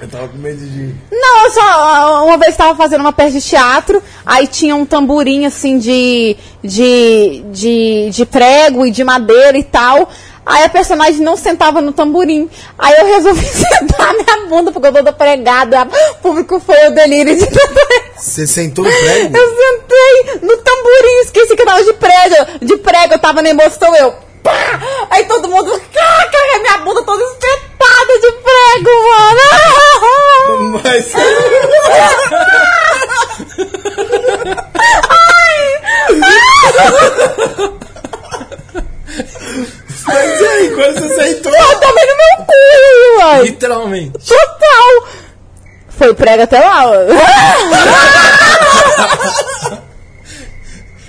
Speaker 1: Eu tava com medo de.
Speaker 3: Não, eu só uma vez estava fazendo uma peça de teatro, aí tinha um tamborim assim de, de, de, de prego e de madeira e tal. Aí a personagem não sentava no tamborim. Aí eu resolvi sentar minha bunda, porque eu tô toda pregada. O público foi o delírio de tanta
Speaker 1: Você sentou no prego?
Speaker 3: Eu sentei no tamborim, esqueci que eu tava de prego, de prego, eu tava na emoção, eu. Pá! Aí todo mundo. Ah, carrega minha bunda toda espetada de prego, mano!
Speaker 1: Mas. Mas e aí, quando você sentou?
Speaker 3: Eu também tá no meu cu, mano!
Speaker 2: Literalmente.
Speaker 3: Total! Foi o prego até lá, ó.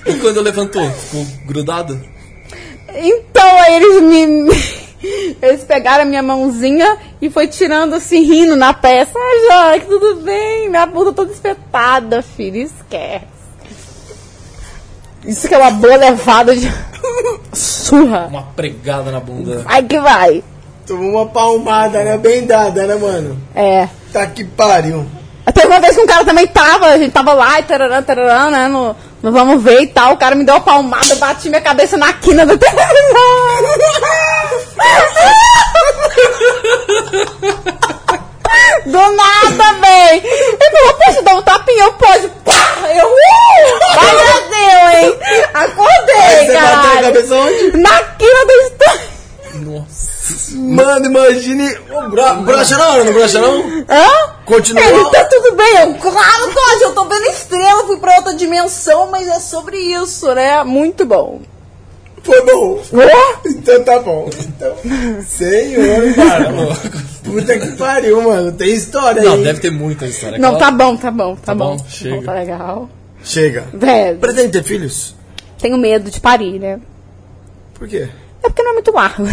Speaker 2: E quando levantou, ficou grudado?
Speaker 3: Então aí eles me. Eles pegaram a minha mãozinha e foi tirando assim, rindo na peça. Ai, Jorge, tudo bem? Minha bunda toda espetada, filho, esquece. Isso que é uma boa levada de surra.
Speaker 2: Uma pregada na bunda.
Speaker 3: Vai que vai.
Speaker 1: Tomou uma palmada, né? Bem dada, né, mano?
Speaker 3: É.
Speaker 1: Tá que pariu.
Speaker 3: Até uma vez que um cara também tava, a gente tava lá e tararã, tararã, né? No, no Vamos Ver e tal, o cara me deu uma palmada, eu bati minha cabeça na quina da televisão. Do nada, véi! Ele falou, posso dar um tapinha? Eu posso. Pá! Eu, uh! Vai, já deu, hein?
Speaker 1: Aí
Speaker 3: Acordei,
Speaker 1: você bateu a
Speaker 3: cara.
Speaker 1: cabeça onde?
Speaker 3: Na quina do estúdio.
Speaker 2: Nossa.
Speaker 1: Mano, imagine. Ô, bra- brocha na hora, não brocha não?
Speaker 3: Hã?
Speaker 1: Continua.
Speaker 3: Ele tá tudo bem. Eu, claro, Cláudio, eu tô vendo estrela, fui pra outra dimensão, mas é sobre isso, né? Muito bom.
Speaker 1: Foi bom.
Speaker 3: Ó,
Speaker 1: Então tá bom. Então. Senhor, cara. Puta que pariu, mano. Tem história
Speaker 2: Tá Não,
Speaker 1: aí.
Speaker 2: deve ter muita história.
Speaker 3: Não, tá
Speaker 2: Aquela-
Speaker 3: bom, tá bom, tá,
Speaker 2: bom,
Speaker 3: bom.
Speaker 2: chega.
Speaker 3: Tá legal.
Speaker 1: Chega.
Speaker 3: Velho,
Speaker 1: Pretende ter filhos?
Speaker 3: tenho medo de parir, né?
Speaker 1: Por quê?
Speaker 3: É porque não é muito largo.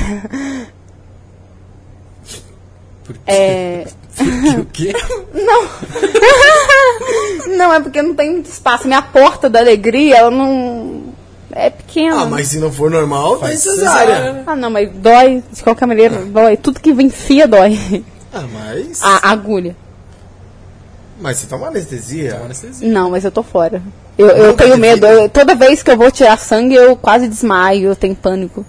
Speaker 3: É.
Speaker 2: O quê?
Speaker 3: Não. não, é porque não tem muito espaço. Minha porta da alegria, ela não. É pequena.
Speaker 1: Ah, mas se não for normal, tem cesárea.
Speaker 2: cesárea.
Speaker 3: Ah, não, mas dói. De qualquer maneira, dói. Tudo que vencia dói.
Speaker 1: Ah, mas.
Speaker 3: A agulha.
Speaker 1: Mas você toma anestesia?
Speaker 2: É Uma anestesia.
Speaker 3: Não, mas eu tô fora. Eu, eu tenho medo. Eu- toda vez que eu vou tirar sangue, eu quase desmaio, eu tenho pânico.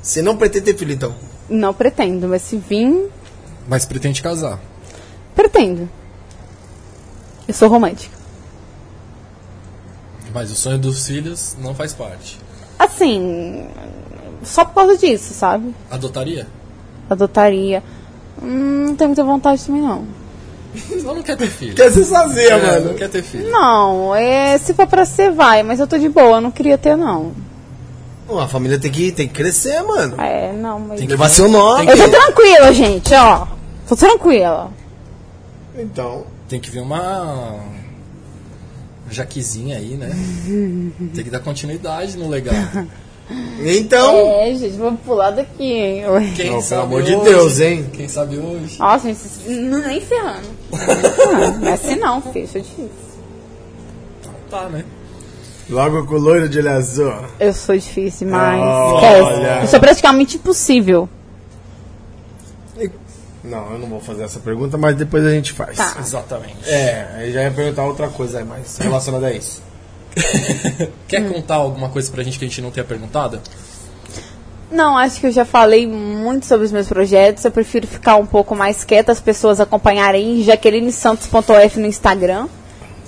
Speaker 1: Você não pretende ter filho, então?
Speaker 3: Não pretendo, mas se vir,
Speaker 2: Mas pretende casar.
Speaker 3: pretendo. Eu sou romântica.
Speaker 2: Mas o sonho dos filhos não faz parte.
Speaker 3: Assim, só por causa disso, sabe?
Speaker 2: Adotaria?
Speaker 3: Adotaria. Hum, não tenho muita vontade também, não.
Speaker 2: Ela não quer ter filho.
Speaker 1: Quer ser sozinha,
Speaker 2: É,
Speaker 1: mano.
Speaker 2: Não quer ter filho.
Speaker 3: Não, é, se for pra ser, vai, mas eu tô de boa, eu não queria ter, não.
Speaker 1: Pô, a família tem que, tem que crescer, mano.
Speaker 3: É, não, mas.
Speaker 2: Tem que-
Speaker 1: Levar seu nome.
Speaker 3: Eu tô tranquila, gente, ó. Tô tranquila.
Speaker 1: Então.
Speaker 2: Tem que vir uma jaquizinha aí, né? Tem que dar continuidade no legado.
Speaker 1: Então.
Speaker 3: É, gente, vamos pular daqui, hein?
Speaker 2: Quem
Speaker 1: Não, pelo
Speaker 2: sabe
Speaker 1: amor de
Speaker 2: hoje,
Speaker 1: Deus, hein?
Speaker 2: Quem sabe hoje.
Speaker 3: Nossa, gente, vocês- n- nem ferrando. Não, não é assim não, filho, isso é difícil.
Speaker 2: Tá, né?
Speaker 1: Logo com o loiro de olho azul.
Speaker 3: Eu sou difícil, mas.
Speaker 1: Olha.
Speaker 3: esquece. Eu sou praticamente impossível.
Speaker 1: E- Não, eu não vou fazer essa pergunta, mas depois a gente faz.
Speaker 3: Tá.
Speaker 2: Exatamente.
Speaker 1: É, aí já ia perguntar outra coisa aí, mas relacionada a isso.
Speaker 2: Quer
Speaker 1: Hum.
Speaker 2: contar alguma coisa pra gente que a gente não tenha perguntado?
Speaker 3: Não, acho que eu já falei muito sobre os meus projetos. Eu prefiro ficar um pouco mais quieta, as pessoas acompanharem jaquelinesantos.f no Instagram.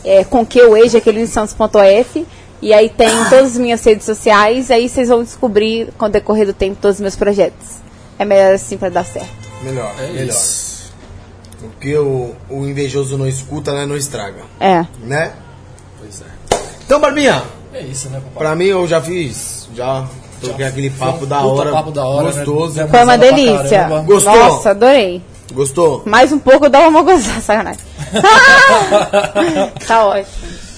Speaker 3: É, com que eu e jaquelinesantos.f. E aí tem todas as minhas redes sociais. E aí vocês vão descobrir, com o decorrer do tempo, todos os meus projetos. É melhor assim pra dar certo.
Speaker 1: Melhor,
Speaker 2: É
Speaker 1: melhor.
Speaker 2: isso.
Speaker 1: Porque o, o invejoso não escuta, né? Não estraga.
Speaker 3: É.
Speaker 1: Né?
Speaker 2: Pois é.
Speaker 1: Então, Barbinha,
Speaker 2: É isso, né, papai?
Speaker 1: pra mim eu já fiz. Já toquei aquele papo da
Speaker 2: um Puta
Speaker 1: hora.
Speaker 2: papo da hora,
Speaker 1: Gostoso.
Speaker 2: né? Demos
Speaker 3: Foi uma
Speaker 2: aula pra
Speaker 3: delícia.
Speaker 2: caramba.
Speaker 1: Gostou?
Speaker 3: Nossa, adorei.
Speaker 2: É.
Speaker 1: Gostou?
Speaker 3: Mais um pouco eu dava uma gozada, sacanagem. tá ótimo.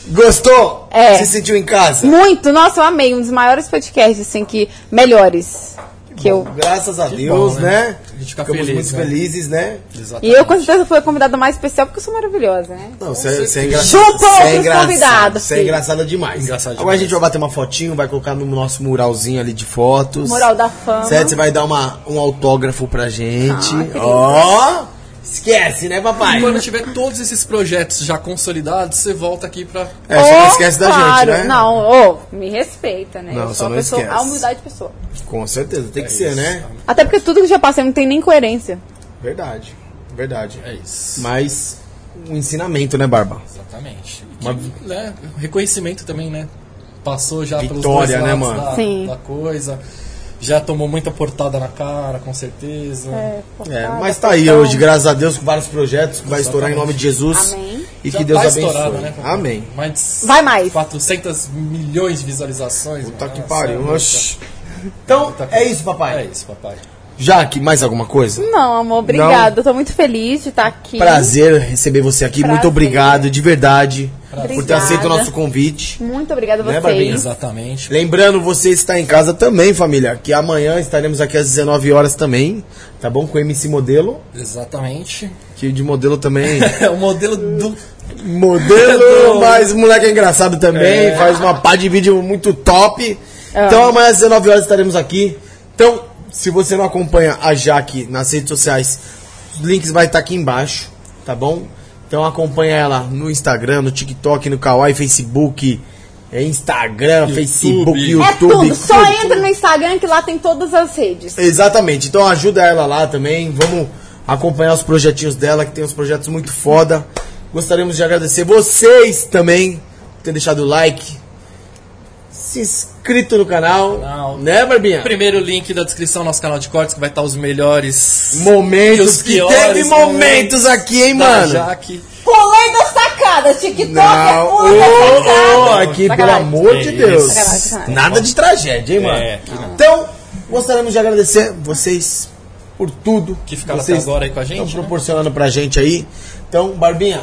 Speaker 1: Gostou?
Speaker 3: É.
Speaker 1: Se sentiu em casa?
Speaker 3: Muito, nossa, eu amei. Um dos maiores podcasts, assim, que. Melhores. Que eu.
Speaker 1: Graças a Deus,
Speaker 2: bom, né?
Speaker 1: né?
Speaker 2: A gente fica
Speaker 1: Ficamos
Speaker 2: feliz,
Speaker 1: muito
Speaker 2: né?
Speaker 1: felizes, né?
Speaker 2: Exatamente.
Speaker 3: E eu, com certeza, fui a convidada mais especial porque eu sou maravilhosa, né?
Speaker 1: Não, você você é engraçado.
Speaker 3: Chupa
Speaker 1: você é
Speaker 3: outros
Speaker 1: engraçado,
Speaker 3: convidados,
Speaker 1: Você é
Speaker 3: filho.
Speaker 1: engraçada demais.
Speaker 2: Engraçado
Speaker 1: Agora a
Speaker 2: demais.
Speaker 1: gente vai bater uma fotinho, vai colocar no nosso muralzinho ali de fotos.
Speaker 3: Mural da fama.
Speaker 1: Certo? Você vai dar uma, um autógrafo pra gente. Ó! esquece, né, papai?
Speaker 2: Ah, Quando tiver todos esses projetos já consolidados, você volta aqui pra.
Speaker 1: É, só não
Speaker 3: Oh,
Speaker 1: esquece da gente,
Speaker 3: claro.
Speaker 1: né?
Speaker 3: Não, oh, me respeita, né?
Speaker 1: Não,
Speaker 3: eu
Speaker 1: só
Speaker 3: sou uma
Speaker 1: não
Speaker 3: pessoa,
Speaker 1: esquece.
Speaker 3: a humildade de pessoa.
Speaker 1: Com certeza, tem que ser, né?
Speaker 3: Até porque tudo que eu já passei não tem nem coerência.
Speaker 1: Verdade, verdade.
Speaker 2: É isso.
Speaker 1: Mas um ensinamento, né, Barba?
Speaker 2: Exatamente. E que,
Speaker 1: Uma-
Speaker 2: né, reconhecimento também, né? Passou já
Speaker 1: Vitória,
Speaker 2: pelos dois
Speaker 1: né,
Speaker 2: lados
Speaker 1: mano?
Speaker 2: Da,
Speaker 3: Sim.
Speaker 2: da coisa. Já tomou muita portada na cara, com certeza.
Speaker 1: É, mas tá aí hoje, graças a Deus, com vários projetos, que vai estourar em nome de Jesus.
Speaker 3: Amém.
Speaker 1: E
Speaker 2: Já
Speaker 1: que Deus
Speaker 2: tá estourada,
Speaker 1: abençoe.
Speaker 2: né, papai?
Speaker 1: Amém.
Speaker 2: Mais de
Speaker 3: Vai mais.
Speaker 2: 400 milhões de visualizações.
Speaker 1: Puta
Speaker 2: mano.
Speaker 1: que
Speaker 2: Nossa,
Speaker 1: pariu.
Speaker 2: muita-
Speaker 1: oxi. Então,
Speaker 2: muita
Speaker 1: é
Speaker 2: coisa.
Speaker 1: isso, papai.
Speaker 2: É isso, papai.
Speaker 1: Jaque, mais alguma coisa?
Speaker 3: Não, amor, obrigada. Eu tô muito feliz de estar aqui.
Speaker 1: Prazer receber você aqui. Muito
Speaker 3: Prazer.
Speaker 1: obrigado, de verdade. por ter aceito o nosso convite.
Speaker 3: Muito obrigada a
Speaker 1: Né,
Speaker 3: vocês.
Speaker 1: Barbinha?
Speaker 2: Exatamente.
Speaker 1: Lembrando, você está em casa também, família, que amanhã estaremos aqui às 19 horas também, tá bom? Com o MC Modelo,
Speaker 2: Exatamente.
Speaker 1: que de modelo também.
Speaker 2: É o modelo do.
Speaker 1: modelo, mas moleque é engraçado também,
Speaker 2: É.
Speaker 1: faz uma pá de vídeo muito top.
Speaker 3: Ah.
Speaker 1: Então amanhã às 19 horas estaremos aqui. Então, se você não acompanha a Jaque nas redes sociais, os links vai estar aqui embaixo, tá bom? Então acompanha ela no Instagram, no TikTok, no Kawaii, Facebook, é Instagram, Facebook, YouTube.
Speaker 3: É tudo, só
Speaker 1: tudo.
Speaker 3: entra no Instagram que lá tem todas as redes.
Speaker 1: Exatamente. Então ajuda ela lá também. Vamos acompanhar os projetinhos dela, que tem uns projetos muito foda. Gostaríamos de agradecer vocês também por ter deixado o like, se inscrito no canal,
Speaker 2: Canal.
Speaker 1: né, Barbinha?
Speaker 2: Primeiro link da descrição, nosso canal de cortes, que vai estar os melhores. E
Speaker 1: Momentos
Speaker 2: os
Speaker 1: que
Speaker 2: piores
Speaker 1: teve momentos
Speaker 2: momentos
Speaker 1: aqui, hein,
Speaker 2: da
Speaker 1: mano?
Speaker 2: Jaque.
Speaker 3: Colei da sacada, TikTok é
Speaker 1: Não,
Speaker 3: pura sacada.
Speaker 1: ô, ô, aqui, pelo
Speaker 3: Sacanagem.
Speaker 1: amor de
Speaker 2: É
Speaker 1: Deus.
Speaker 2: isso.
Speaker 3: Sacanagem, sacanagem.
Speaker 1: Nada de tragédia, hein, mano?
Speaker 2: É, aqui não.
Speaker 1: Então, gostaríamos de agradecer vocês por tudo
Speaker 2: Que ficaram até
Speaker 1: vocês
Speaker 2: agora aí com a gente,
Speaker 1: Estão
Speaker 2: né?
Speaker 1: proporcionando pra gente aí. Então, Barbinha,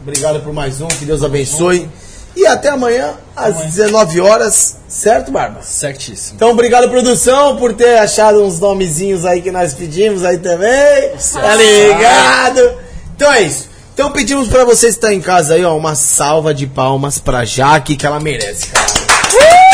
Speaker 1: obrigado por mais um. Que Deus abençoe. E até amanhã, às 19 horas, certo, Barba?
Speaker 2: Certíssimo.
Speaker 1: Então, obrigado, produção, por ter achado uns nomezinhos aí que nós pedimos aí também. Tá ligado? Então é isso. Então pedimos tá pra você que está em casa aí, ó, uma salva de palmas pra Jaque, que ela merece, cara.